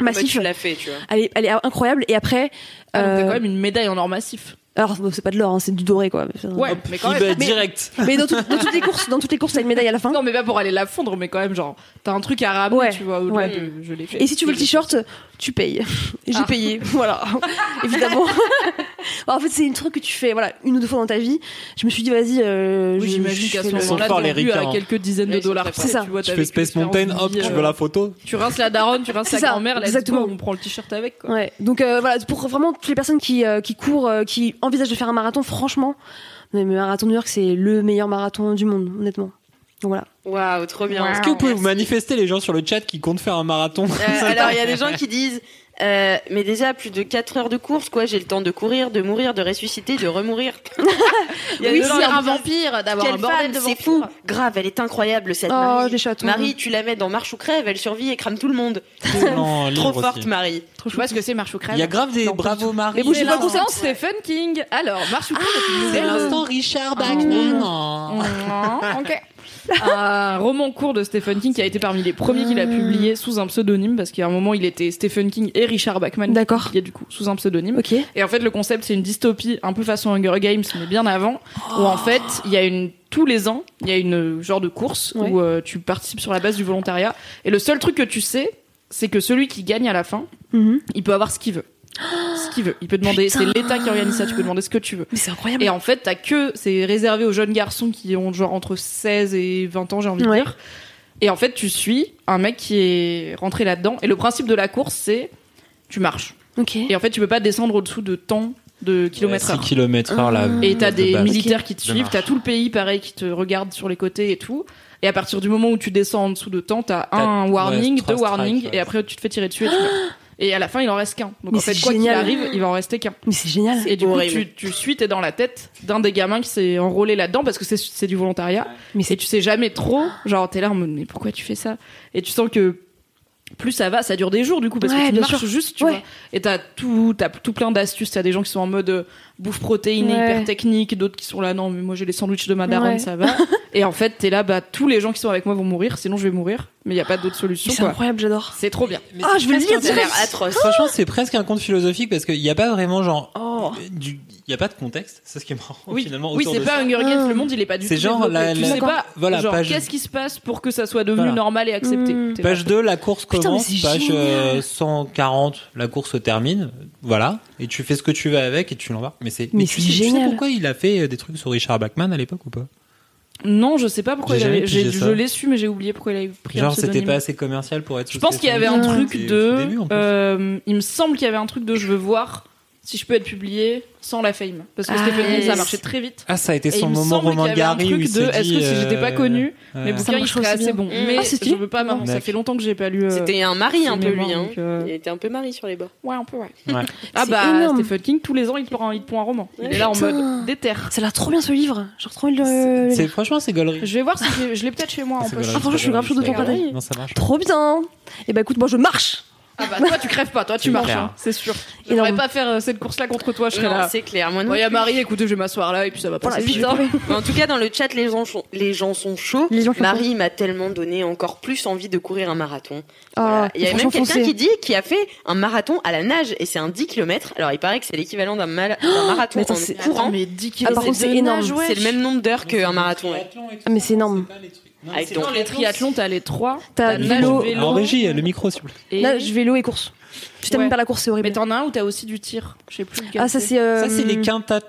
[SPEAKER 7] Bah,
[SPEAKER 5] Massif.
[SPEAKER 7] tu l'as fait, tu vois.
[SPEAKER 5] elle, est, elle est incroyable. Et après.
[SPEAKER 2] Ah, donc
[SPEAKER 5] euh,
[SPEAKER 2] T'as quand même une médaille en or massif.
[SPEAKER 5] Alors, bon, c'est pas de l'or, hein, c'est du doré, quoi.
[SPEAKER 2] Ouais, mais quand
[SPEAKER 8] Il
[SPEAKER 2] même.
[SPEAKER 8] va direct.
[SPEAKER 5] Mais dans, tout- dans toutes les courses, dans toutes les courses, t'as une médaille à la fin.
[SPEAKER 2] Non, mais pas pour aller la fondre, mais quand même, genre, t'as un truc à ramener,
[SPEAKER 5] Ouais,
[SPEAKER 2] tu vois, au-delà
[SPEAKER 5] ouais.
[SPEAKER 2] de je l'ai fait.
[SPEAKER 5] Et si tu veux le t-shirt, tu payes. Et J'ai
[SPEAKER 2] Ah.
[SPEAKER 5] payé, voilà, évidemment. en fait, c'est une truc que tu fais, voilà, une ou deux fois dans ta vie. Je me suis dit, vas-y, euh,
[SPEAKER 2] Oui,
[SPEAKER 5] je-
[SPEAKER 2] j'imagine
[SPEAKER 5] je
[SPEAKER 2] qu'à
[SPEAKER 5] fais
[SPEAKER 2] ce
[SPEAKER 5] le-
[SPEAKER 8] Ils sont
[SPEAKER 2] moment-là,
[SPEAKER 8] forts,
[SPEAKER 2] t'es
[SPEAKER 8] les
[SPEAKER 2] rendu à
[SPEAKER 8] ricains.
[SPEAKER 2] quelques dizaines
[SPEAKER 7] Ouais,
[SPEAKER 2] de
[SPEAKER 7] ils sont
[SPEAKER 2] dollars.
[SPEAKER 7] très
[SPEAKER 5] forts. C'est ça.
[SPEAKER 2] Tu, vois,
[SPEAKER 8] Tu
[SPEAKER 2] t'as
[SPEAKER 8] fais
[SPEAKER 2] vécu
[SPEAKER 8] Space Mountain,
[SPEAKER 2] l'expérience
[SPEAKER 8] hop,
[SPEAKER 2] de vie,
[SPEAKER 8] je
[SPEAKER 2] euh,
[SPEAKER 8] veux la photo.
[SPEAKER 2] Tu rinces la daronne, tu rinces
[SPEAKER 5] C'est
[SPEAKER 2] la
[SPEAKER 5] ça,
[SPEAKER 2] grand-mère, let's
[SPEAKER 5] exactement.
[SPEAKER 2] go, on prend le t-shirt avec, quoi.
[SPEAKER 5] Ouais. Donc euh, voilà, pour vraiment toutes les personnes qui, euh, qui courent, euh, qui envisagent de faire un marathon, franchement, Mais le marathon de New York, c'est le meilleur marathon du monde, honnêtement. Donc voilà.
[SPEAKER 7] Waouh, trop bien.
[SPEAKER 8] Est-ce que vous pouvez vous manifester les gens sur le chat qui comptent faire un marathon <laughs>
[SPEAKER 7] Euh, alors, il y a des gens qui disent euh, Mais déjà, plus de 4 heures de course, quoi. J'ai le temps de courir, de mourir, de ressusciter, de <laughs> remourir. Il y a
[SPEAKER 3] Oui,
[SPEAKER 7] des gens
[SPEAKER 3] c'est
[SPEAKER 7] qui
[SPEAKER 3] un
[SPEAKER 7] disent,
[SPEAKER 3] vampire d'avoir
[SPEAKER 7] Quelle
[SPEAKER 3] un bordel
[SPEAKER 7] femme,
[SPEAKER 3] de
[SPEAKER 7] c'est
[SPEAKER 3] vampire.
[SPEAKER 7] fou. Grave, elle est incroyable, cette
[SPEAKER 5] Oh,
[SPEAKER 7] Marie.
[SPEAKER 5] les chatons.
[SPEAKER 7] Marie, tu la mets dans Marche ou Crève, elle survit et crame tout le monde.
[SPEAKER 8] Non,
[SPEAKER 7] Trop
[SPEAKER 8] libre
[SPEAKER 7] forte,
[SPEAKER 8] aussi.
[SPEAKER 7] Marie.
[SPEAKER 5] Trop
[SPEAKER 3] Tu vois ce que c'est Marche ou Crève
[SPEAKER 8] Il y a grave des bravo Marie.
[SPEAKER 3] Et vous, j'ai pas
[SPEAKER 8] Pour
[SPEAKER 3] conscience, Stephen King. Alors, Marche ou Crève,
[SPEAKER 8] C'est
[SPEAKER 3] euh,
[SPEAKER 8] l'instant Richard Oh. Bachman.
[SPEAKER 3] <laughs> Mm, ok. un roman court de Stephen King qui a été parmi les premiers qu'il a publié sous un pseudonyme parce qu'à un moment il était Stephen King et Richard Bachman
[SPEAKER 5] D'accord.
[SPEAKER 3] qui est du coup sous un pseudonyme
[SPEAKER 5] Ok.
[SPEAKER 3] et en fait le concept c'est une dystopie un peu façon Hunger Games mais bien avant où en fait il y a une tous les ans il y a une euh, genre de course
[SPEAKER 5] Ouais.
[SPEAKER 3] où euh, tu participes sur la base du volontariat et le seul truc que tu sais c'est que celui qui gagne à la fin
[SPEAKER 5] Mhm.
[SPEAKER 3] il peut avoir ce qu'il veut ce qu'il veut il peut demander c'est l'État qui organise ça tu peux demander ce que tu veux
[SPEAKER 5] Mais c'est incroyable.
[SPEAKER 3] et en fait, t'as que. C'est réservé aux jeunes garçons qui ont genre entre 16 et 20 ans, j'ai envie
[SPEAKER 5] Ouais.
[SPEAKER 3] de dire. Et en fait, tu suis un mec qui est rentré là-dedans. Et le principe de la course, c'est. Tu marches.
[SPEAKER 5] Ok.
[SPEAKER 3] Et en fait, tu peux pas descendre au-dessous de temps de kilomètres
[SPEAKER 8] 6
[SPEAKER 3] heure.
[SPEAKER 8] km heure là.
[SPEAKER 3] Et t'as
[SPEAKER 8] de
[SPEAKER 3] des
[SPEAKER 8] base.
[SPEAKER 3] militaires qui te
[SPEAKER 8] De
[SPEAKER 3] suivent,
[SPEAKER 8] marche.
[SPEAKER 3] t'as tout le pays pareil qui te regarde sur les côtés et tout. Et à partir du moment où tu descends en dessous de temps, t'as
[SPEAKER 8] T'as-
[SPEAKER 3] un
[SPEAKER 8] ouais,
[SPEAKER 3] warning,
[SPEAKER 8] trois
[SPEAKER 3] deux warnings,
[SPEAKER 8] strikes, ouais.
[SPEAKER 3] et après tu te fais tirer dessus et tu meurs. Et à la fin, il en reste qu'un. Donc
[SPEAKER 5] Mais
[SPEAKER 3] en fait,
[SPEAKER 5] c'est
[SPEAKER 3] quoi qu'il
[SPEAKER 5] génial.
[SPEAKER 3] arrive, il va en rester qu'un.
[SPEAKER 5] Mais c'est génial.
[SPEAKER 3] Et du coup,
[SPEAKER 7] horrible.
[SPEAKER 3] tu, tu suis, t'es dans la tête d'un des gamins qui s'est enrôlé là-dedans parce que c'est- c'est du volontariat.
[SPEAKER 5] Mais
[SPEAKER 3] Et tu sais jamais trop. Genre, t'es là en mode, mais pourquoi tu fais ça Et tu sens que plus ça va, ça dure des jours du coup parce
[SPEAKER 5] Ouais,
[SPEAKER 3] que tu
[SPEAKER 5] bien
[SPEAKER 3] marches
[SPEAKER 5] sûr.
[SPEAKER 3] juste, tu
[SPEAKER 5] Ouais.
[SPEAKER 3] vois. Et t'as tout, t'as tout plein d'astuces. T'as des gens qui sont en mode euh, bouffe protéinée,
[SPEAKER 5] Ouais.
[SPEAKER 3] hyper technique, d'autres qui sont là, non, mais moi j'ai les sandwichs de ma daronne,
[SPEAKER 5] Ouais.
[SPEAKER 3] ça
[SPEAKER 5] <laughs>
[SPEAKER 3] va. et en fait, t'es là, bah tous les gens qui sont avec moi vont mourir, sinon je vais mourir. Mais il y a pas d'autre solution,
[SPEAKER 5] c'est
[SPEAKER 3] quoi.
[SPEAKER 5] incroyable, j'adore.
[SPEAKER 3] C'est trop bien.
[SPEAKER 5] Ah, je vais le lire
[SPEAKER 7] Ça a l'air
[SPEAKER 5] direct.
[SPEAKER 7] atroce.
[SPEAKER 8] Franchement, c'est presque un conte philosophique parce qu'il n'y a pas vraiment genre. du- Il n'y a pas de contexte, c'est ce qui est marrant
[SPEAKER 3] Oh. Oui,
[SPEAKER 8] finalement.
[SPEAKER 3] oui
[SPEAKER 8] autour
[SPEAKER 3] c'est
[SPEAKER 8] de
[SPEAKER 3] pas
[SPEAKER 8] ça.
[SPEAKER 3] Hunger Games, le monde
[SPEAKER 7] Ah.
[SPEAKER 3] il est pas du tout.
[SPEAKER 8] C'est genre
[SPEAKER 3] développé.
[SPEAKER 8] la-
[SPEAKER 3] tu
[SPEAKER 8] la-
[SPEAKER 3] sais pas,
[SPEAKER 8] voilà,
[SPEAKER 3] genre,
[SPEAKER 8] page-
[SPEAKER 3] qu'est-ce qui se passe pour que ça soit devenu
[SPEAKER 8] Voilà.
[SPEAKER 3] normal et accepté.
[SPEAKER 5] Mm.
[SPEAKER 7] Hmm.
[SPEAKER 3] T'es là,
[SPEAKER 8] Page 2, la course
[SPEAKER 5] Putain, mais
[SPEAKER 8] commence.
[SPEAKER 5] c'est
[SPEAKER 8] Page
[SPEAKER 5] génial.
[SPEAKER 8] euh, 140, la course se termine. Voilà. Et tu fais ce que tu veux avec et tu l'embarques. Mais c'est
[SPEAKER 5] Mais
[SPEAKER 8] tu
[SPEAKER 5] c'est
[SPEAKER 8] sais- tu sais
[SPEAKER 5] génial.
[SPEAKER 8] pourquoi il a fait euh, des trucs sur Richard Bachman à l'époque ou pas
[SPEAKER 3] Non, je sais pas pourquoi
[SPEAKER 8] J'ai
[SPEAKER 3] il
[SPEAKER 8] jamais
[SPEAKER 3] avait- j'ai-
[SPEAKER 8] pigé ça.
[SPEAKER 3] je l'ai su, mais j'ai oublié pourquoi il avait pris un
[SPEAKER 8] Genre, c'était
[SPEAKER 3] pseudonyme.
[SPEAKER 8] pas assez commercial pour être.
[SPEAKER 3] Je pense qu'il y avait un
[SPEAKER 5] Ouais.
[SPEAKER 3] truc
[SPEAKER 8] C'était au
[SPEAKER 3] de.
[SPEAKER 8] début, en plus.
[SPEAKER 3] euh, il me semble qu'il y avait un truc de je veux voir si je peux être publié sans la fame. Parce que
[SPEAKER 5] Ah,
[SPEAKER 3] Stephen King, ça
[SPEAKER 5] yes.
[SPEAKER 3] marchait très vite.
[SPEAKER 8] Ah, ça a été
[SPEAKER 3] Et il
[SPEAKER 8] son
[SPEAKER 3] me
[SPEAKER 8] moment
[SPEAKER 3] semble qu'il y
[SPEAKER 8] Romain
[SPEAKER 3] avait un
[SPEAKER 8] Gary où
[SPEAKER 3] truc de
[SPEAKER 8] il s'est
[SPEAKER 3] est-ce que
[SPEAKER 8] dit,
[SPEAKER 3] si j'étais pas
[SPEAKER 8] euh,
[SPEAKER 3] connu,
[SPEAKER 8] ouais.
[SPEAKER 3] mes bouquins ils
[SPEAKER 5] marche
[SPEAKER 3] seraient
[SPEAKER 5] aussi
[SPEAKER 3] assez
[SPEAKER 5] bien.
[SPEAKER 3] bons.
[SPEAKER 7] Mm.
[SPEAKER 3] Mais
[SPEAKER 5] Ah, c'est
[SPEAKER 3] je
[SPEAKER 5] fini
[SPEAKER 3] veux pas maintenant, ça
[SPEAKER 8] Neuf.
[SPEAKER 3] fait longtemps que j'ai pas lu. euh,
[SPEAKER 7] C'était un mari un
[SPEAKER 3] ses
[SPEAKER 7] peu lui,
[SPEAKER 3] mémoires,
[SPEAKER 7] hein.
[SPEAKER 3] donc, euh,
[SPEAKER 7] Il était un peu mari sur les bords.
[SPEAKER 3] Ouais, un peu, ouais.
[SPEAKER 8] Ouais.
[SPEAKER 3] Ah
[SPEAKER 5] C'est
[SPEAKER 3] bah,
[SPEAKER 5] énorme.
[SPEAKER 3] Stephen King, tous les ans, il te prend, il te prend un roman. Il est là en
[SPEAKER 5] Putain.
[SPEAKER 3] mode déterre.
[SPEAKER 5] Ça a l'air trop bien ce livre. J'ai trop envie de le- le.
[SPEAKER 8] C'est franchement c'est gaulerie.
[SPEAKER 3] euh, Je vais voir si j'ai- je l'ai peut-être chez moi en
[SPEAKER 8] C'est
[SPEAKER 3] poche.
[SPEAKER 8] gaulerie,
[SPEAKER 5] Ah, franchement, je suis grave chaud de
[SPEAKER 8] c'est
[SPEAKER 5] ton
[SPEAKER 8] gaulerie.
[SPEAKER 5] parler.
[SPEAKER 8] Non, ça marche.
[SPEAKER 5] Trop bien. Et bah écoute, moi je marche.
[SPEAKER 3] Ah bah, toi, tu crèves pas, toi, tu
[SPEAKER 8] C'est
[SPEAKER 3] marches,
[SPEAKER 8] clair.
[SPEAKER 3] hein, c'est sûr. Je
[SPEAKER 5] Et
[SPEAKER 3] pourrais
[SPEAKER 5] non.
[SPEAKER 3] pas faire euh, cette course-là contre toi, je serais
[SPEAKER 7] Non,
[SPEAKER 3] là.
[SPEAKER 7] c'est clair, moi non.
[SPEAKER 3] Bon, y a Marie, écoutez, je vais m'asseoir là et puis ça va
[SPEAKER 5] Voilà,
[SPEAKER 3] passer.
[SPEAKER 5] et puis
[SPEAKER 3] vite.
[SPEAKER 5] je vais
[SPEAKER 7] Mais en tout cas, dans le chat, les gens, sont- les gens sont <laughs> chauds.
[SPEAKER 5] Les gens sont
[SPEAKER 7] Marie m'a tellement donné encore plus envie de courir un marathon. Voilà.
[SPEAKER 5] Ah,
[SPEAKER 7] Il y a
[SPEAKER 5] franchement,
[SPEAKER 7] même quelqu'un
[SPEAKER 5] foncez.
[SPEAKER 7] qui dit qu'il a fait un marathon à la nage et c'est un 10 km. Alors il paraît que c'est l'équivalent d'un mal- d'un marathon
[SPEAKER 5] Oh, mais attends,
[SPEAKER 7] en
[SPEAKER 5] c'est-
[SPEAKER 7] courant.
[SPEAKER 3] mais 10
[SPEAKER 5] Ah, par contre, c'est énorme.
[SPEAKER 7] C'est le même nombre d'heures qu'un marathon. ouais.
[SPEAKER 5] Ah, mais c'est énorme.
[SPEAKER 7] Avec donc-
[SPEAKER 3] les triathlons, t'as les 3.
[SPEAKER 5] T'as
[SPEAKER 3] nage,
[SPEAKER 5] vélo,
[SPEAKER 3] vélo.
[SPEAKER 8] En régie, euh, le micro s'il vous plaît.
[SPEAKER 3] Et...
[SPEAKER 5] Là, je vélo et course. Je t'aime
[SPEAKER 3] Ouais.
[SPEAKER 5] pas la course, c'est
[SPEAKER 3] Mais
[SPEAKER 5] horrible.
[SPEAKER 3] t'en as un où t'as aussi du tir. Je sais plus lequel.
[SPEAKER 5] Ah, ça c'est.
[SPEAKER 8] Ça
[SPEAKER 5] euh,
[SPEAKER 8] c'est les quinta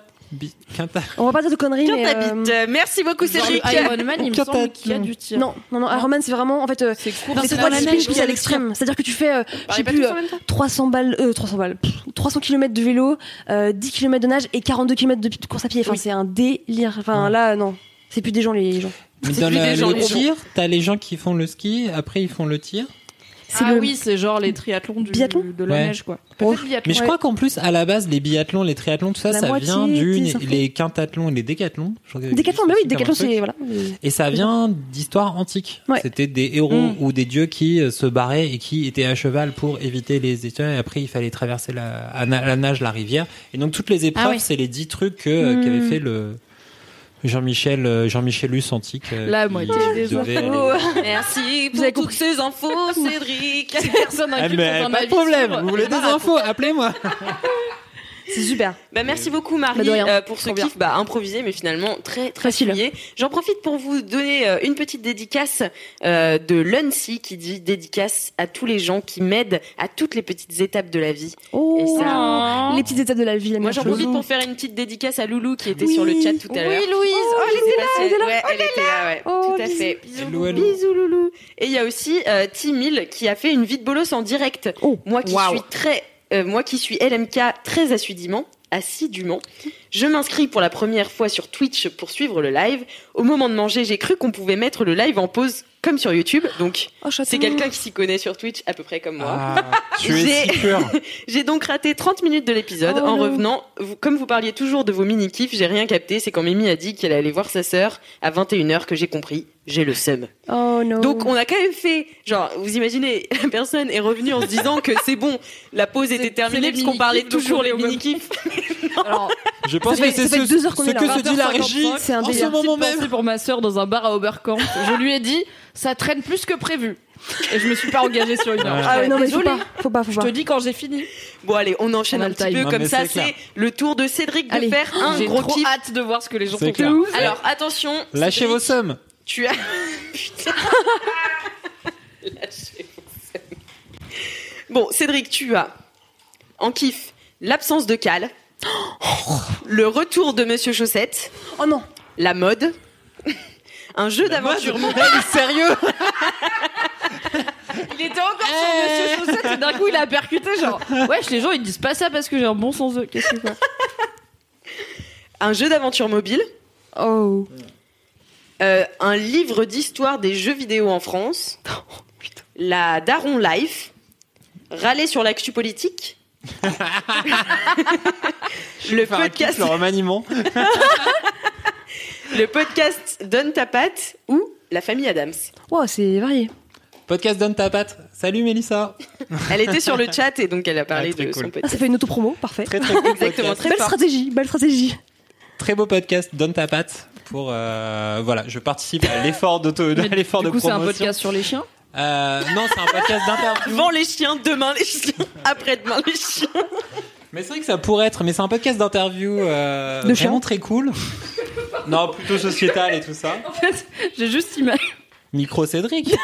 [SPEAKER 8] quinta
[SPEAKER 5] On va pas dire de conneries,
[SPEAKER 7] Tiens,
[SPEAKER 5] mais.
[SPEAKER 7] ta
[SPEAKER 5] euh,
[SPEAKER 7] bite. Euh, Merci beaucoup,
[SPEAKER 3] Genre
[SPEAKER 7] <laughs> Cédric.
[SPEAKER 3] le Ironman, il me
[SPEAKER 8] Quatre
[SPEAKER 3] semble qu'il y a du tir.
[SPEAKER 5] Non, non, non. Ironman, c'est vraiment. En fait, euh,
[SPEAKER 3] C'est court.
[SPEAKER 5] dans ces trois disciplines, je pousse à l'extrême. C'est-à-dire que tu fais, euh,
[SPEAKER 7] Bah,
[SPEAKER 3] Bah,
[SPEAKER 5] je sais plus, euh, 300 balles, euh, 300 balles, pff, 300 km de vélo, euh, 10 km de nage et 42 km de pi- de course à pied. Enfin, c'est un délire. Enfin,
[SPEAKER 8] Ouais.
[SPEAKER 5] là, non. C'est plus des gens, les gens.
[SPEAKER 8] Mais
[SPEAKER 7] C'est
[SPEAKER 8] dans
[SPEAKER 7] plus
[SPEAKER 8] la-
[SPEAKER 7] des gens,
[SPEAKER 8] le
[SPEAKER 7] les gens.
[SPEAKER 8] tir, t'as les gens qui font le ski, après ils font le tir.
[SPEAKER 5] C'est
[SPEAKER 3] Ah
[SPEAKER 5] le.
[SPEAKER 3] oui, c'est genre les triathlons du,
[SPEAKER 5] Biathlon
[SPEAKER 3] de la
[SPEAKER 8] Ouais.
[SPEAKER 3] neige, quoi.
[SPEAKER 8] Oh.
[SPEAKER 3] Peut-être biathlon.
[SPEAKER 8] Mais je crois qu'en plus à la base les biathlons, les triathlons, tout ça,
[SPEAKER 5] La
[SPEAKER 8] ça
[SPEAKER 5] moitié
[SPEAKER 8] vient du
[SPEAKER 5] des enfants.
[SPEAKER 8] les quintathlons et les décathlons. Je crois que-
[SPEAKER 5] Décathlon, mais bah oui, décathlon,
[SPEAKER 8] comme un
[SPEAKER 5] c'est.
[SPEAKER 8] truc.
[SPEAKER 5] Voilà.
[SPEAKER 8] Et ça vient d'histoires antiques.
[SPEAKER 5] Ouais.
[SPEAKER 8] C'était des héros
[SPEAKER 3] Mm.
[SPEAKER 8] ou des dieux qui euh, se barraient et qui étaient à cheval pour éviter les étoiles. Et après, il fallait traverser la, à na- la nage la rivière. Et donc, toutes les épreuves,
[SPEAKER 3] Ah oui.
[SPEAKER 8] c'est les dix trucs que, euh,
[SPEAKER 5] Mm.
[SPEAKER 8] qu'avait fait le Jean-Michel euh, Jean-Michel Huss antique. euh,
[SPEAKER 3] La
[SPEAKER 8] qui
[SPEAKER 3] moitié des
[SPEAKER 8] devait aller-
[SPEAKER 7] Oh, Merci pour toutes ces infos, Cédric.
[SPEAKER 3] Personne
[SPEAKER 8] Ah,
[SPEAKER 3] n'inculte
[SPEAKER 8] mais,
[SPEAKER 3] dans un
[SPEAKER 8] pas de
[SPEAKER 3] avis
[SPEAKER 8] problème.
[SPEAKER 3] sur-
[SPEAKER 8] Vous voulez des infos Appelez-moi.
[SPEAKER 5] C'est super.
[SPEAKER 7] Bah, merci beaucoup Marie
[SPEAKER 5] Bah, de rien.
[SPEAKER 7] euh, pour ce
[SPEAKER 5] Trop bien.
[SPEAKER 7] kiff bah, improvisé mais finalement très très
[SPEAKER 5] Facile.
[SPEAKER 7] fouillé. J'en profite pour vous donner euh, une petite dédicace euh, de l'UNSI qui dit dédicace à tous les gens qui m'aident à toutes les petites étapes de la vie. Et
[SPEAKER 5] Oh.
[SPEAKER 7] ça,
[SPEAKER 5] Les petites étapes de la vie. la
[SPEAKER 7] moi
[SPEAKER 5] meilleure
[SPEAKER 7] j'en
[SPEAKER 5] chose.
[SPEAKER 7] profite pour faire une petite dédicace à Loulou qui était
[SPEAKER 5] Oui.
[SPEAKER 7] sur le chat tout à l'heure.
[SPEAKER 5] Oui, Louise. Oh,
[SPEAKER 7] Je
[SPEAKER 5] elle
[SPEAKER 7] sais
[SPEAKER 5] était
[SPEAKER 7] pas
[SPEAKER 5] là,
[SPEAKER 7] si
[SPEAKER 5] elle était là.
[SPEAKER 7] ouais, elle était là, ouais,
[SPEAKER 5] Oh,
[SPEAKER 7] tout à
[SPEAKER 5] bisous,
[SPEAKER 7] fait.
[SPEAKER 5] bisous.
[SPEAKER 8] Hello, hello.
[SPEAKER 7] Bisous loulou. Et il y a aussi euh, Timil qui a fait une vie de bolos en direct.
[SPEAKER 5] Oh,
[SPEAKER 7] moi qui
[SPEAKER 3] wow.
[SPEAKER 7] suis très, euh, moi qui suis LMK très assidûment, assidûment, Je m'inscris pour la première fois sur Twitch pour suivre le live. Au moment de manger, j'ai cru qu'on pouvait mettre le live en pause comme sur YouTube. Donc,
[SPEAKER 5] Oh,
[SPEAKER 7] c'est quelqu'un qui s'y connaît sur Twitch à peu près
[SPEAKER 8] Ah.
[SPEAKER 7] comme moi.
[SPEAKER 8] tu es
[SPEAKER 7] J'ai-
[SPEAKER 8] si pur.
[SPEAKER 7] J'ai donc raté 30 minutes de l'épisode.
[SPEAKER 5] Oh
[SPEAKER 7] en
[SPEAKER 5] non.
[SPEAKER 7] revenant, vous- comme vous parliez toujours de vos mini-kifs, j'ai rien capté. C'est quand Mimi a dit qu'elle allait voir sa sœur à 21h que j'ai compris. J'ai le seum.
[SPEAKER 5] Oh non.
[SPEAKER 7] Donc on a quand même fait, genre, vous imaginez, la personne est revenue en se disant que c'est bon, la pause était terminée
[SPEAKER 3] les
[SPEAKER 7] puisqu'on parlait
[SPEAKER 3] mini-kifs, donc
[SPEAKER 7] toujours
[SPEAKER 3] on est
[SPEAKER 7] les
[SPEAKER 3] au même-
[SPEAKER 7] mini-kifs.
[SPEAKER 3] Alors,
[SPEAKER 8] Je pense
[SPEAKER 5] Ça fait-
[SPEAKER 8] que c'est
[SPEAKER 5] ça fait
[SPEAKER 8] ce,
[SPEAKER 5] deux heures qu'on
[SPEAKER 8] ce
[SPEAKER 5] est là.
[SPEAKER 8] que se dit la
[SPEAKER 3] 20h55,
[SPEAKER 8] régie
[SPEAKER 5] c'est un
[SPEAKER 8] en ce
[SPEAKER 5] délire.
[SPEAKER 8] moment
[SPEAKER 3] Petite
[SPEAKER 8] même.
[SPEAKER 3] pensée pour ma sœur dans un bar à Oberkampf. Je lui ai dit, ça traîne plus que prévu. Et je me suis pas engagée sur une heure.
[SPEAKER 5] Ah ouais, non mais faut
[SPEAKER 3] Désolée.
[SPEAKER 5] pas, faut pas, faut
[SPEAKER 3] Je
[SPEAKER 5] pas.
[SPEAKER 3] te dis quand j'ai fini.
[SPEAKER 7] Bon allez, on enchaîne
[SPEAKER 3] On a
[SPEAKER 7] un
[SPEAKER 3] le
[SPEAKER 7] petit
[SPEAKER 3] time.
[SPEAKER 7] peu
[SPEAKER 8] Non,
[SPEAKER 7] comme
[SPEAKER 8] mais
[SPEAKER 7] ça.
[SPEAKER 8] c'est clair.
[SPEAKER 7] C'est le tour de Cédric de
[SPEAKER 5] Allez.
[SPEAKER 7] faire un
[SPEAKER 3] J'ai
[SPEAKER 7] gros
[SPEAKER 3] trop
[SPEAKER 7] kiff.
[SPEAKER 3] hâte de voir ce que les gens
[SPEAKER 8] C'est
[SPEAKER 3] font.
[SPEAKER 8] clair.
[SPEAKER 7] Alors attention,
[SPEAKER 8] Lâchez
[SPEAKER 7] Cédric,
[SPEAKER 8] vos sommes.
[SPEAKER 7] Tu as
[SPEAKER 5] <laughs>
[SPEAKER 7] Putain. Lâchez vos sommes. Bon, Cédric, tu as en kiff l'absence de cale, <gasps> le retour de Monsieur Chaussette.
[SPEAKER 5] Oh non.
[SPEAKER 7] la mode, <laughs> un jeu
[SPEAKER 8] <laughs>
[SPEAKER 7] d'aventure.
[SPEAKER 8] sérieux
[SPEAKER 3] Il était encore sur Monsieur Chaussette et d'un coup il a percuté genre Wesh les gens ils disent pas ça parce que j'ai un bon sens de qu'est-ce que quoi
[SPEAKER 7] Un jeu d'aventure mobile,
[SPEAKER 5] Oh.
[SPEAKER 7] euh, un livre d'histoire des jeux vidéo
[SPEAKER 8] <laughs>
[SPEAKER 7] en France,
[SPEAKER 8] Oh,
[SPEAKER 7] la Daron Life, râler sur
[SPEAKER 8] <laughs>
[SPEAKER 7] l'actu politique, <laughs> le,
[SPEAKER 8] Faire un kiff,
[SPEAKER 7] podcast,
[SPEAKER 8] le remaniement.
[SPEAKER 7] le podcast Donne ta patte ou la famille Adams.
[SPEAKER 5] Wow, c'est varié.
[SPEAKER 8] Podcast donne ta patte. Salut Mélissa.
[SPEAKER 7] Elle était sur le chat et donc elle a parlé
[SPEAKER 8] Ah, très
[SPEAKER 7] de son
[SPEAKER 8] cool.
[SPEAKER 5] Ah, ça
[SPEAKER 7] podcast.
[SPEAKER 5] fait une auto-promo, parfait.
[SPEAKER 8] Très très cool
[SPEAKER 7] Exactement,
[SPEAKER 8] podcast.
[SPEAKER 7] très
[SPEAKER 5] Belle
[SPEAKER 7] fort.
[SPEAKER 5] stratégie, belle stratégie.
[SPEAKER 8] Très beau podcast. Donne ta patte. Pour euh, voilà, je participe à l'effort
[SPEAKER 3] <laughs>
[SPEAKER 8] d'auto, à l'effort de
[SPEAKER 3] Du coup c'est un
[SPEAKER 8] promotion.
[SPEAKER 3] podcast sur les chiens
[SPEAKER 8] Euh, non, c'est un podcast d'interview.
[SPEAKER 7] Avant les chiens, demain les chiens, <laughs> après-demain les chiens.
[SPEAKER 8] Mais c'est vrai que ça pourrait être. Mais c'est un podcast d'interview euh,
[SPEAKER 5] De
[SPEAKER 8] vraiment
[SPEAKER 5] chiens.
[SPEAKER 8] très cool. Non, plutôt sociétal et tout ça.
[SPEAKER 3] En fait j'ai juste ima-
[SPEAKER 8] Micro Cédric.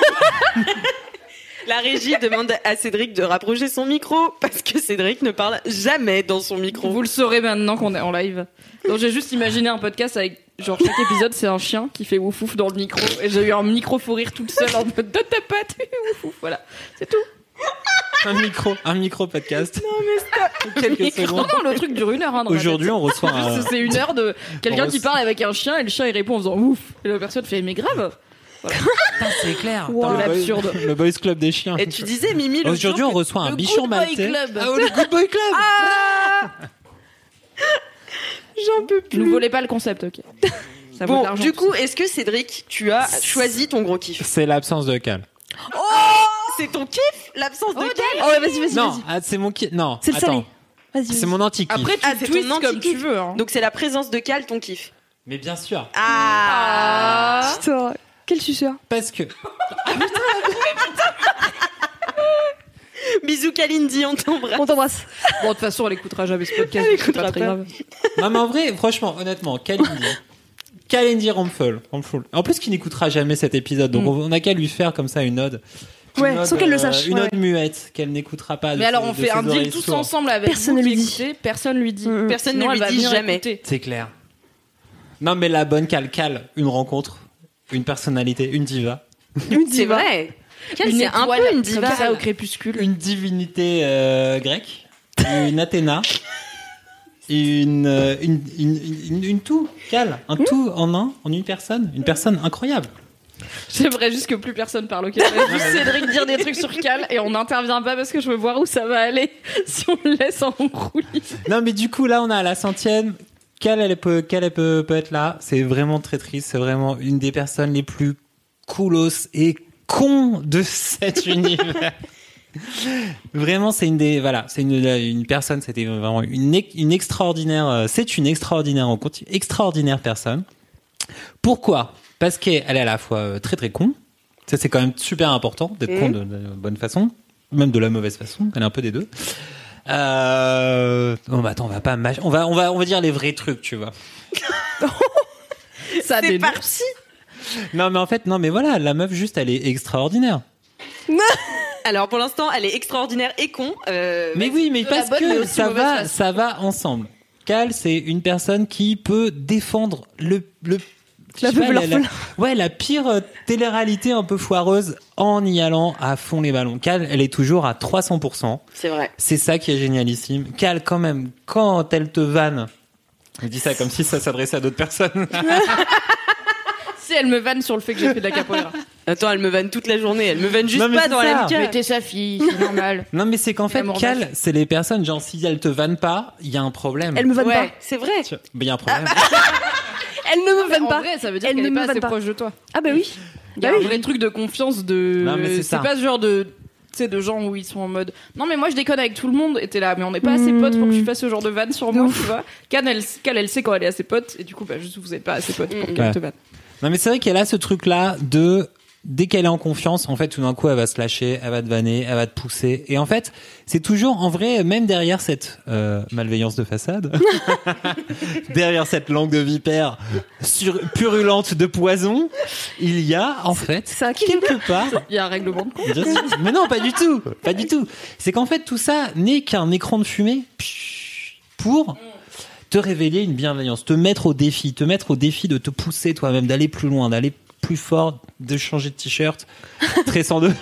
[SPEAKER 7] La régie demande à Cédric de rapprocher son micro parce que Cédric ne parle jamais dans son micro.
[SPEAKER 3] Vous le saurez maintenant qu'on est en live Donc j'ai juste imaginé un podcast avec genre chaque épisode c'est un chien qui fait ouf ouf dans le micro Et j'ai eu un micro fou rire toute seule en mode donne ta patte ouf ouf voilà c'est tout
[SPEAKER 8] un micro, un micro podcast. Non mais stop. Quelques
[SPEAKER 3] Non
[SPEAKER 8] secondes.
[SPEAKER 3] non le truc dure une heure hein, dans ma tête.
[SPEAKER 8] Aujourd'hui, on reçoit
[SPEAKER 3] Juste,
[SPEAKER 8] un.
[SPEAKER 3] c'est une heure de quelqu'un
[SPEAKER 8] on
[SPEAKER 3] qui
[SPEAKER 8] se-
[SPEAKER 3] parle avec un chien et le chien il répond en faisant ouf et la personne fait mais grave
[SPEAKER 8] C'est clair.
[SPEAKER 3] Wow. L'absurde.
[SPEAKER 8] Le boys club des chiens.
[SPEAKER 7] Et tu disais, Mimi, le
[SPEAKER 8] Aujourd'hui,
[SPEAKER 7] jour
[SPEAKER 8] on reçoit un
[SPEAKER 3] le
[SPEAKER 8] bichon
[SPEAKER 3] Good Boy
[SPEAKER 8] maltais.
[SPEAKER 3] Club.
[SPEAKER 8] Ah, oh, le Good Boy Club.
[SPEAKER 7] Ah, J'en peux
[SPEAKER 3] ne volez pas le concept ok ça vaut de
[SPEAKER 7] Bon,
[SPEAKER 3] l'argent,
[SPEAKER 7] du
[SPEAKER 3] tout
[SPEAKER 7] coup, est-ce que Cédric, tu as choisi ton gros kiff
[SPEAKER 8] C'est l'absence de calme.
[SPEAKER 7] Ah, C'est ton kiff L'absence de kiff
[SPEAKER 5] Oh, ouais, vas-y, vas-y,
[SPEAKER 8] Non,
[SPEAKER 5] vas-y.
[SPEAKER 8] ah, c'est mon ki- non.
[SPEAKER 5] C'est le
[SPEAKER 8] attends,
[SPEAKER 5] salé. Vas-y.
[SPEAKER 8] c'est
[SPEAKER 5] vas-y.
[SPEAKER 8] mon anti kiff.
[SPEAKER 3] Après, tu
[SPEAKER 7] Ah, c'est ton
[SPEAKER 3] twists comme
[SPEAKER 7] anti-kiff.
[SPEAKER 3] tu veux. Hein.
[SPEAKER 7] Donc c'est la présence de Cal, ton kiff.
[SPEAKER 8] Mais bien sûr,
[SPEAKER 7] Ah,
[SPEAKER 5] Putain, quel suceur.
[SPEAKER 8] parce que
[SPEAKER 7] Bisous Kalindi, on t'embrasse.
[SPEAKER 5] On t'embrasse.
[SPEAKER 3] Bon, de toute façon, elle écoutera jamais
[SPEAKER 7] <laughs>
[SPEAKER 3] ce podcast.
[SPEAKER 7] Elle
[SPEAKER 3] donc c'est pas
[SPEAKER 7] écoutera
[SPEAKER 3] très
[SPEAKER 7] pas.
[SPEAKER 3] grave.
[SPEAKER 8] non, mais en vrai, franchement, honnêtement, Kalindi, Kalindi Rampfel, Rampfel. En plus, qui n'écoutera jamais cet épisode, donc
[SPEAKER 3] Mm.
[SPEAKER 8] on n'a qu'à lui faire comme ça une ode. Une
[SPEAKER 5] Ouais, sans
[SPEAKER 8] ode,
[SPEAKER 5] qu'elle le
[SPEAKER 8] euh,
[SPEAKER 5] sache,
[SPEAKER 8] Une
[SPEAKER 5] ouais.
[SPEAKER 8] ode muette qu'elle n'écoutera pas. de
[SPEAKER 3] Mais alors,
[SPEAKER 8] ses-
[SPEAKER 3] on
[SPEAKER 8] de
[SPEAKER 3] fait
[SPEAKER 8] ses
[SPEAKER 3] un deal
[SPEAKER 8] oreilles
[SPEAKER 3] tous
[SPEAKER 8] sourdes.
[SPEAKER 3] ensemble avec
[SPEAKER 5] Personne
[SPEAKER 3] vous
[SPEAKER 5] ne lui
[SPEAKER 3] qui
[SPEAKER 5] dit.
[SPEAKER 3] écoutez, Personne lui dit.
[SPEAKER 5] Mm.
[SPEAKER 7] Personne
[SPEAKER 3] Sinon,
[SPEAKER 7] ne
[SPEAKER 3] elle
[SPEAKER 7] lui
[SPEAKER 3] va
[SPEAKER 7] dit
[SPEAKER 3] venir
[SPEAKER 7] jamais.
[SPEAKER 3] écouter.
[SPEAKER 8] C'est clair. Non, mais la bonne cale, cale, une rencontre, une personnalité, une diva,
[SPEAKER 7] C'est vrai. Cal,
[SPEAKER 3] Une
[SPEAKER 7] c'est un
[SPEAKER 3] étoile
[SPEAKER 7] peu une
[SPEAKER 3] comme
[SPEAKER 7] diva.
[SPEAKER 3] ça au crépuscule. <laughs>
[SPEAKER 8] une divinité euh, grecque, une Athéna. Une, euh, une, une, une, une tout, cale, un tout en un, en une personne, une personne incroyable.
[SPEAKER 3] J'aimerais juste que plus personne parle. Ok, J'avais vu Cédric dire des trucs sur Cal et on n'intervient pas parce que je veux voir où ça va aller <laughs> si on le laisse en roulis.
[SPEAKER 8] Non, mais du coup, là, on a la centième. Quelle elle peut, quelle elle peut, peut être là C'est vraiment très triste. C'est vraiment une des personnes les plus coolos et cons de cet univers. Vraiment, c'est une des, voilà, c'est une, une personne. C'était vraiment une, ex- une extraordinaire. euh, C'est une extraordinaire en continu, extraordinaire personne. Pourquoi Parce qu'elle est à la fois euh, très très con. Ça, c'est quand même super important d'être con de, de bonne façon, même de la mauvaise façon. Elle est un peu des deux. Euh... Non, mais attends, on va pas mâcher- on va on va on va dire les vrais trucs, tu vois.
[SPEAKER 3] Ça
[SPEAKER 7] C'est
[SPEAKER 3] dénonce.
[SPEAKER 7] parti.
[SPEAKER 8] Non, mais en fait, non, mais voilà, la meuf juste, elle est extraordinaire.
[SPEAKER 7] Alors pour l'instant, elle est extraordinaire et con. euh,
[SPEAKER 8] Mais oui, mais
[SPEAKER 3] de
[SPEAKER 8] parce
[SPEAKER 3] la bonne, mais
[SPEAKER 8] que
[SPEAKER 3] aussi
[SPEAKER 8] ça
[SPEAKER 3] mauvaise
[SPEAKER 8] va
[SPEAKER 3] façon.
[SPEAKER 8] ça va ensemble. Cal, c'est une personne qui peut défendre le le
[SPEAKER 5] La
[SPEAKER 8] je sais
[SPEAKER 5] veuve
[SPEAKER 8] pas,
[SPEAKER 5] l'orphelin.
[SPEAKER 8] ouais, la pire euh, télé-réalité un peu foireuse en y allant à fond les ballons. Cal, elle est toujours à 300
[SPEAKER 7] C'est vrai.
[SPEAKER 8] C'est ça qui est génialissime. Cal, quand même, quand elle te vanne, On dit ça comme si ça s'adressait à d'autres personnes.
[SPEAKER 3] Si elle me vanne sur le fait que j'ai fait de la <laughs> capoeira.
[SPEAKER 7] Attends, elle me vanne toute la journée. Elle me vanne juste
[SPEAKER 8] Non, mais
[SPEAKER 7] pas
[SPEAKER 8] c'est
[SPEAKER 7] dans
[SPEAKER 8] ça.
[SPEAKER 7] la
[SPEAKER 8] Mais
[SPEAKER 7] MK.
[SPEAKER 3] t'es sa fille, <laughs> c'est normal.
[SPEAKER 8] non, mais c'est qu'en fait,
[SPEAKER 3] L'amour
[SPEAKER 8] Cal, c'est les personnes, genre, si elles te vannent pas, il y a un problème.
[SPEAKER 5] Elle me vanne
[SPEAKER 3] Ouais.
[SPEAKER 5] pas.
[SPEAKER 7] C'est vrai.
[SPEAKER 8] Tu vois, Il y a un problème.
[SPEAKER 5] Elle ne me vanne
[SPEAKER 3] En
[SPEAKER 5] pas.
[SPEAKER 3] vrai, ça veut dire
[SPEAKER 5] Elle
[SPEAKER 3] qu'elle
[SPEAKER 5] ne
[SPEAKER 3] est
[SPEAKER 5] me
[SPEAKER 3] pas
[SPEAKER 5] vanne
[SPEAKER 3] assez
[SPEAKER 5] pas.
[SPEAKER 3] proche de toi.
[SPEAKER 5] Ah bah oui.
[SPEAKER 3] Il y a
[SPEAKER 5] Bah
[SPEAKER 3] un
[SPEAKER 5] oui.
[SPEAKER 3] vrai truc de confiance de.
[SPEAKER 8] Non, mais c'est ça.
[SPEAKER 3] pas ce genre de. Tu sais, de gens où ils sont en mode Non, mais moi je déconne avec tout le monde et t'es là, mais on n'est pas assez potes pour que tu fasses ce genre Mmh. de vanne sur moi, tu vois. Cal elle, Cal, elle sait quand elle est assez pote et du coup, bah, juste vous êtes pas assez potes pour qu'elle
[SPEAKER 8] Ouais.
[SPEAKER 3] te vanne.
[SPEAKER 8] Non, mais c'est vrai qu'elle a ce truc-là de dès qu'elle est en confiance, en fait, tout d'un coup, elle va se lâcher, elle va te vanner, elle va te pousser. Et en fait, c'est toujours en vrai, même derrière cette euh, malveillance de façade, derrière cette langue de vipère sur, purulente de poison, il y a en fait
[SPEAKER 5] C'est un kill.
[SPEAKER 8] quelque part
[SPEAKER 3] Il y a un règlement de compte.
[SPEAKER 8] Bien sûr. Mais non, pas du tout, pas du tout. C'est qu'en fait tout ça n'est qu'un écran de fumée pour te révéler une bienveillance, te mettre au défi, te mettre au défi de te pousser toi-même, d'aller plus loin, d'aller plus fort, de changer de t-shirt, très sans deux.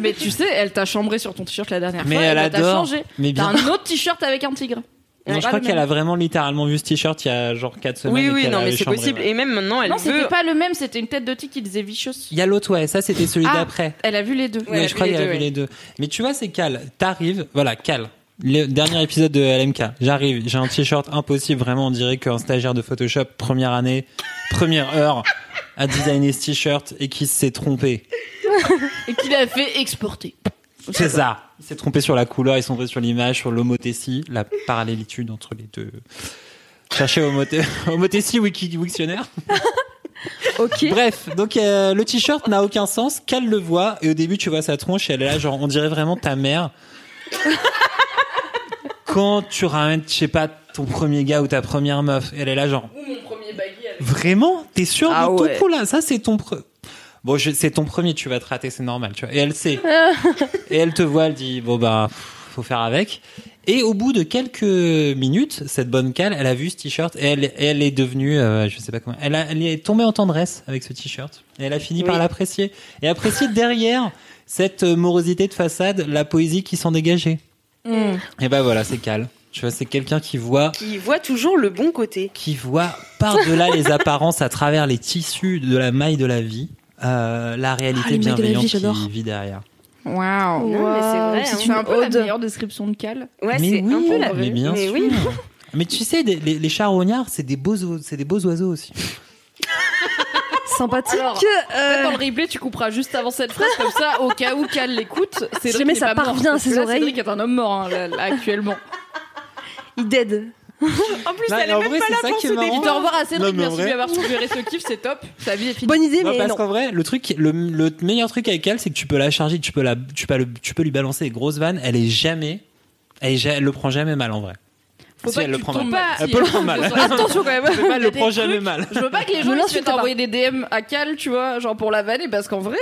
[SPEAKER 3] Mais tu sais, elle t'a chambré sur ton t-shirt la dernière
[SPEAKER 8] Mais
[SPEAKER 3] fois.
[SPEAKER 8] elle
[SPEAKER 3] et bah, T'as
[SPEAKER 8] adore.
[SPEAKER 3] changé.
[SPEAKER 8] Mais
[SPEAKER 3] T'as
[SPEAKER 8] bien.
[SPEAKER 3] un autre t-shirt avec un tigre.
[SPEAKER 8] Non, je
[SPEAKER 3] Pas
[SPEAKER 8] crois
[SPEAKER 3] le
[SPEAKER 8] qu'elle
[SPEAKER 3] même.
[SPEAKER 8] a vraiment littéralement vu ce t-shirt il y a genre 4 semaines.
[SPEAKER 7] Oui,
[SPEAKER 8] et
[SPEAKER 7] oui,
[SPEAKER 8] qu'elle
[SPEAKER 7] non,
[SPEAKER 8] a
[SPEAKER 7] mais c'est
[SPEAKER 8] chambré,
[SPEAKER 7] possible.
[SPEAKER 8] ouais.
[SPEAKER 7] Et même maintenant, elle
[SPEAKER 3] Non,
[SPEAKER 7] veut.
[SPEAKER 3] c'était pas le même, c'était une tête de tigre qui disait vicheuse.
[SPEAKER 8] Il y a l'autre, ouais, ça c'était celui
[SPEAKER 3] Ah.
[SPEAKER 8] d'après.
[SPEAKER 3] Elle a vu les deux.
[SPEAKER 8] Ouais, je crois qu'il y avait les deux. Mais tu vois, c'est Cal. T'arrives, voilà, Cal. Le dernier épisode de LMK. J'arrive, j'ai un t-shirt impossible, vraiment, on dirait qu'un stagiaire de Photoshop, première année, première heure, a designé ce t-shirt et qui s'est trompé.
[SPEAKER 3] Et qu'il a fait exporter.
[SPEAKER 8] C'est ça. Il s'est trompé sur la couleur, ils sont trompés sur l'image, sur l'homothétie, la parallélitude entre les deux. Cherchez <laughs> homothé- homothétie wiki dictionnaire.
[SPEAKER 5] Ok.
[SPEAKER 8] Bref, donc euh, le t-shirt n'a aucun sens. Cal le voit et au début tu vois sa tronche et elle est là genre on dirait vraiment ta mère. Quand tu ramènes, je sais pas, ton premier gars ou ta première meuf, elle est là genre.
[SPEAKER 6] Ou mon premier baggy avec.
[SPEAKER 8] Vraiment, t'es sûr
[SPEAKER 7] Ah
[SPEAKER 8] de ton
[SPEAKER 7] ouais.
[SPEAKER 8] coup là Ça c'est ton pre- bon, je- c'est ton premier, tu vas te rater, c'est normal, tu vois. Et elle
[SPEAKER 7] <laughs>
[SPEAKER 8] sait. et elle te voit, elle dit bon bah pff, faut faire avec. Et au bout de quelques minutes, cette bonne cale, elle a vu ce t-shirt et elle, et elle est devenue, euh, je sais pas comment, elle, a- elle est tombée en tendresse avec ce t-shirt. Et elle a fini par l'apprécier et apprécier derrière cette euh, morosité de façade, la poésie qui s'en dégageait. Et ben voilà, c'est Cal. Tu vois, c'est quelqu'un qui voit
[SPEAKER 7] Qui voit toujours le bon côté.
[SPEAKER 8] qui voit par-delà les apparences, à travers les tissus de la maille de la vie, euh, la réalité
[SPEAKER 5] Ah, les mailles de la
[SPEAKER 8] bienveillante
[SPEAKER 5] vie, j'adore.
[SPEAKER 8] qui vit derrière.
[SPEAKER 3] Waouh.
[SPEAKER 7] Non, mais c'est vrai,
[SPEAKER 3] C'est
[SPEAKER 7] hein.
[SPEAKER 3] un peu la
[SPEAKER 5] ode.
[SPEAKER 3] meilleure description de Cal.
[SPEAKER 7] Ouais,
[SPEAKER 8] mais
[SPEAKER 7] c'est
[SPEAKER 8] oui,
[SPEAKER 7] un peu la
[SPEAKER 8] mais
[SPEAKER 7] <laughs>
[SPEAKER 8] bien
[SPEAKER 7] mais
[SPEAKER 8] sûr.
[SPEAKER 7] oui.
[SPEAKER 8] Mais tu sais, des- les, les charognards, c'est des beaux, oiseaux- c'est des beaux oiseaux aussi.
[SPEAKER 5] Sympathique.
[SPEAKER 3] Alors,
[SPEAKER 5] euh,
[SPEAKER 3] Dans le replay, tu couperas juste avant cette phrase comme ça, au cas où Cal <laughs> l'écoute. Cédric
[SPEAKER 5] jamais
[SPEAKER 3] n'est
[SPEAKER 5] ça
[SPEAKER 3] pas mort,
[SPEAKER 5] parvient à
[SPEAKER 3] parce que
[SPEAKER 5] ses
[SPEAKER 3] là,
[SPEAKER 5] oreilles.
[SPEAKER 3] Cédric est un homme mort hein, là, là, <laughs> actuellement.
[SPEAKER 5] il dead.
[SPEAKER 7] En plus,
[SPEAKER 8] Non, mais
[SPEAKER 7] elle
[SPEAKER 8] en
[SPEAKER 7] est
[SPEAKER 8] vrai,
[SPEAKER 7] même pas
[SPEAKER 8] c'est
[SPEAKER 7] là
[SPEAKER 8] ça
[SPEAKER 7] pour
[SPEAKER 8] qui
[SPEAKER 7] se
[SPEAKER 8] est marrant.
[SPEAKER 7] défendre.
[SPEAKER 3] Dites au revoir à
[SPEAKER 8] Non,
[SPEAKER 3] Cédric,
[SPEAKER 8] mais en
[SPEAKER 3] merci de
[SPEAKER 8] vrai-
[SPEAKER 3] lui avoir suggéré ce kiff, c'est top. Sa vie est finie.
[SPEAKER 5] Bonne idée,
[SPEAKER 8] Non,
[SPEAKER 5] mais
[SPEAKER 8] parce
[SPEAKER 5] non.
[SPEAKER 8] qu'en vrai, le truc, le, le meilleur truc avec elle, c'est que tu peux la charger, tu peux la, tu peux, le- tu peux lui balancer des grosses vannes. Elle est jamais, elle, est ja- elle le prend jamais mal en vrai.
[SPEAKER 3] Faut
[SPEAKER 8] Si,
[SPEAKER 3] pas
[SPEAKER 8] elle
[SPEAKER 3] que
[SPEAKER 8] le
[SPEAKER 3] tu
[SPEAKER 8] prend
[SPEAKER 3] tombes
[SPEAKER 8] mal.
[SPEAKER 3] pas-
[SPEAKER 8] Elle
[SPEAKER 3] si,
[SPEAKER 8] peut le
[SPEAKER 3] <laughs>
[SPEAKER 8] prendre mal.
[SPEAKER 3] Attention quand même.
[SPEAKER 8] Elle le
[SPEAKER 3] Des
[SPEAKER 8] prend jamais
[SPEAKER 3] trucs-
[SPEAKER 8] mal.
[SPEAKER 3] Je veux pas que les
[SPEAKER 5] Ne
[SPEAKER 3] gens se
[SPEAKER 5] l'insulte
[SPEAKER 3] mettent
[SPEAKER 5] pas.
[SPEAKER 3] à envoyer des DM à Cal, tu vois, genre pour la vanner, parce qu'en vrai,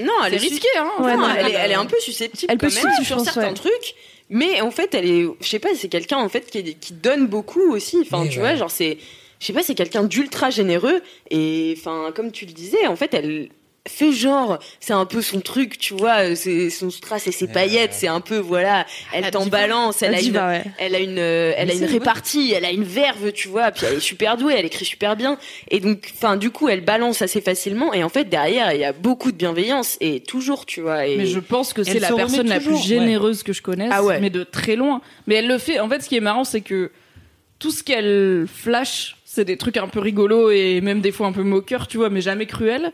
[SPEAKER 7] Non, elle
[SPEAKER 3] c'est
[SPEAKER 7] est
[SPEAKER 3] risqué, hein.
[SPEAKER 5] Ouais,
[SPEAKER 7] non,
[SPEAKER 5] non,
[SPEAKER 7] elle, est,
[SPEAKER 5] elle-
[SPEAKER 7] elle est un peu susceptible
[SPEAKER 5] elle
[SPEAKER 7] quand
[SPEAKER 5] peut
[SPEAKER 7] même
[SPEAKER 5] susceptible,
[SPEAKER 7] sur
[SPEAKER 5] je pense,
[SPEAKER 7] certains
[SPEAKER 5] ouais.
[SPEAKER 7] trucs. Mais en fait, elle est, je sais pas, c'est quelqu'un en fait qui, est- qui donne beaucoup aussi. Enfin,
[SPEAKER 8] Mais
[SPEAKER 7] tu
[SPEAKER 8] ouais.
[SPEAKER 7] vois, genre c'est, je sais pas, c'est quelqu'un d'ultra généreux. Et enfin, comme tu le disais, en fait, elle fait genre, c'est un peu son truc, tu vois, c'est son strass et ses
[SPEAKER 8] Ouais.
[SPEAKER 7] paillettes, c'est un peu voilà, elle
[SPEAKER 3] La
[SPEAKER 7] t'en
[SPEAKER 3] diva.
[SPEAKER 7] balance, elle a
[SPEAKER 5] Elle dit
[SPEAKER 7] une,
[SPEAKER 5] bah ouais.
[SPEAKER 7] elle a une, euh, elle a
[SPEAKER 8] Mais
[SPEAKER 7] une
[SPEAKER 8] c'est vrai.
[SPEAKER 7] répartie, elle a une verve, tu vois. Puis elle est super douée, elle écrit super bien. Et donc, enfin, du coup, elle balance assez facilement. Et en fait, derrière, il y a beaucoup de bienveillance et toujours, tu vois. Et...
[SPEAKER 3] Mais je pense que c'est
[SPEAKER 8] Elle
[SPEAKER 3] la
[SPEAKER 8] se remet
[SPEAKER 3] personne la plus
[SPEAKER 8] toujours, ouais.
[SPEAKER 3] généreuse que je connaisse,
[SPEAKER 7] Ah ouais.
[SPEAKER 3] mais de très loin. Mais elle le fait. En fait, ce qui est marrant, c'est que tout ce qu'elle flash, c'est des trucs un peu rigolos et même des fois un peu moqueurs, tu vois, mais jamais cruels.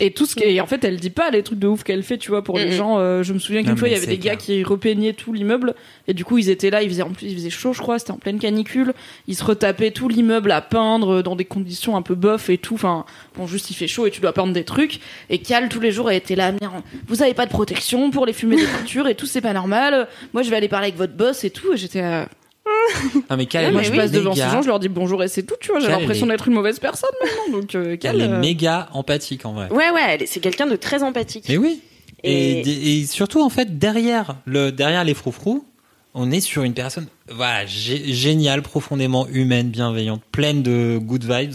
[SPEAKER 3] Et tout ce qui, et en fait, elle dit pas les trucs de ouf qu'elle fait, tu vois, pour les
[SPEAKER 7] Mhm.
[SPEAKER 3] gens. euh, je me souviens
[SPEAKER 8] Non,
[SPEAKER 3] qu'une fois, il y
[SPEAKER 8] mais
[SPEAKER 3] avait
[SPEAKER 8] c'est
[SPEAKER 3] des gars
[SPEAKER 8] clair.
[SPEAKER 3] qui repeignaient tout l'immeuble et du coup, ils étaient là. Ils faisaient en plus, il faisait chaud, je crois. C'était en pleine canicule. Ils se retapaient tout l'immeuble à peindre dans des conditions un peu bof et tout. Enfin, bon, juste il fait chaud et tu dois peindre des trucs. Et Cal, tous les jours, elle était là, Merde, vous avez pas de protection pour les fumées
[SPEAKER 8] <laughs>
[SPEAKER 3] des peintures et tout, c'est pas normal. Moi, je vais aller parler avec votre boss et tout. Et j'étais, euh,
[SPEAKER 8] Non mais Cal,
[SPEAKER 3] là,
[SPEAKER 8] elle
[SPEAKER 3] moi,
[SPEAKER 8] est
[SPEAKER 3] je passe devant ces
[SPEAKER 8] méga-
[SPEAKER 3] gens, je leur dis bonjour et c'est tout, tu vois. J'ai
[SPEAKER 8] Cal,
[SPEAKER 3] l'impression
[SPEAKER 8] elle est-
[SPEAKER 3] d'être une mauvaise personne maintenant. Donc, euh, Cal,
[SPEAKER 8] Elle est
[SPEAKER 3] euh,
[SPEAKER 8] méga empathique en vrai.
[SPEAKER 7] Ouais, ouais, elle est- c'est quelqu'un de très empathique.
[SPEAKER 8] Mais oui. Et,
[SPEAKER 7] Et-
[SPEAKER 8] et surtout, en fait, derrière, le, derrière les froufrous, on est sur une personne voilà, gé- géniale, profondément humaine, bienveillante, pleine de good vibes.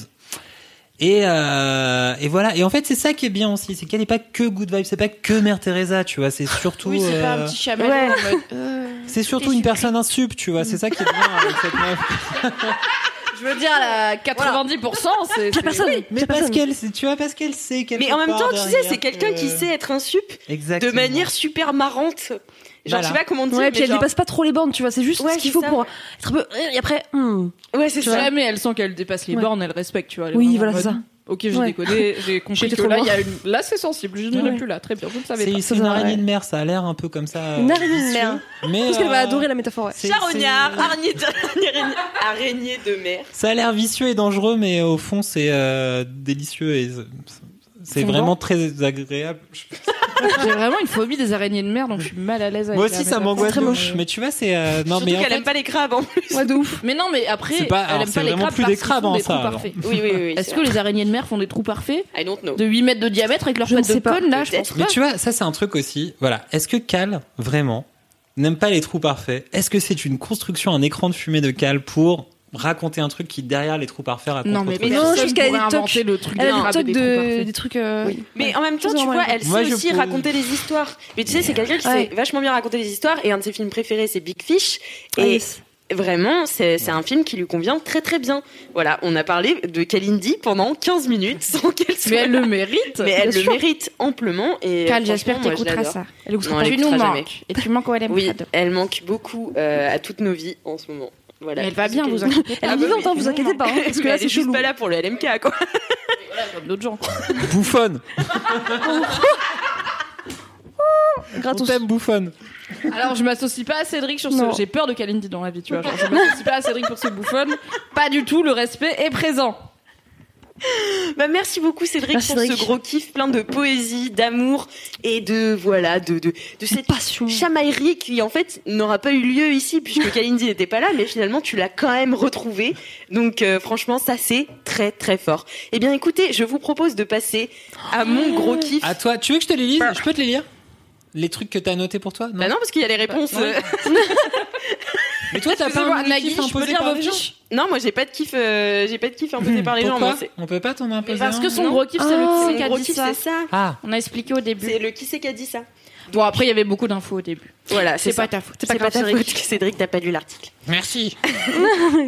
[SPEAKER 8] Et, euh, et voilà. Et en fait, c'est ça qui est bien aussi. C'est qu'elle n'est pas que good vibes, c'est pas que Mère Teresa, tu vois. C'est surtout,
[SPEAKER 3] oui, c'est pas
[SPEAKER 8] euh,
[SPEAKER 3] un petit chamallow
[SPEAKER 5] ouais.
[SPEAKER 3] en mode,
[SPEAKER 7] <laughs>
[SPEAKER 8] c'est surtout une personne insup, tu vois. C'est ça qui est bien avec cette meuf.
[SPEAKER 3] Je veux dire, là, 90%, c'est. c'est- oui.
[SPEAKER 8] Mais Pascal, c'est- tu vois, Pascal sait quelque
[SPEAKER 7] Mais en même
[SPEAKER 8] part
[SPEAKER 7] temps, tu sais,
[SPEAKER 8] derrière
[SPEAKER 7] c'est quelqu'un
[SPEAKER 8] que-
[SPEAKER 7] qui sait être un sup de
[SPEAKER 8] Exactement.
[SPEAKER 7] manière super marrante. Genre,
[SPEAKER 8] Voilà.
[SPEAKER 7] je sais pas comment dire.
[SPEAKER 5] Ouais, puis
[SPEAKER 7] mais
[SPEAKER 5] elle
[SPEAKER 7] genre-
[SPEAKER 5] dépasse pas trop les bornes, tu vois. C'est juste
[SPEAKER 7] Ouais,
[SPEAKER 5] ce qu'il
[SPEAKER 7] c'est
[SPEAKER 5] faut
[SPEAKER 7] ça,
[SPEAKER 5] pour
[SPEAKER 7] ouais.
[SPEAKER 5] être un peu. Et après, hmm.
[SPEAKER 7] Ouais, c'est
[SPEAKER 3] Si
[SPEAKER 7] ça.
[SPEAKER 3] jamais elle sent qu'elle dépasse les
[SPEAKER 5] Ouais.
[SPEAKER 3] bornes, elle respecte, tu vois. elle est
[SPEAKER 5] Oui,
[SPEAKER 3] vraiment
[SPEAKER 5] voilà,
[SPEAKER 3] en
[SPEAKER 5] c'est
[SPEAKER 3] mode,
[SPEAKER 5] ça.
[SPEAKER 3] Ok, j'ai
[SPEAKER 5] Ouais.
[SPEAKER 3] déconné, j'ai compris
[SPEAKER 5] J'étais
[SPEAKER 3] que
[SPEAKER 5] trop
[SPEAKER 3] là,
[SPEAKER 5] loin.
[SPEAKER 3] il y a une- là c'est sensible, je ne
[SPEAKER 8] Ouais.
[SPEAKER 3] l'ai plus là, très bien, je ne savais
[SPEAKER 8] C'est
[SPEAKER 3] pas.
[SPEAKER 8] c'est une araignée de mer, ça a l'air un peu comme ça.
[SPEAKER 5] Une araignée de mer.
[SPEAKER 8] Mais
[SPEAKER 5] Je pense qu'elle va
[SPEAKER 8] euh,
[SPEAKER 5] adorer la métaphore, ouais.
[SPEAKER 8] c'est-
[SPEAKER 7] Charognard,
[SPEAKER 8] c'est-
[SPEAKER 7] araignée de, <laughs> araignée de mer.
[SPEAKER 8] Ça a l'air vicieux et dangereux, mais au fond, c'est euh, délicieux et c'est
[SPEAKER 3] Fondant.
[SPEAKER 8] vraiment très agréable.
[SPEAKER 3] J'ai vraiment une phobie des araignées de mer, donc je suis mal à l'aise avec
[SPEAKER 8] Moi
[SPEAKER 3] la
[SPEAKER 8] aussi, ça
[SPEAKER 3] métaphore.
[SPEAKER 8] m'angoisse.
[SPEAKER 3] C'est
[SPEAKER 8] de ouf. Mais tu vois, c'est euh, non,
[SPEAKER 7] Surtout
[SPEAKER 8] mais en
[SPEAKER 7] qu'elle
[SPEAKER 8] fait,
[SPEAKER 7] aime pas les crabes hein. en plus.
[SPEAKER 3] Ouais, de ouf. Mais non, mais après,
[SPEAKER 8] C'est pas- alors,
[SPEAKER 3] elle aime
[SPEAKER 8] c'est
[SPEAKER 3] pas les
[SPEAKER 8] vraiment
[SPEAKER 3] crabes
[SPEAKER 8] plus
[SPEAKER 3] parce
[SPEAKER 8] des
[SPEAKER 3] qu'ils
[SPEAKER 8] crabes,
[SPEAKER 3] font
[SPEAKER 8] hein,
[SPEAKER 3] des
[SPEAKER 8] ça,
[SPEAKER 3] trous
[SPEAKER 8] alors.
[SPEAKER 3] parfaits.
[SPEAKER 7] Oui, oui, oui.
[SPEAKER 3] Est-ce que les araignées de mer font des trous parfaits
[SPEAKER 7] I don't know.
[SPEAKER 3] de 8 mètres de diamètre avec leur
[SPEAKER 5] Je
[SPEAKER 3] pattes
[SPEAKER 5] ne
[SPEAKER 3] de
[SPEAKER 5] sais pas.
[SPEAKER 3] conne là, je pense
[SPEAKER 8] Mais
[SPEAKER 3] pas.
[SPEAKER 8] tu vois, ça c'est un truc aussi. Voilà. Est-ce que Cal vraiment n'aime pas les trous parfaits Est-ce que c'est une construction, un écran de fumée de Cal pour raconter un truc qui derrière les trous parfaits raconte
[SPEAKER 3] Non,
[SPEAKER 8] autre
[SPEAKER 3] mais,
[SPEAKER 8] chose
[SPEAKER 5] non,
[SPEAKER 3] personne
[SPEAKER 5] je pense qu'elle a des
[SPEAKER 3] pourrait
[SPEAKER 5] tocs.
[SPEAKER 3] inventer le truc
[SPEAKER 5] Elle
[SPEAKER 3] des
[SPEAKER 5] a des
[SPEAKER 3] crabes et
[SPEAKER 5] tocs
[SPEAKER 3] des trous
[SPEAKER 5] de,
[SPEAKER 3] parfaits.
[SPEAKER 5] des trucs. euh,
[SPEAKER 7] Mais en même temps,
[SPEAKER 5] Chose
[SPEAKER 7] tu vois,
[SPEAKER 5] normale.
[SPEAKER 7] elle sait
[SPEAKER 8] Moi, je
[SPEAKER 7] aussi
[SPEAKER 8] peux-
[SPEAKER 7] raconter des histoires. Mais tu sais, c'est quelqu'un qui
[SPEAKER 5] Ouais.
[SPEAKER 7] sait vachement bien raconter des histoires. Et un de ses films préférés, c'est Big Fish.
[SPEAKER 5] Ah,
[SPEAKER 7] Et
[SPEAKER 5] yes.
[SPEAKER 7] vraiment, c'est c'est un film qui lui convient très très bien. Voilà, on a parlé de Kalindi pendant 15 minutes <laughs> sans qu'elle soit.
[SPEAKER 3] Mais elle le mérite.
[SPEAKER 7] Mais elle
[SPEAKER 3] bien
[SPEAKER 7] le
[SPEAKER 3] sûr.
[SPEAKER 7] mérite amplement. Et
[SPEAKER 3] Cal,
[SPEAKER 7] franchement,
[SPEAKER 3] j'espère que
[SPEAKER 7] moi, je
[SPEAKER 3] t'écouteras
[SPEAKER 7] l'adore.
[SPEAKER 3] ça.
[SPEAKER 5] Elle écoutera
[SPEAKER 7] Non, elle
[SPEAKER 3] tu nous
[SPEAKER 7] écoutera jamais.
[SPEAKER 3] manques. Et tu manques au LM
[SPEAKER 7] Oui, elle manque beaucoup euh, à toutes nos vies en ce moment. Voilà.
[SPEAKER 3] Mais elle va bien, vous
[SPEAKER 7] inquiétez
[SPEAKER 3] inquiétez
[SPEAKER 5] Elle est
[SPEAKER 7] Ah bah
[SPEAKER 5] vivante,
[SPEAKER 7] oui.
[SPEAKER 5] hein, vous inquiétez pas. hein, parce
[SPEAKER 7] <laughs>
[SPEAKER 5] que là,
[SPEAKER 7] elle est
[SPEAKER 5] c'est
[SPEAKER 7] juste
[SPEAKER 5] chelou.
[SPEAKER 7] pas là pour le LMK, quoi.
[SPEAKER 3] pas, comme d'autres gens.
[SPEAKER 8] bouffonne. On
[SPEAKER 5] Gratos.
[SPEAKER 8] t'aime bouffonne.
[SPEAKER 3] Alors, je m'associe pas à Cédric sur ce.
[SPEAKER 5] Non.
[SPEAKER 3] J'ai peur de Kalindi dans la vie, tu vois. Genre, je m'associe pas à Cédric pour ce bouffon. Pas du tout, le respect est présent.
[SPEAKER 7] Bah, merci beaucoup Cédric
[SPEAKER 5] Merci,
[SPEAKER 7] pour
[SPEAKER 5] Cédric.
[SPEAKER 7] ce gros kiff plein de poésie, d'amour et de voilà de de, de cette
[SPEAKER 5] Passion.
[SPEAKER 7] chamaillerie qui en fait n'aura pas eu lieu ici puisque Kalindi n'était pas là mais finalement tu l'as quand même retrouvée. Donc euh, franchement ça c'est très très fort. Eh bien écoutez, je vous propose de passer à mon gros kiff.
[SPEAKER 8] À toi, tu veux que je te les lise Je peux te les lire Les trucs que t'as notés pour toi
[SPEAKER 7] Bah non parce qu'il y a les réponses.
[SPEAKER 8] Bah, non.
[SPEAKER 7] euh,
[SPEAKER 8] Mais toi, t'as pas un
[SPEAKER 3] Nagui,
[SPEAKER 8] kiff
[SPEAKER 3] je peux
[SPEAKER 8] imposé
[SPEAKER 3] lire
[SPEAKER 8] par
[SPEAKER 3] vos
[SPEAKER 8] les gens
[SPEAKER 3] fiches
[SPEAKER 7] Non, moi j'ai pas de kiff euh, j'ai pas de kiff imposé par les gens.
[SPEAKER 8] Hmm, Pourquoi
[SPEAKER 7] moi, c'est-
[SPEAKER 8] On peut pas t'en imposer
[SPEAKER 3] Parce
[SPEAKER 8] un
[SPEAKER 3] que son
[SPEAKER 7] Non.
[SPEAKER 3] gros kiff, c'est
[SPEAKER 5] Ah,
[SPEAKER 3] le
[SPEAKER 7] c'est
[SPEAKER 3] qui
[SPEAKER 7] mon
[SPEAKER 3] a
[SPEAKER 7] gros
[SPEAKER 3] dit
[SPEAKER 7] kiff
[SPEAKER 3] ça.
[SPEAKER 7] c'est ça.
[SPEAKER 8] Ah,
[SPEAKER 3] On a expliqué au début.
[SPEAKER 7] C'est le qui c'est qui a dit ça.
[SPEAKER 3] Bon, après, il y avait beaucoup d'infos au début.
[SPEAKER 7] Voilà,
[SPEAKER 3] C'est
[SPEAKER 7] ça.
[SPEAKER 3] pas ta faute.
[SPEAKER 7] C'est pas ta faute que Cédric t'as pas lu l'article.
[SPEAKER 8] merci.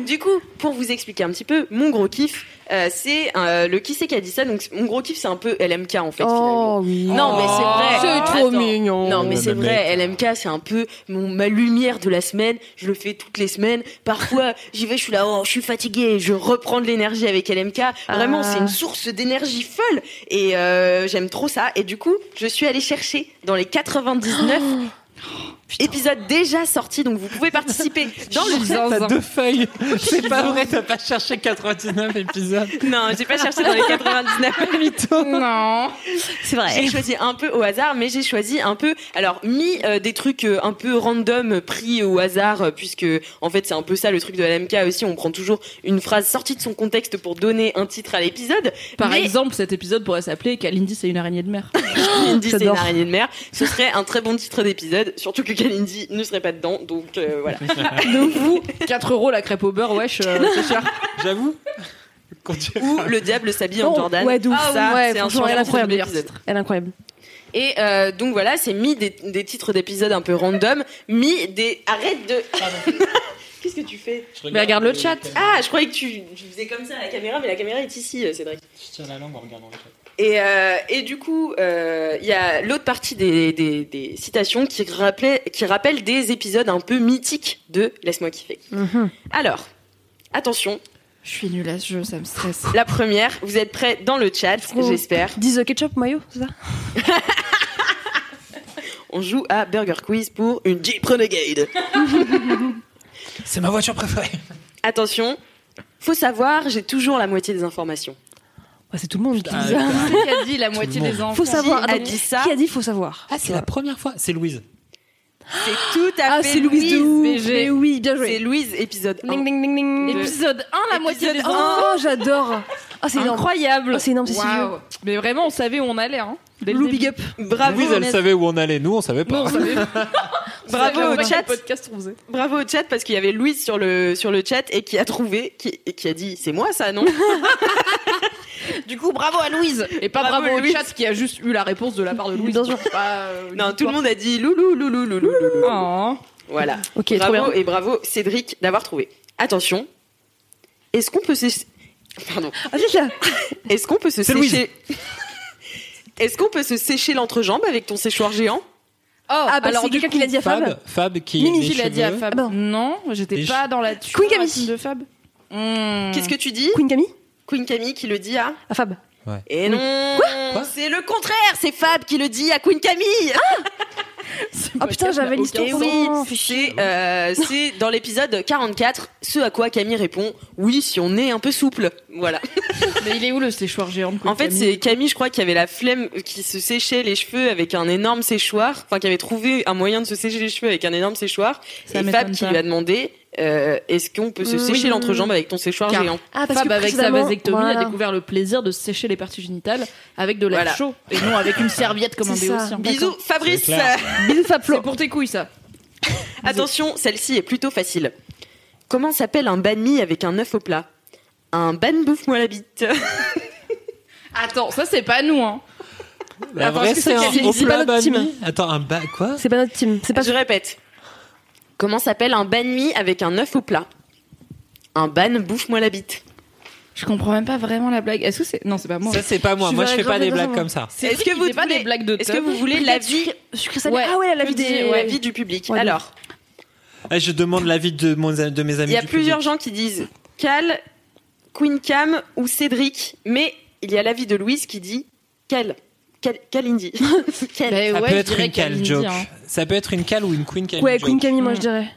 [SPEAKER 7] Du coup, pour vous expliquer un petit peu, mon gros kiff, euh, c'est euh, le qui c'est qui a dit ça. Donc mon gros kiff, c'est un peu LMK en fait. finalement.
[SPEAKER 5] Oh oui.
[SPEAKER 7] Non mais c'est vrai.
[SPEAKER 5] C'est trop
[SPEAKER 7] Attends.
[SPEAKER 5] mignon.
[SPEAKER 7] Non mais
[SPEAKER 8] Oh,
[SPEAKER 7] c'est
[SPEAKER 8] le
[SPEAKER 7] vrai. LMK, c'est un peu mon ma lumière de la semaine. Je le fais toutes les semaines. Parfois,
[SPEAKER 5] <laughs>
[SPEAKER 7] j'y vais, je suis là, oh, je suis fatiguée, je reprends de l'énergie avec LMK. Vraiment,
[SPEAKER 5] Ah.
[SPEAKER 7] c'est une source d'énergie folle et euh, j'aime trop ça. Et du coup, je suis allée chercher dans les
[SPEAKER 5] <gasps>
[SPEAKER 7] 99.
[SPEAKER 5] Oh,
[SPEAKER 7] épisodes déjà sortis donc vous pouvez
[SPEAKER 5] <laughs>
[SPEAKER 7] participer dans le
[SPEAKER 8] T'as deux feuilles. C'est pas vrai, t'as pas cherché 99 épisodes.
[SPEAKER 7] non j'ai pas cherché dans les 99
[SPEAKER 3] Non.
[SPEAKER 7] C'est vrai. J'ai choisi un peu au hasard, mais j'ai choisi un peu, alors mis euh, des trucs euh, un peu random euh, pris au hasard, euh, puisque en fait c'est un peu ça le truc de LMK aussi. On prend toujours une phrase sortie de son contexte pour donner un titre à l'épisode.
[SPEAKER 3] Par
[SPEAKER 7] Mais-
[SPEAKER 3] exemple, cet épisode pourrait s'appeler Kalindi, c'est une araignée de mer.
[SPEAKER 7] Kalindi c'est une
[SPEAKER 5] j'adore.
[SPEAKER 7] araignée de mer. Ce serait un très bon titre d'épisode, surtout que Kalindi ne serait pas dedans, donc euh, voilà.
[SPEAKER 3] <laughs> De vous, 4 euros la crêpe au beurre, wesh, euh, c'est cher.
[SPEAKER 8] J'avoue. Continue.
[SPEAKER 7] Ou le diable s'habille en
[SPEAKER 5] Oh,
[SPEAKER 7] Jordan.
[SPEAKER 5] ouais, de ouf.
[SPEAKER 7] Ça,
[SPEAKER 5] Ouais,
[SPEAKER 7] c'est un
[SPEAKER 5] franchement, elle est
[SPEAKER 7] changement
[SPEAKER 5] incroyable.
[SPEAKER 7] d'épisode.
[SPEAKER 5] <laughs> Elle est incroyable.
[SPEAKER 7] Et euh, donc voilà, c'est mis des, des titres d'épisodes un peu random, mis des arrête de. <laughs> Qu'est-ce que tu fais
[SPEAKER 3] Mais regarde le chat.
[SPEAKER 7] Ah, je croyais que tu, tu faisais comme ça à la caméra, mais la caméra est ici, euh, Cédric.
[SPEAKER 8] Je tiens la langue en regardant le chat.
[SPEAKER 7] Et, euh, et du coup, euh, il y a l'autre partie des, des, des citations qui, rappelait, qui rappelle des épisodes un peu mythiques de Laisse-moi kiffer.
[SPEAKER 3] Mhm.
[SPEAKER 7] Alors, attention,
[SPEAKER 3] <laughs> Je suis nulle à ce jeu, ça me stresse.
[SPEAKER 7] la première, vous êtes prêts dans le chat,
[SPEAKER 5] Go.
[SPEAKER 7] j'espère.
[SPEAKER 5] Disent euh, ketchup, mayo, c'est ça
[SPEAKER 7] On joue à Burger Quiz pour une Jeep Renegade.
[SPEAKER 8] C'est ma voiture préférée.
[SPEAKER 7] attention, faut savoir, j'ai toujours la moitié des informations.
[SPEAKER 5] Ouais, C'est tout le monde qui dit ça.
[SPEAKER 8] Ah,
[SPEAKER 3] Qui a dit la moitié
[SPEAKER 8] Tout le
[SPEAKER 3] des enfants
[SPEAKER 5] euh, Faut savoir.
[SPEAKER 7] Qui a
[SPEAKER 5] Attends,
[SPEAKER 7] dit Ah, ça Ah,
[SPEAKER 5] Qui a dit faut savoir
[SPEAKER 8] Ah, c'est la première fois. C'est Louise.
[SPEAKER 7] C'est tout à
[SPEAKER 5] Ah,
[SPEAKER 7] fait
[SPEAKER 5] c'est Louise de ouf. Mais Eh oui, bien
[SPEAKER 7] C'est
[SPEAKER 5] joué.
[SPEAKER 7] Louise, épisode 1.
[SPEAKER 5] Ding, ding, ding, ding.
[SPEAKER 3] Épisode 1, la moitié des
[SPEAKER 7] Épisode
[SPEAKER 3] enfants.
[SPEAKER 5] Oh, j'adore. Ah, c'est énorme.
[SPEAKER 3] Incroyable.
[SPEAKER 5] Oh, c'est énorme, c'est
[SPEAKER 3] Waouh.
[SPEAKER 5] Sylvio.
[SPEAKER 3] Mais vraiment, on savait où on allait. Hein, dès le
[SPEAKER 5] Lou
[SPEAKER 3] début.
[SPEAKER 5] Big Up.
[SPEAKER 7] Bravo,
[SPEAKER 8] Louise, elle savait où on allait. Nous, on savait
[SPEAKER 3] Non,
[SPEAKER 8] pas.
[SPEAKER 3] on savait. <laughs>
[SPEAKER 7] Bravo au chat.
[SPEAKER 3] podcast on faisait.
[SPEAKER 7] Bravo au chat parce qu'il y avait Louise sur le sur le chat et qui a trouvé qui, et qui a dit c'est moi
[SPEAKER 5] <laughs>
[SPEAKER 7] ça non
[SPEAKER 3] Du coup, bravo à Louise. Et pas
[SPEAKER 7] Bravo,
[SPEAKER 3] bravo, au
[SPEAKER 7] Louise.
[SPEAKER 3] chat qui a juste eu la réponse de la part de Louise.
[SPEAKER 5] Bien sûr.
[SPEAKER 3] Pas, euh,
[SPEAKER 7] non tout le monde a dit loulou loulou loulou loulou
[SPEAKER 3] Oh.
[SPEAKER 7] voilà
[SPEAKER 5] Ok, trop
[SPEAKER 7] bravo
[SPEAKER 5] bien.
[SPEAKER 7] et bravo Cédric d'avoir trouvé attention Est-ce qu'on peut se... Pardon.
[SPEAKER 5] Ah,
[SPEAKER 7] Est-ce qu'on peut se
[SPEAKER 8] C'est Louise.
[SPEAKER 7] sécher... <laughs> Est-ce qu'on peut se sécher l'entrejambe avec ton séchoir géant
[SPEAKER 3] Oh,
[SPEAKER 5] Ah, bah,
[SPEAKER 3] alors
[SPEAKER 5] c'est
[SPEAKER 3] du
[SPEAKER 5] quelqu'un
[SPEAKER 3] coup,
[SPEAKER 5] qui l'a dit à Fab.
[SPEAKER 8] Fab, Fab qui.
[SPEAKER 3] Mimi
[SPEAKER 8] les
[SPEAKER 3] qui l'a dit à
[SPEAKER 8] cheveux.
[SPEAKER 3] Fab.
[SPEAKER 5] Ah bon.
[SPEAKER 3] Non, j'étais
[SPEAKER 8] Des
[SPEAKER 3] pas dans la tueur
[SPEAKER 5] Queen Camille.
[SPEAKER 3] intime de Fab. Hmm.
[SPEAKER 7] Qu'est-ce que tu dis
[SPEAKER 5] Queen Camille
[SPEAKER 7] Queen Camille qui le dit à...
[SPEAKER 5] À Fab.
[SPEAKER 7] Et non
[SPEAKER 8] Quoi
[SPEAKER 7] C'est le contraire C'est Fab qui le dit à Queen Camille
[SPEAKER 5] Ah putain, j'avais l'histoire.
[SPEAKER 7] Eh
[SPEAKER 5] pendant-
[SPEAKER 7] oui, c'est euh, c'est dans l'épisode 44, ce à quoi Camille répond oui si on est un peu souple. Voilà.
[SPEAKER 3] Mais il est où le séchoir géant de Queen
[SPEAKER 7] En fait,
[SPEAKER 3] Camille
[SPEAKER 7] c'est Camille, je crois, qui avait la flemme, qui se séchait les cheveux avec un énorme séchoir, enfin qui avait trouvé un moyen de se sécher les cheveux avec un énorme séchoir.
[SPEAKER 3] Ça
[SPEAKER 7] et Fab
[SPEAKER 3] m'étonne
[SPEAKER 7] qui
[SPEAKER 3] pas.
[SPEAKER 7] lui a demandé euh, est-ce qu'on peut se
[SPEAKER 5] Mm,
[SPEAKER 7] sécher
[SPEAKER 5] oui.
[SPEAKER 7] l'entrejambe avec ton séchoir
[SPEAKER 3] Car-
[SPEAKER 7] géant
[SPEAKER 5] Ah, parce
[SPEAKER 3] Fab,
[SPEAKER 5] que
[SPEAKER 3] avec sa
[SPEAKER 5] précédemment,
[SPEAKER 3] vasectomie,
[SPEAKER 5] voilà.
[SPEAKER 3] a découvert le plaisir de sécher les parties génitales avec de l'air
[SPEAKER 7] Voilà.
[SPEAKER 3] chaud et non avec <laughs> une serviette comme un
[SPEAKER 5] C'est ça.
[SPEAKER 3] béotien.
[SPEAKER 7] Bisous, Fabrice.
[SPEAKER 8] C'est clair.
[SPEAKER 5] Bisous, Fab Flo.
[SPEAKER 3] C'est pour tes couilles, ça.
[SPEAKER 7] Attention, celle-ci est plutôt facile. Comment s'appelle un banh mi avec un œuf au plat Un ban bouffe-moi la bite.
[SPEAKER 3] Attends, ça, c'est pas nous, hein.
[SPEAKER 8] La
[SPEAKER 3] Attends,
[SPEAKER 8] vraie,
[SPEAKER 3] est-ce que
[SPEAKER 8] c'est
[SPEAKER 3] c'est
[SPEAKER 8] un
[SPEAKER 3] Camille
[SPEAKER 8] au
[SPEAKER 5] C'est pas
[SPEAKER 8] plat
[SPEAKER 5] notre team.
[SPEAKER 8] banh mi. Attends, un ba... quoi
[SPEAKER 5] C'est pas notre team. C'est pas.
[SPEAKER 7] <laughs> Je répète. Comment s'appelle un ban mi avec un œuf au plat Un ban bouffe-moi la bite.
[SPEAKER 3] Je comprends même pas vraiment la blague. Est-ce que c'est. Non, c'est pas moi.
[SPEAKER 8] Ça, c'est pas moi.
[SPEAKER 5] Je
[SPEAKER 8] Moi, je
[SPEAKER 5] voudrais
[SPEAKER 8] fais pas
[SPEAKER 5] graver
[SPEAKER 8] des
[SPEAKER 5] dans un
[SPEAKER 8] blagues
[SPEAKER 5] moment.
[SPEAKER 8] comme ça.
[SPEAKER 3] C'est
[SPEAKER 7] Est-ce que vous
[SPEAKER 3] pas
[SPEAKER 7] voulez
[SPEAKER 3] des blagues de
[SPEAKER 7] Est-ce que
[SPEAKER 3] Tom.
[SPEAKER 7] vous voulez la vie
[SPEAKER 5] Sucré salé.
[SPEAKER 3] Ouais.
[SPEAKER 5] Ah ouais, la vie
[SPEAKER 7] Petit-
[SPEAKER 5] des.
[SPEAKER 7] ouais, vie du public.
[SPEAKER 5] Ouais.
[SPEAKER 7] Alors,
[SPEAKER 8] Ah, Je demande l'avis de, mon- de mes amis.
[SPEAKER 7] il y a
[SPEAKER 8] du
[SPEAKER 7] plusieurs
[SPEAKER 8] public.
[SPEAKER 7] gens qui disent Cal, Queen Cam ou Cédric, mais il y a l'avis de Louise qui dit Cal, Cal,
[SPEAKER 5] <laughs>
[SPEAKER 7] Calindi. Cal.
[SPEAKER 3] Bah,
[SPEAKER 8] Ça
[SPEAKER 3] ouais,
[SPEAKER 8] peut
[SPEAKER 3] je
[SPEAKER 8] être
[SPEAKER 3] dirais
[SPEAKER 8] une cale
[SPEAKER 3] Kalindi,
[SPEAKER 8] joke.
[SPEAKER 3] hein.
[SPEAKER 8] Ça peut être une cale ou une queen cale
[SPEAKER 5] Ouais,
[SPEAKER 8] joke.
[SPEAKER 5] Queen Camille, moi
[SPEAKER 3] Mm.
[SPEAKER 5] je dirais.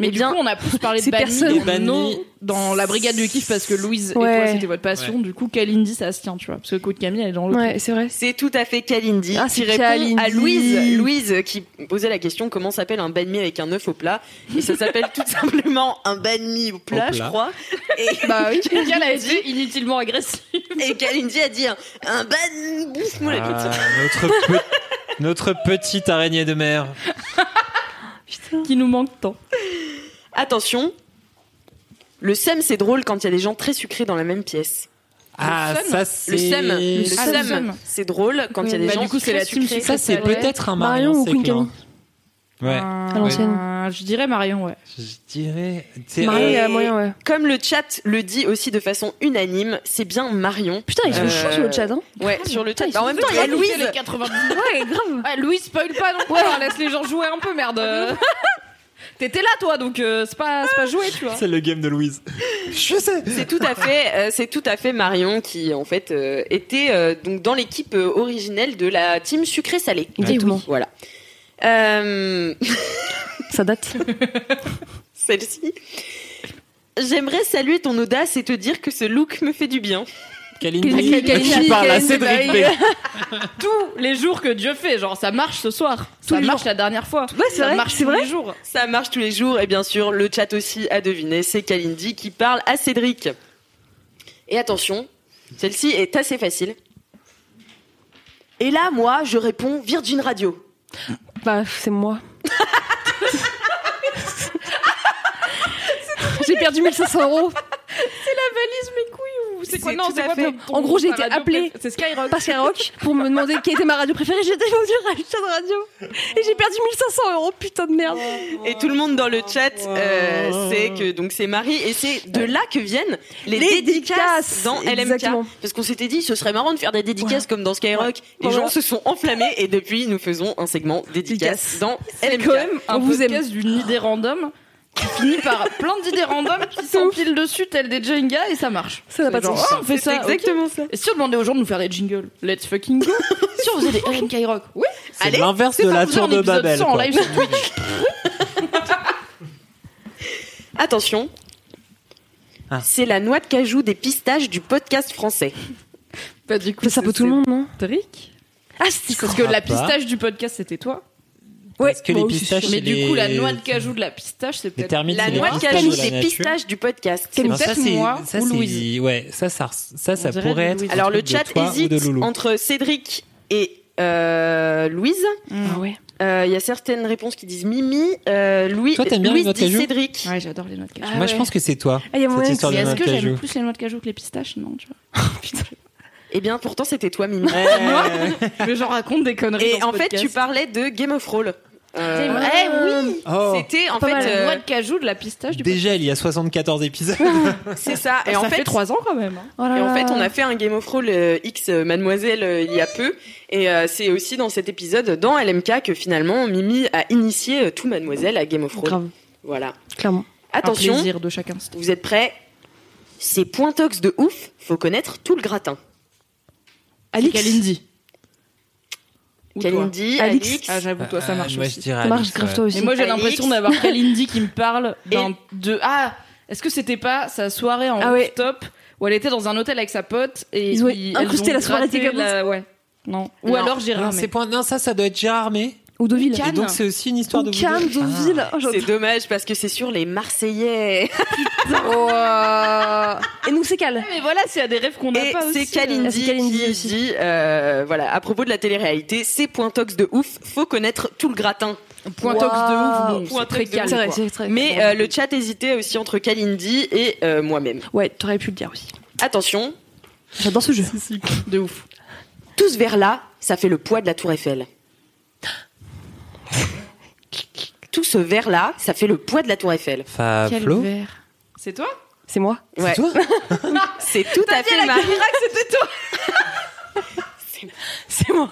[SPEAKER 3] Mais
[SPEAKER 7] Eh
[SPEAKER 3] du
[SPEAKER 7] bien,
[SPEAKER 3] coup, on a plus parlé de
[SPEAKER 5] c'est personne.
[SPEAKER 8] Les
[SPEAKER 3] Banni
[SPEAKER 8] bannis.
[SPEAKER 3] dans, nos- dans la brigade du kiff parce que Louise et
[SPEAKER 5] Ouais.
[SPEAKER 3] toi, c'était votre passion. Du coup, Kalindi, ça se tient, tu vois. Parce que Côte Camille, elle est <laughs> dans l'autre.
[SPEAKER 5] Ouais, c'est vrai.
[SPEAKER 7] C'est tout à fait Kalindi
[SPEAKER 5] Ah,
[SPEAKER 7] qui
[SPEAKER 5] c'est
[SPEAKER 7] répond à
[SPEAKER 5] Kalindi.
[SPEAKER 7] Louise. Louise qui posait la question comment s'appelle un banh mi avec un œuf au plat Et ça s'appelle tout <laughs> simplement un banh mi au plat,
[SPEAKER 8] Au
[SPEAKER 7] je
[SPEAKER 8] plat.
[SPEAKER 7] crois. Et,
[SPEAKER 3] Bah oui. Quelqu'un l'a dit inutilement agressif.
[SPEAKER 7] et Kalindi a dit un, un banh bouffe-moi la bite.
[SPEAKER 8] Ah,
[SPEAKER 3] <laughs>
[SPEAKER 8] notre, pe- notre petite araignée de mer.
[SPEAKER 3] Qui nous manque tant.
[SPEAKER 7] Attention, le sem c'est drôle quand il y a des gens très sucrés dans la même pièce.
[SPEAKER 8] Ah,
[SPEAKER 3] seum.
[SPEAKER 8] ça, c'est.
[SPEAKER 7] Le sem, le
[SPEAKER 3] Ah,
[SPEAKER 7] sem,
[SPEAKER 3] le seum.
[SPEAKER 7] c'est drôle quand il y a des
[SPEAKER 3] Bah,
[SPEAKER 7] gens
[SPEAKER 3] du coup, c'est
[SPEAKER 7] très
[SPEAKER 3] la team
[SPEAKER 7] sucrés.
[SPEAKER 8] Ça, c'est
[SPEAKER 3] Ouais.
[SPEAKER 8] peut-être un
[SPEAKER 5] Marion
[SPEAKER 8] Marion,
[SPEAKER 5] ou
[SPEAKER 8] c'est
[SPEAKER 5] Queen
[SPEAKER 8] clair.
[SPEAKER 5] Camille
[SPEAKER 8] Ouais.
[SPEAKER 3] Euh,
[SPEAKER 5] À l'ancienne.
[SPEAKER 3] euh, Je dirais Marion, ouais.
[SPEAKER 8] Je dirais. euh, c'est-
[SPEAKER 5] Marion,
[SPEAKER 7] Et-
[SPEAKER 5] il y a moyen, euh, ouais.
[SPEAKER 7] Comme le chat le dit aussi de façon unanime, c'est bien Marion.
[SPEAKER 5] Putain, ils sont
[SPEAKER 7] Euh,
[SPEAKER 5] chauds sur le chat, hein.
[SPEAKER 7] Ouais, sur le chat.
[SPEAKER 5] ils
[SPEAKER 7] Bah, en même temps, il y a Louise.
[SPEAKER 3] Les 99. Ouais, grave. Louise, spoil pas non plus. alors Laisse les gens jouer un peu, merde. Euh, <laughs> T'étais là, toi, donc euh, c'est pas, c'est pas joué, tu vois.
[SPEAKER 8] C'est le game de Louise. Je sais.
[SPEAKER 7] C'est tout à fait, euh, c'est tout à fait Marion qui en fait euh, était euh, donc dans l'équipe euh, originelle de la team sucré salé.
[SPEAKER 5] Exactement.
[SPEAKER 7] Voilà. Euh, <laughs>
[SPEAKER 5] Ça date.
[SPEAKER 7] Celle-ci. J'aimerais saluer ton audace et te dire que ce look me fait du bien.
[SPEAKER 8] Kalindi.
[SPEAKER 5] Kalindi, Kalindi,
[SPEAKER 8] Tu parles à
[SPEAKER 5] Kalindi,
[SPEAKER 8] Cédric
[SPEAKER 5] bah
[SPEAKER 8] B.
[SPEAKER 5] oui.
[SPEAKER 3] <laughs> Tous les jours que Dieu fait, genre ça marche ce soir. ça
[SPEAKER 5] les
[SPEAKER 3] marche la dernière fois.
[SPEAKER 5] Ouais, c'est
[SPEAKER 3] ça
[SPEAKER 5] vrai,
[SPEAKER 3] marche
[SPEAKER 5] c'est
[SPEAKER 3] tous
[SPEAKER 5] vrai.
[SPEAKER 3] les jours.
[SPEAKER 7] Ça marche tous les jours et bien sûr le chat aussi a deviné. C'est Kalindi qui parle à Cédric. Et attention, celle-ci est assez facile. Et là, moi, je réponds Virgin Radio.
[SPEAKER 5] Bah, c'est moi. <laughs> J'ai perdu 1500 euros
[SPEAKER 3] Valise mes couilles ou c'est quoi
[SPEAKER 7] C'est
[SPEAKER 3] Non,
[SPEAKER 7] tout
[SPEAKER 3] c'est
[SPEAKER 7] à
[SPEAKER 3] quoi
[SPEAKER 7] fait.
[SPEAKER 3] ton- ton-
[SPEAKER 5] En gros, j'ai
[SPEAKER 3] ta
[SPEAKER 5] été
[SPEAKER 3] radio
[SPEAKER 5] appelée.
[SPEAKER 3] préf- C'est Skyrock.
[SPEAKER 5] par Skyrock pour me demander quelle était ma radio préférée. J'étais dans une radio de radio et j'ai perdu 1500 euros. Putain de merde.
[SPEAKER 7] Et tout le monde dans le chat euh, sait que donc c'est Marie et c'est de là que viennent les,
[SPEAKER 5] Les dédicaces,
[SPEAKER 7] dédicaces dans LMK
[SPEAKER 5] exactement.
[SPEAKER 7] parce qu'on s'était dit ce serait marrant de faire des dédicaces comme dans Skyrock. Les
[SPEAKER 5] Ouais.
[SPEAKER 7] gens se sont enflammés et depuis nous faisons un segment dédicace
[SPEAKER 5] Dédicace.
[SPEAKER 7] dans
[SPEAKER 3] C'est
[SPEAKER 7] LMK.
[SPEAKER 3] quand même un
[SPEAKER 5] On vous aime.
[SPEAKER 3] podcast d'une idée random <laughs> qui finit par plein d'idées random qui s'empilent dessus tel des Jenga et ça marche.
[SPEAKER 5] Ça n'a
[SPEAKER 3] C'est
[SPEAKER 5] pas de
[SPEAKER 3] genre,
[SPEAKER 5] sens.
[SPEAKER 3] oh, on fait
[SPEAKER 7] C'est
[SPEAKER 3] ça. ok.
[SPEAKER 7] exactement ça.
[SPEAKER 3] Et si on demandait aux gens de nous faire des jingles, let's fucking
[SPEAKER 8] <laughs>
[SPEAKER 3] go. si on faisait des RM Skyrock, oui.
[SPEAKER 8] C'est
[SPEAKER 7] Allez,
[SPEAKER 8] l'inverse
[SPEAKER 3] c'est
[SPEAKER 8] de
[SPEAKER 3] ça,
[SPEAKER 8] la
[SPEAKER 3] vous
[SPEAKER 8] tour
[SPEAKER 3] avez un
[SPEAKER 8] de
[SPEAKER 3] épisode
[SPEAKER 8] Babel.
[SPEAKER 3] cent en
[SPEAKER 8] quoi.
[SPEAKER 3] live sur
[SPEAKER 7] Attention.
[SPEAKER 8] Ah.
[SPEAKER 7] C'est la noix de cajou des pistaches du podcast français.
[SPEAKER 3] Bah, du coup,
[SPEAKER 5] Ça, ça peut tout le monde, non
[SPEAKER 3] Cédric.
[SPEAKER 5] Ah, c'est
[SPEAKER 3] Parce que la
[SPEAKER 8] pas.
[SPEAKER 3] pistache du podcast, c'était toi.
[SPEAKER 8] Parce que les pistaches,
[SPEAKER 3] Mais
[SPEAKER 8] c'est
[SPEAKER 3] du coup, la
[SPEAKER 8] les-
[SPEAKER 3] noix de cajou de la pistache, c'est
[SPEAKER 8] Les
[SPEAKER 3] peut-être.
[SPEAKER 8] termites,
[SPEAKER 7] La
[SPEAKER 8] c'est les
[SPEAKER 7] noix de
[SPEAKER 8] pistaches
[SPEAKER 7] cajou
[SPEAKER 8] de la
[SPEAKER 7] des
[SPEAKER 8] nature.
[SPEAKER 7] pistaches du podcast.
[SPEAKER 5] Camille.
[SPEAKER 8] Non, ça,
[SPEAKER 3] Peut-être
[SPEAKER 8] c'est-
[SPEAKER 3] moi
[SPEAKER 8] ça,
[SPEAKER 3] ou
[SPEAKER 8] c'est-
[SPEAKER 3] Louise.
[SPEAKER 8] Ouais, ça, ça, ça, ça
[SPEAKER 3] On dirait
[SPEAKER 8] pourrait
[SPEAKER 3] Louise.
[SPEAKER 8] être.
[SPEAKER 7] Alors
[SPEAKER 8] un
[SPEAKER 7] le
[SPEAKER 8] truc de
[SPEAKER 7] chat
[SPEAKER 8] toi ou de
[SPEAKER 7] hésite
[SPEAKER 8] Loulou.
[SPEAKER 7] entre Cédric et euh, Louise.
[SPEAKER 5] Ah ouais.
[SPEAKER 7] Euh, Il y a certaines réponses qui disent Mimi, euh, Louis,
[SPEAKER 8] Toi, t'aimes bien
[SPEAKER 7] Louise
[SPEAKER 8] les noix de
[SPEAKER 7] dit
[SPEAKER 8] cajou
[SPEAKER 7] Cédric.
[SPEAKER 3] Ouais, j'adore les noix de cajou.
[SPEAKER 5] Ah
[SPEAKER 8] Moi, je
[SPEAKER 5] ouais.
[SPEAKER 8] pense que
[SPEAKER 3] <laughs>
[SPEAKER 8] c'est toi.
[SPEAKER 5] Ah, il y a moyen
[SPEAKER 8] Cette
[SPEAKER 5] que-
[SPEAKER 8] histoire
[SPEAKER 3] Mais
[SPEAKER 8] de noix
[SPEAKER 3] est-ce
[SPEAKER 8] de
[SPEAKER 3] que j'aime
[SPEAKER 8] cajou.
[SPEAKER 3] plus les noix de cajou que les pistaches Non, tu vois.
[SPEAKER 7] Eh bien,
[SPEAKER 3] <laughs>
[SPEAKER 7] pourtant, c'était toi, Mimi.
[SPEAKER 8] Eh.
[SPEAKER 3] Mais j'en raconte des conneries.
[SPEAKER 7] Et
[SPEAKER 3] dans
[SPEAKER 7] en
[SPEAKER 3] ce
[SPEAKER 7] fait,
[SPEAKER 3] podcast.
[SPEAKER 7] tu parlais de Game of Roll. Euh,
[SPEAKER 3] Eh oui
[SPEAKER 8] Oh.
[SPEAKER 7] C'était en
[SPEAKER 3] Pas mal.
[SPEAKER 7] fait. euh,
[SPEAKER 3] Noix de cajou, de la pistache, du
[SPEAKER 8] Déjà, il y a 74 épisodes.
[SPEAKER 7] c'est ça. Et
[SPEAKER 3] Ça
[SPEAKER 7] en fait,
[SPEAKER 3] fait trois ans quand même. hein.
[SPEAKER 7] Et en fait, on a fait un Game of Thrones euh, X euh, Mademoiselle euh, il y a peu. Et euh, c'est aussi dans cet épisode, dans LMK, que finalement Mimi a initié euh, tout Mademoiselle à Game of Thrones.
[SPEAKER 5] Grave.
[SPEAKER 7] Voilà.
[SPEAKER 5] Clairement.
[SPEAKER 7] Attention,
[SPEAKER 3] Un plaisir de chacun.
[SPEAKER 7] vous êtes prêts C'est pointox de ouf, faut connaître tout le gratin.
[SPEAKER 3] Alix. Kalindi. Ou toi.
[SPEAKER 7] Kalindi,
[SPEAKER 5] Alix.
[SPEAKER 7] Alix,
[SPEAKER 3] Ah, j'avoue, toi, ça marche
[SPEAKER 8] Euh, moi,
[SPEAKER 3] aussi.
[SPEAKER 8] je dirais
[SPEAKER 5] Ça marche
[SPEAKER 8] Alix,
[SPEAKER 5] grave
[SPEAKER 8] ouais.
[SPEAKER 5] toi aussi.
[SPEAKER 3] Et moi, j'ai
[SPEAKER 7] Alix.
[SPEAKER 3] l'impression d'avoir Kalindi qui me parle d'un-
[SPEAKER 7] Et-
[SPEAKER 3] de ah, est-ce que c'était pas sa soirée en
[SPEAKER 5] Ah ouais.
[SPEAKER 3] rooftop où elle était dans un hôtel avec sa pote et
[SPEAKER 5] Ils ont
[SPEAKER 3] elles
[SPEAKER 5] incrusté
[SPEAKER 3] ont
[SPEAKER 5] la soirée
[SPEAKER 3] gratté
[SPEAKER 5] des cagottes.
[SPEAKER 3] la- ouais. Non. Ou
[SPEAKER 7] Non.
[SPEAKER 3] alors
[SPEAKER 8] Non,
[SPEAKER 3] Gérard.
[SPEAKER 8] c'est point- non, ça, ça doit être Gérard May.
[SPEAKER 5] Ou Deauville.
[SPEAKER 8] Et donc, c'est aussi une histoire de. vous
[SPEAKER 5] Cam,
[SPEAKER 8] deux.
[SPEAKER 5] Deauville. Oh, j'en-
[SPEAKER 7] C'est dommage parce que c'est sur les Marseillais.
[SPEAKER 5] Et nous, c'est Cal.
[SPEAKER 3] Mais voilà, c'est à des rêves qu'on n'a
[SPEAKER 7] Et
[SPEAKER 3] pas aussi. euh,
[SPEAKER 7] c'est
[SPEAKER 5] Ah,
[SPEAKER 7] Kalindi,
[SPEAKER 5] c'est Kalindi
[SPEAKER 7] qui
[SPEAKER 5] aussi.
[SPEAKER 7] dit, euh, voilà, à propos de la télé-réalité, c'est pointox de ouf, faut connaître tout le gratin.
[SPEAKER 3] Pointox de
[SPEAKER 7] Wow.
[SPEAKER 3] ouf, bon, c'est
[SPEAKER 7] Pointox
[SPEAKER 3] très
[SPEAKER 7] de
[SPEAKER 3] calme.
[SPEAKER 7] ouf.
[SPEAKER 3] quoi.
[SPEAKER 5] c'est très.
[SPEAKER 7] Mais euh, le chat hésitait aussi entre Kalindi et euh, moi-même.
[SPEAKER 5] Ouais, t'aurais pu le dire aussi.
[SPEAKER 7] Attention,
[SPEAKER 5] J'adore ce jeu.
[SPEAKER 3] De ouf.
[SPEAKER 7] tous vers là, ça fait le poids de la tour
[SPEAKER 3] <gasps>
[SPEAKER 7] Eiffel. Tout ce vers là, ça fait le poids de la tour Eiffel.
[SPEAKER 8] Fa- Ah, Flo.
[SPEAKER 3] verre. C'est toi
[SPEAKER 5] C'est moi.
[SPEAKER 7] Ouais. <laughs> Ah,
[SPEAKER 8] toi
[SPEAKER 7] C'est tout à fait ma...
[SPEAKER 3] c'était toi
[SPEAKER 5] <laughs> C'est moi.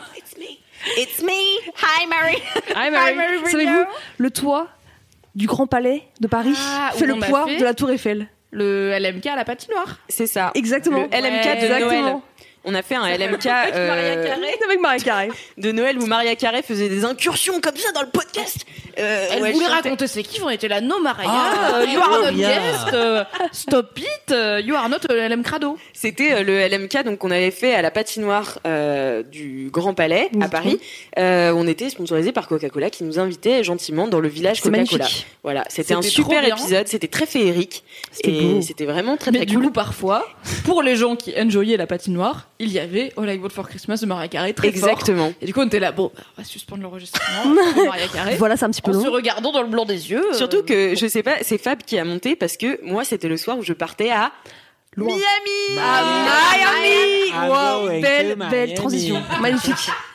[SPEAKER 7] It's me. Hi Mary.
[SPEAKER 3] Hi,
[SPEAKER 5] Savez-vous, le toit du Grand Palais de Paris
[SPEAKER 3] Ah, où
[SPEAKER 5] fait le
[SPEAKER 3] on a
[SPEAKER 5] poids
[SPEAKER 3] fait
[SPEAKER 5] de la Tour Eiffel.
[SPEAKER 3] Le LMK à la patinoire.
[SPEAKER 7] C'est ça.
[SPEAKER 5] Exactement.
[SPEAKER 7] Le LMK de Noël.
[SPEAKER 5] Exactement.
[SPEAKER 7] On a fait un LMK euh,
[SPEAKER 5] Avec Marie Carré.
[SPEAKER 7] de Noël où Maria Carré faisait des incursions comme ça dans le podcast. Euh,
[SPEAKER 3] Elle
[SPEAKER 7] où
[SPEAKER 3] voulait
[SPEAKER 7] chantait.
[SPEAKER 3] raconter ses kiffs, on était là, non Maria,
[SPEAKER 8] Ah,
[SPEAKER 3] euh, you are not
[SPEAKER 8] Maria.
[SPEAKER 3] guest, euh, stop it, euh, you are not euh, LM Crado.
[SPEAKER 7] C'était euh, le LMK donc qu'on avait fait à la patinoire euh, du Grand Palais
[SPEAKER 3] Mhm.
[SPEAKER 7] à Paris. Euh, on était sponsorisé par Coca-Cola qui nous invitait gentiment dans le village
[SPEAKER 5] C'est
[SPEAKER 7] Coca-Cola.
[SPEAKER 5] magnifique.
[SPEAKER 7] Voilà, c'était un
[SPEAKER 3] C'était trop
[SPEAKER 7] super
[SPEAKER 3] bien.
[SPEAKER 7] épisode, c'était très féerique
[SPEAKER 5] C'était beau.
[SPEAKER 7] et c'était vraiment très
[SPEAKER 3] Mais
[SPEAKER 7] très
[SPEAKER 3] du
[SPEAKER 7] cool.
[SPEAKER 3] coup, parfois, pour les gens qui enjoyaient la patinoire, il y avait All I Want for Christmas de Maria Carré très fort.
[SPEAKER 7] Exactement.
[SPEAKER 3] Et du coup, on était là, bon, bah, on va suspendre l'enregistrement de Maria Carré.
[SPEAKER 5] Voilà, c'est un petit peu
[SPEAKER 3] En se
[SPEAKER 5] long.
[SPEAKER 3] regardant dans le blanc des yeux. euh,
[SPEAKER 7] Surtout que je sais pas, c'est Fab qui a monté parce que moi c'était le soir où je partais à
[SPEAKER 5] Loin.
[SPEAKER 7] Miami.
[SPEAKER 8] Ah,
[SPEAKER 7] Miami.
[SPEAKER 8] I'm going
[SPEAKER 7] Wow,
[SPEAKER 8] to
[SPEAKER 7] belle
[SPEAKER 8] Miami.
[SPEAKER 5] Belle
[SPEAKER 3] Ah,
[SPEAKER 5] transition.
[SPEAKER 3] <laughs>
[SPEAKER 5] Magnifique.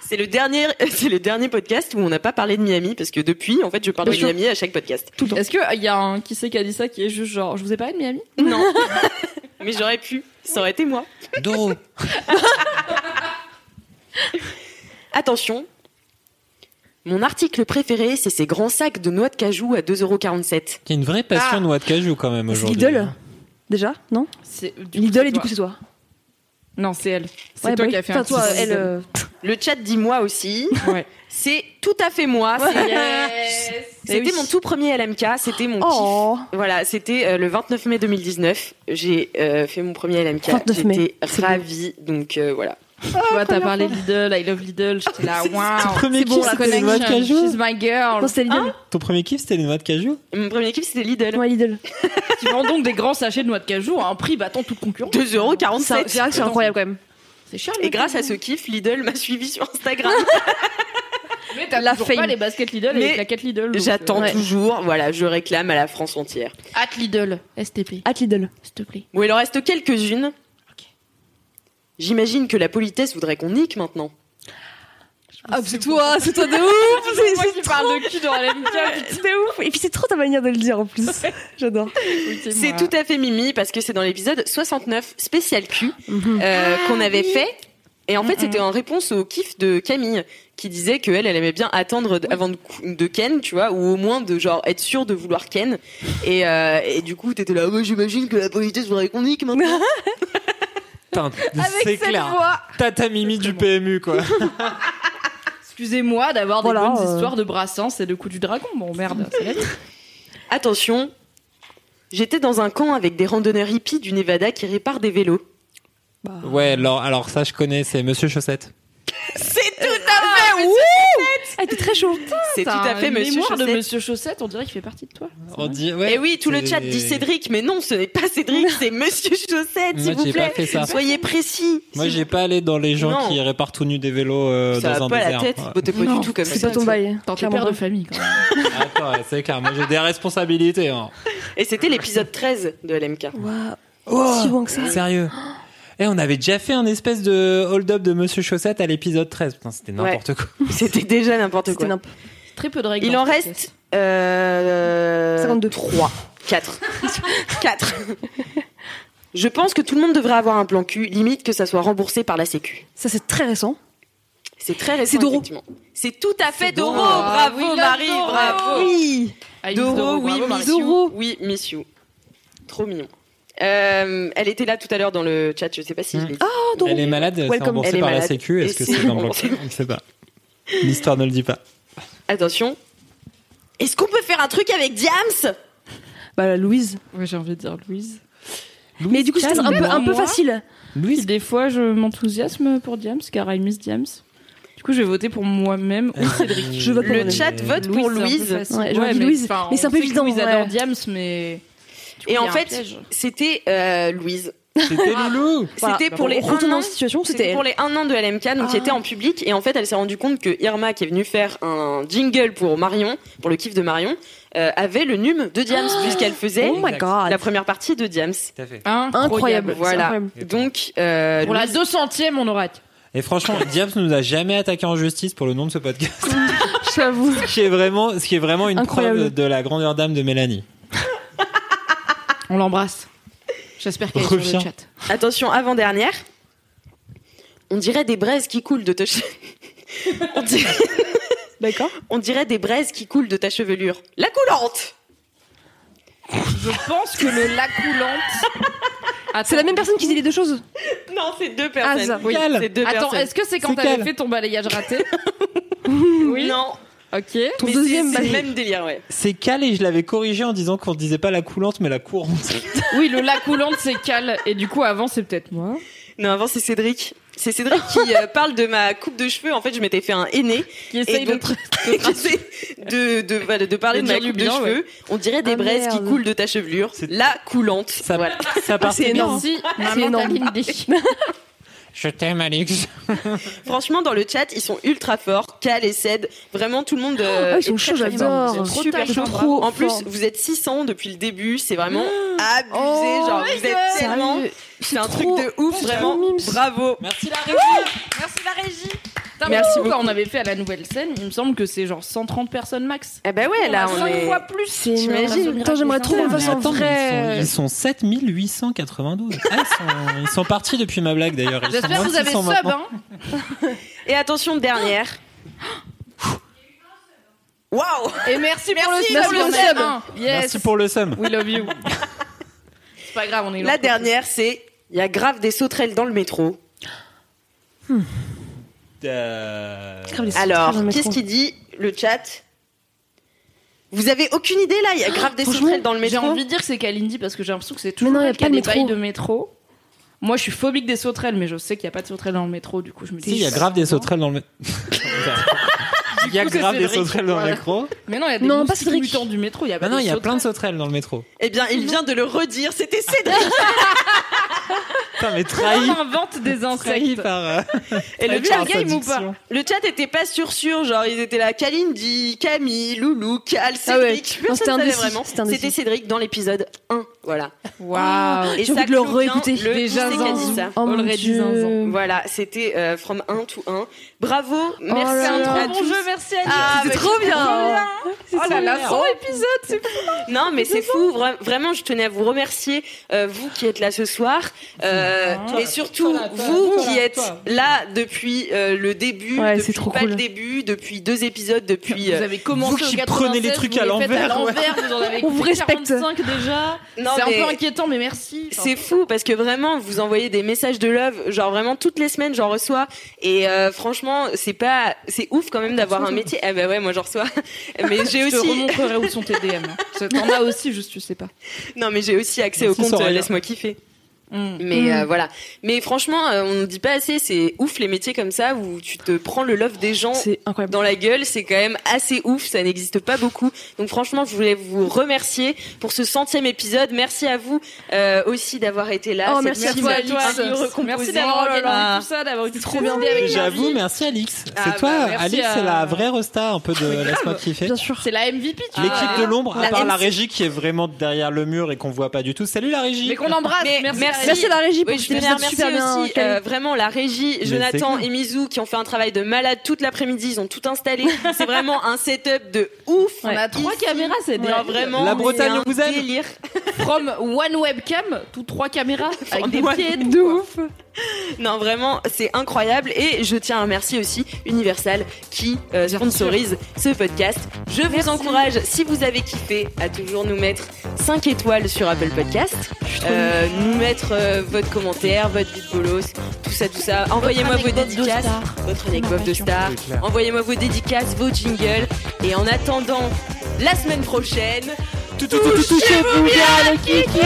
[SPEAKER 7] C'est le dernier, <laughs> c'est le dernier podcast où on n'a pas parlé de Miami parce que depuis, en fait, je parle
[SPEAKER 5] Bien
[SPEAKER 7] de
[SPEAKER 5] sûr.
[SPEAKER 7] Miami à chaque podcast.
[SPEAKER 3] Est-ce qu'il y a un qui c'est qui a dit ça qui est juste genre, je vous ai parlé de Miami
[SPEAKER 7] Non, mais j'aurais pu. Ça aurait été moi.
[SPEAKER 8] Doro.
[SPEAKER 7] Attention. Mon article préféré, c'est ces grands sacs de noix de cajou à 2,47€.
[SPEAKER 8] Qui a une vraie passion de noix de cajou quand même
[SPEAKER 5] C'est
[SPEAKER 8] aujourd'hui.
[SPEAKER 5] Lidl. Déjà, non
[SPEAKER 3] C'est- du coup,
[SPEAKER 5] Lidl
[SPEAKER 3] c'est
[SPEAKER 5] et du
[SPEAKER 3] toi.
[SPEAKER 5] coup c'est toi.
[SPEAKER 3] Non, c'est elle. C'est
[SPEAKER 5] Ouais,
[SPEAKER 3] toi qui
[SPEAKER 5] bah oui.
[SPEAKER 3] as fait
[SPEAKER 5] Enfin,
[SPEAKER 3] un
[SPEAKER 5] toi,
[SPEAKER 3] petit-
[SPEAKER 5] elle. euh,
[SPEAKER 7] Le chat dit moi aussi.
[SPEAKER 3] Ouais.
[SPEAKER 7] C'est tout à fait moi. C'est- C'était
[SPEAKER 3] oui.
[SPEAKER 7] mon tout premier LMK. C'était mon kiff.
[SPEAKER 5] Oh.
[SPEAKER 7] Voilà, c'était euh, le 29 mai 2019. J'ai euh, fait mon premier LMK.
[SPEAKER 5] 29 mai.
[SPEAKER 7] J'étais
[SPEAKER 5] C'est
[SPEAKER 7] ravie. Donc euh, voilà.
[SPEAKER 3] Tu vois, t'as parlé Lidl, I love Lidl, j'étais là, waouh.
[SPEAKER 8] premier
[SPEAKER 3] C'est bon,
[SPEAKER 8] kiff,
[SPEAKER 3] la
[SPEAKER 8] c'était les noix de
[SPEAKER 3] connection,
[SPEAKER 8] cajou.
[SPEAKER 3] she's my girl. <laughs>
[SPEAKER 5] Non, c'était Lidl.
[SPEAKER 3] Hein
[SPEAKER 8] Ton premier kiff, c'était les noix de cajou
[SPEAKER 7] Mon premier kiff, c'était Lidl.
[SPEAKER 5] Ouais, Lidl.
[SPEAKER 3] Qui vend donc des grands sachets de noix de cajou à un prix battant toute concurrence.
[SPEAKER 5] Ça-
[SPEAKER 7] 2,47€.
[SPEAKER 5] C'est vrai que c'est incroyable quand même.
[SPEAKER 3] C'est cher,
[SPEAKER 7] Et grâce à ce kiff, Lidl m'a suivi sur Instagram.
[SPEAKER 3] Mais t'as
[SPEAKER 5] la
[SPEAKER 3] toujours
[SPEAKER 5] fame.
[SPEAKER 3] pas les baskets Lidl et
[SPEAKER 7] Mais
[SPEAKER 3] les claquettes Lidl. <laughs> donc,
[SPEAKER 7] J'attends
[SPEAKER 3] euh, ouais.
[SPEAKER 7] toujours. Voilà, je réclame à la France entière.
[SPEAKER 3] At Lidl, STP,
[SPEAKER 5] At Lidl.
[SPEAKER 3] s'il te plaît.
[SPEAKER 7] Bon, il en reste quelques-unes. J'imagine que la politesse voudrait qu'on nique maintenant.
[SPEAKER 5] Ah, c'est toi, c'est toi de ouf! <laughs> C'est
[SPEAKER 3] Moi
[SPEAKER 5] c'est
[SPEAKER 3] qui
[SPEAKER 5] trop-
[SPEAKER 3] parle de cul dans la
[SPEAKER 5] <laughs>
[SPEAKER 3] LMK.
[SPEAKER 5] C'est ouf! Et puis c'est trop ta manière de le dire en plus. J'adore.
[SPEAKER 7] C'est tout à fait Mimi parce que c'est dans l'épisode 69
[SPEAKER 3] <laughs>
[SPEAKER 7] spécial Q
[SPEAKER 3] Mhm.
[SPEAKER 7] euh,
[SPEAKER 3] Ah
[SPEAKER 7] qu'on avait fait. Et en fait, c'était en réponse au kiff de Camille qui disait que elle, elle aimait bien attendre d- avant de, cou- de Ken, tu vois, ou au moins de genre être sûre de vouloir Ken. Et, euh, et du coup, t'étais là, moi j'imagine que la politesse voudrait qu'on nique maintenant.
[SPEAKER 8] Putain, c'est clair. Tata Mimi du PMU, quoi.
[SPEAKER 3] Excusez-moi d'avoir des
[SPEAKER 5] Voilà,
[SPEAKER 3] bonnes
[SPEAKER 5] euh.
[SPEAKER 3] histoires de Brassens et de coups du dragon. Bon, merde, c'est la vie.
[SPEAKER 7] Attention, j'étais dans un camp avec des randonneurs hippies du Nevada qui réparent des vélos. Ah.
[SPEAKER 8] Ouais, alors, alors ça, je connais, c'est Monsieur Chaussette.
[SPEAKER 7] Euh,
[SPEAKER 5] Ah, t'es très chaud.
[SPEAKER 7] C'est tout
[SPEAKER 3] T'as
[SPEAKER 7] à fait
[SPEAKER 3] une
[SPEAKER 7] Monsieur
[SPEAKER 3] mémoire de
[SPEAKER 7] Chaussette.
[SPEAKER 3] Monsieur Chaussette, on dirait qu'il fait partie de toi.
[SPEAKER 8] On dit, ouais.
[SPEAKER 7] Et Eh oui, tout le
[SPEAKER 8] c'est-
[SPEAKER 7] chat dit Cédric, mais non, ce n'est pas Cédric, c'est Monsieur Chaussette,
[SPEAKER 8] Moi,
[SPEAKER 7] s'il vous
[SPEAKER 8] j'ai pas
[SPEAKER 7] plaît.
[SPEAKER 8] fait ça.
[SPEAKER 7] Soyez précis.
[SPEAKER 8] Moi,
[SPEAKER 7] s'il
[SPEAKER 8] j'ai pas allé dans les gens
[SPEAKER 7] Non.
[SPEAKER 8] qui réparent tout nu des vélos euh,
[SPEAKER 7] ça
[SPEAKER 8] dans
[SPEAKER 7] va
[SPEAKER 8] un
[SPEAKER 7] pas à la
[SPEAKER 8] désert.
[SPEAKER 7] tête.
[SPEAKER 8] Ouais.
[SPEAKER 7] Bah, t'es pas
[SPEAKER 5] Non,
[SPEAKER 7] du tout comme
[SPEAKER 5] C'est
[SPEAKER 7] ça.
[SPEAKER 5] pas ton bail.
[SPEAKER 3] T'es
[SPEAKER 5] Clairement
[SPEAKER 3] père de
[SPEAKER 5] pas.
[SPEAKER 3] famille, quand même.
[SPEAKER 8] Attends, ouais, c'est clair, moi j'ai des responsabilités. hein.
[SPEAKER 7] Et c'était l'épisode 13 de LMK.
[SPEAKER 5] Waouh.
[SPEAKER 8] Oh,
[SPEAKER 5] Si bon que ça.
[SPEAKER 8] Sérieux. Et Eh, on avait déjà fait un espèce de hold-up de Monsieur Chaussette à l'épisode 13. Putain, c'était n'importe quoi.
[SPEAKER 7] C'était déjà n'importe
[SPEAKER 5] C'était
[SPEAKER 7] quoi.
[SPEAKER 5] n'importe
[SPEAKER 2] très peu de règles.
[SPEAKER 7] Il
[SPEAKER 2] dans
[SPEAKER 7] en
[SPEAKER 2] ce
[SPEAKER 7] reste
[SPEAKER 2] podcast.
[SPEAKER 7] euh,
[SPEAKER 5] 52.
[SPEAKER 7] 3, 4. 4. Je pense que tout le monde devrait avoir un plan cul, limite que ça soit remboursé par la Sécu.
[SPEAKER 5] Ça, c'est très récent.
[SPEAKER 7] C'est très récent.
[SPEAKER 5] C'est Doro.
[SPEAKER 7] effectivement. C'est tout à fait Doro.
[SPEAKER 2] Doro. Ah, we
[SPEAKER 7] Bravo
[SPEAKER 2] love
[SPEAKER 7] Marie,
[SPEAKER 2] Doro.
[SPEAKER 7] bravo.
[SPEAKER 5] Oui.
[SPEAKER 2] Ah, il
[SPEAKER 7] Doro,
[SPEAKER 2] Doro,
[SPEAKER 7] oui,
[SPEAKER 2] bravo, Marie.
[SPEAKER 7] miss you. Oui, miss you. Trop mignon. Euh, elle était là tout à l'heure dans le chat, je sais pas si je l'ai dit.
[SPEAKER 8] Mmh. Elle est malade, c'est
[SPEAKER 5] Welcome.
[SPEAKER 8] remboursé
[SPEAKER 7] Elle est
[SPEAKER 8] par la
[SPEAKER 7] malade.
[SPEAKER 8] Sécu. Est-ce
[SPEAKER 7] Et
[SPEAKER 8] que
[SPEAKER 7] c'est
[SPEAKER 8] c'est un bloc
[SPEAKER 7] remboursé.
[SPEAKER 8] On ne sait pas. L'histoire ne le dit pas.
[SPEAKER 7] Attention. Est-ce qu'on peut faire un truc avec Diams
[SPEAKER 5] Bah, Louise.
[SPEAKER 3] Oui, j'ai envie de dire Louise.
[SPEAKER 5] Mais du coup, c'est un peu, un peu
[SPEAKER 3] calme-toi.
[SPEAKER 5] facile.
[SPEAKER 8] Louise,
[SPEAKER 3] Des fois, je m'enthousiasme pour Diams, car I miss Diams. Du coup, je vais voter pour moi-même <laughs> ou Cédric.
[SPEAKER 5] Je vote pour
[SPEAKER 7] Le
[SPEAKER 5] Louise.
[SPEAKER 7] chat Euh,
[SPEAKER 3] Euh,
[SPEAKER 7] vote pour Louise.
[SPEAKER 5] Ouais, j'aurais dit Louise, mais c'est un peu évident,
[SPEAKER 3] Louise adore
[SPEAKER 5] ouais.
[SPEAKER 3] Diams, mais. Du coup,
[SPEAKER 7] Et
[SPEAKER 3] il y a
[SPEAKER 7] en
[SPEAKER 3] un
[SPEAKER 7] fait,
[SPEAKER 3] piège.
[SPEAKER 7] c'était euh, Louise.
[SPEAKER 8] c'était Loulou.
[SPEAKER 5] Voilà. Bah,
[SPEAKER 7] C'était pour les un
[SPEAKER 5] retournant
[SPEAKER 7] an.
[SPEAKER 5] en situation,
[SPEAKER 7] C'était
[SPEAKER 5] c'était
[SPEAKER 7] pour
[SPEAKER 5] elle. Ah.
[SPEAKER 7] les un an de la LMK, donc qui était en public. Et en fait, elle s'est rendue compte que Irma, qui est venue faire un jingle pour Marion, pour le kiff de Marion, euh, avait le num de Diams, puisqu'elle faisait
[SPEAKER 5] Oh my god.
[SPEAKER 7] la première partie de Diams.
[SPEAKER 8] Tout à fait.
[SPEAKER 5] Incroyable. C'est
[SPEAKER 7] Voilà.
[SPEAKER 5] incroyable.
[SPEAKER 7] Donc, euh,
[SPEAKER 3] hein, Pour la
[SPEAKER 7] Louise-
[SPEAKER 3] 200ème, on aura.
[SPEAKER 8] Et franchement, Diabs nous a jamais attaqué en justice pour le nom de ce podcast. <laughs>
[SPEAKER 5] J'avoue.
[SPEAKER 8] Ce qui est vraiment, ce qui est vraiment une
[SPEAKER 5] Incroyable.
[SPEAKER 8] preuve de la grandeur d'âme de Mélanie.
[SPEAKER 3] On l'embrasse. J'espère qu'elle est sur
[SPEAKER 8] Reviens.
[SPEAKER 3] le chat.
[SPEAKER 7] attention, avant-dernière. On dirait des braises qui coulent de ta che- <laughs> On dirait-
[SPEAKER 5] D'accord.
[SPEAKER 7] on dirait des braises qui coulent de ta chevelure. La coulante
[SPEAKER 3] Je pense que le lac coulante.
[SPEAKER 5] C'est la même personne qui dit les deux choses.
[SPEAKER 7] Non, c'est deux
[SPEAKER 5] Ah,
[SPEAKER 7] personnes.
[SPEAKER 5] ça.
[SPEAKER 7] Oui,
[SPEAKER 8] Quelle
[SPEAKER 7] c'est deux
[SPEAKER 3] Attends,
[SPEAKER 7] personnes.
[SPEAKER 3] est-ce que c'est quand
[SPEAKER 8] C'est
[SPEAKER 3] t'avais
[SPEAKER 8] quelle
[SPEAKER 3] fait ton balayage raté
[SPEAKER 7] Non,
[SPEAKER 3] Ok.
[SPEAKER 5] Ton
[SPEAKER 7] mais c'est
[SPEAKER 5] deuxième bah,
[SPEAKER 7] c'est le
[SPEAKER 5] balayage.
[SPEAKER 7] même délire, ouais.
[SPEAKER 8] C'est Cal et je l'avais corrigé en disant qu'on disait pas la coulante mais la <laughs> courante.
[SPEAKER 3] Oui, le lac coulante, c'est Cal. Et du coup, avant, c'est peut-être moi.
[SPEAKER 7] Non, avant, c'est Cédric. C'est Cédric
[SPEAKER 5] <laughs>
[SPEAKER 7] qui euh, parle de ma coupe de cheveux. En fait, je m'étais fait un aîné.
[SPEAKER 3] Qui essaye
[SPEAKER 7] <laughs> donc,
[SPEAKER 3] de.
[SPEAKER 7] J'essaie de, de, voilà, de parler
[SPEAKER 3] De
[SPEAKER 7] de, ma
[SPEAKER 3] dire du
[SPEAKER 7] coupe
[SPEAKER 3] bien,
[SPEAKER 7] de cheveux. On dirait des
[SPEAKER 5] Ah,
[SPEAKER 7] braises qui
[SPEAKER 5] merde.
[SPEAKER 7] coulent de ta chevelure.
[SPEAKER 8] C'est-
[SPEAKER 7] La coulante.
[SPEAKER 8] Ça-
[SPEAKER 7] Voilà.
[SPEAKER 8] Ça part.
[SPEAKER 5] C'est énorme.
[SPEAKER 3] Merci,
[SPEAKER 5] C'est
[SPEAKER 3] maman
[SPEAKER 5] énorme.
[SPEAKER 3] Taline D.
[SPEAKER 8] Je t'aime Alex.
[SPEAKER 7] Franchement, dans le chat, ils sont ultra forts. Cal et Ced. Vraiment, tout le monde. euh,
[SPEAKER 5] Ah, ils sont
[SPEAKER 7] est
[SPEAKER 5] chauds,
[SPEAKER 7] très, très
[SPEAKER 5] j'adore.
[SPEAKER 7] fort. Ils sont super
[SPEAKER 5] Ils sont
[SPEAKER 7] chauds.
[SPEAKER 5] trop
[SPEAKER 7] En plus,
[SPEAKER 5] forts.
[SPEAKER 7] vous êtes 600 depuis le début. C'est vraiment abusé.
[SPEAKER 5] Oh,
[SPEAKER 7] genre, vous êtes tellement.
[SPEAKER 5] Sérieux.
[SPEAKER 7] C'est un truc
[SPEAKER 5] trop-
[SPEAKER 7] de ouf,
[SPEAKER 5] trop
[SPEAKER 7] vraiment.
[SPEAKER 5] mimes.
[SPEAKER 7] Bravo.
[SPEAKER 8] Merci la régie.
[SPEAKER 3] Merci beaucoup. On avait fait à la nouvelle scène, il me semble que c'est genre 130 personnes max.
[SPEAKER 7] Eh ben ouais, là, on
[SPEAKER 3] 5
[SPEAKER 7] est.
[SPEAKER 3] fois plus.
[SPEAKER 5] C'est énorme. Putain, j'aimerais trop qu'on fasse en
[SPEAKER 8] Attends, mais
[SPEAKER 5] vrai.
[SPEAKER 8] ils sont, ils sont 7892. Ah, ils, sont, ils sont partis depuis ma blague d'ailleurs. Ils sont
[SPEAKER 3] J'espère que vous avez
[SPEAKER 8] 2600
[SPEAKER 3] sub,
[SPEAKER 8] maintenant.
[SPEAKER 3] hein.
[SPEAKER 7] Et attention, dernière. Waouh
[SPEAKER 3] Et merci, pour le sub.
[SPEAKER 5] merci pour le sub.
[SPEAKER 3] hein. Yes.
[SPEAKER 8] Merci pour le somme.
[SPEAKER 3] We love
[SPEAKER 5] <laughs>
[SPEAKER 3] you. c'est pas grave, on est
[SPEAKER 7] La
[SPEAKER 3] là.
[SPEAKER 7] dernière, c'est il y a grave des sauterelles dans le métro.
[SPEAKER 8] Euh,
[SPEAKER 7] Alors, qu'est-ce qui dit le chat Vous avez aucune idée là Il y a grave des
[SPEAKER 5] franchement,
[SPEAKER 7] sauterelles dans le
[SPEAKER 3] J'ai
[SPEAKER 7] métro.
[SPEAKER 3] envie de dire que c'est Kalindi parce que j'ai l'impression que c'est toujours
[SPEAKER 5] non, y a
[SPEAKER 3] elle qui
[SPEAKER 5] pas de
[SPEAKER 3] des bails
[SPEAKER 5] métro.
[SPEAKER 3] de métro. Moi, je suis phobique des sauterelles, mais je sais qu'il n'y a pas de sauterelles dans le métro, du coup, je me dis.
[SPEAKER 8] Si, il y a grave des sauterelles dans le. <laughs> mé- Il y a
[SPEAKER 3] Du coup, c'est
[SPEAKER 8] grave des
[SPEAKER 3] Cédric.
[SPEAKER 8] sauterelles dans le
[SPEAKER 3] Voilà.
[SPEAKER 8] métro.
[SPEAKER 3] Mais non, il y a des
[SPEAKER 5] Non, pas
[SPEAKER 3] moustiques
[SPEAKER 5] Cédric.
[SPEAKER 3] mutants du métro. Il y a pas
[SPEAKER 8] Ah, Bah non,
[SPEAKER 3] des
[SPEAKER 8] il y a
[SPEAKER 3] sauterelles.
[SPEAKER 8] plein de sauterelles dans le métro.
[SPEAKER 7] Eh bien, il vient de le redire, c'était Cédric
[SPEAKER 8] Putain, mais trahi,
[SPEAKER 3] On invente
[SPEAKER 5] <laughs>
[SPEAKER 3] des
[SPEAKER 8] trahi
[SPEAKER 3] Ah, insectes.
[SPEAKER 8] par. euh,
[SPEAKER 7] <laughs> Et le
[SPEAKER 5] Ah
[SPEAKER 8] trahi
[SPEAKER 7] chat,
[SPEAKER 8] par sa
[SPEAKER 3] game ou pas
[SPEAKER 8] diction.
[SPEAKER 7] le chat était pas sûr sûr, genre ils étaient là Kalindi, Camille, Loulou, Cal,
[SPEAKER 5] Ah ouais.
[SPEAKER 7] Cédric,
[SPEAKER 5] Non, c'était
[SPEAKER 7] personne ne savait
[SPEAKER 5] indécis,
[SPEAKER 7] vraiment.
[SPEAKER 5] c'était indécis.
[SPEAKER 7] C'était Cédric dans l'épisode 1, voilà.
[SPEAKER 3] Waouh.
[SPEAKER 7] Et
[SPEAKER 5] J'ai
[SPEAKER 7] ça
[SPEAKER 5] envie de le
[SPEAKER 7] clôt bien
[SPEAKER 5] réécouter.
[SPEAKER 7] le
[SPEAKER 3] Déjà
[SPEAKER 7] qui c'est qui a dit
[SPEAKER 3] zinzin.
[SPEAKER 7] ça
[SPEAKER 5] Oh mon
[SPEAKER 3] Already zinzin.
[SPEAKER 5] dieu.
[SPEAKER 7] Voilà, c'était euh, From 1 to 1. Bravo, merci
[SPEAKER 5] Oh là là.
[SPEAKER 7] à
[SPEAKER 3] Un trop
[SPEAKER 7] tous.
[SPEAKER 3] bon jeu, merci Annie.
[SPEAKER 7] Ah,
[SPEAKER 5] C'est
[SPEAKER 7] bah,
[SPEAKER 5] trop bien.
[SPEAKER 3] Oh là là, son épisode, c'est
[SPEAKER 7] Non, mais c'est fou. vra- Vraiment, je tenais à vous remercier, euh, vous qui êtes là ce soir, euh, mais surtout vous qui êtes là depuis euh, le début,
[SPEAKER 5] Ouais,
[SPEAKER 7] depuis
[SPEAKER 5] c'est trop
[SPEAKER 7] pas
[SPEAKER 5] cool.
[SPEAKER 7] le début, depuis deux épisodes, depuis.
[SPEAKER 3] Vous
[SPEAKER 7] euh,
[SPEAKER 3] avez commencé
[SPEAKER 8] vous qui
[SPEAKER 3] au 96,
[SPEAKER 8] prenez les trucs
[SPEAKER 3] vous
[SPEAKER 8] à
[SPEAKER 3] les faites
[SPEAKER 8] l'envers,
[SPEAKER 3] vous en avez
[SPEAKER 5] On vous
[SPEAKER 3] coupé
[SPEAKER 5] respecte.
[SPEAKER 3] 45 déjà.
[SPEAKER 7] Non,
[SPEAKER 3] c'est
[SPEAKER 7] mais-
[SPEAKER 3] un peu inquiétant, mais merci. Enfin,
[SPEAKER 7] C'est fou parce que vraiment vous envoyez des messages de love, genre vraiment toutes les semaines j'en reçois et euh, franchement c'est pas c'est ouf quand même d'avoir un métier. Ah bah ouais moi j'en reçois, <laughs>
[SPEAKER 3] <laughs>
[SPEAKER 7] mais j'ai
[SPEAKER 3] Je te
[SPEAKER 7] aussi
[SPEAKER 3] remontrerai où sont tes
[SPEAKER 2] <laughs>
[SPEAKER 3] DM. hein. Parce que T'en as aussi, juste tu sais pas.
[SPEAKER 7] non mais j'ai aussi accès
[SPEAKER 8] Merci,
[SPEAKER 7] au compte euh,
[SPEAKER 8] Soraya.
[SPEAKER 7] laisse-moi kiffer.
[SPEAKER 3] Mm.
[SPEAKER 7] Mais euh, voilà. Mais franchement, euh, on ne dit pas assez. C'est ouf les métiers comme ça où tu te prends le love des gens
[SPEAKER 5] C'est incroyable.
[SPEAKER 7] dans la gueule. C'est quand même assez ouf. Ça n'existe pas beaucoup. Donc franchement, je voulais vous remercier pour ce centième épisode. Merci à vous euh, aussi d'avoir été là.
[SPEAKER 5] Oh,
[SPEAKER 7] Cette
[SPEAKER 5] merci à
[SPEAKER 7] team
[SPEAKER 5] toi,
[SPEAKER 7] un
[SPEAKER 5] Alix.
[SPEAKER 7] peu recomposée.
[SPEAKER 3] Merci d'avoir
[SPEAKER 7] Oh là là.
[SPEAKER 3] organisé tout ça, d'avoir eu toutes ces idées avec
[SPEAKER 8] J'avoue,
[SPEAKER 3] Harvey.
[SPEAKER 8] merci Alix. C'est
[SPEAKER 7] Ah, bah,
[SPEAKER 8] toi,
[SPEAKER 3] merci
[SPEAKER 8] Alix,
[SPEAKER 3] à-
[SPEAKER 8] c'est la vraie resta un peu de laisse-moi kiffer.
[SPEAKER 5] Bien sûr.
[SPEAKER 3] C'est la MVP, tu
[SPEAKER 8] L'équipe
[SPEAKER 3] vois.
[SPEAKER 8] de l'ombre, à
[SPEAKER 7] La
[SPEAKER 8] part la
[SPEAKER 7] MC.
[SPEAKER 8] régie qui est vraiment derrière le mur et qu'on voit pas du tout. Salut la régie.
[SPEAKER 3] Mais qu'on embrasse.
[SPEAKER 7] Mais
[SPEAKER 3] merci,
[SPEAKER 7] merci, Merci.
[SPEAKER 5] Merci à la régie pour
[SPEAKER 7] Oui, je
[SPEAKER 5] cet
[SPEAKER 7] voulais
[SPEAKER 5] épisode
[SPEAKER 7] remercier
[SPEAKER 5] super bien.
[SPEAKER 7] aussi
[SPEAKER 5] calé.
[SPEAKER 7] euh, vraiment la régie,
[SPEAKER 8] Mais
[SPEAKER 7] Jonathan
[SPEAKER 8] c'est-
[SPEAKER 7] et Mizou qui ont fait un travail de malade toute l'après-midi. Ils ont tout installé. C'est vraiment un setup de ouf.
[SPEAKER 2] On a trois caméras, c'est
[SPEAKER 7] Ouais,
[SPEAKER 2] délire.
[SPEAKER 7] vraiment.
[SPEAKER 8] La Bretagne,
[SPEAKER 7] c'est un
[SPEAKER 8] on vous aime.
[SPEAKER 7] Délire.
[SPEAKER 2] From one webcam, tout trois caméras avec des
[SPEAKER 7] From
[SPEAKER 2] pieds.
[SPEAKER 5] De ouf.
[SPEAKER 7] Non, vraiment, c'est incroyable. Et je tiens à remercier aussi Universal qui euh, sponsorise ce podcast. Je vous encourage, si vous avez kiffé, à toujours nous mettre 5 étoiles sur Apple Podcast. Euh, nous mettre euh, votre commentaire, votre bit bolos, tout ça, tout ça. Envoyez-moi vos
[SPEAKER 3] anecdote de
[SPEAKER 7] dédicaces,
[SPEAKER 3] star.
[SPEAKER 7] votre anecdote de
[SPEAKER 3] Information.
[SPEAKER 7] star. Envoyez-moi vos dédicaces, vos jingles. Et en attendant la semaine prochaine, touchez-vous bien le kiki